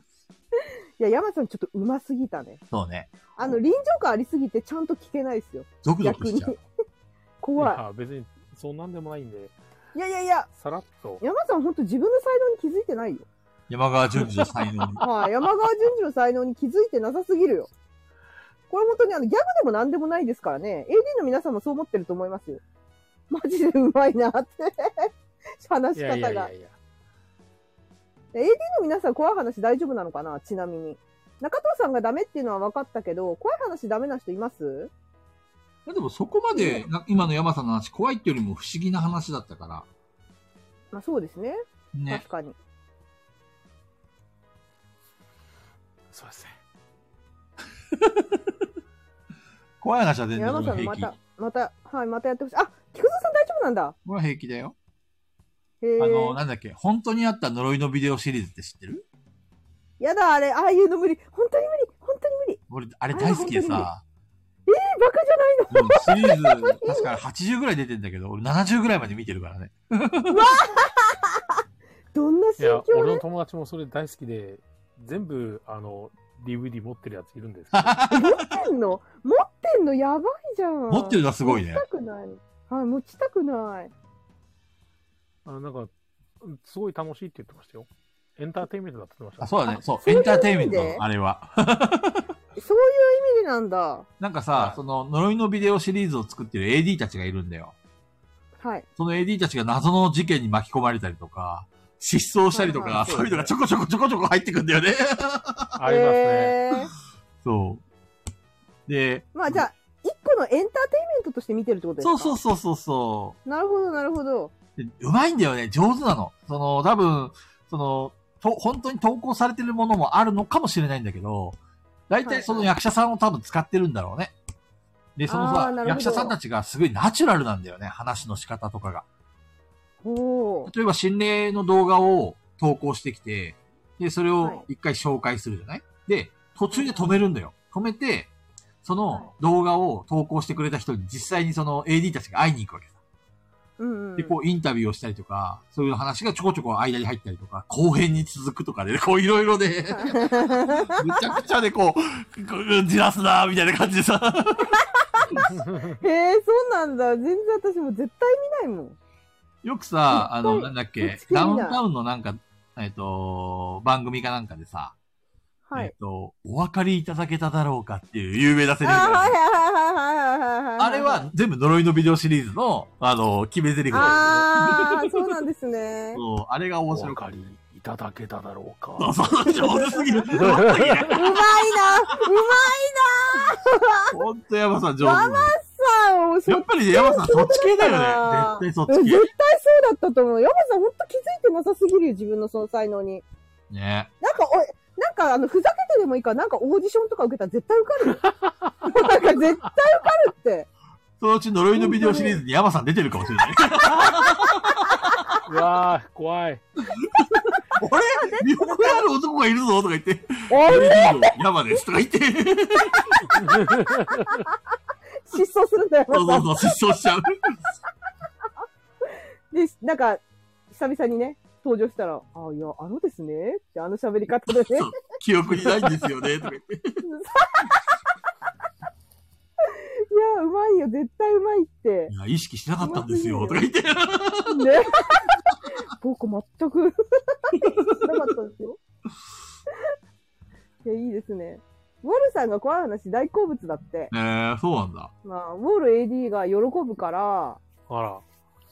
Speaker 4: や、山さんちょっと上手すぎたね。
Speaker 1: そうね。
Speaker 4: あの、臨場感ありすぎてちゃんと聞けないですよ。
Speaker 1: ゾクゾク
Speaker 4: 逆
Speaker 1: [laughs] し
Speaker 4: に
Speaker 1: ちゃう。。
Speaker 2: [laughs]
Speaker 4: 怖い。
Speaker 2: や、別に、そんなんでもないんで、
Speaker 4: いやいやいや、
Speaker 2: さらっと。
Speaker 4: 山さん本当自分の才能に気づいてないよ。
Speaker 1: 山川淳二の才能に。
Speaker 4: はい、山川淳二の才能に気づいてなさすぎるよ。これ本当にあのギャグでも何でもないですからね。AD の皆さんもそう思ってると思いますよ。マジでうまいなって [laughs] 話
Speaker 2: い
Speaker 4: し
Speaker 2: やい
Speaker 4: 方
Speaker 2: やい
Speaker 4: が
Speaker 2: や。いや。
Speaker 4: AD の皆さん怖い話大丈夫なのかなちなみに。中藤さんがダメっていうのは分かったけど、怖い話ダメな人います
Speaker 1: まあ [laughs] でもそこまで、な今の山さんの話、怖いっていうよりも不思議な話だったから。
Speaker 4: まあそうですね。
Speaker 1: ね。
Speaker 4: 確かに。
Speaker 2: そうですね。
Speaker 1: 怖い話は全然
Speaker 4: 山
Speaker 1: 俺
Speaker 4: さ
Speaker 1: は
Speaker 4: ん
Speaker 1: 平
Speaker 4: ま
Speaker 1: 気。
Speaker 4: た、また、はい、またやってほしい。あ、菊蔵さん大丈夫なんだ。
Speaker 1: 俺は平気だよ。
Speaker 4: へ
Speaker 1: あの、
Speaker 4: え。
Speaker 1: なんだっけ、本当にあった呪いのビデオシリーズって知ってる
Speaker 4: やだ、あれ、ああいうの無理。本当に無理。本当に無理。
Speaker 1: 俺、あれ大好きでさ、
Speaker 4: え、バカじゃないの
Speaker 1: うんシリーズ、確か80ぐらい出てんだけど、俺70ぐらいまで見てるからね。
Speaker 4: どんない心
Speaker 2: や、
Speaker 4: 境
Speaker 2: 俺の友達もそれ大好きで、全部、あの、DVD 持ってるやついるん [laughs] ですけど、
Speaker 4: 持ってんの持ってんのやばいじゃん。
Speaker 1: 持ってるのはすごい
Speaker 4: 持
Speaker 1: ね
Speaker 4: ち。たくない。はい、持ちたくない。
Speaker 2: あのなんか、すごい楽しいって言ってましたよ。エンターテインメントだって言ってま
Speaker 1: あ
Speaker 2: した。
Speaker 1: そうだね。そう。
Speaker 4: そう
Speaker 1: エ
Speaker 4: い
Speaker 1: ン
Speaker 4: う意味で
Speaker 1: ターテインメントだ、あれは。
Speaker 4: そういう意味でなんだ。
Speaker 1: なんかさ、その、呪いのビデオシリーズを作ってる AD たちがいるんだよ。
Speaker 4: はい。
Speaker 1: その AD たちが謎の事件に巻き込まれたりとか、失踪したりと
Speaker 4: はいは
Speaker 1: か、
Speaker 4: い
Speaker 1: そういうのがちょこちょこちょこちょこ入ってくんだよね。
Speaker 2: ありますね。
Speaker 4: えー
Speaker 1: そう。で、
Speaker 4: まあじゃあ、一個のエンターテインメントとして見てるってことですか
Speaker 1: そうそうそうそうそう。
Speaker 4: う。なるほど、なるほど。
Speaker 1: でうまいんだよね。上手なの。その、多分、その、と、本当に投稿されてるものもあるのかもしれないんだけど、大
Speaker 4: はいは
Speaker 1: 体
Speaker 4: い
Speaker 1: その役者さんを多分使ってるんだろうね。で、その
Speaker 4: あー
Speaker 1: さ
Speaker 4: な、るほ
Speaker 1: 役者
Speaker 4: ど
Speaker 1: さんたちがすごいナチュラルなんだよね。話の仕方とかが。
Speaker 4: おー。
Speaker 1: 例えば心霊の動画を投稿してきて、で、それ
Speaker 4: はい
Speaker 1: を一回紹介するじゃない、で、途中で止めるんだよ。止めて、その動画を投稿してくれた人に実際にその AD たちが会いに行くわけ。
Speaker 4: うん、うん。
Speaker 1: で、
Speaker 4: [laughs]
Speaker 1: こう、インタビューをしたりとか、そういう話がちょこちょこ間に入ったりとか、後編に続くとかで、ね、こう、いろいろで、むちゃくちゃで、こう、こうじらすなーみたいな感じでさ、
Speaker 2: [laughs]
Speaker 4: へえ、そうなんだ。全然私もう絶対見ないもん。
Speaker 1: よくさ、あの、なんだっ
Speaker 4: め
Speaker 1: け
Speaker 4: っち、ゃ
Speaker 1: ダ
Speaker 4: 嫌
Speaker 1: ウン
Speaker 4: だ
Speaker 1: タウンのなんか、えっ、と、番組かなんかでさ、
Speaker 4: は
Speaker 1: えっ
Speaker 4: い。、
Speaker 1: と、お分かりいただけただろうかっていう有名なセリフが
Speaker 4: あー、は
Speaker 1: あ
Speaker 4: い
Speaker 1: る
Speaker 4: はいはいはいはいはいはい。
Speaker 1: あれは、全部呪いのビデオシリーズの、あの、決め台詞だ
Speaker 4: ああ、そうなんですね
Speaker 1: よね。。そう、あれが面
Speaker 2: お
Speaker 1: 白
Speaker 2: 分
Speaker 1: か
Speaker 2: か
Speaker 1: っ
Speaker 2: りいただけただろうか。
Speaker 1: た。そうそう、上手すぎる。本当にね
Speaker 4: うまいな、う
Speaker 1: ほんと山さん上手。
Speaker 4: まいさ、
Speaker 1: [laughs]
Speaker 4: そ
Speaker 1: やっぱりね、山さん、そっち系だよね。絶対そっ
Speaker 4: うん
Speaker 1: ち
Speaker 4: 絶
Speaker 1: 系。
Speaker 4: 対そうだったと思う。山さん、本当気づいてなさすぎるよ、自分のその才能に。
Speaker 1: ね
Speaker 4: なんか、おい、なんか、あの、ふざけてでもいいから、なんかオーディションとか受けたら絶対受かるよ。なんか絶対受かるって。
Speaker 1: そのうち呪いのビデオシリーズに山さん出てるかもしれ [laughs] ない。
Speaker 5: うわー、怖い。
Speaker 1: あれ見覚えある男がいるぞとか言って、 [laughs]
Speaker 4: おい、
Speaker 1: 山ですとか言って、
Speaker 4: 失踪するんだよ、
Speaker 1: そう
Speaker 4: ま
Speaker 1: そう
Speaker 4: た。
Speaker 1: そう、失踪しちゃう。
Speaker 4: で、なんか、久々にね、登場したら、あ、いや、あのですね、って、あの喋り方でね
Speaker 1: そう。記憶にないんですよね、とか言って。
Speaker 4: いや、うまいよ、絶対うまいって。
Speaker 1: [laughs] いや、意識してなかったんですよ、とか言って。
Speaker 4: ね。僕全く、なかったんですよ。いや、いいですね。ウォルさんが怖い話大好物だって。
Speaker 1: [laughs] えー、そうなんだ。
Speaker 4: まあ、ウォル AD が喜ぶから、
Speaker 5: あら。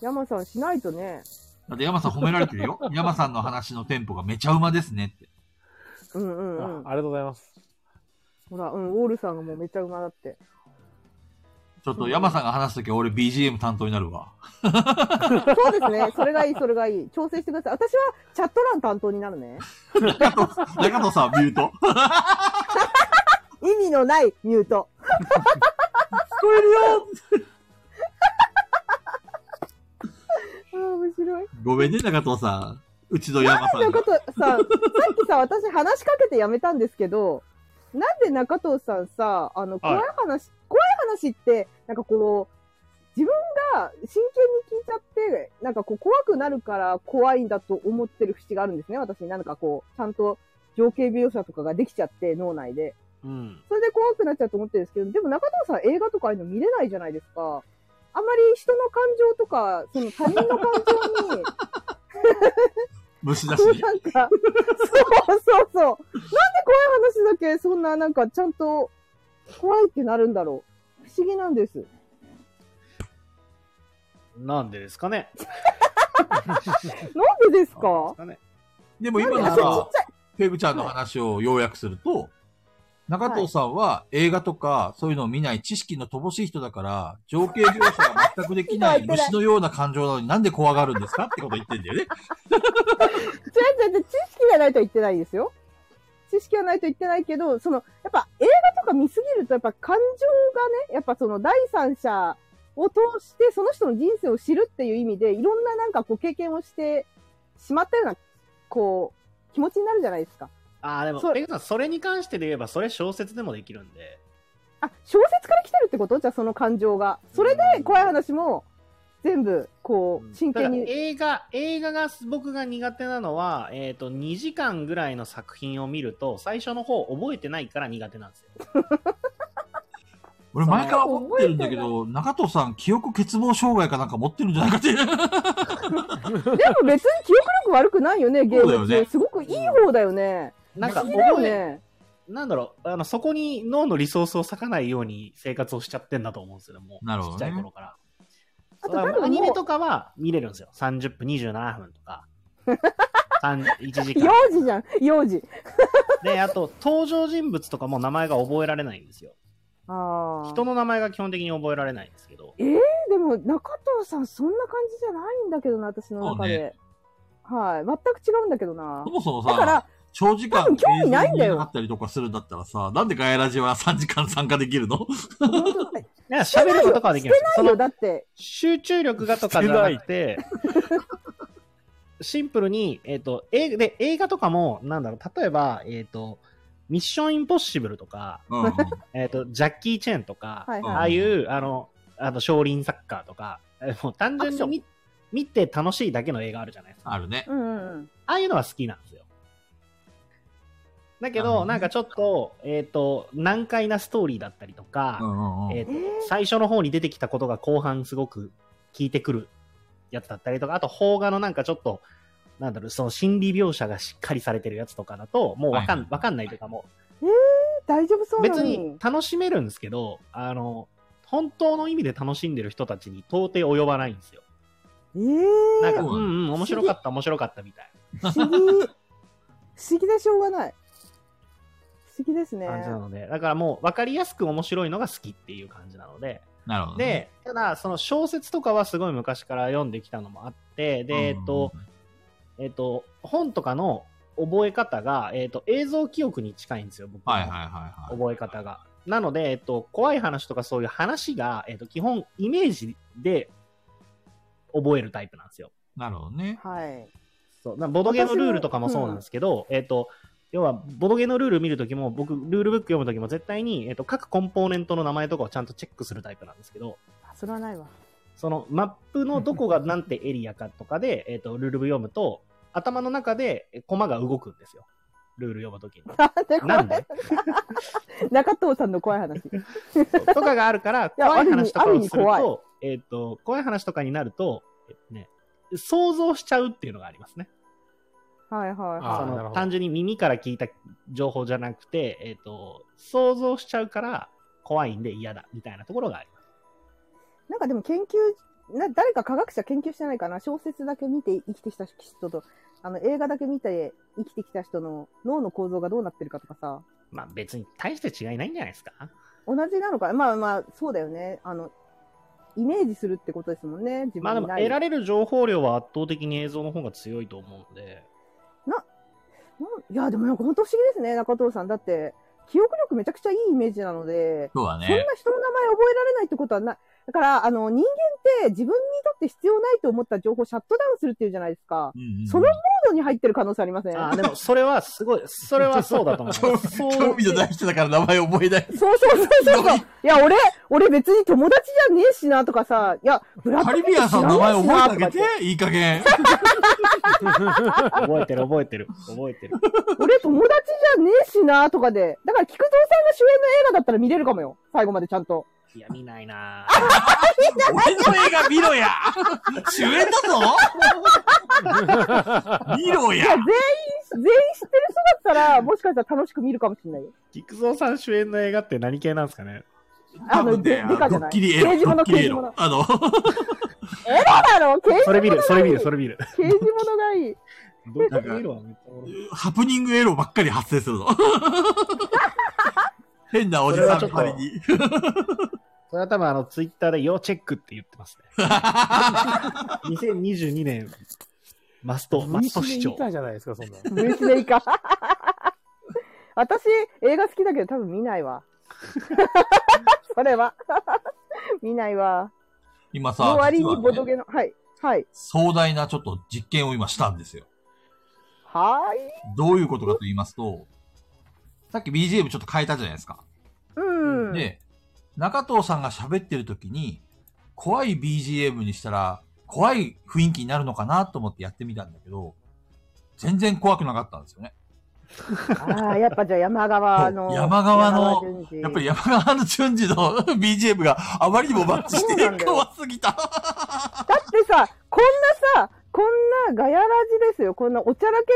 Speaker 4: 山さんしないとね。
Speaker 1: だって山さん褒められてるよ。山さんの話のテンポがめちゃうまですねって。
Speaker 4: うんう
Speaker 5: あ
Speaker 4: んうん。
Speaker 5: ありがとうございます。
Speaker 4: ほら、うん、ウォルさんがもうめっちゃ馬だって。
Speaker 1: ちょっと山さんが話すとき俺 BGM 担当になるわ。
Speaker 4: そうですね。それがいい、それがいい。調整してください。私はチャット欄担当になるね。
Speaker 1: 中野さんはミュート。
Speaker 4: 意味のないミュート。聞こえるよ [laughs] ああ、面白い。
Speaker 1: ごめんね、中野さん。うちの山さ
Speaker 4: とい
Speaker 1: ん
Speaker 4: うこ
Speaker 1: が。
Speaker 4: と、さ、さっきさ、私話しかけてやめたんですけど、なんで中藤さんさ、あの、怖い話、怖い話って、なんかこう、自分が真剣に聞いちゃって、なんかこう、怖くなるから怖いんだと思ってる節があるんですね、私。なんかこう、ちゃんと情景描写とかができちゃって、脳内で。
Speaker 3: うん。
Speaker 4: それで怖くなっちゃうと思ってるんですけど、でも中藤さん映画とかああいうの見れないじゃないですか。あんまり人の感情とか、その他人の感情に、
Speaker 1: 虫だし
Speaker 4: そう
Speaker 1: ね。
Speaker 4: なんか、そうそうそう。なんで怖い話だけそんななんかちゃんと怖いってなるんだろう。不思議なんです。
Speaker 3: [laughs] なんでですかね。
Speaker 4: なんでですか
Speaker 3: なんで
Speaker 1: でも今の
Speaker 4: なんであ
Speaker 1: さ、ペグちゃんの話を要約すると、中藤さんは映画とかそういうのを見ない知識の乏しい人だから、情景描写が全くでき
Speaker 4: [laughs]
Speaker 1: ない
Speaker 4: 聞こえてない
Speaker 1: 虫のような感情なのになんで怖がるんですかってこと言ってんだ
Speaker 4: [laughs]
Speaker 1: よね。
Speaker 4: 違う違う違う、知識がないと言ってないですよ。知識がないと言ってないけど、その、やっぱ映画とか見すぎると、やっぱ感情がね、やっぱその第三者を通して、その人の人生を知るっていう意味で、いろんななんかこう経験をしてしまったような、こう、気持ちになるじゃないですか。
Speaker 3: ああ、でも
Speaker 4: そ、う
Speaker 3: ペグさん、それに関してで言えば、それ小説でもできるんで。
Speaker 4: あ、小説から来てるってことじゃあその感情が。それで怖い話も全部こう真
Speaker 3: ただ
Speaker 4: 剣に。
Speaker 3: 映画、映画が僕が苦手なのは、えっ、と、2時間ぐらいの作品を見ると、最初の方覚えてないから苦手なんですよ。
Speaker 1: 俺前から思ってるんだけど、中藤さん記憶欠乏障害かなんか持ってるんじゃないかっ
Speaker 4: [laughs]
Speaker 1: て。
Speaker 4: でも別に記憶力悪くないよね、ゲーム
Speaker 1: そう
Speaker 4: っ
Speaker 1: だよね
Speaker 4: て。すごくいい方だよね。
Speaker 3: なんか、
Speaker 4: 好きだよ
Speaker 3: 覚え、
Speaker 4: ね。
Speaker 3: なんだろう、あの、そこに脳のリソースを割かないように生活をしちゃってんだと思うんですよ、もう。
Speaker 1: なるほどね
Speaker 3: ちっちゃい頃から。
Speaker 4: あと
Speaker 3: だから
Speaker 4: 多分もう
Speaker 3: アニメとかは見れるんですよ。30分27分と
Speaker 4: [laughs]
Speaker 3: か。三1時間
Speaker 4: 幼。児じゃん、幼児。
Speaker 3: で、あと、登場人物とかも名前が覚えられないんですよ。
Speaker 4: ああ。
Speaker 3: 人の名前が基本的に覚えられないんですけど。
Speaker 4: えでも中藤さんそんな感じじゃないんだけどな、私の中で。はい。全く違うんだけどな
Speaker 1: そ。もそも
Speaker 4: だから
Speaker 1: さ、、長時間
Speaker 4: 多分興味ないん
Speaker 1: 映像
Speaker 4: だよ
Speaker 1: になかったりとかするんだったらさ、なんでガヤラジは3時間参加できる
Speaker 4: [laughs]
Speaker 1: の
Speaker 4: 本当だ
Speaker 3: いや喋ることができるんですよ。そ
Speaker 4: いよ、
Speaker 3: の
Speaker 4: だって。
Speaker 3: 集中力がとかじゃなくて、シンプルに、えっ、と、映で映画とかも、なんだろう、例えば、えっ、と、ミッションインポッシブルとか、
Speaker 1: うんうん。
Speaker 3: えっ、と、ジャッキー・チェンとか、
Speaker 4: はい
Speaker 1: うん
Speaker 3: あ
Speaker 4: は
Speaker 3: あ
Speaker 4: い。
Speaker 3: いう、あの、あの少林サッカーとか、えもう単純に見見て楽しいだけの映画あるじゃないですか。
Speaker 1: あるね。
Speaker 4: うんうんうん。
Speaker 3: ああいうのは好きなんですよ。だけ
Speaker 1: なるほ
Speaker 3: ど、
Speaker 1: どね
Speaker 3: なんかちょっと、えっ、と、難解なストーリーだったりとか、
Speaker 1: うんうんうん。
Speaker 3: えーと
Speaker 4: えー
Speaker 3: 最初の方に出てきたことが後半すごく効いてくるやつだったりとか、あと邦画のなんかちょっと、なんだろう、その心理描写がしっかりされてるやつとかだと、もうわか
Speaker 1: はいはい
Speaker 3: んわかんないというか、も
Speaker 4: 大丈夫そう
Speaker 3: う
Speaker 4: なの
Speaker 3: 別に楽しめるんですけど、あの、本当の意味で楽しんでる人たちに到底及ばないんですよ。
Speaker 4: え
Speaker 3: なん
Speaker 4: え
Speaker 3: か、
Speaker 1: そううなんだ
Speaker 3: んうん、面白かった、面白かったみたい
Speaker 4: 不思議。不思議でしょうがない。不思議ですね
Speaker 3: な。感じなので、だからもう分かりやすく面白いのが好きっていう感じなので、
Speaker 1: なるほどね。
Speaker 3: で、ただ、その小説とかはすごい昔から読んできたのもあって、で、えっと、えっ、と、本とかの覚え方が、えっ、と、映像記憶に近いんですよ、僕の
Speaker 1: はいはいはいはい。
Speaker 3: 覚え方が。なので、えっ、と、怖い話とかそういう話が、えっ、と、基本、イメージで覚えるタイプなんですよ。
Speaker 1: なるほどね。
Speaker 7: はい。
Speaker 3: そうなボドゲのルールとかもそうなんですけど、えっ、と、要は、ボドゲのルール見るときも、僕、ルールブック読むときも絶対に、えっ、と、各コンポーネントの名前とかをちゃんとチェックするタイプなんですけど、
Speaker 7: あそれはないわ。
Speaker 3: そのマップのどこがなんてエリアかとかで、えっ、と、ルール部読むと、頭の中でえコマが動くんですよ。ルール読むときに。
Speaker 4: でこれ
Speaker 3: なんで
Speaker 4: [laughs] 中藤さんの怖い話。
Speaker 3: そうとかがあるから、
Speaker 4: や
Speaker 3: 怖い話とかをする
Speaker 4: ある意味
Speaker 3: と、えっ、と、怖い話とかになると、えっとね、想像しちゃうっていうのがありますね。
Speaker 4: はいは
Speaker 2: あ
Speaker 3: そ
Speaker 2: ーなる
Speaker 3: の
Speaker 2: ほど
Speaker 3: 単純に耳から聞いた情報じゃなくて、えっ、と、想像しちゃうから怖いんで嫌だみたいなところがあります。
Speaker 4: い。なんかでも研究、な誰か科学者研究してないかな小説だけ見て生きてきた人と、あの映画だけ見て生きてきた人の脳の構造がどうなってるかとかさ、
Speaker 3: まあ別に大して違いないんじゃないですか。
Speaker 4: 同じなのか、まあまあ、そうだよね。あの、イメージするってことですもんね。自
Speaker 3: まあで
Speaker 4: 分に
Speaker 3: も
Speaker 4: ない。
Speaker 3: 得られる情報量は圧倒的に映像の方が強いと思うんで。
Speaker 4: うんいや、でもなんか本当不思議ですね、中藤さん。だって、記憶力めちゃくちゃいいイメージなので、
Speaker 1: そうだ
Speaker 4: そん
Speaker 1: ね。
Speaker 4: な人の名前覚えられないってことはない。だから、あの、人間って自分にとって必要ないと思った情報をシャットダウンするっていうじゃないですか。
Speaker 1: うんうんうん
Speaker 4: そのモードに入ってる可能性ありません
Speaker 3: あーでもそれはすごい、それはそうだと思います。そう
Speaker 1: 興味のない人だから名前覚えない。
Speaker 4: そうそうそうそうそう。
Speaker 1: [laughs] ひ
Speaker 4: いや、俺、俺別に友達じゃねえしなとかさ、いや、ブラッド
Speaker 1: カリ
Speaker 4: ピ
Speaker 1: ビ
Speaker 4: ッ
Speaker 1: ア
Speaker 4: ト
Speaker 1: ン
Speaker 4: 知ら
Speaker 1: さん
Speaker 4: ね
Speaker 1: の名前
Speaker 4: えしなと
Speaker 1: 覚えてあ
Speaker 4: かっ
Speaker 1: げ
Speaker 4: て。
Speaker 1: て、いい加減。
Speaker 3: 覚えてる覚えてる。覚えてる。
Speaker 4: 俺友達じゃねえしなとかで。だから、菊蔵さんが主演の映画だったら見れるかもよ。最後までちゃんと。
Speaker 3: いや、見ないな
Speaker 1: [laughs] 俺の映画見ろや主演だ [laughs] ぞ見ろ
Speaker 4: い
Speaker 1: や
Speaker 4: や、全員、全員知ってる人だったら、もしかしたら楽しく見るかもしれないよ。
Speaker 3: 菊蔵さん主演の映画って何系なんですかね
Speaker 4: あ
Speaker 1: 多
Speaker 4: の、
Speaker 1: 分
Speaker 4: で
Speaker 1: ね、
Speaker 4: でかじ
Speaker 1: ド
Speaker 4: ゃな
Speaker 1: ッ
Speaker 4: い。
Speaker 1: キリエ
Speaker 4: 刑
Speaker 1: ロ、
Speaker 4: 事
Speaker 1: ド
Speaker 4: 物、
Speaker 1: ッキ
Speaker 4: 刑
Speaker 1: リエ
Speaker 4: 事物
Speaker 1: ロ。。あの、
Speaker 4: エロだろ刑事
Speaker 3: それ見る、それ見る、そ
Speaker 4: れ。
Speaker 3: れ見る。
Speaker 4: 刑事物がいい。
Speaker 3: どっか見るわ、めっちゃおもろい
Speaker 1: ハプニングエロばっかり発生す [laughs] るの。変なおじさんばりに。
Speaker 3: それは多分あの、ツイッターで要チェックって言ってますね。2022年、マスト、マスト視
Speaker 2: い
Speaker 3: 聴。
Speaker 2: たじゃないですか、そんな。
Speaker 4: ブリスネイカ。 [laughs] 私、映画好きだけど多分見ないわ。 [laughs] それは。見ないわ。
Speaker 1: 今さ、
Speaker 4: の割
Speaker 1: 実は
Speaker 4: に
Speaker 1: ね
Speaker 4: ボドゲの、はい。はい。
Speaker 1: 壮大なちょっと実験を今したんですよ。
Speaker 4: はーい。
Speaker 1: どういうことかと言いますと、さっき BGM ちょっと変えたじゃないですか。
Speaker 4: うん。
Speaker 1: で、中藤さんが喋ってる時に、怖い BGM にしたら、怖い雰囲気になるのかなと思ってやってみたんだけど、全然怖くなかったんですよね。
Speaker 4: ああ、やっぱじゃあ山川
Speaker 1: [laughs]
Speaker 4: の。
Speaker 1: 山川のや
Speaker 4: や
Speaker 1: っぱり山川の淳二の [laughs] BGM があまりにもマッチし
Speaker 4: そうな
Speaker 1: て
Speaker 4: んだよ
Speaker 1: 怖すぎた。
Speaker 4: だってさ、こんなさ、こんなガヤラジですよ。こんなおちゃらけ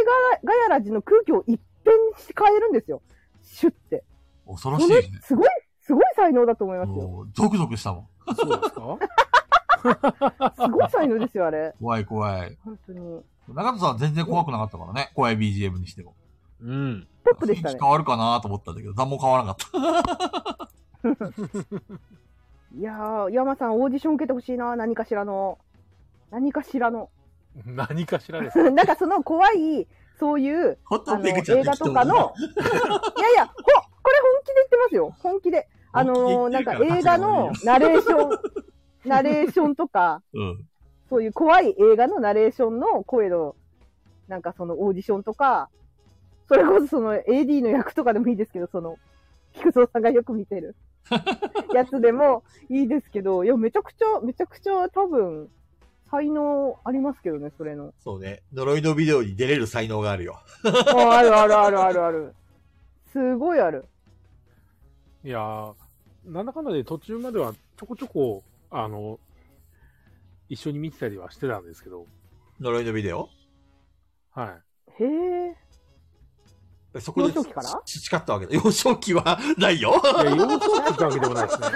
Speaker 4: ガヤガヤラジの空気を一変して変えるんですよ。シュって。
Speaker 1: 恐ろし
Speaker 4: そ
Speaker 1: い
Speaker 4: れ
Speaker 1: よね、。
Speaker 4: すごい、すごい才能だと思いますよ。
Speaker 1: もう、ゾクゾクしたもん。
Speaker 2: そうですか
Speaker 4: すごい才能ですよ、あれ。
Speaker 1: 怖い怖い。
Speaker 4: 本当に。
Speaker 1: 中藤さんは全然怖くなかったからね。怖い BGM にしても。
Speaker 3: うん。
Speaker 4: トップでした
Speaker 1: 雰囲
Speaker 4: ね
Speaker 1: 気。変わるかなと思ったんだけど、何も変わらなかった。
Speaker 4: いやー、山さんオーディション受けてほしいな、何かしらの。何かしらの。 [laughs]
Speaker 2: [laughs] 何かしらです。
Speaker 4: なんかその怖い、そういう、
Speaker 1: ほん
Speaker 4: あ
Speaker 1: と
Speaker 4: の、
Speaker 1: め
Speaker 4: 映
Speaker 1: ぐちゃん
Speaker 4: 画とかの、 [laughs] いやいや、ほ、これ本気で言ってますよ。本気で。あのー、
Speaker 1: 本気で言
Speaker 4: な
Speaker 1: ってる
Speaker 4: ん
Speaker 1: か
Speaker 4: から映画のナレーション、ナレーションとか、
Speaker 1: うん。
Speaker 4: そういう怖い映画のナレーションの声の、なんかそのオーディションとか、それこそその AD の役とかでもいいですけど、その、菊蔵さんがよく見てるやつでもいいですけど、いや、めちゃくちゃ、めちゃくちゃ多分、才能ありますけどね、そ
Speaker 1: [laughs]
Speaker 4: れの。
Speaker 1: そうね。呪いのビデオに出れる才能があるよ。
Speaker 4: ああるあるあるあるある。すごいある。
Speaker 2: いやー、なんだかんだで途中まではちょこちょこ、あの、一緒に見てたりはしてたんですけど、
Speaker 1: 呪いのビデオ
Speaker 2: は
Speaker 4: へえ。
Speaker 1: そこで
Speaker 4: 幼少期から
Speaker 1: 培ったわけだ。幼少期はないよ。
Speaker 2: い。いや、幼少期ってわけでもない [laughs] ですね。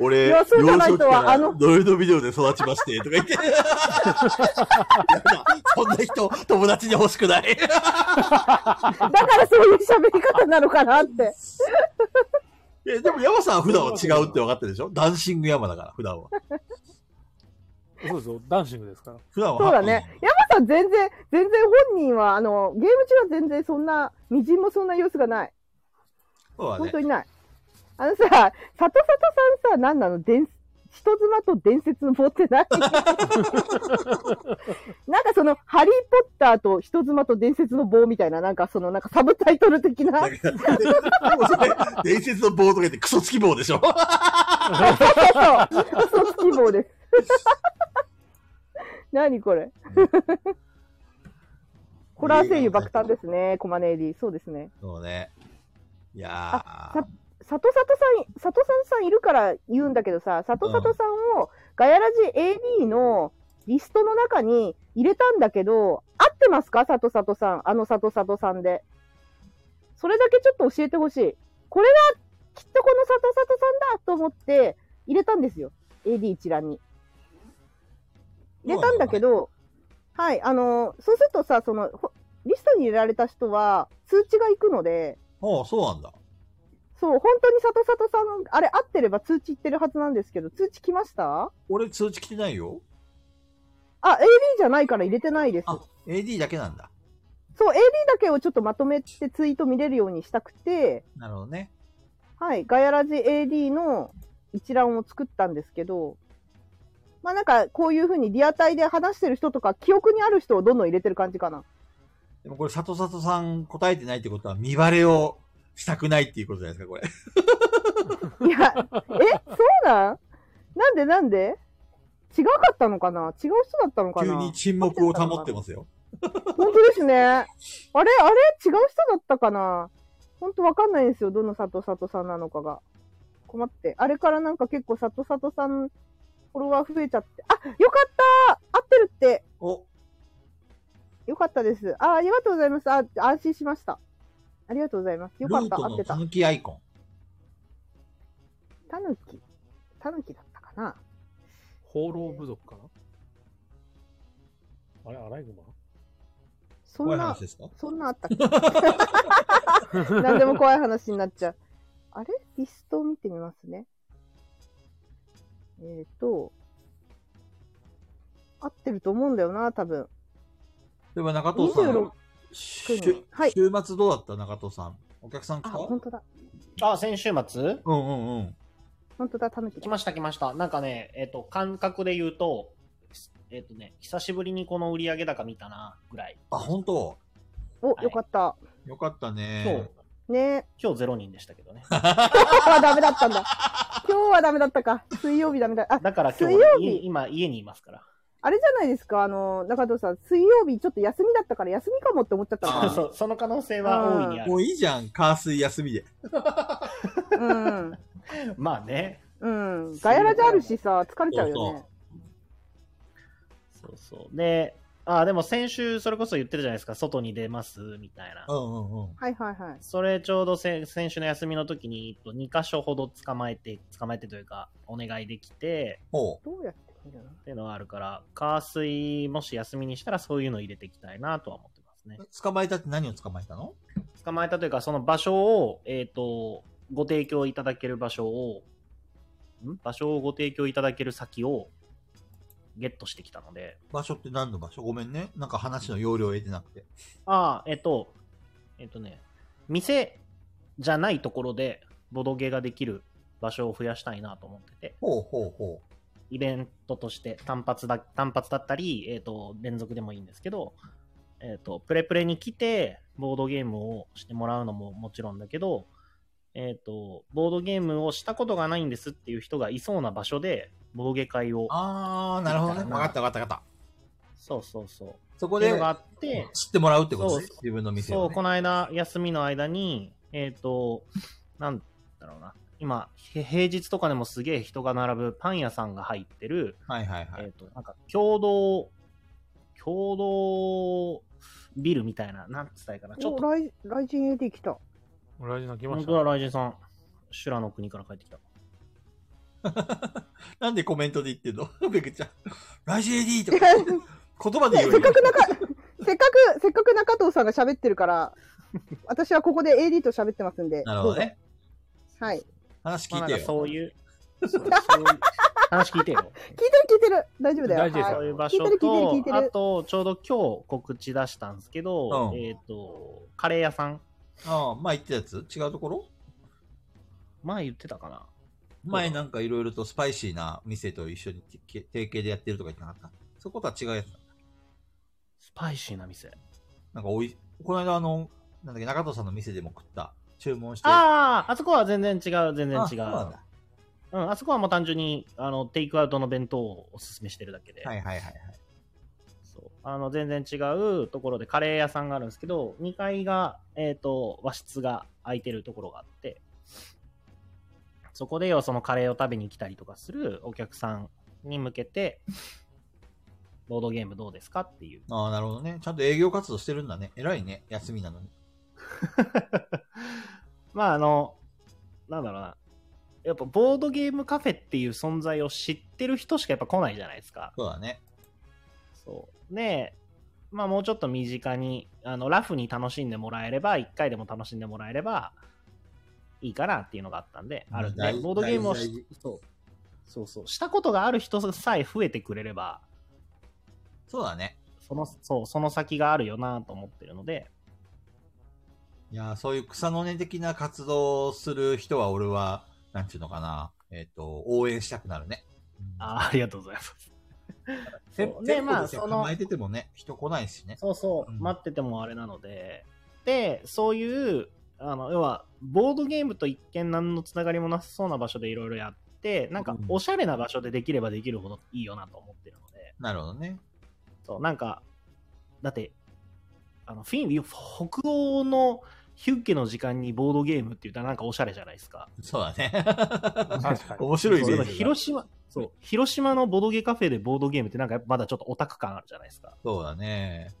Speaker 1: 俺、
Speaker 4: い
Speaker 1: 幼
Speaker 4: やそうじゃ
Speaker 1: 少
Speaker 4: ない
Speaker 1: 期
Speaker 4: 人
Speaker 1: か
Speaker 4: は
Speaker 1: ら
Speaker 4: あの
Speaker 1: 呪いのビデオで育ちまして、とか言って。やだそんな人、友達に欲しくない。
Speaker 4: だからそういう喋り方なのかなって。
Speaker 1: え、でも山さんは普段は違うって分かってるでしょダンシング山だから、普段は。
Speaker 2: そうですよ。ダンシングですから。
Speaker 1: 普段は
Speaker 4: そうだね。山さん全然、全然本人は、あの、ゲーム中は全然そんな、みじんもそんな様子がない。
Speaker 1: そうだ
Speaker 4: 本
Speaker 1: ね
Speaker 4: 当。にない。あのさ、里里さんさ、なんなの伝人妻と伝説持ってないなんかその、ハリー・ポッターと人妻と伝説の棒みたいな、なんかその、なんかサブタイトル的な。
Speaker 1: だけどでもそれ伝説の棒とか言ってクソつき棒でしょ
Speaker 4: そうそう嘘つき棒です。何これ。ホラー声優爆誕ですね、コマネーリー。そうですね。
Speaker 1: そうね。いや
Speaker 4: あさ里里さん、里里さんいるから言うんだけどさ、里里さんをガヤラジ AD のリストの中に入れたんだけど、合ってますか里里さん、あの里里さんで。それだけちょっと教えてほしい。これがきっとこの里里さんだと思って入れたんですよ。AD 一覧に。入れたんだけど、はい、あのーそうするとさ、その、ほリストに入れられた人は通知が行くので、
Speaker 1: ー、ああ、そうなんだ。
Speaker 4: そう、本当に里里さん、あれ合ってれば通知いってるはずなんですけど、通知来ました
Speaker 1: 俺通知来てないよ。
Speaker 4: あ、AD じゃないから入れてないです。
Speaker 1: あ、AD だけなんだ。
Speaker 4: そう、AD だけをちょっとまとめてツイート見れるようにしたくて、
Speaker 1: なるほどね。
Speaker 4: はい、ガヤラジ AD の一覧を作ったんですけど、まあなんかこういうふうにリアタイで話してる人とか、記憶にある人をどんどん入れてる感じかな。
Speaker 1: でもこれ、里里さん答えてないってことは、見バレをしたくないっていうことじゃないですか、これ。
Speaker 4: いや、え、そうなんなんでなんで違うかったのかな違う人だったのか
Speaker 1: 急
Speaker 4: な
Speaker 1: に沈黙を保ってますよ。
Speaker 4: 本当ですね。あれあれ違う人だったかな本当わかんないんですよ。どの里里さんなのかが。困って。あれからなんか結構里里さんフォロワー増えちゃって。あ、よかった合ってるって。
Speaker 1: お、
Speaker 4: よかったです。あ、ありがとうございます。あ、安心しました。ありがとうございます。よ
Speaker 1: ル
Speaker 4: かっ
Speaker 1: ー
Speaker 4: た。
Speaker 1: ト
Speaker 4: 合っ
Speaker 1: の
Speaker 4: て
Speaker 1: た
Speaker 4: た。
Speaker 1: ぬきアイコン。
Speaker 4: タヌキ。タヌキだったかな
Speaker 2: [laughs] 放浪部族かなあれ、アライグマ
Speaker 4: そ
Speaker 1: 怖
Speaker 4: ん
Speaker 1: い
Speaker 4: な
Speaker 1: 話、ですか
Speaker 4: そんなあったっけ [laughs]
Speaker 2: [laughs]
Speaker 4: 何でも怖い話になっちゃう。あれリストを見てみますね。えっ、ー、と、合ってると思うんだよな、多分。
Speaker 1: でも中藤さ
Speaker 4: 26
Speaker 1: ん、しゅ
Speaker 4: はい
Speaker 1: 週末どうだった中藤さん。お客さん来
Speaker 4: あ、
Speaker 1: た
Speaker 4: 本当だ。
Speaker 3: あ、先週末
Speaker 1: うんうんうん。
Speaker 4: 本当だ、タヌキ
Speaker 3: 来。ました来ました。なんかね、えっ、と、感覚で言うと、えっ、とね、久しぶりにこの売上高見たな、ぐらい。
Speaker 1: あ、本当
Speaker 4: お、
Speaker 3: はい
Speaker 4: よかった。
Speaker 1: よかった
Speaker 3: 今日
Speaker 1: ね。、
Speaker 4: ね
Speaker 3: 今日ゼロ人でしたけどね。
Speaker 4: 今日はダメだ
Speaker 3: [laughs]
Speaker 4: ったんだ。今日はダメだったか。水曜日ダメだ。あ、
Speaker 3: だから今
Speaker 4: 水曜
Speaker 3: 日、
Speaker 4: 日
Speaker 3: 家今家にいますから。
Speaker 4: あれじゃないですか、あの、中藤さん、水曜日ちょっと休みだったから休みかもって思っちゃった
Speaker 1: あー
Speaker 4: の
Speaker 3: [laughs] そうその可能性は大いにある
Speaker 1: も。ういいじゃん、火水休みで。
Speaker 4: かな。
Speaker 3: まあね。
Speaker 4: うん。うん。ガヤラじゃあるしさ、疲れちゃうよね。
Speaker 3: そうそう。で、あ、でも先週それこそ言ってるじゃないですか、外に出ます、みたいな
Speaker 1: う。んうんうん。
Speaker 4: はいはいはい。
Speaker 3: それちょうどせ先週の休みの時に、えっと2箇所ほど捕まえて、捕まえてというか、お願いできて、
Speaker 1: ほ
Speaker 4: どうやって見るの
Speaker 3: っていうのはあるから、火水もし休みにしたらそういうの入れていきたいなとは思ってますね
Speaker 1: う。。捕まえたって何を捕まえたの
Speaker 3: 捕まえたというか、その場所を、えっ、と、ご提供いただける場所を、ん場所をご提供いただける先をゲットしてきたので、
Speaker 1: 場所って何の場所ごめんね。なんか話の要領を得てなくて。
Speaker 3: ああ、えっ、と、えっ、とね、店じゃないところでボドゲができる場所を増やしたいなと思ってて、
Speaker 1: ほうほうほう。
Speaker 3: イベントとして単発だ単発だったり、えー、と連続でもいいんですけど、えー、とプレプレに来てボードゲームをしてもらうのももちろんだけど、えー、とボードゲームをしたことがないんですっていう人がいそうな場所でボドゲ会を
Speaker 1: あー、なるほどね。わかったわかったわかっ。
Speaker 3: そうそうそうった
Speaker 1: そこ
Speaker 3: てい
Speaker 1: で
Speaker 3: うのがあって
Speaker 1: 知ってもらうってことね
Speaker 3: そう。
Speaker 1: 自分の店
Speaker 3: そ
Speaker 1: を
Speaker 3: う
Speaker 1: ね、
Speaker 3: この間休みの間にえっ、となんだろうな今へ平日とかでもすげえ人が並ぶパン屋さんが入ってる、
Speaker 1: はいはいは
Speaker 3: えっ、
Speaker 1: い。
Speaker 3: と、なんか、共同、共同ビルみたいな、なんつったらいいかな。ちょっ
Speaker 4: お、
Speaker 3: と、
Speaker 4: ライライジン AD 来た。
Speaker 2: ラジナ来ま
Speaker 3: 本
Speaker 2: し
Speaker 3: 当だ、
Speaker 2: た、ね。
Speaker 3: ライジンさん。修羅の国から帰ってきた。
Speaker 1: なんでコメントで言ってんの [laughs] ペグちゃん。ラジエディと
Speaker 4: せっ
Speaker 1: か
Speaker 4: か
Speaker 1: 言葉で言うよ
Speaker 4: く中、せっかく、せっかく中藤さんが喋って
Speaker 1: [laughs]
Speaker 4: るから、私はここで AD と喋ってますんで。
Speaker 1: なるほどね。
Speaker 4: どうぞ。はい。
Speaker 1: 話
Speaker 3: まあ
Speaker 1: 聞い
Speaker 3: な
Speaker 1: て
Speaker 3: んか
Speaker 1: よ。 [laughs]
Speaker 3: そういう、話聞いてよ。
Speaker 6: 聞いてる聞いてる。大丈夫だよ。
Speaker 2: 大丈夫です
Speaker 3: そう
Speaker 2: はい
Speaker 3: いう場
Speaker 6: 聞いて
Speaker 3: 所
Speaker 6: る聞い
Speaker 3: と
Speaker 6: てる聞いて、
Speaker 3: あ
Speaker 6: る
Speaker 3: と、ちょうど今日告知出したんですけど、
Speaker 1: うん
Speaker 3: えっ、と、カレー屋さん。
Speaker 1: ああ、前言ってたやつ違うところ
Speaker 3: 前言ってたかな
Speaker 1: 前なんかいろいろとスパイシーな店と一緒に提携でやってるとか言ってなかったそことは違うやつだ
Speaker 3: スパイシーな店。
Speaker 1: なんかおい、この間あの、なんだっけ、中藤さんの店でも食った、注文して。
Speaker 3: ああ、あそこは全然違う、全然
Speaker 1: あ
Speaker 3: 違
Speaker 1: そう
Speaker 3: う。
Speaker 1: なんだ。
Speaker 3: うん、あそこはもう単純に、あの、テイクアウトの弁当をおすすめしてるだけで。
Speaker 1: はいはいはいはい。
Speaker 3: そうあの全然違うところでカレー屋さんがあるんですけど2階が、えー、と和室が空いてるところがあってそこでよそのカレーを食べに来たりとかするお客さんに向けてボードゲームどうですかっていう
Speaker 1: ああ、なるほどね。ちゃんと営業活動してるんだね。偉いね。休みなのに。
Speaker 3: [laughs] まああのなんだろうなやっぱボードゲームカフェっていう存在を知ってる人しかやっぱ来ないじゃないですか
Speaker 1: そうだね。
Speaker 3: そう。で、まあもうちょっと身近に、あの、ラフに楽しんでもらえれば、1回でも楽しんでもらえれば、いいかなっていうのがあったんで、
Speaker 1: うん
Speaker 3: あるんで
Speaker 1: 大、事
Speaker 3: ボードゲームを
Speaker 1: 大事
Speaker 3: しそうそうそう、したことがある人さえ増えてくれれば、
Speaker 1: そうだね。
Speaker 3: その、そう、その先があるよなと思ってるので、
Speaker 1: いやー、そういう草の根的な活動をする人は、俺は、なんていうのかな。えっ、と、応援したくなるね。
Speaker 3: あーありがとうございます。
Speaker 1: [laughs] 店
Speaker 3: そう
Speaker 1: 舗
Speaker 3: で、
Speaker 1: で
Speaker 3: まあ、
Speaker 1: さ
Speaker 3: その
Speaker 1: 構、えててもね、人来ないしね。
Speaker 3: そうそう、
Speaker 1: うん
Speaker 3: 待っててもあれなので、で、そういう、あの、要は、ボードゲームと一見何のつながりもなさそうな場所でいろいろやって、なんか
Speaker 1: うん、
Speaker 3: おしゃれな場所でできればできるほどいいよなと思ってるので、
Speaker 1: なるほどね。
Speaker 3: そう、なんか、だって、あの、フィン、北欧のヒュッケの時間にボードゲームって言ったらなんかおしゃれじゃないですか。
Speaker 1: そうだね。
Speaker 2: 確かに
Speaker 1: 面白いイ
Speaker 3: そう
Speaker 1: メー
Speaker 3: だから
Speaker 1: ジ。
Speaker 3: 広島、そう、広島のボドゲカフェでボードゲームってなんかやっぱまだちょっとオタク感あるじゃないですか。
Speaker 1: [laughs] そうだね。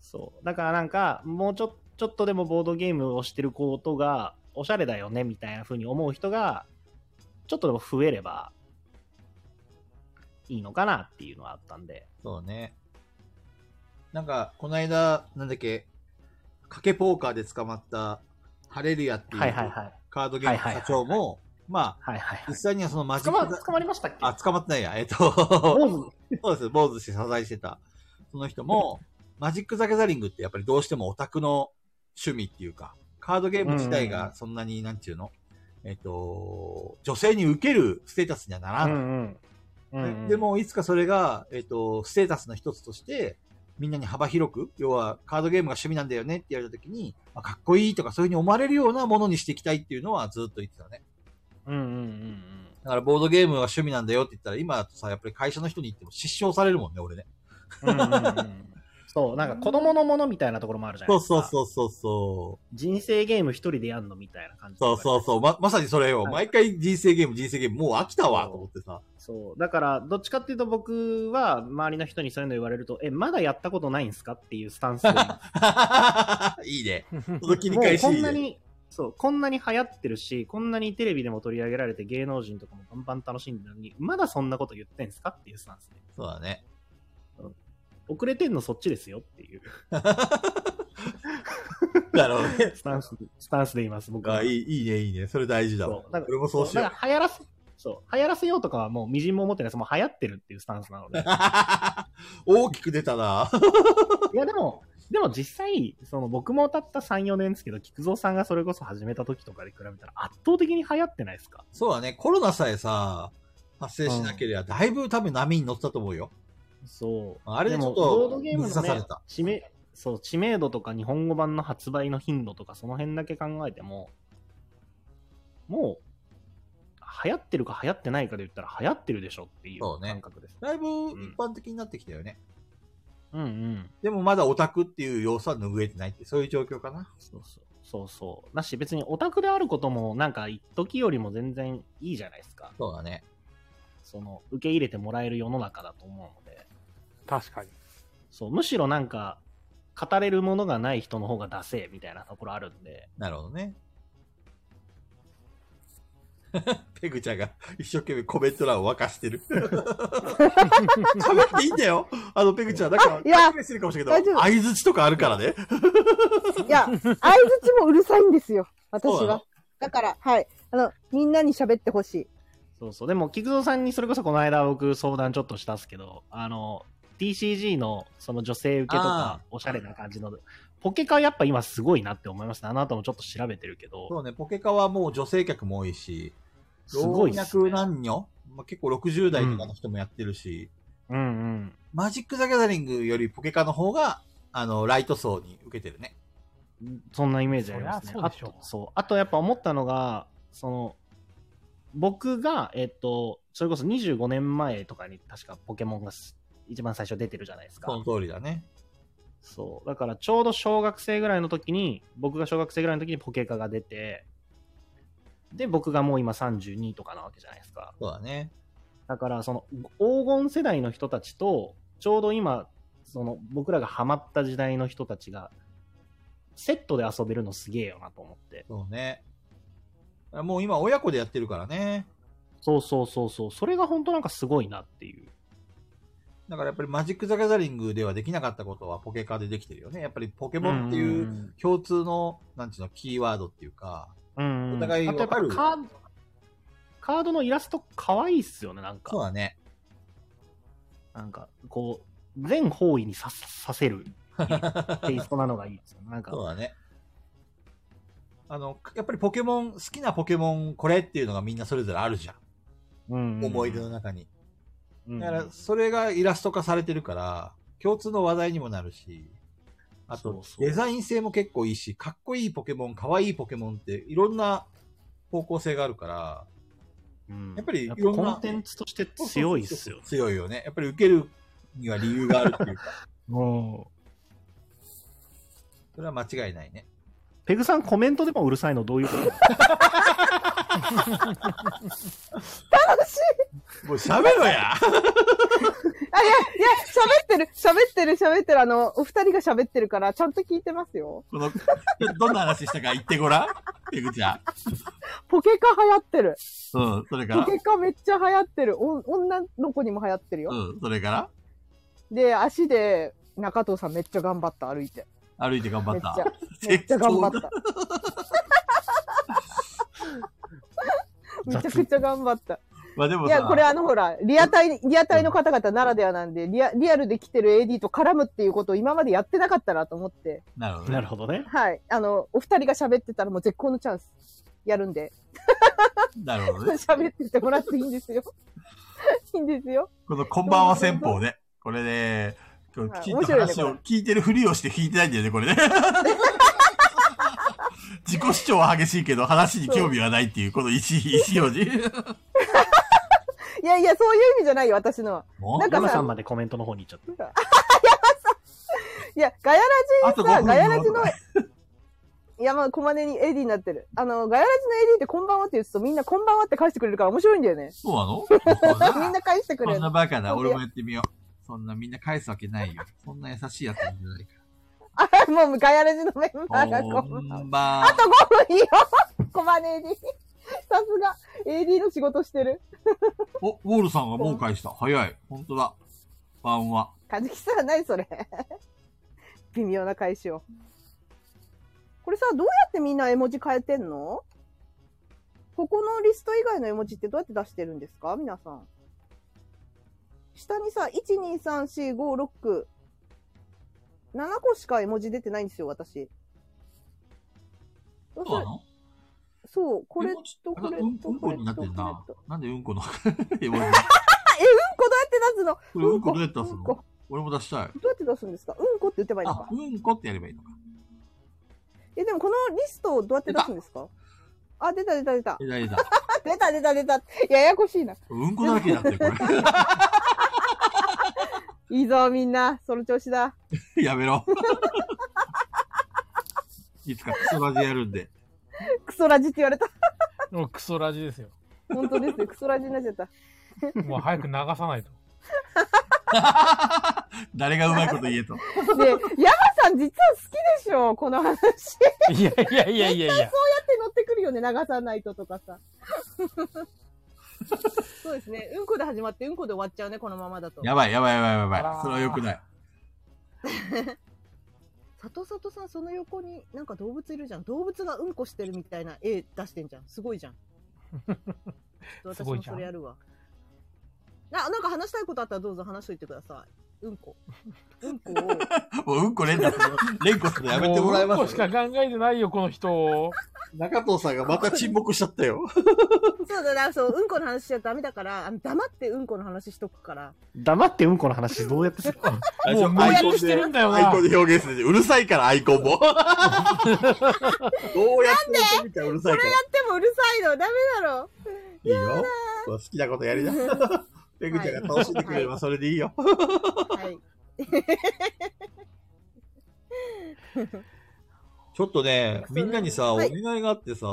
Speaker 3: そう。だからなんか、もうちょちょっとでもボードゲームをしてることが、おしゃれだよね、みたいな風に思う人が、ちょっとでも増えれば、いいのかなっていうのはあったんで。
Speaker 1: そうね。なんか、この間、なんだっけ、賭けポーカーで捕まった、ハレルヤってい
Speaker 3: はいはいうはい。
Speaker 1: カードゲームの社長
Speaker 3: はいはい
Speaker 1: も、まあ、
Speaker 3: はいはいは
Speaker 1: 実
Speaker 3: い。
Speaker 1: 際にはそのマジ
Speaker 3: 捕
Speaker 1: ック
Speaker 3: ま、
Speaker 1: が
Speaker 3: 捕まりましたっけ
Speaker 1: あ、捕まってないや。えっと、
Speaker 3: 坊主
Speaker 1: [laughs] そうです。坊主して謝罪してた。その人も、マジック・ザ・ギャザリングってやっぱりどうしてもオタクの趣味っていうか、カードゲーム自体がそんなに、なんていうの、えっと、女性に受けるステータスにはなら
Speaker 3: う
Speaker 1: ない。
Speaker 3: んうん。うんうん
Speaker 1: で、も、いつかそれが、えっ、と、ステータスの一つとして、みんなに幅広く、要はカードゲームが趣味なんだよねって言われた時に、あかっこいいとかそういうふうに思われるようなものにしていきたいっていうのはずっと言ってたね。
Speaker 3: うんうんうんうん。
Speaker 1: だからボードゲームは趣味なんだよって言ったら、今だとさ、やっぱり会社の人に言っても失笑されるもんね、俺ね。
Speaker 3: うんうんうんそう、なんか子供のものみたいなところもあるじゃない
Speaker 1: そう
Speaker 3: ですか。
Speaker 1: そうそうそうそう。
Speaker 3: う。人生ゲーム一人でやんのみたいな感じ。
Speaker 1: そうそうそう。ま、まさにそれよ。
Speaker 3: はい
Speaker 1: 毎回人生ゲーム、人生ゲーム、もう飽きたわ、
Speaker 3: そう
Speaker 1: と思ってさ。 [laughs]
Speaker 3: そう。だから、どっちかっていうと僕は、周りの人にそういうの言われると、え、まだやったことないんすかっていうスタンスで。も
Speaker 1: いいね。その [laughs] 切り
Speaker 3: う
Speaker 1: 返し
Speaker 3: こ
Speaker 1: い
Speaker 3: ん
Speaker 1: い
Speaker 3: な
Speaker 1: ね。
Speaker 3: に、そう、こんなに流行ってるし、こんなにテレビでも取り上げられて芸能人とかもバンバン楽しんでるのに、まだそんなこと言ってんすかっていうスタンスで。
Speaker 1: そうだね。
Speaker 3: 遅れてんのそっちですよっていう [laughs]
Speaker 1: なるほどね。
Speaker 3: スタンス、スタンスでいます、僕
Speaker 1: あ
Speaker 3: [laughs] は。
Speaker 1: いい、いいね、いいね。それ大事だわ
Speaker 3: そう。だから
Speaker 1: 俺もそうしよう
Speaker 3: だ。から流行らせ、そう、流行らせようとかはもうみじんも思ってないです。もう流行ってるっていうスタンスなので。
Speaker 1: [laughs] 大きく出たな。
Speaker 3: いや、でも、でも実際、その僕もたった3、4年ですけど、菊蔵さんがそれこそ始めた時とかで比べたら圧倒的に流行ってないですか
Speaker 1: そうだね、コロナさえさ、発生しなければ、だいぶ多分波に乗ったと思うよ。
Speaker 3: そう。
Speaker 1: あれでちょっと
Speaker 3: もボードゲームの、
Speaker 1: 水差さ
Speaker 3: ね
Speaker 1: れた、
Speaker 3: 知名そう知名度とか日本語版の発売の頻度とかその辺だけ考えても、もう、流行ってるか流行ってないかで言ったら流行ってるでしょっていう
Speaker 1: そうね
Speaker 3: 感覚です。
Speaker 1: だいぶ
Speaker 3: ん
Speaker 1: 一般的になってきたよね。
Speaker 3: うんうん。
Speaker 1: でもまだオタクっていう要素は拭えてないって、そういう状況かな。
Speaker 3: そうそう。そうそう。だし別にオタクであることもなんか一時よりも全然いいじゃないですか。
Speaker 1: そうだね。
Speaker 3: その、受け入れてもらえる世の中だと思うので。
Speaker 2: [laughs] 確かに。
Speaker 3: そう、むしろなんか、語れるものがない人の方がダセえみたいなところあるんで。
Speaker 1: なるほどね。 [laughs] ペグちゃんが一生懸命コメント欄を沸かしてる。喋っていいんだよ。あのペグちゃん、なんか、
Speaker 6: いや
Speaker 1: 勘弁してるかもしれな
Speaker 6: 大
Speaker 1: いけ
Speaker 6: 丈
Speaker 1: ど、
Speaker 6: 夫
Speaker 1: 相づちとかあるからね。
Speaker 6: いや、相づちもうるさいんですよ、私
Speaker 1: そうなの
Speaker 6: は。だから、はい。あの、みんなに喋ってほしい。
Speaker 3: そうそう。でも、菊蔵さんにそれこそこの間僕相談ちょっとしたっすけど、あの、TCG のその女性受けとか、おしゃれな感じの、ポケカやっぱ今すごいなって思いますね。あなたもちょっと調べてるけ
Speaker 1: そ
Speaker 3: ど、
Speaker 1: うね、ポケカはもう女性客も多いし、
Speaker 3: すごいっ
Speaker 1: 老
Speaker 3: す
Speaker 1: 若
Speaker 3: ね。
Speaker 1: 男女、まあ、結構60代とかの人もやってるし、
Speaker 3: うんうん。
Speaker 1: マジック・ザ・ギャザリングよりポケカの方が、あの、ライト層に受けてるね。
Speaker 3: そんなイメージありますね。
Speaker 8: そり
Speaker 3: あ
Speaker 8: ゃそうでしょう
Speaker 3: と、そう。あとやっぱ思ったのが、その、僕が、えっと、それこそ25年前とかに確かポケモンがす一番最初出てるじゃないですか
Speaker 1: そ。の通りだね。
Speaker 3: そう。だからちょうど小学生ぐらいの時に、僕が小学生ぐらいの時にポケカが出て、で、僕がもう今32とかなわけじゃないですか。
Speaker 1: そうだね。
Speaker 3: だから、その、黄金世代の人たちと、ちょうど今、その、僕らがハマった時代の人たちが、セットで遊べるのすげえよなと思って。
Speaker 1: そうね。もう今親子でやってるからね。
Speaker 3: そうそうそうそう。それが本当なんかすごいなっていう。
Speaker 1: だからやっぱりマジック・ザ・ギャザリングではできなかったことはポケカでできてるよね。やっぱりポケモンっていうん共通の、なんちゅうの、キーワードっていうか、
Speaker 3: うんうん。
Speaker 1: お互い
Speaker 3: あとやっぱ
Speaker 1: わかる
Speaker 3: カード、カードのイラスト可愛いっすよね、なん
Speaker 1: そう
Speaker 3: か。
Speaker 1: だね。
Speaker 3: なんか、こう、全方位にささ
Speaker 1: [laughs]
Speaker 3: せるテイストなのがいいですよね。なんか、
Speaker 1: そうだね。あの、やっぱりポケモン、好きなポケモンこれっていうのがみんなそれぞれあるじゃ
Speaker 3: うんうん
Speaker 1: ん。思い出の中に。
Speaker 3: うん
Speaker 1: だから、それがイラスト化されてるから、共通の話題にもなるし、あ
Speaker 3: そ
Speaker 1: と
Speaker 3: う、そう
Speaker 1: デザイン性も結構いいし、かっこいいポケモン、かわいいポケモンって、いろんな方向性があるから、
Speaker 3: うん
Speaker 1: やっぱりいろんな
Speaker 3: コンテンツとして強いっすよね。
Speaker 1: 強いよね。やっぱり受けるには理由があるっていうか、 [laughs]
Speaker 3: うん
Speaker 1: それは間違いないね。
Speaker 3: ペグさんコメントでもうるさいのどういうこと [laughs]
Speaker 1: もう喋ろや
Speaker 4: あ、いや、いや、喋ってる、喋ってる、喋ってる、あの、お二人が喋ってるから、ちゃんと聞いてますよ。
Speaker 1: この、どんな話したか言ってごらん。ペグちゃん。
Speaker 4: ポケカ流行ってる。
Speaker 1: うん、それか
Speaker 4: ポ
Speaker 1: ら、
Speaker 4: ケカめっちゃ流行ってる。お女の子にも流行ってるよ。
Speaker 1: うん、それから、
Speaker 4: で、足で、中藤さんめっちゃ頑張った、歩いて。
Speaker 1: 歩いて頑張
Speaker 4: めっ
Speaker 1: っ
Speaker 4: ちゃ
Speaker 1: た。、
Speaker 4: [laughs] めっちゃ頑張った。め [laughs] ちゃくちゃ頑張った。
Speaker 1: [laughs] まあでも
Speaker 4: い
Speaker 1: さ、
Speaker 4: や、これあの、ほら、リアタイ、リアタイの方々ならではなんで、リアリアルで来てる AD と絡むっていうことを今までやってなかったなと思って、
Speaker 1: なるほどね、
Speaker 3: なるほどね。
Speaker 4: はい。あの、お二人が喋ってたらもう絶好のチャンス。やるんで。 [laughs]
Speaker 1: なるほどね。
Speaker 4: 喋っててもらっていいんですよ。 [laughs] いいんですよ。
Speaker 1: このこんばんは戦法ね。これね、こう
Speaker 4: はい
Speaker 1: きちん
Speaker 4: 面
Speaker 1: と
Speaker 4: 白いね
Speaker 1: 話を聞いてるふりをして聞いてないんだよね、これね。
Speaker 4: [laughs]
Speaker 1: 自己主張は激しいけど、話に興味はないっていう、この石、石表示。
Speaker 4: いやいや、そういう意味じゃないよ、私のは。 [laughs]
Speaker 1: も
Speaker 4: な
Speaker 1: う
Speaker 4: んか
Speaker 3: ヨナ
Speaker 4: さ
Speaker 3: さんまでコメントの方に行っちゃっ
Speaker 4: [laughs] いや、ガヤ
Speaker 1: あ
Speaker 4: ラ
Speaker 1: と5
Speaker 4: ジさ、
Speaker 1: 分
Speaker 4: ガヤラジの
Speaker 1: よ、
Speaker 4: いや、まあ、コマネに AD になってる。あの、ガヤラジの AD ってこんばんはって言うとみんなこんばんはって返してくれるから面白いんだよ
Speaker 1: [laughs]
Speaker 4: ね。
Speaker 1: そうな
Speaker 4: [laughs] みん
Speaker 1: の
Speaker 4: な返してくれ
Speaker 1: そ
Speaker 4: る
Speaker 1: ん。なバカな、俺もやってみよう。そんなみんな返すわけないよ。そんな優しいやつなんじゃないか
Speaker 4: あ、もうガヤラジのメン [laughs] バーが
Speaker 1: ら。
Speaker 4: こんば
Speaker 1: こ
Speaker 4: んは。
Speaker 1: んばん
Speaker 4: あ
Speaker 1: は
Speaker 4: と5分いいよコマネ AD。さすが、AD の仕事してる。
Speaker 1: お、ウォールさんがもう返した。早い。本当だ。ばんは。
Speaker 4: かずきさん、何それ。微妙な返しを。これさ、どうやってみんな絵文字変えてんのここのリスト以外の絵文字ってどうやって出してるんですか皆さん。下にさ、1、2、3、4、5、6、7個しか絵文字出てないんですよ、私。
Speaker 1: そうなの
Speaker 4: そう、これ
Speaker 1: 絵
Speaker 4: と
Speaker 1: 文字
Speaker 4: こ
Speaker 1: あ
Speaker 4: れ
Speaker 1: れうん
Speaker 4: と
Speaker 1: うん
Speaker 4: こ
Speaker 1: こ
Speaker 4: れとこれと。
Speaker 1: になってるな。なんでうんこの [laughs] 絵文字
Speaker 4: これどうやって出すの
Speaker 1: これうんこどうやって出す
Speaker 4: うん
Speaker 1: の
Speaker 4: こ
Speaker 1: 俺も出したい。
Speaker 4: どうやって出すんですかうんこって言ってばいいの
Speaker 1: あ
Speaker 4: か、。
Speaker 1: うんこってやればいいのか。
Speaker 4: え、でもこのリストをどうやって出すんですかあ、出た出た出た。
Speaker 1: えらいだ。
Speaker 4: あ出た出た出た。ややこしいな。
Speaker 1: うんこだらけになってる、こ
Speaker 4: いいぞ、みんな。その調子だ。
Speaker 1: れ。 [laughs] やめろ。いつかクソラジやるんで。 [laughs]
Speaker 4: クソラジって言われた。
Speaker 2: もうクソラジですよ。
Speaker 4: 本当ですよ。クソラジになっちゃった。
Speaker 2: もう早く流さないと。
Speaker 1: 誰がうまいこと言えと。
Speaker 4: で、ヤマさん実は好きでしょこの話。って
Speaker 2: [laughs] いやいやいやいやいや。
Speaker 4: 乗ってくるよね。流さないとと
Speaker 1: [laughs]
Speaker 4: かさ。そうですね。うんこで始まって、うんこで終わっちゃうね。このままだと。
Speaker 1: やばい、やばい、やばい、やばい
Speaker 2: あら。ー
Speaker 1: それは良くない。
Speaker 4: 里里さん、その横になんか動物いるじゃん。動物がうんこしてるみたいな絵出してんじゃん。すごいじゃん。ょっと
Speaker 9: す
Speaker 4: 私
Speaker 9: ごい
Speaker 4: も
Speaker 9: じゃ
Speaker 4: そ
Speaker 9: ん
Speaker 4: れやるわ。な、なんか話したいことあったらどうぞ話しといてください。うんこ。うんこを。
Speaker 1: もううんこ連打する。連呼するのやめてもらえま
Speaker 9: もううんこ
Speaker 1: す
Speaker 9: しか考えてないよ、この人。
Speaker 1: 中藤さんがまた沈黙しちゃったよ。
Speaker 4: そうだな、そう、うんこの話しちゃダメだから、あの黙ってうんこの話しとくから。
Speaker 3: 黙ってうんこの話どうやってする [laughs] か。
Speaker 9: もう
Speaker 1: アイ
Speaker 9: 迷
Speaker 1: コン
Speaker 9: 惑して
Speaker 1: で
Speaker 9: るんだよ
Speaker 1: アイ
Speaker 9: な
Speaker 1: コ。ンで表現する。うるさいから、アイコンも。どうやってやってみたらうるさいから。
Speaker 4: でもうるさいの、ダメだろ。
Speaker 1: いいよ。好きなことやりな。ペグちゃんが楽しんでくれればそれでいいよ。
Speaker 4: はい。
Speaker 1: ちょっとね、みんなにさ、お
Speaker 4: はい
Speaker 1: 願いがあってさ、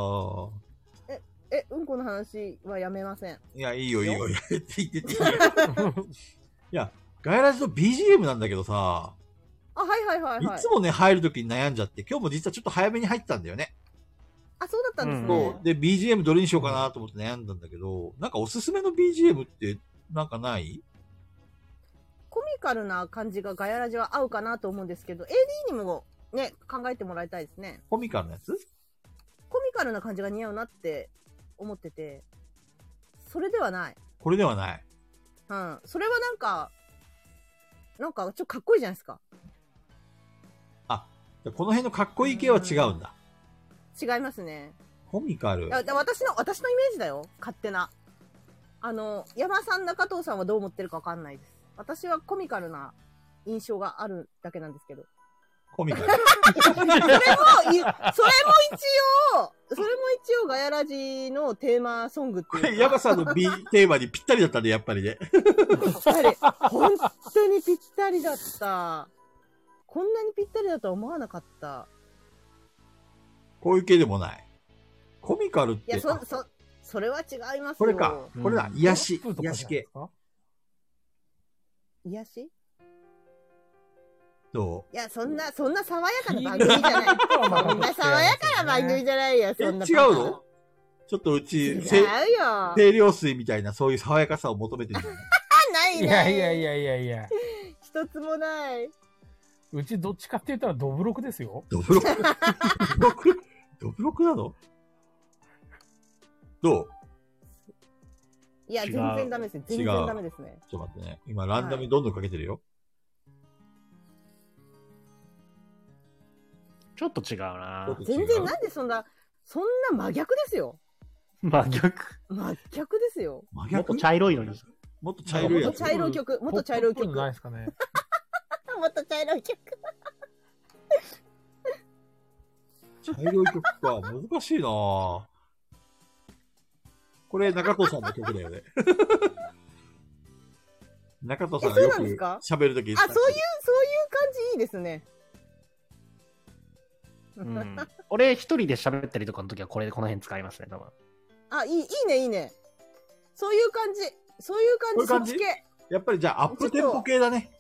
Speaker 4: え、うんこの話はやめません。
Speaker 1: いや、いいよ、いい [laughs] よ、いいよ言って言って言っていいよ。いや、ガイラジの BGM なんだけどさ、
Speaker 4: あ、はいはいはい
Speaker 1: い
Speaker 4: はい
Speaker 1: つ。もね、入るときに悩んじゃって、今日も実はちょっと早めに入ったんだよね。
Speaker 4: あ、そうだったんです
Speaker 3: うん
Speaker 4: ね
Speaker 1: そう。。で、BGM どれにしようかなと思って悩んだんだけど、なんかおすすめの BGM って、なんかない
Speaker 4: コミカルな感じがガヤラジは合うかなと思うんですけど、AD にもね、考えてもらいたいですね。
Speaker 1: コミカルなやつ
Speaker 4: コミカルな感じが似合うなって思ってて、それではない。
Speaker 1: これではない。
Speaker 4: うん。それはなんか、なんかちょっとかっこいいじゃないですか。
Speaker 1: この辺のかっこいい系は違うんだ。
Speaker 4: 違いますね。
Speaker 1: コミカル
Speaker 4: い。やだ私の、私のイメージだよ。勝手な。あの、山さん、中藤さんはどう思ってるかわかんないです。私はコミカルな印象があるだけなんですけど。
Speaker 1: コミカル。
Speaker 4: それもい、それも一応、それも一応ガヤラジのテーマソングって
Speaker 1: こ
Speaker 4: いうか。
Speaker 1: れ、ヤバさんの B テーマにぴったりだったね、やっぱりね。
Speaker 4: ぴったり。本当にぴったりだった。こんなにぴったりだとは思わなかった。
Speaker 1: こういう系でもない。コミカルっ
Speaker 4: い
Speaker 1: て、
Speaker 4: や、そ
Speaker 1: あ、
Speaker 4: そ、それは違いますよ。
Speaker 1: これか。これだ。
Speaker 3: うん
Speaker 1: 癒し
Speaker 9: プー。とかじゃ
Speaker 1: 癒
Speaker 9: ない
Speaker 1: し系。
Speaker 4: 癒やしい
Speaker 1: ど
Speaker 4: や、そんな、そんな爽やかな番組じゃない。そんな爽やかな番組じゃないよ、
Speaker 1: うえ、違
Speaker 4: そん
Speaker 1: う
Speaker 4: な
Speaker 1: の
Speaker 4: バカ。
Speaker 1: ちょっとう
Speaker 4: 違
Speaker 1: ち、
Speaker 4: う
Speaker 1: せ
Speaker 4: よ。あ、
Speaker 1: 清涼水みたいな、そういう爽やかさを求めてるんじゃない
Speaker 4: ない
Speaker 9: い
Speaker 4: ね。
Speaker 9: やいやいやいやいや。
Speaker 4: 一つもない。
Speaker 9: うちどっちかって言ったらドブロクですよ。
Speaker 1: ドブロクドブロクドブロクなのどう
Speaker 4: いや、
Speaker 3: 違う
Speaker 4: 全然ダメですね。全然ダメですね。
Speaker 1: ちょっと待ってね。今、ランダムにどんどんかけてるよ。
Speaker 3: ちょっと違うな
Speaker 1: ちょっと違
Speaker 4: 全
Speaker 1: う
Speaker 4: 然、なんでそんな、そんな真逆ですよ。
Speaker 3: 真逆。
Speaker 4: 真逆ですよ。
Speaker 1: 真
Speaker 3: もっ
Speaker 1: 逆
Speaker 3: と茶色いのに。
Speaker 1: もっと茶色い
Speaker 4: も
Speaker 1: や
Speaker 4: っと
Speaker 1: つ。
Speaker 4: 茶色い曲、もっと茶色い曲。
Speaker 9: ポップっぽのない
Speaker 4: も
Speaker 9: ですかね。
Speaker 4: っと茶色い曲。
Speaker 1: 茶色い曲か。難しいなぁこれ、中藤さんの曲だ
Speaker 4: [laughs]
Speaker 1: よね。中藤さんがよ
Speaker 4: えそうなんです
Speaker 1: く
Speaker 4: か
Speaker 1: 喋るとき
Speaker 4: あ、そういう、そういう感じいいですね。
Speaker 3: うん、俺一人で喋ったりとかの時はこれこの辺使いますね、多分。
Speaker 4: あ、いい、いいね、いいね。そういう感じ。そういう感
Speaker 1: こうい
Speaker 4: じ、
Speaker 1: う感じ
Speaker 4: そっち系。
Speaker 1: やっぱりじゃあ、アップテンポ系だね。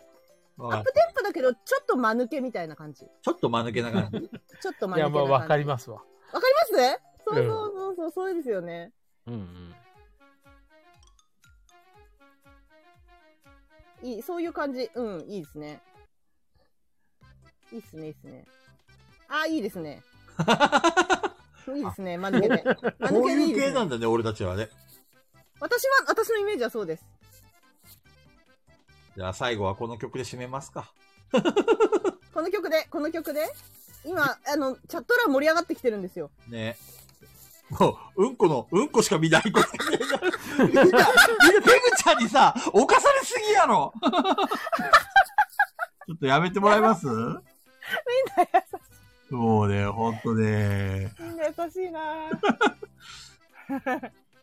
Speaker 1: わか
Speaker 4: アッ
Speaker 1: る
Speaker 4: プテンポだけど、ちょっと間抜けみたいな感じ。
Speaker 1: ちょっと間抜けな感じ。
Speaker 4: ちょっと [laughs] 間抜
Speaker 9: い
Speaker 4: けな
Speaker 9: や、ま
Speaker 4: 感じ。
Speaker 9: あわかり
Speaker 4: す。
Speaker 9: ますわ。
Speaker 4: わかりますそうそうそうそう、そうですよね。
Speaker 3: うんうん。
Speaker 4: いい、そういう感じ。うん、いいですね。いいっすね、いいっすね。あ、いいで
Speaker 1: [laughs]
Speaker 4: すね。いいですね、間抜けで。間抜
Speaker 1: こう
Speaker 4: けでい
Speaker 1: い
Speaker 4: いう
Speaker 1: 系
Speaker 4: ですね
Speaker 1: な。んだね、俺たちはね。
Speaker 4: 私は、私のイメージはそうです。
Speaker 1: じゃあ、最後はこの曲で締めますか。
Speaker 4: この曲で、この曲で、今、あの、チャット欄盛り上がってきてるんですよ。
Speaker 1: ねもう、うんこの、うんこしか見ないことみんな、みんな、ペグちゃんにさ、犯されすぎやろ [laughs] ちょっとやめてもらえますもうね、ほんとね。
Speaker 4: みんな優しい [laughs] なぁ。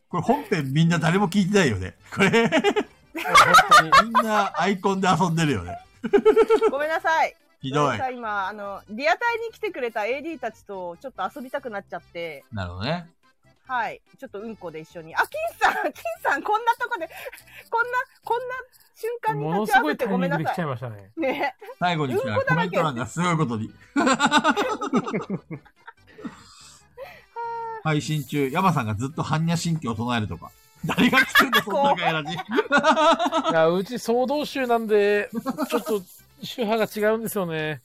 Speaker 1: これ本編みんな誰も聞いてないよね。これ、 [laughs]
Speaker 9: 本
Speaker 1: みんなアイコンで遊んでるよね。
Speaker 4: ごめんなさい。
Speaker 1: ひどい。
Speaker 4: さ今、あの、リアタイに来てくれた AD たちとちょっと遊びたくなっちゃって、
Speaker 1: [laughs] なるほどね。
Speaker 4: はい。ちょっとうんこで一緒に。あ、金さん、金さん、こんなとこで、 [laughs] こんな、こんな瞬
Speaker 9: 当
Speaker 4: 間
Speaker 9: に。
Speaker 4: に
Speaker 9: もの
Speaker 4: 立
Speaker 9: す
Speaker 4: ち合
Speaker 9: ご
Speaker 4: わ
Speaker 9: い
Speaker 4: せて
Speaker 9: タイ
Speaker 4: ご
Speaker 9: ミン
Speaker 4: め
Speaker 9: グ
Speaker 4: んな
Speaker 9: で来ちゃ
Speaker 4: さ
Speaker 9: いましたね。
Speaker 4: い。ね
Speaker 1: 最後に来た
Speaker 4: うん
Speaker 1: ら
Speaker 4: こだ
Speaker 1: コメ
Speaker 4: ら
Speaker 1: ン
Speaker 4: け
Speaker 1: ト欄がすごいことに。配信中、山さんがずっと般若心経を唱えるとか。誰が来てるんだ、そんなガヤラジ。
Speaker 9: いや、うち総動衆なんで、ちょっと宗派が違うんですよね。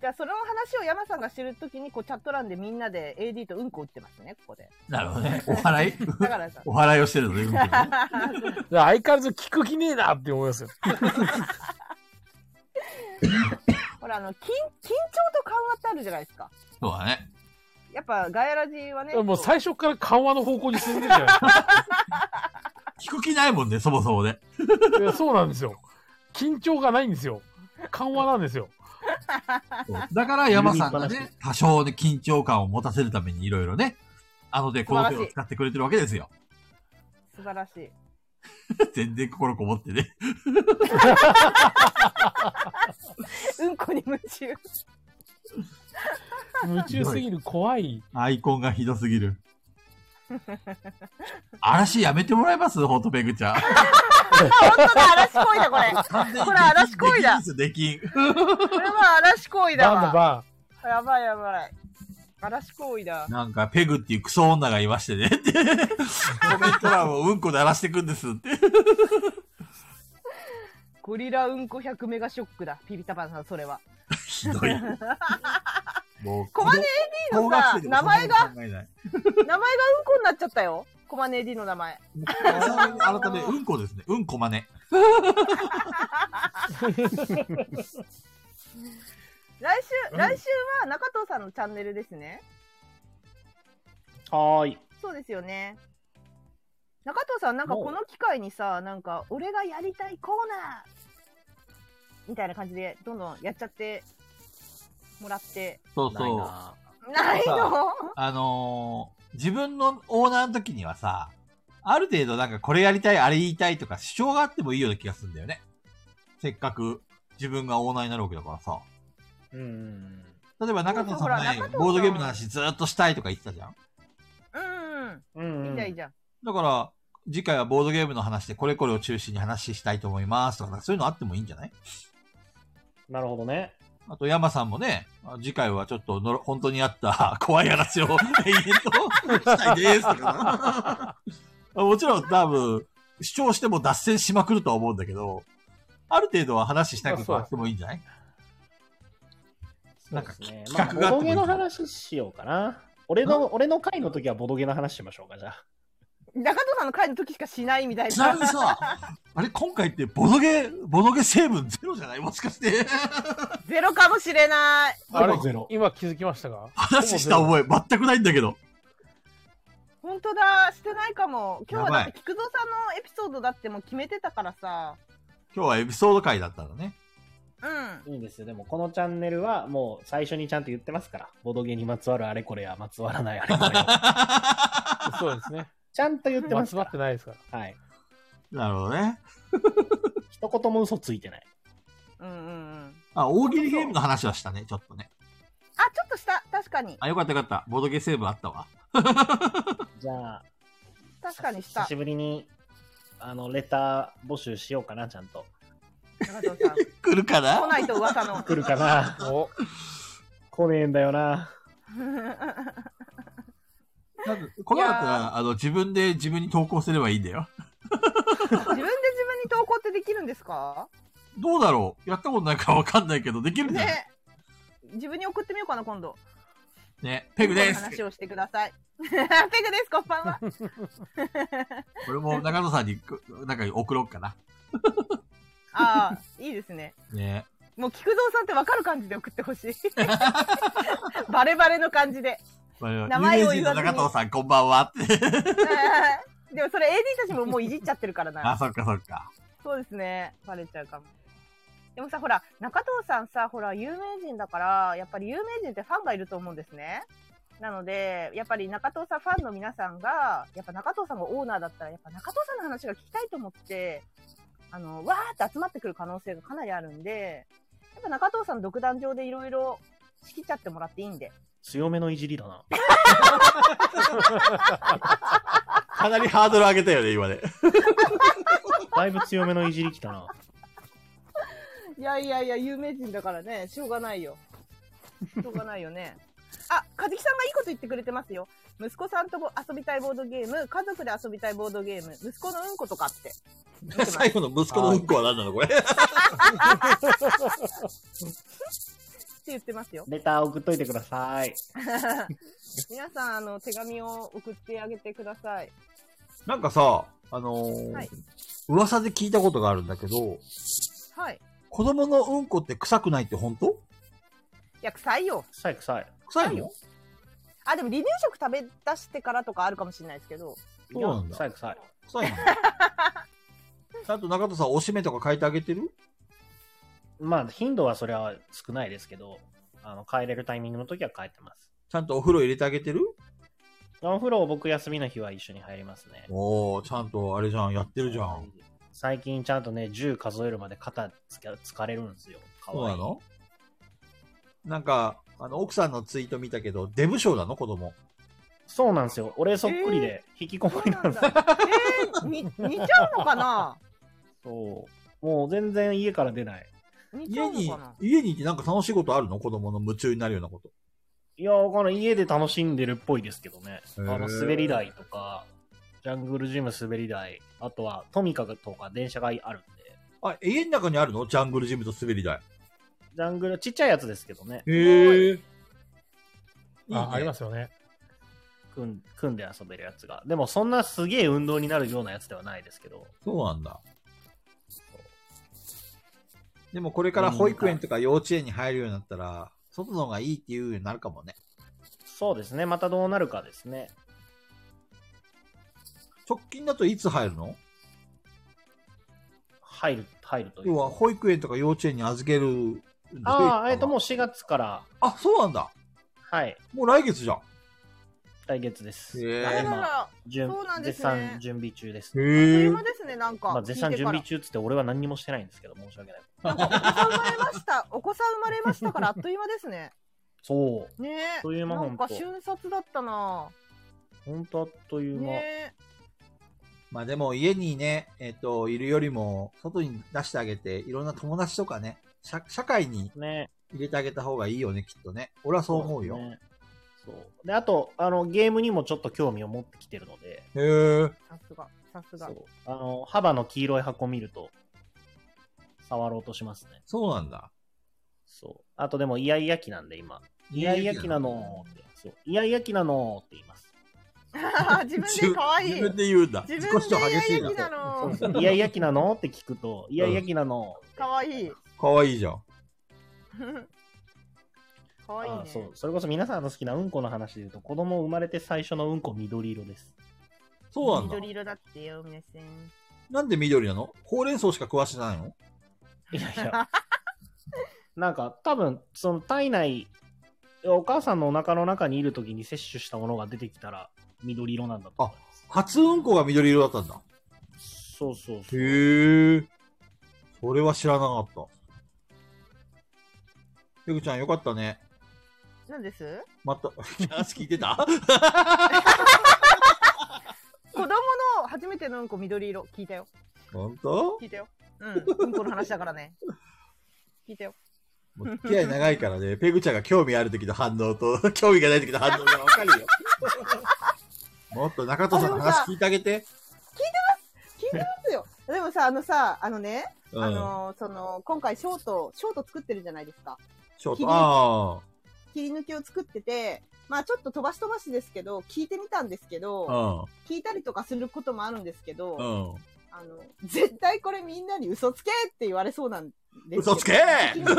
Speaker 4: じゃあ、その話を山さんがしてるときに、こう、チャット欄でみんなで AD とうんこ打ってますね、ここで。
Speaker 1: なるほどね。お祓い。
Speaker 4: だからさ [laughs]
Speaker 1: お祓いをしてるのね。
Speaker 2: 相変わらず聞く気ねえなって思いますよ。
Speaker 4: ほら、あの、緊、緊張と緩和ってあるじゃないですか。
Speaker 1: そうだね。
Speaker 4: やっぱ、ガヤラジはね、
Speaker 2: もう
Speaker 4: こう
Speaker 2: 最初から緩和の方向に進んでるじゃないですか
Speaker 1: 聞く気ないもんね、そもそもね。
Speaker 2: いや。そうなんですよ。緊張がないんですよ。緩和なんですよ。
Speaker 1: だから山さんがね、多少ね、緊張感を持たせるためにいろいろね、あのでこの手を使ってくれてるわけですよ。
Speaker 4: 素晴らしい。
Speaker 1: 全然心こもってね。
Speaker 4: うんこに夢中。
Speaker 2: 夢中すぎる怖い。
Speaker 1: アイコンがひどすぎ
Speaker 4: [laughs]
Speaker 1: る。嵐やめてもらえますホットペグちゃん。
Speaker 4: 本当だ、嵐恋だ、これ。これ嵐恋だ
Speaker 1: できん。
Speaker 4: これは嵐恋だ
Speaker 2: バンだ
Speaker 4: わ。
Speaker 2: バン。
Speaker 4: やばいやばい。嵐行為だ。
Speaker 1: なんか、ペグっていうクソ女がいましてね。ってコメント欄をうんこで荒らしてくんですって。
Speaker 4: ゴリラうんこ100メガショックだ。ピピタパンさん、それは。
Speaker 1: ひどい。もう、
Speaker 4: コマネ AD のさ、名前が、
Speaker 1: 名前が。
Speaker 4: 名前がうんこになっちゃったよ。コマネ AD の名前。
Speaker 1: 改め、うんこですね。うんこまね。
Speaker 4: 来
Speaker 1: うん
Speaker 4: 週、来週は中藤さんのチャンネルですね。
Speaker 3: はーい。
Speaker 4: そうですよね。中藤さん、なんかこの機会にさ、なんか、俺がやりたいコーナーみたいな感じで、どんどんやっちゃってもらって。
Speaker 1: そう
Speaker 3: な
Speaker 1: そ。
Speaker 3: いうな
Speaker 4: ないの
Speaker 1: あのー自分のオーナーの時にはさ、ある程度なんかこれやりたい、あれ言いたいとか主張があってもいいような気がするんだよね。せっかく自分がオーナーになるわけだからさ。
Speaker 3: うん。
Speaker 1: 例えば中藤さん
Speaker 4: そうそうほら
Speaker 1: 前
Speaker 4: 中藤さん
Speaker 1: ボードゲームの話ずっとしたいとか言ってたじゃん。
Speaker 4: うん
Speaker 3: うん
Speaker 4: うん。いいじゃん、いい
Speaker 3: ん。
Speaker 4: じゃん。
Speaker 1: だから、次回はボードゲームの話でこれこれを中心に話したいと思いますとか、そういうのあってもいいんじゃない
Speaker 3: なるほどね。
Speaker 1: あと、山さんもね、あ次回はちょっとのろ、本当にあった [laughs] 怖い話を延々としたいですとか [laughs] なもちろん、多分、主張しても脱線しまくるとは思うんだけど、ある程度は話したいことはあってもいいんじゃない
Speaker 3: そう
Speaker 1: なんか
Speaker 3: ですね。まあ、
Speaker 1: 企画
Speaker 3: ボ
Speaker 1: があって
Speaker 3: ド
Speaker 1: もいい
Speaker 3: ゲの話しようかな。俺の、俺の回の時はボドゲの話しましょうか、じゃあ。
Speaker 4: 中藤さんの回の時しかしないみた
Speaker 1: [laughs]
Speaker 4: い
Speaker 1: ちなみ
Speaker 4: な。
Speaker 1: にさ、あれ、今回ってボドゲ、ボドゲ成分ゼロじゃないもしかして。
Speaker 4: ゼロかもしれない。
Speaker 2: あれ
Speaker 1: ゼ
Speaker 3: ロ
Speaker 2: 今気づきましたか
Speaker 1: [laughs] 話した覚え全くないんだけど。
Speaker 4: 本当だ、してないかも。今日はだ
Speaker 1: やば
Speaker 4: って菊蔵さんのエピソードだってもう決めてたからさ。
Speaker 1: 今日はエピソード回だったのね。
Speaker 4: うん。
Speaker 3: いいんですよ。でも、このチャンネルはもう最初にちゃんと言ってますから。ボドゲにまつわるあれこれや、まつわらないあれこれ
Speaker 2: そ
Speaker 3: を
Speaker 2: うですね。
Speaker 3: [laughs] ちゃんと言って
Speaker 2: [laughs]
Speaker 3: ま
Speaker 2: ますつわ
Speaker 3: か
Speaker 2: ってないですから。
Speaker 3: ら。はい。
Speaker 1: なるほどね。
Speaker 3: 一言も嘘ついてない。
Speaker 4: うんうんうん。
Speaker 1: あ、大喜利ゲームの話はしたね、ちょっとね。
Speaker 4: あ、ちょっとした。確かに。
Speaker 1: あ、よかったよかった。ボードゲーセーブあったわ。
Speaker 3: じゃあ、
Speaker 4: 確かにし
Speaker 3: 久
Speaker 4: た
Speaker 3: し。ぶりに、あの、レター募集しようかな、ちゃんと。
Speaker 4: 中藤さん。
Speaker 1: 来るかな
Speaker 4: 来ないと噂の。 [laughs]
Speaker 3: 来るかな
Speaker 2: お
Speaker 3: 来ねえんだよな。
Speaker 1: なんかこのだった
Speaker 4: いや
Speaker 1: ら、あの、自分で自分に投稿すればいいんだよ。
Speaker 4: 自分で自分に投稿ってできるんですか
Speaker 1: どうだろうやったことないからわかんないけど、できるんじゃない
Speaker 4: ね。自分に送ってみようかな、今度。
Speaker 1: ね。ペグです
Speaker 4: この話をしてください。 [laughs] ペグです、こんばんは。
Speaker 1: これも中野さんに、こなんか送ろうかな。
Speaker 4: ああ、いいですね。
Speaker 1: ね。
Speaker 4: もう菊蔵さんってわかる感じで送ってほしい。
Speaker 1: [laughs]
Speaker 4: バレバレの感じで。 [laughs]
Speaker 1: これ
Speaker 4: 名前を
Speaker 1: 有
Speaker 4: 言
Speaker 1: 名人の
Speaker 4: わずに
Speaker 1: 中藤さん、こんばんはって。
Speaker 4: でもそれ AD たちももういじっちゃってるから
Speaker 1: あ、
Speaker 4: な。
Speaker 1: そっかそっか。
Speaker 4: そうですね。バレちゃうかも。でもさ、ほら、中藤さんさ、ほら、有名人だから、やっぱり有名人ってファンがいると思うんですね。なので、やっぱり中藤さんファンの皆さんが、やっぱ中藤さんがオーナーだったら、やっぱ中藤さんの話が聞きたいと思って、あの、わーって集まってくる可能性がかなりあるんで、やっぱ中藤さん独壇場でいろいろ仕切っちゃってもらっていいんで。
Speaker 3: 強めのいじりだな。
Speaker 1: かなりハードル上げたよね、今 [laughs] ね。
Speaker 3: だいぶ強めのいじりきたな。
Speaker 4: いやいやいや、有名人だからね、しょうがないよ。しょうがないよね。あ、かずきさんがいいこと言ってくれてますよ。息子さんとぼ遊びたいボードゲーム、家族で遊びたいボードゲーム、息子のうんことかって。見てます
Speaker 1: 最後の息子のうんこは何なのこれ。
Speaker 4: って言ってますよ。
Speaker 3: レター送っといてください。
Speaker 4: 皆さん、あの、手紙を送ってあげてください。
Speaker 1: なんかさ、あのー
Speaker 4: はい
Speaker 1: 噂で聞いたことがあるんだけど、
Speaker 4: はい。い
Speaker 1: 子供のうんこって臭くないって本当
Speaker 4: や、臭いよ。
Speaker 3: 臭い臭い。
Speaker 1: 臭いの
Speaker 4: あ、でも離乳食食べ出してからとかあるかもしれないですけど。
Speaker 1: そうなんだ
Speaker 3: 臭い臭い。
Speaker 1: 臭いのちゃんと中田さん、おしめとか書いてあげてる
Speaker 3: まあ、頻度はそれは少ないですけど、あの、帰れるタイミングの時は帰ってます。
Speaker 1: ちゃんとお風呂入れてあげてる
Speaker 3: お風呂を僕休みの日は一緒に入りますね。
Speaker 1: おー、ちゃんとあれじゃん、やってるじゃん。
Speaker 3: 最近ちゃんとね、10数えるまで肩つけ疲れるんですよ。か
Speaker 1: そう
Speaker 3: わい。
Speaker 1: ないのなんか、あの、奥さんのツイート見たけど、デブ症なの子供。
Speaker 3: そうなんですよ。俺そっくりで、引きこもりなんですよ。 [laughs]
Speaker 4: えー、に似ちゃうのかな
Speaker 3: そう。もう全然家から出ない。
Speaker 4: 似ちゃ
Speaker 1: 家
Speaker 4: うの
Speaker 1: に
Speaker 4: かな、
Speaker 1: 家にいてなんか楽しいことあるの子供の夢中になるようなこと。
Speaker 3: いや、わかんない。家で楽しんでるっぽいですけどね。あ
Speaker 1: へ
Speaker 3: の、
Speaker 1: ー
Speaker 3: 滑り台とか、ジャングルジム滑り台、あとはトミカとか電車があるんで、
Speaker 1: あ、家の中にあるのジャングルジムと滑り台。
Speaker 3: ジャングル、ちっちゃいやつですけどね、
Speaker 1: へえ。。
Speaker 9: あありますすよね。
Speaker 3: 組ん組んで遊べるやつが。でもそんなすげえ運動になるようなやつではないですけど、
Speaker 1: そうなんだ。でもこれから保育園とか幼稚園に入るようになったら、外の方がいいっていうようになるかもね。
Speaker 3: そうですね。またどうなるかですね。
Speaker 1: 直近だといつ入るの
Speaker 3: 入る、入るとい
Speaker 1: 要
Speaker 3: う。
Speaker 1: は保育園とか幼稚園に預けるんでしょ
Speaker 3: あ
Speaker 4: [laughs]
Speaker 3: あ、えっと、もう4月から、
Speaker 1: あ、そうなんだ。
Speaker 3: はい、
Speaker 1: もう来月じゃん。
Speaker 3: 来月です。
Speaker 1: へえ
Speaker 4: あ
Speaker 3: 今
Speaker 4: ららら、
Speaker 3: 準
Speaker 4: そうなんです
Speaker 3: 絶
Speaker 4: ね
Speaker 3: 賛準備中です。
Speaker 1: へ
Speaker 4: 車ですね、なんか。
Speaker 3: まあ、絶賛準備
Speaker 4: 聞いて
Speaker 3: 中っつって俺は何にもしてないんですけど、申し訳ない。
Speaker 4: から。お子さん生まれました。お子さん生まれましたから、あっという間ですね。
Speaker 3: そう。
Speaker 4: ね
Speaker 3: っという間
Speaker 4: なんか
Speaker 3: ほんと
Speaker 4: 瞬殺だったな
Speaker 3: ほんとあっという間。
Speaker 4: ね
Speaker 1: まあでも家にね、えっ、と、いるよりも、外に出してあげて、いろんな友達とかね、社社会に
Speaker 3: ね。
Speaker 1: 入れてあげた方がいいよね、きっとね。俺はそう思うよ。
Speaker 3: ねそう。で、あと、あの、ゲームにもちょっと興味を持ってきてるので、
Speaker 1: へえ。
Speaker 4: さすが、さすが
Speaker 3: そ。う。あの、幅の黄色い箱見ると、触ろうとしますね。
Speaker 1: そうなんだ。
Speaker 3: そう。あとでも、イヤイヤ期なんで、今。イヤイヤ期なのーって。そう。イヤイヤ期なのーって言います。
Speaker 4: [laughs] 自分で可愛い。
Speaker 1: 自分で言うんだ。
Speaker 4: 自
Speaker 1: 自己
Speaker 4: 分
Speaker 1: 主張
Speaker 4: で
Speaker 1: 激しい
Speaker 4: やり
Speaker 1: な。
Speaker 4: なの。
Speaker 3: イヤイヤ期なのって聞くと、イヤイヤ期なのーって
Speaker 4: 可愛い。 [laughs]
Speaker 1: かわいいじゃん。
Speaker 4: 可愛いね
Speaker 3: あ。そう。それこそ皆さんの好きなうんこの話で言うと、子供生まれて最初のうんこ緑色です。
Speaker 1: そうなんだ。
Speaker 4: 緑色だってよ、皆さん。
Speaker 1: なんで緑なのほうれん草しか食わしてないの
Speaker 3: いやいや。 [laughs] なんか、多分、その体内、お母さんのお腹の中にいるときに摂取したものが出てきたら緑色なんだと思います。
Speaker 1: 初うんこが緑色だったんだ。
Speaker 3: そうそうそう。
Speaker 1: へえ。それは知らなかった。ペグちゃんよかったね。
Speaker 4: なんです
Speaker 1: また、 [laughs] 話聞いてた
Speaker 4: 子供の初めてのうんこ緑色。聞いたよ。
Speaker 1: [laughs] 本当
Speaker 4: 聞いたよ。うん。うんこの話だからね。聞いたよ。
Speaker 1: もう付き合い長いからね、ペグちゃんが興味ある時の反応と、 [laughs] 興味がない時の反応がわかる [laughs] よ。もっと中戸さんの話聞いてあげて。
Speaker 4: 聞いてますよ。でもさ、あのさ、あのね、
Speaker 1: うん。
Speaker 4: あの、その、今回ショート、ショート作ってるじゃないですか。
Speaker 1: ショー
Speaker 4: 君
Speaker 1: ト。あ
Speaker 4: 切り抜きを作ってて、まあちょっと飛ばし飛ばしですけど、聞いてみたんですけど、
Speaker 1: あ。
Speaker 4: 聞いたりとかすることもあるんですけど、
Speaker 1: うん。うん。
Speaker 4: あの、絶対これみんなに嘘つけって言われそうなんですけど
Speaker 1: 嘘つけ
Speaker 4: 先に先に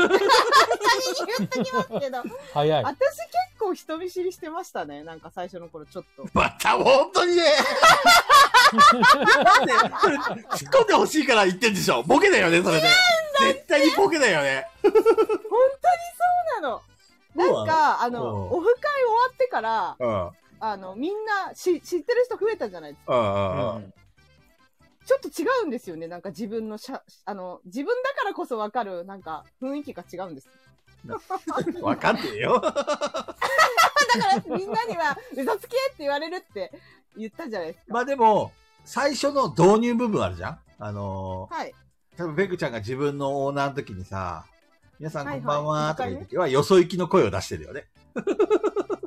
Speaker 4: 言っときます
Speaker 1: [laughs]
Speaker 4: けど、
Speaker 9: 早い。
Speaker 4: 私結構人見知りしてましたね。なんか最初の頃ちょっと。
Speaker 1: また、本当にね。なんで、それ、突っ込んでほしいから言ってんでしょ。ボケだよね、そ [laughs] れで。絶対にボケだよね。
Speaker 4: 本当にそうなの。なんか、あ
Speaker 1: う
Speaker 4: の、
Speaker 1: ん
Speaker 4: オフ会終わってから、
Speaker 1: うん。うん
Speaker 4: あの、みんなし知ってる人増えたじゃないですか。
Speaker 1: うんうん。
Speaker 4: ちょっと違うんですよね。なんか自分のしゃ、あの、自分だからこそわかる、なんか雰囲気が違うんです。
Speaker 1: わかんねえよ。
Speaker 4: だからみんなには、嘘つけって言われるって言ったじゃないですか。
Speaker 1: [laughs] まあでも、最初の導入部分あるじゃんあのー、
Speaker 4: はい。
Speaker 1: 多分ペグちゃんが自分のオーナーの時にさ、皆さん
Speaker 4: はい
Speaker 1: こ
Speaker 4: はい
Speaker 1: んばんはとか言う時は、よそ行きの声を出してるよね。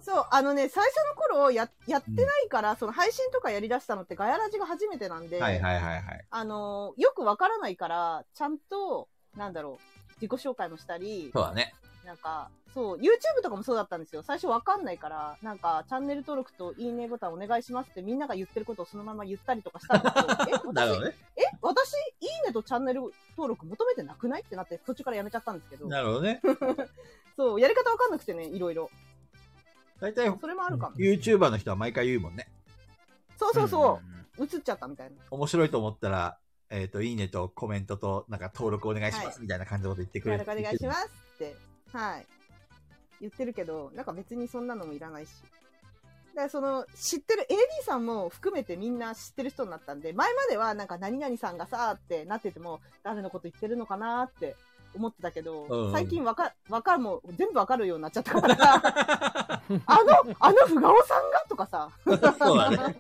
Speaker 4: そう、あのね、最初の頃や、やってないから、その配信とかやりだしたのってガヤラジが初めてなんで、
Speaker 1: はいはいはいはい。
Speaker 4: あのーよくわからないから、ちゃんと、なんだろう、自己紹介もしたり、
Speaker 1: そうだね。
Speaker 4: なんか、そう、YouTube とかもそうだったんですよ。最初わかんないから、なんか、チャンネル登録といいねボタンお願いしますってみんなが言ってることをそのまま言ったりとかした
Speaker 1: [laughs]
Speaker 4: んですけど、え、
Speaker 1: なるほ
Speaker 4: 私、
Speaker 1: どね。
Speaker 4: え、私、いいねとチャンネル登録求めてなくないってなって、途中からやめちゃったんですけど、
Speaker 1: なるほどね。
Speaker 4: そう、やり方わかんなくてね、いろいろ。
Speaker 1: 大体、
Speaker 4: それもあるかも。
Speaker 1: YouTuber の人は毎回言うもんね。。
Speaker 4: そうそうそうう、映っちゃったみたいな。
Speaker 1: 面白いと思ったら、えっ、と、いいねとコメントと、なんか登録お願いしま
Speaker 4: は
Speaker 1: すみたいな感じのこと言ってくれ
Speaker 4: 協
Speaker 1: る。
Speaker 4: 力お願いしますって、はい。言ってるけど、なんか別にそんなのもいらないし。だからその、知ってる AD さんも含めてみんな知ってる人になったんで、前まではなんか何々さんがさーってなってても、誰のこと言ってるのかなーって思ってたけど、
Speaker 1: うん
Speaker 4: 最近わか、わかるもう全部わかるようになっちゃったから、 [laughs] あの、あの不顔さんがとかさ、
Speaker 1: そうだね。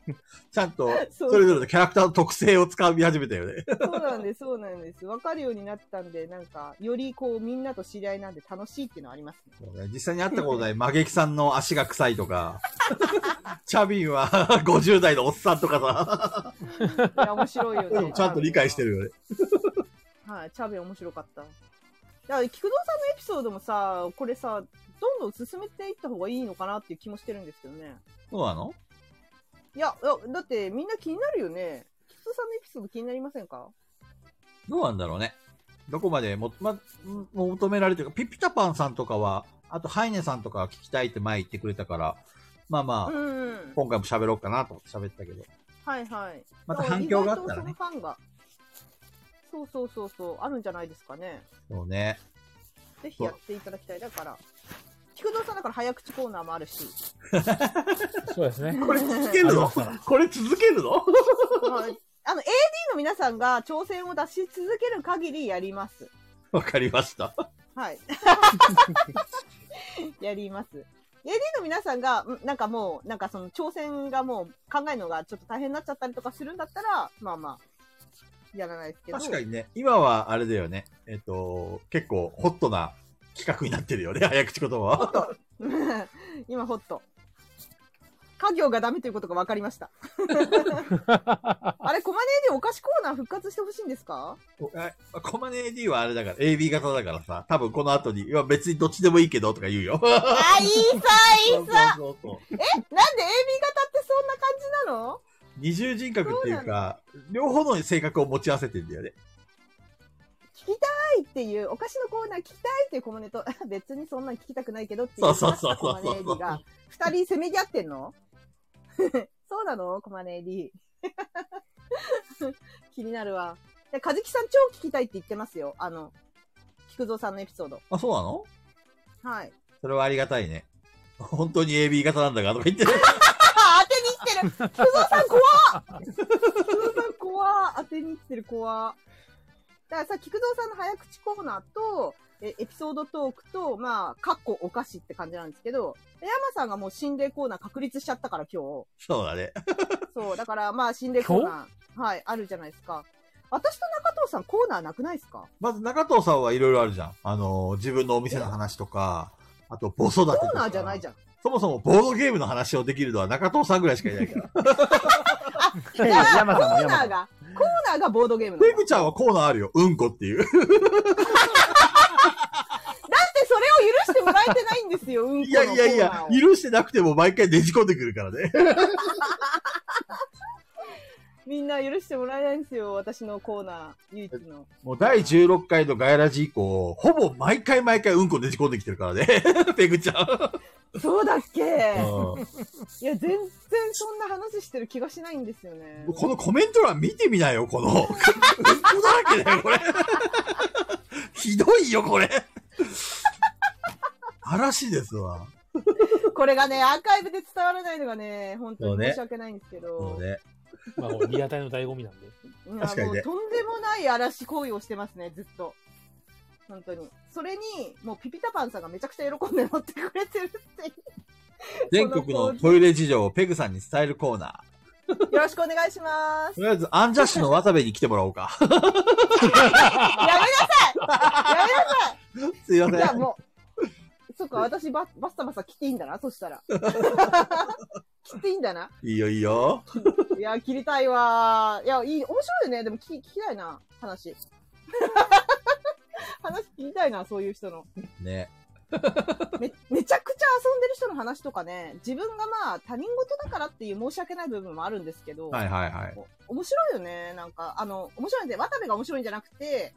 Speaker 1: ちゃんと、
Speaker 4: [laughs] そう
Speaker 1: それぞれのキャラクターの特性を掴み始めたよね。
Speaker 4: そうなんです、そうなんです。わかるようになったんで、なんか、よりこうみんなと知り合いなんで楽しいっていうのはありますね。
Speaker 1: そうね実際に会ったことない、マゲキさんの足が臭いとか、 [laughs] チャビンは [laughs] 50代のおっさんとかさ、
Speaker 4: いや、面白いよ
Speaker 1: で
Speaker 4: ね
Speaker 1: も。ちゃんと理解してるよね。
Speaker 4: はい、チャーベン面白かった。いや、菊蔵さんのエピソードもさ、これさ、どんどん進めていった方がいいのかなっていう気もしてるんですけどね。
Speaker 1: そうなの
Speaker 4: いや、いやだってみんな気になるよね。菊蔵さんのエピソード気になりませんか
Speaker 1: どうなんだろうね。どこまでも、ま、求められてるか、ピピタパンさんとかは、あとハイネさんとかは聞きたいって前言ってくれたから、まあまあ、
Speaker 4: うんうん。
Speaker 1: 今回も喋ろうかなと思って喋ったけど、
Speaker 4: はいはい。
Speaker 1: また反響があったら
Speaker 4: 意
Speaker 1: ね
Speaker 4: 外。とそのファンが。そうそうそうそう、あるんじゃないですかね。
Speaker 1: そうね。
Speaker 4: ぜひやっていただきたい。だから、菊蔵さんだから早口コーナーもあるし。 [laughs]
Speaker 2: そうですね。
Speaker 1: これ続けるのこれ続けるの [laughs]
Speaker 4: まああの、AD の皆さんが挑戦を出し続ける限りやります。
Speaker 1: わかりました。
Speaker 4: はい。 [laughs] やります。AD の皆さんが、んなんかもう、なんかその挑戦がもう考えるのがちょっと大変になっちゃったりとかするんだったら、まあまあ、やらないですけど。
Speaker 1: 確かにね、今はあれだよね。えっ、と、結構ホットな企画になってるよね、 [laughs] 早口言葉
Speaker 4: ホッ
Speaker 1: は。
Speaker 4: ト。 [laughs] 今ホット。家業がダメということが分かりました。あれ、コマネーでお菓子コーナー復活してほしいんですか
Speaker 1: おあコマネ AD はあれだから、AB 型だからさ、多分この後に、いや別にどっちでもいいけどとか言うよ。
Speaker 4: あ、 [laughs] いいさ
Speaker 1: そうそうそう
Speaker 4: なんで AB 型ってそんな感じなの
Speaker 1: 二重人格っていうか、両方の性格を持ち合わせてんだよね。
Speaker 4: 聞きたいっていう、お菓子のコーナー聞きたいっていう小ネと、あ [laughs] 別にそんなに聞きたくないけどっていう、
Speaker 1: そうそうそうそう
Speaker 4: コマネ AD が、二人せめぎ合ってんの [laughs] そうなのコマネ AD。気 [laughs] になるわ。で、かずきさん超聞きたいって言ってますよ。あの、菊蔵さんのエピソード。
Speaker 1: あ、そうなの
Speaker 4: はい。
Speaker 1: それはありがたいね。本当に AB 型なんだがとか言ってる。
Speaker 4: あ [laughs] 当てにいってる菊
Speaker 9: [laughs]
Speaker 4: 蔵さん怖っ菊蔵さん怖っ当てにいってる怖っだからさ、菊蔵さんの早口コーナーと、えエピソードトークと、まあ、かっこお菓子って感じなんですけど、で山さんがもう心霊コーナー確立しちゃったから今日。
Speaker 1: [laughs] そうだね。
Speaker 4: そう、だからまあ心霊コーナー、はい、あるじゃないですか。私と中藤さんコーナーなくないですか
Speaker 1: まず中藤さんはいろいろあるじゃん。あのー、自分のお店の話とか、あと、ボソだ
Speaker 4: コーナーじゃないじ
Speaker 1: ゃん。
Speaker 4: ゃん。
Speaker 1: そもそもボードゲームの話をできるのは中藤さんぐらいしかいない [laughs] から。
Speaker 4: [laughs]
Speaker 3: いやいや山
Speaker 4: コ
Speaker 3: さんも
Speaker 4: ー
Speaker 3: 山
Speaker 4: ナ
Speaker 3: さ
Speaker 4: ー
Speaker 3: ん
Speaker 4: が、コーナーがボードゲームなの
Speaker 1: ペグちゃんはコーナーあるよ。うんこって [laughs] いう。
Speaker 4: だってそれを許してもらえてないんですよ、うんこ
Speaker 1: い
Speaker 4: のコ
Speaker 1: や
Speaker 4: ーナーを。
Speaker 1: いやいや、許してなくても毎回ねじ込んでくるからね。
Speaker 4: みんな許してもらえないんですよ、私のコーナー、唯一の。
Speaker 1: もう第16回のガイラジ以降、ほぼ毎回毎回うんこねじ込んできてる [laughs] からね。ペグちゃん。
Speaker 4: そうだっけ
Speaker 1: うん
Speaker 4: いや、全然そんな話してる気がしないんですよね。
Speaker 1: このコメント欄見てみなよ、こ [laughs] の。うんこだらけだよ、これ。ひどいよ、これ。嵐ですわ。
Speaker 4: これがね、アーカイブで伝わらないのがね、本当
Speaker 1: そう
Speaker 4: に
Speaker 1: ね
Speaker 4: 申し訳ないんですけど、
Speaker 1: そうね。
Speaker 2: まあ、もうリアタイの醍醐味なんで。
Speaker 4: いや
Speaker 1: 確かにね
Speaker 4: もうとんでもない嵐行為をしてますね、ずっと。本当に。それに、もうピピタパンさんがめちゃくちゃ喜んで乗ってくれてるっていう。
Speaker 1: 全国のトイレ事情をペグさんに伝えるコーナー。 [laughs]
Speaker 4: よろしくお願いします。
Speaker 1: とりあえず、アンジャッシュの渡部に来てもらおうか。
Speaker 4: やめなさいやめなさい
Speaker 1: すいませ
Speaker 4: じゃあ
Speaker 1: ん。
Speaker 4: もう、そっか、私バ、バッサバサ切っていいんだな、そし
Speaker 1: [laughs]
Speaker 4: たら。切っていいんだな。
Speaker 1: いいよ、いいよ。
Speaker 4: [laughs] いや、切りたいわー。いや、いい、面白いよね。でも聞き、聞きたい [laughs] な、話。話聞きたいな、そういう人の。
Speaker 1: ね。
Speaker 4: めめちゃくちゃ遊んでる人の話とかね、自分がまあ他人事だからっていう申し訳ない部分もあるんですけど、
Speaker 1: はいはいはい。
Speaker 4: 面白いよね。なんか、あの、面白いんで、渡部が面白いんじゃなくて、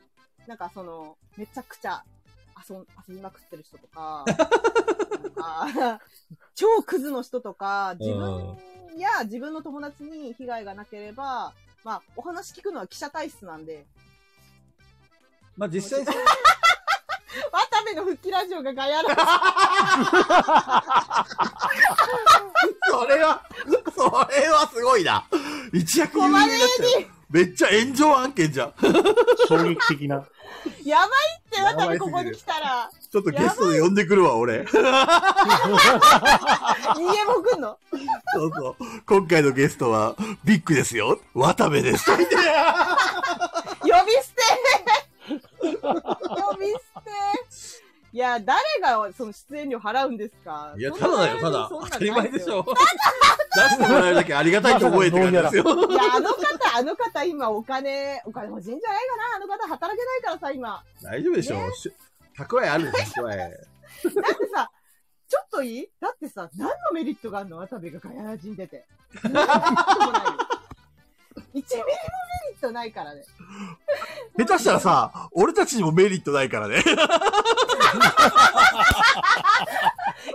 Speaker 4: なんかその、めちゃくちゃ遊ん遊びまくってる人と
Speaker 1: [laughs]
Speaker 4: か、なんか超クズの人とか、自分や自分の友達に被害がなければ、まあ、お話聞くのは記者体質なんで、
Speaker 1: まあ実際そう、
Speaker 4: 渡部の復帰ラジオがガヤラジ
Speaker 1: [laughs] それは、それはすごいな。一 [laughs] 躍有名になっちゃう。めっちゃ炎上案件じゃん。
Speaker 3: 衝撃的な。
Speaker 4: やばいって、渡部ここに来たら。
Speaker 1: ちょっとゲストで呼んでくるわ、俺。
Speaker 4: 逃げもくんの
Speaker 1: そうそう。今回のゲストは、ビッグですよ。渡部です。みたいな
Speaker 4: 呼び捨て呼び捨ていや、誰がその出演料払うんですか
Speaker 1: いや、ただだよ、ただ
Speaker 4: そん。な
Speaker 1: 当たり前でし
Speaker 4: そん
Speaker 1: ょ。出してもらえるだけありがたいと思えって感じですよ。
Speaker 4: ないや、あの方、あの方今お金、お金欲しいんじゃないかなあの方働けないからさ、今。
Speaker 1: 大丈夫でしょ。し蓄えあるでしょ、蓄え。
Speaker 4: だってさ、ちょっといいだってさ、何のメリットがあるの渡部がガヤラジに出て。何のメリットもないよ1ミリもメリットないからね。
Speaker 1: [laughs] 下手したらさ、俺たちにもメリットないからね。
Speaker 4: 一緒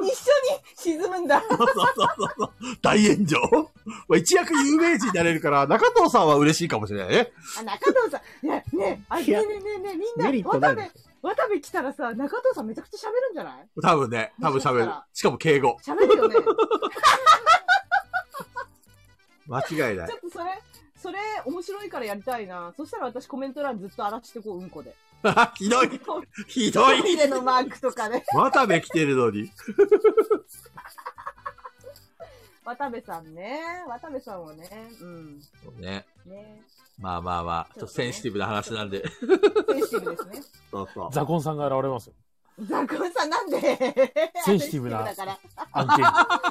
Speaker 4: に沈むんだ。
Speaker 1: そうそうそうそう。大炎上。まあ一躍有名人になれるから、中藤さんは嬉しいかもしれないね。
Speaker 4: あ、中藤さん、ねえ、ねえ、あ、ねえねえねえね
Speaker 3: メ
Speaker 4: え、み
Speaker 3: リ
Speaker 4: ん
Speaker 3: ッ
Speaker 4: な、
Speaker 3: トな
Speaker 4: 渡
Speaker 3: い
Speaker 4: 部、渡部来たらさ、中藤さんめちゃくちゃ喋るんじゃない
Speaker 1: 多分ね、多分喋る。しかも敬語。
Speaker 4: 喋るよね。ちょ
Speaker 1: 間違いない。
Speaker 4: っとそれ、それ面白いからやりたいな。そしたら私コメント欄ずっと荒らしてこう、うんこで。
Speaker 1: ひどい。ひどい
Speaker 4: ト。イレのマークとかね。
Speaker 1: 渡部来てるのに。
Speaker 4: 渡部さんね。渡部さんはね。うん。
Speaker 1: ね。
Speaker 4: ね。
Speaker 1: まあまあまあ、ちょっとセンシティブな話なんで。
Speaker 4: センシティブですね。
Speaker 1: そうそう。
Speaker 2: ザコンさんが現れますよ。
Speaker 4: ザコンさんなんで
Speaker 2: センシティブな
Speaker 4: センシだから。
Speaker 2: 案件。
Speaker 4: あ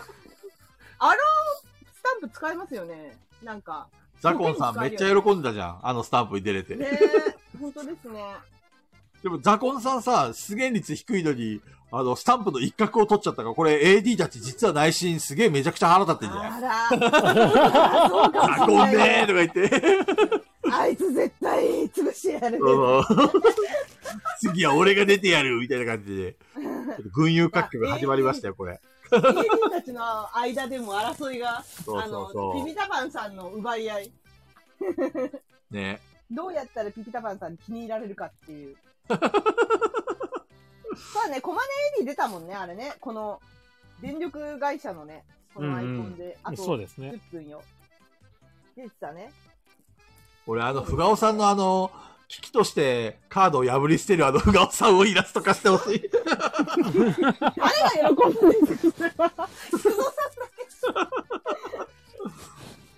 Speaker 4: のスタンプ使いますよね。なんか。
Speaker 1: ザコンさんめっちゃ喜んでたじゃん。あのスタンプに出れて。
Speaker 4: ね本当ですね。
Speaker 1: でもザコンさんさ、出現率低いのに、あの、スタンプの一角を取っちゃったから、これ AD たち実は内心すげえめちゃくちゃ腹立ってんじゃない
Speaker 4: あら。そう
Speaker 1: ザコ
Speaker 4: かもしれな
Speaker 1: ン
Speaker 4: いわ
Speaker 1: ねーとか言って。
Speaker 4: あいつ絶対潰してやる。
Speaker 1: そうそう次は俺が出てやるみたいな感じで。ちょっと群雄割拠が始まりましたよ、これ。
Speaker 4: 芸人たちの間でも争いが、
Speaker 1: そうそう
Speaker 4: あの、ピ
Speaker 1: そ
Speaker 4: ピタパンさんの奪い合い。
Speaker 1: う。ね。
Speaker 4: どうやったらピピタパンさんに気に入られるかって
Speaker 1: [laughs]
Speaker 4: いう。まあね、コマネエに出たもんね、あれね。この、電力会社のね、このアイコンで、あと
Speaker 2: そ
Speaker 9: [laughs]
Speaker 2: うですね。
Speaker 4: 10分よ。出てたね。
Speaker 1: 俺、あの、ふがおさんのあの、危機としてカードを破り捨てるあのふがおさんをイラスト化してほしい。
Speaker 4: 誰が喜ぶん
Speaker 1: [laughs]
Speaker 4: ですか、それは。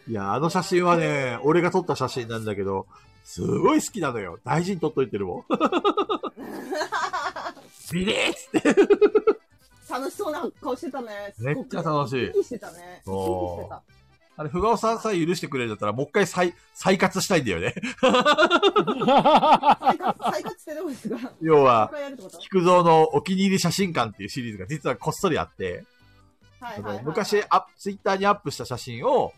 Speaker 1: いや、あの写真はね、俺が撮った写真なんだけど、すごい好きなのよ。大事に撮っといてる
Speaker 4: [laughs]
Speaker 1: もん。ビリッつって。
Speaker 4: 楽しそうな顔してたね。す
Speaker 1: めっ
Speaker 4: ごく
Speaker 1: ちゃ楽しい
Speaker 4: 生き生きしてたね。生き生きしてた。
Speaker 1: あれ、ふがおさんさえ許してくれるんだったら、もう一回再、再活したいんだよね。
Speaker 4: 再活、再活してどうですかもう
Speaker 1: 要
Speaker 4: 一
Speaker 1: は、
Speaker 4: 回やるってこと
Speaker 1: 菊蔵のお気に入り写真館っていうシリーズが実はこっそりあって、
Speaker 4: は
Speaker 1: あ
Speaker 4: いはいはいは
Speaker 1: の
Speaker 4: い。
Speaker 1: 昔アップ、ツイッターにアップした写真を、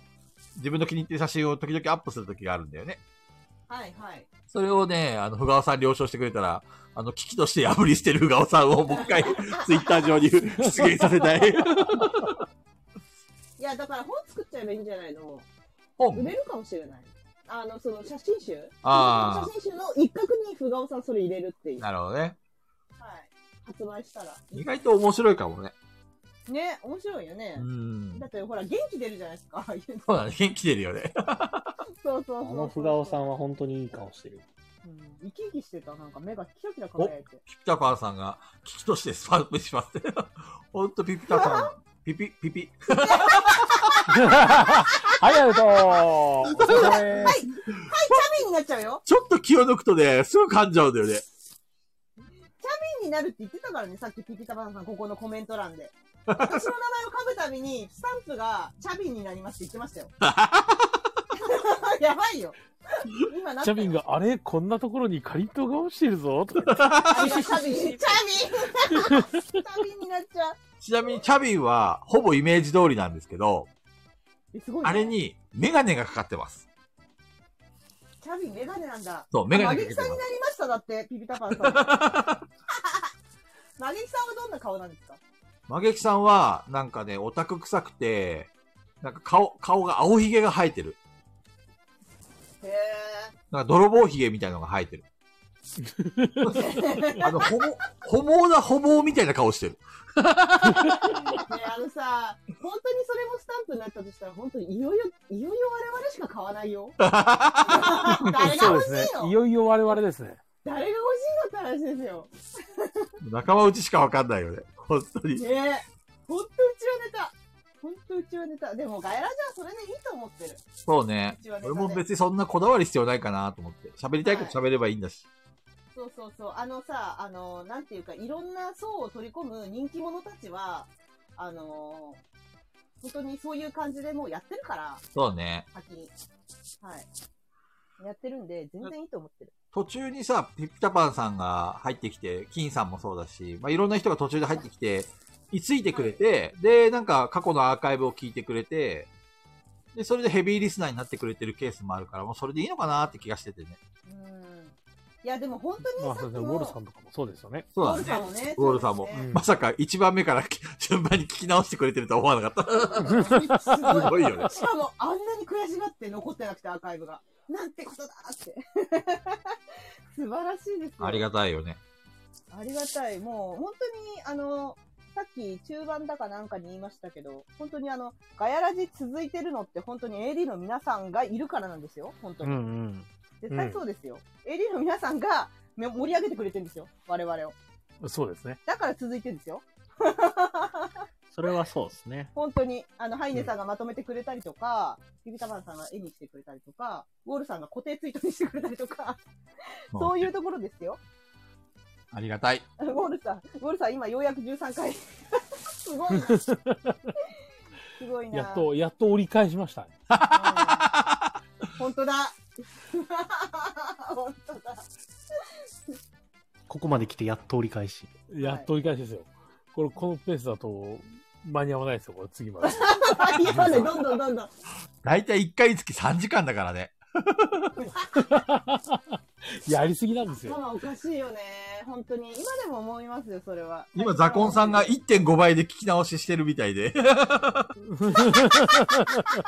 Speaker 1: 自分の気に入ってる写真を時々アップする時があるんだよね。
Speaker 4: はいはい。
Speaker 1: それをね、あの、ふがおさん了承してくれたら、あの、危機として破りしてるふがおさんをもう一
Speaker 4: [laughs]
Speaker 1: 回、ツイッター上に出現させたい。
Speaker 4: いや、だから本作っちゃえばいいんじゃないの売
Speaker 1: 本
Speaker 4: れるかもしれない。あの、その写真集
Speaker 1: あー
Speaker 4: 写真集の一角にふがおさんそれ入れるっていう。はい。
Speaker 1: なるほどね。
Speaker 4: 発売したら。
Speaker 1: 意外と面白いかもね。
Speaker 4: ね、面白いよね
Speaker 1: う。ん
Speaker 4: だ。ってほら、元気出るじゃないですか。 [laughs] ああいうの
Speaker 1: そうだね。元気出るよね。
Speaker 4: そうそ
Speaker 3: あ
Speaker 4: うそう。
Speaker 3: のふがおさんは本当にいい顔してる。
Speaker 4: うん。生き生きしてた。なんか目がキラキラ輝いて。
Speaker 1: ピピタパンさんが、危機としてスパルプします。 [laughs] ほんとピピタパン、
Speaker 4: [laughs]
Speaker 1: ピピ、ピピ。
Speaker 2: はい、アウトお疲れ様です
Speaker 4: チャミになっちゃうよ。
Speaker 1: ちょっと気を抜くとね、すぐ噛んじゃうんだよね。
Speaker 4: チャミになるって言ってたからね、さっきピピタパンさん、ここのコメント
Speaker 1: [laughs]
Speaker 4: 欄で。私の名前を書くた
Speaker 1: [laughs]
Speaker 4: びに、スタンプがチャビになりますって言ってましたよ。やばいよ。今なっ
Speaker 9: チャ
Speaker 4: た
Speaker 9: ビンが、あれこんなところにカリッとが落ちてるぞとか
Speaker 4: あいやチャビン、チャビンチャビンになっちゃう。
Speaker 1: ちなみにチャビンは、ほぼイメージ通りなんですけど、
Speaker 4: えすごい、ね。
Speaker 1: あれ。にメガネがかかってます。
Speaker 4: チャビンメガネなんだ。
Speaker 1: そう、メガネ
Speaker 4: 嘆
Speaker 1: か
Speaker 4: き
Speaker 1: けて
Speaker 4: さん
Speaker 1: ま
Speaker 4: にな
Speaker 1: す。
Speaker 4: りました、だって、ピピタパ
Speaker 1: [laughs]
Speaker 4: ンさん。嘆きさんはどんな顔なんですか
Speaker 1: マゲキさんは、なんかね、オタク臭くて、なんか顔、顔が青ひげが生えてる。
Speaker 4: へ
Speaker 1: なんか泥棒ひげみたいのが生え
Speaker 4: [laughs]
Speaker 1: てる。
Speaker 4: え。ね
Speaker 1: あの、ほぼ、ほぼなほぼみたいな顔してる。
Speaker 4: あのさ、本当にそれもスタンプになったとしたら、本当にいよいよ、いよいよ我々しか買わないよ。誰が
Speaker 5: [laughs] そう
Speaker 4: 欲
Speaker 5: で
Speaker 4: し
Speaker 5: すね。
Speaker 4: い
Speaker 5: い
Speaker 4: の
Speaker 5: よいよ我々ですね。
Speaker 4: 誰が欲しいのって話ですよ。
Speaker 1: 仲間内しかわかんないよね。本当に。
Speaker 4: ねえ。ほんとうちはネタ。ほんとうちはネタ。でもガエラじゃんそれでいいと思ってる。
Speaker 1: そうね
Speaker 4: うちは。ネタ
Speaker 1: 俺
Speaker 4: で
Speaker 1: も別にそんなこだわる必要ないかなと思って。喋りたいこと喋ればいいんだし。
Speaker 4: そうそうそう。あのさ、あの、なんていうか、いろんな層を取り込む人気者たちは、あの本当にそういう感じでもうやってるから、
Speaker 1: そうね。
Speaker 4: 先に。はい。やってるんで、全然いいと思ってる。
Speaker 1: 途中にさ、ピピタパンさんが入ってきて、金さんもそうだし、まあ、いろんな人が途中で入ってきて、居ついてくれて、で、なんか過去のアーカイブを聞いてくれて、で、それでヘビーリスナーになってくれてるケースもあるから、もうそれでいいのかなって気がしててね。
Speaker 4: うん。いや、でも本当に
Speaker 9: ま
Speaker 4: さ
Speaker 9: あ
Speaker 4: っき
Speaker 9: そ
Speaker 4: の、
Speaker 9: うですねウォルさんとかもそうですよね
Speaker 1: そうだ
Speaker 4: ウォル
Speaker 1: ね。
Speaker 4: さんもね。
Speaker 1: ウォルさんも
Speaker 4: そうですね
Speaker 1: まさか1番目から [laughs] 順番に聞き直してくれてるとは思わなかった。
Speaker 4: すご
Speaker 1: すごいよね。
Speaker 4: [laughs] しかも、あんなに悔しがって残ってなくて、アーカイブが。なんてことだって。 [laughs] 素晴らしいですよ。
Speaker 1: [laughs] ありがたいよね。
Speaker 4: ありがたい。もう、本当に、あの、さっき中盤だかなんかに言いましたけど、本当にあの、ガヤラジ続いてるのって本当に AD の皆さんがいるからなんですよ。本当
Speaker 3: うん
Speaker 4: に。
Speaker 3: うん。
Speaker 4: 絶対そうですよ。AD の皆さんがめ盛り上げてくれてるんですよ。我々を。
Speaker 9: そうですね。
Speaker 4: だから続いてるんですよ。
Speaker 3: それはそうですね。
Speaker 4: 本当に、あの、ハイネさんがまとめてくれたりとか、ビビタマンさんが絵にしてくれたりとか、ウォールさんが固定ツイートにしてくれたりとか、そういうところですよ。 [laughs]
Speaker 1: ありがたい。
Speaker 4: ウォールさん、ウォールさん今ようやく13回。 [laughs] すご
Speaker 1: [laughs]
Speaker 4: いな。すごいな。
Speaker 9: やっと、やっと折り返しましたね。
Speaker 4: うん本当だ。 [laughs] 本当
Speaker 1: [laughs]
Speaker 4: だ。
Speaker 3: ここまで来てやっと折り返し。
Speaker 9: やっと折り返しですよ。これ、このペースだと、間に合わないですよ、これ、次まで。
Speaker 4: ありがね、どんどんどんどん。
Speaker 1: だいたい1回につき3時間だからね。
Speaker 9: やりすぎなんですよ。
Speaker 4: 頭おかしいよね。本当に。今でも思いますよ、それは。
Speaker 1: 今、ザコンさんが1.5倍で聞き直ししてるみたいで。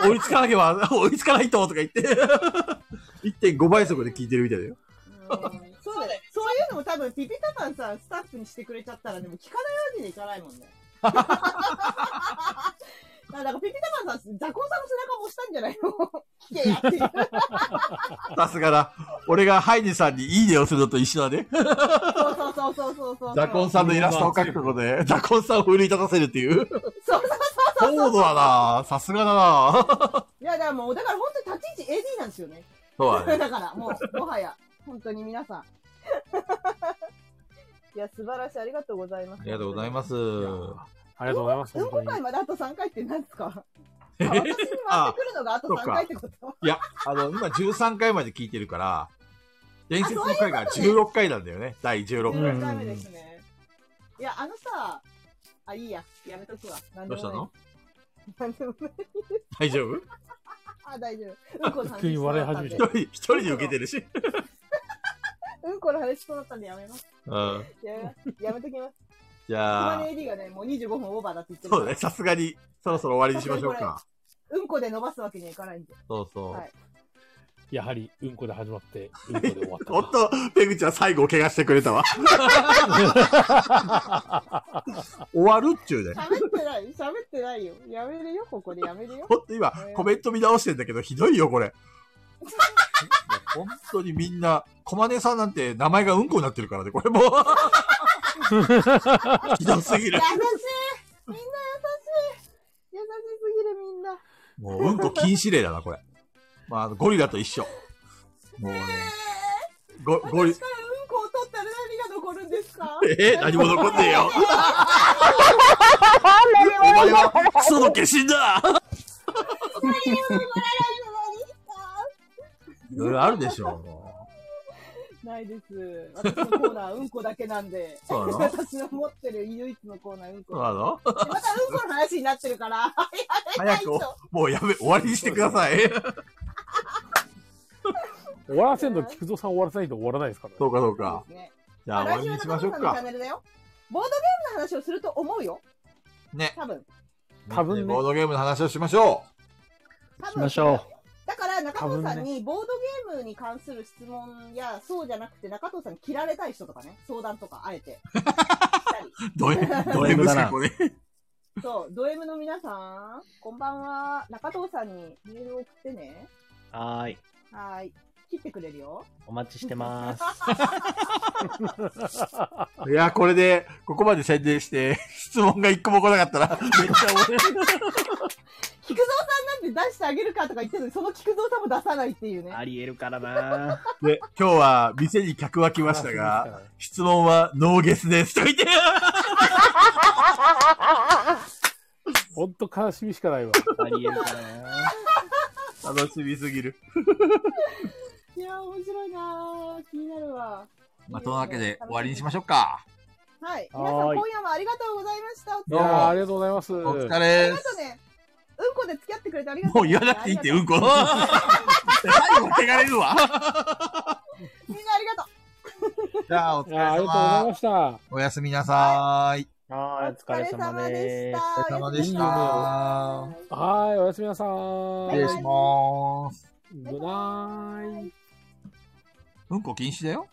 Speaker 1: 追いつかなければ、追いつかないと、とか言って。1.5倍速で聞いてるみたいだよ。
Speaker 4: うんそうだよ。そういうのも多分、ピピタパンさんスタッフにしてくれちゃったら、でも聞かないわけにいかないもん [laughs] ね。だからピピタパンさん、ザコンさんの背中も押したんじゃないの聞けやっていう。
Speaker 1: さすがだ。俺がハイネさんにいいねをするのと一緒だね。
Speaker 4: そうそうそうそうそう。
Speaker 1: ザコンさんのイラストを描くとこで、ザコンさんを奮い立たせるっていう。
Speaker 4: そうそう
Speaker 1: そうだなさすがだない
Speaker 4: や、だからもう、だから本当に立ち位置 AD なんですよね。
Speaker 1: そうだね。
Speaker 4: だから、もう、もはや、本当に皆さ [laughs] ん。いや、素晴らしい。ありがとうございます。
Speaker 1: ありがとうございます。
Speaker 9: ありがとうございます、
Speaker 4: うん
Speaker 9: 本
Speaker 4: こ
Speaker 9: 当に。
Speaker 4: 会まであと3回って何で
Speaker 1: [laughs]
Speaker 4: すかあ私に回ってくるのがあと3回ってこと
Speaker 1: いや、あの、今13回まで聞いてるから、伝説の回が16回なんだよね。第16回。
Speaker 4: 16回目ですね。いや、あのさ、あ、いいや。やめとくわ。何
Speaker 1: ど
Speaker 4: で
Speaker 1: うした
Speaker 4: も
Speaker 1: の
Speaker 4: ない。何でもない。
Speaker 1: 大丈夫
Speaker 4: [laughs] あ、大丈夫。うんこの話
Speaker 9: 急に笑い始めち
Speaker 1: 一
Speaker 4: し
Speaker 9: ゃ
Speaker 4: そうだっ
Speaker 1: 人、一人で受けてるし。
Speaker 4: たんでうんこの話しそうだったんでやめます。
Speaker 1: うん。
Speaker 4: やめ [laughs] ますやめときます。
Speaker 1: じ
Speaker 4: 島
Speaker 1: ゃあ
Speaker 4: 根、AD がね、もう25分オーバーだって言ってるか
Speaker 1: そ
Speaker 4: ら。
Speaker 1: うね、さすがに、そろそろ終わりにしましょうか。
Speaker 4: うんこで伸ばすわけにはいかないんで。
Speaker 1: そうそう。
Speaker 4: はい
Speaker 9: やはり、うんこで始まって、うんこで終わった。
Speaker 1: おっと、ペグちゃん最後怪我してくれたわ。終わるっちゅうね。
Speaker 4: 喋ってない、喋ってないよ。やめるよ、ここでやめ
Speaker 1: [laughs]
Speaker 4: るよ。
Speaker 1: ほんと今、コメント見直してんだけど、ひどいよ、これ。本当にみんな、コマネさんなんて名前がうんこになってるからね、こ
Speaker 4: [laughs]
Speaker 1: れもう。ひどすぎ
Speaker 4: 優
Speaker 1: る
Speaker 4: しい。みんな優しい優しすぎるみんな。
Speaker 1: もううんこ禁止令だな、これ。まああの、ゴリラと一緒。もうね、ゴゴ
Speaker 4: [laughs]
Speaker 1: リ
Speaker 4: 私、からうんこを取ったら何が残るんですか
Speaker 1: え何も残んねえよ。お前は、クソの化身だ
Speaker 4: 何も残らないの何か
Speaker 1: ろいろあるでしょ
Speaker 4: ないです。私のコーナー、うんこだけなんで。
Speaker 1: そうなの
Speaker 4: 私の持ってる唯一のコーナー、うん
Speaker 1: う。そう
Speaker 4: こ。
Speaker 1: なの
Speaker 4: でまたうんこの話になってるから。
Speaker 1: 早
Speaker 4: [laughs]
Speaker 1: く、もうやめ、終わりにしてください。
Speaker 2: 終わらせんと、菊蔵さん終わらせないと終わらないですから、
Speaker 1: そうか、そう
Speaker 4: そう
Speaker 1: か。
Speaker 4: ですね。
Speaker 1: じゃあ終わ
Speaker 4: ラジ
Speaker 1: り
Speaker 4: オ
Speaker 1: にし
Speaker 4: 中
Speaker 1: ま
Speaker 4: 野
Speaker 1: し
Speaker 4: さ
Speaker 1: ょう
Speaker 4: んのチャ
Speaker 1: か
Speaker 4: ン。ネルだよ。ボードゲームの話をすると思うよ。
Speaker 1: ね。
Speaker 4: 多分。
Speaker 2: 多分ね
Speaker 1: ボードゲームの話をしましょ
Speaker 4: 多分
Speaker 3: しましょ
Speaker 4: だから中藤さんにボードゲームに関する質問や、そうじゃなくて中藤さんに切られたい人とかね、相談とかあえ
Speaker 1: [laughs]
Speaker 4: て。したり
Speaker 1: う。ド M、ド M しかこれ。
Speaker 4: そう、ド M の皆さん、こんばんは。中藤さんにメールを送ってね。
Speaker 3: う。はーい。
Speaker 4: はーい。切ってくれるよ。
Speaker 3: お待ちして
Speaker 4: [laughs]
Speaker 3: ます。
Speaker 1: いや、これで、ここまで宣伝して、 [laughs] 質問が一個も来なかったら、めっちゃ俺、
Speaker 4: 菊蔵さんなんて出してあげるかとか言ってるのに、その菊蔵さんも出さないっていうね。
Speaker 3: ありえるからな。
Speaker 1: [laughs] で、今日は店に客は来ましたが、質問はノーゲスです。と言 [laughs] って、
Speaker 2: ほんと悲しみしかないわ。
Speaker 3: ありえるからな。
Speaker 1: 楽しみすぎる。
Speaker 4: いやー、面白いなー。気になるわ。
Speaker 1: まあ、というわけで終わりにしましょうか。
Speaker 4: はい。皆さん、
Speaker 3: はーい
Speaker 4: 今夜もありがとうございました。お疲
Speaker 2: い
Speaker 4: れ
Speaker 1: どう
Speaker 2: やー
Speaker 1: も
Speaker 2: ありがとうございます。
Speaker 1: お疲
Speaker 4: あり
Speaker 1: れ
Speaker 4: が。とうね。うんこで付き合ってくれてありがとう。
Speaker 1: もう言わなくていいって、うんこ。最後、手がれるわ。
Speaker 4: みんなありがと
Speaker 1: じゃあ、お疲
Speaker 2: い
Speaker 1: れ
Speaker 2: やーありがとう
Speaker 1: 様
Speaker 2: ございま。した。
Speaker 1: おやすみなさーい。
Speaker 3: はーい、お疲れ様です。
Speaker 1: お疲れ様でし
Speaker 2: いい
Speaker 1: た。
Speaker 2: はーい、おやすみなさ
Speaker 1: 失
Speaker 2: ーい
Speaker 1: 礼。しまーす。
Speaker 2: グッドナイト。
Speaker 1: うんこ禁止だよ。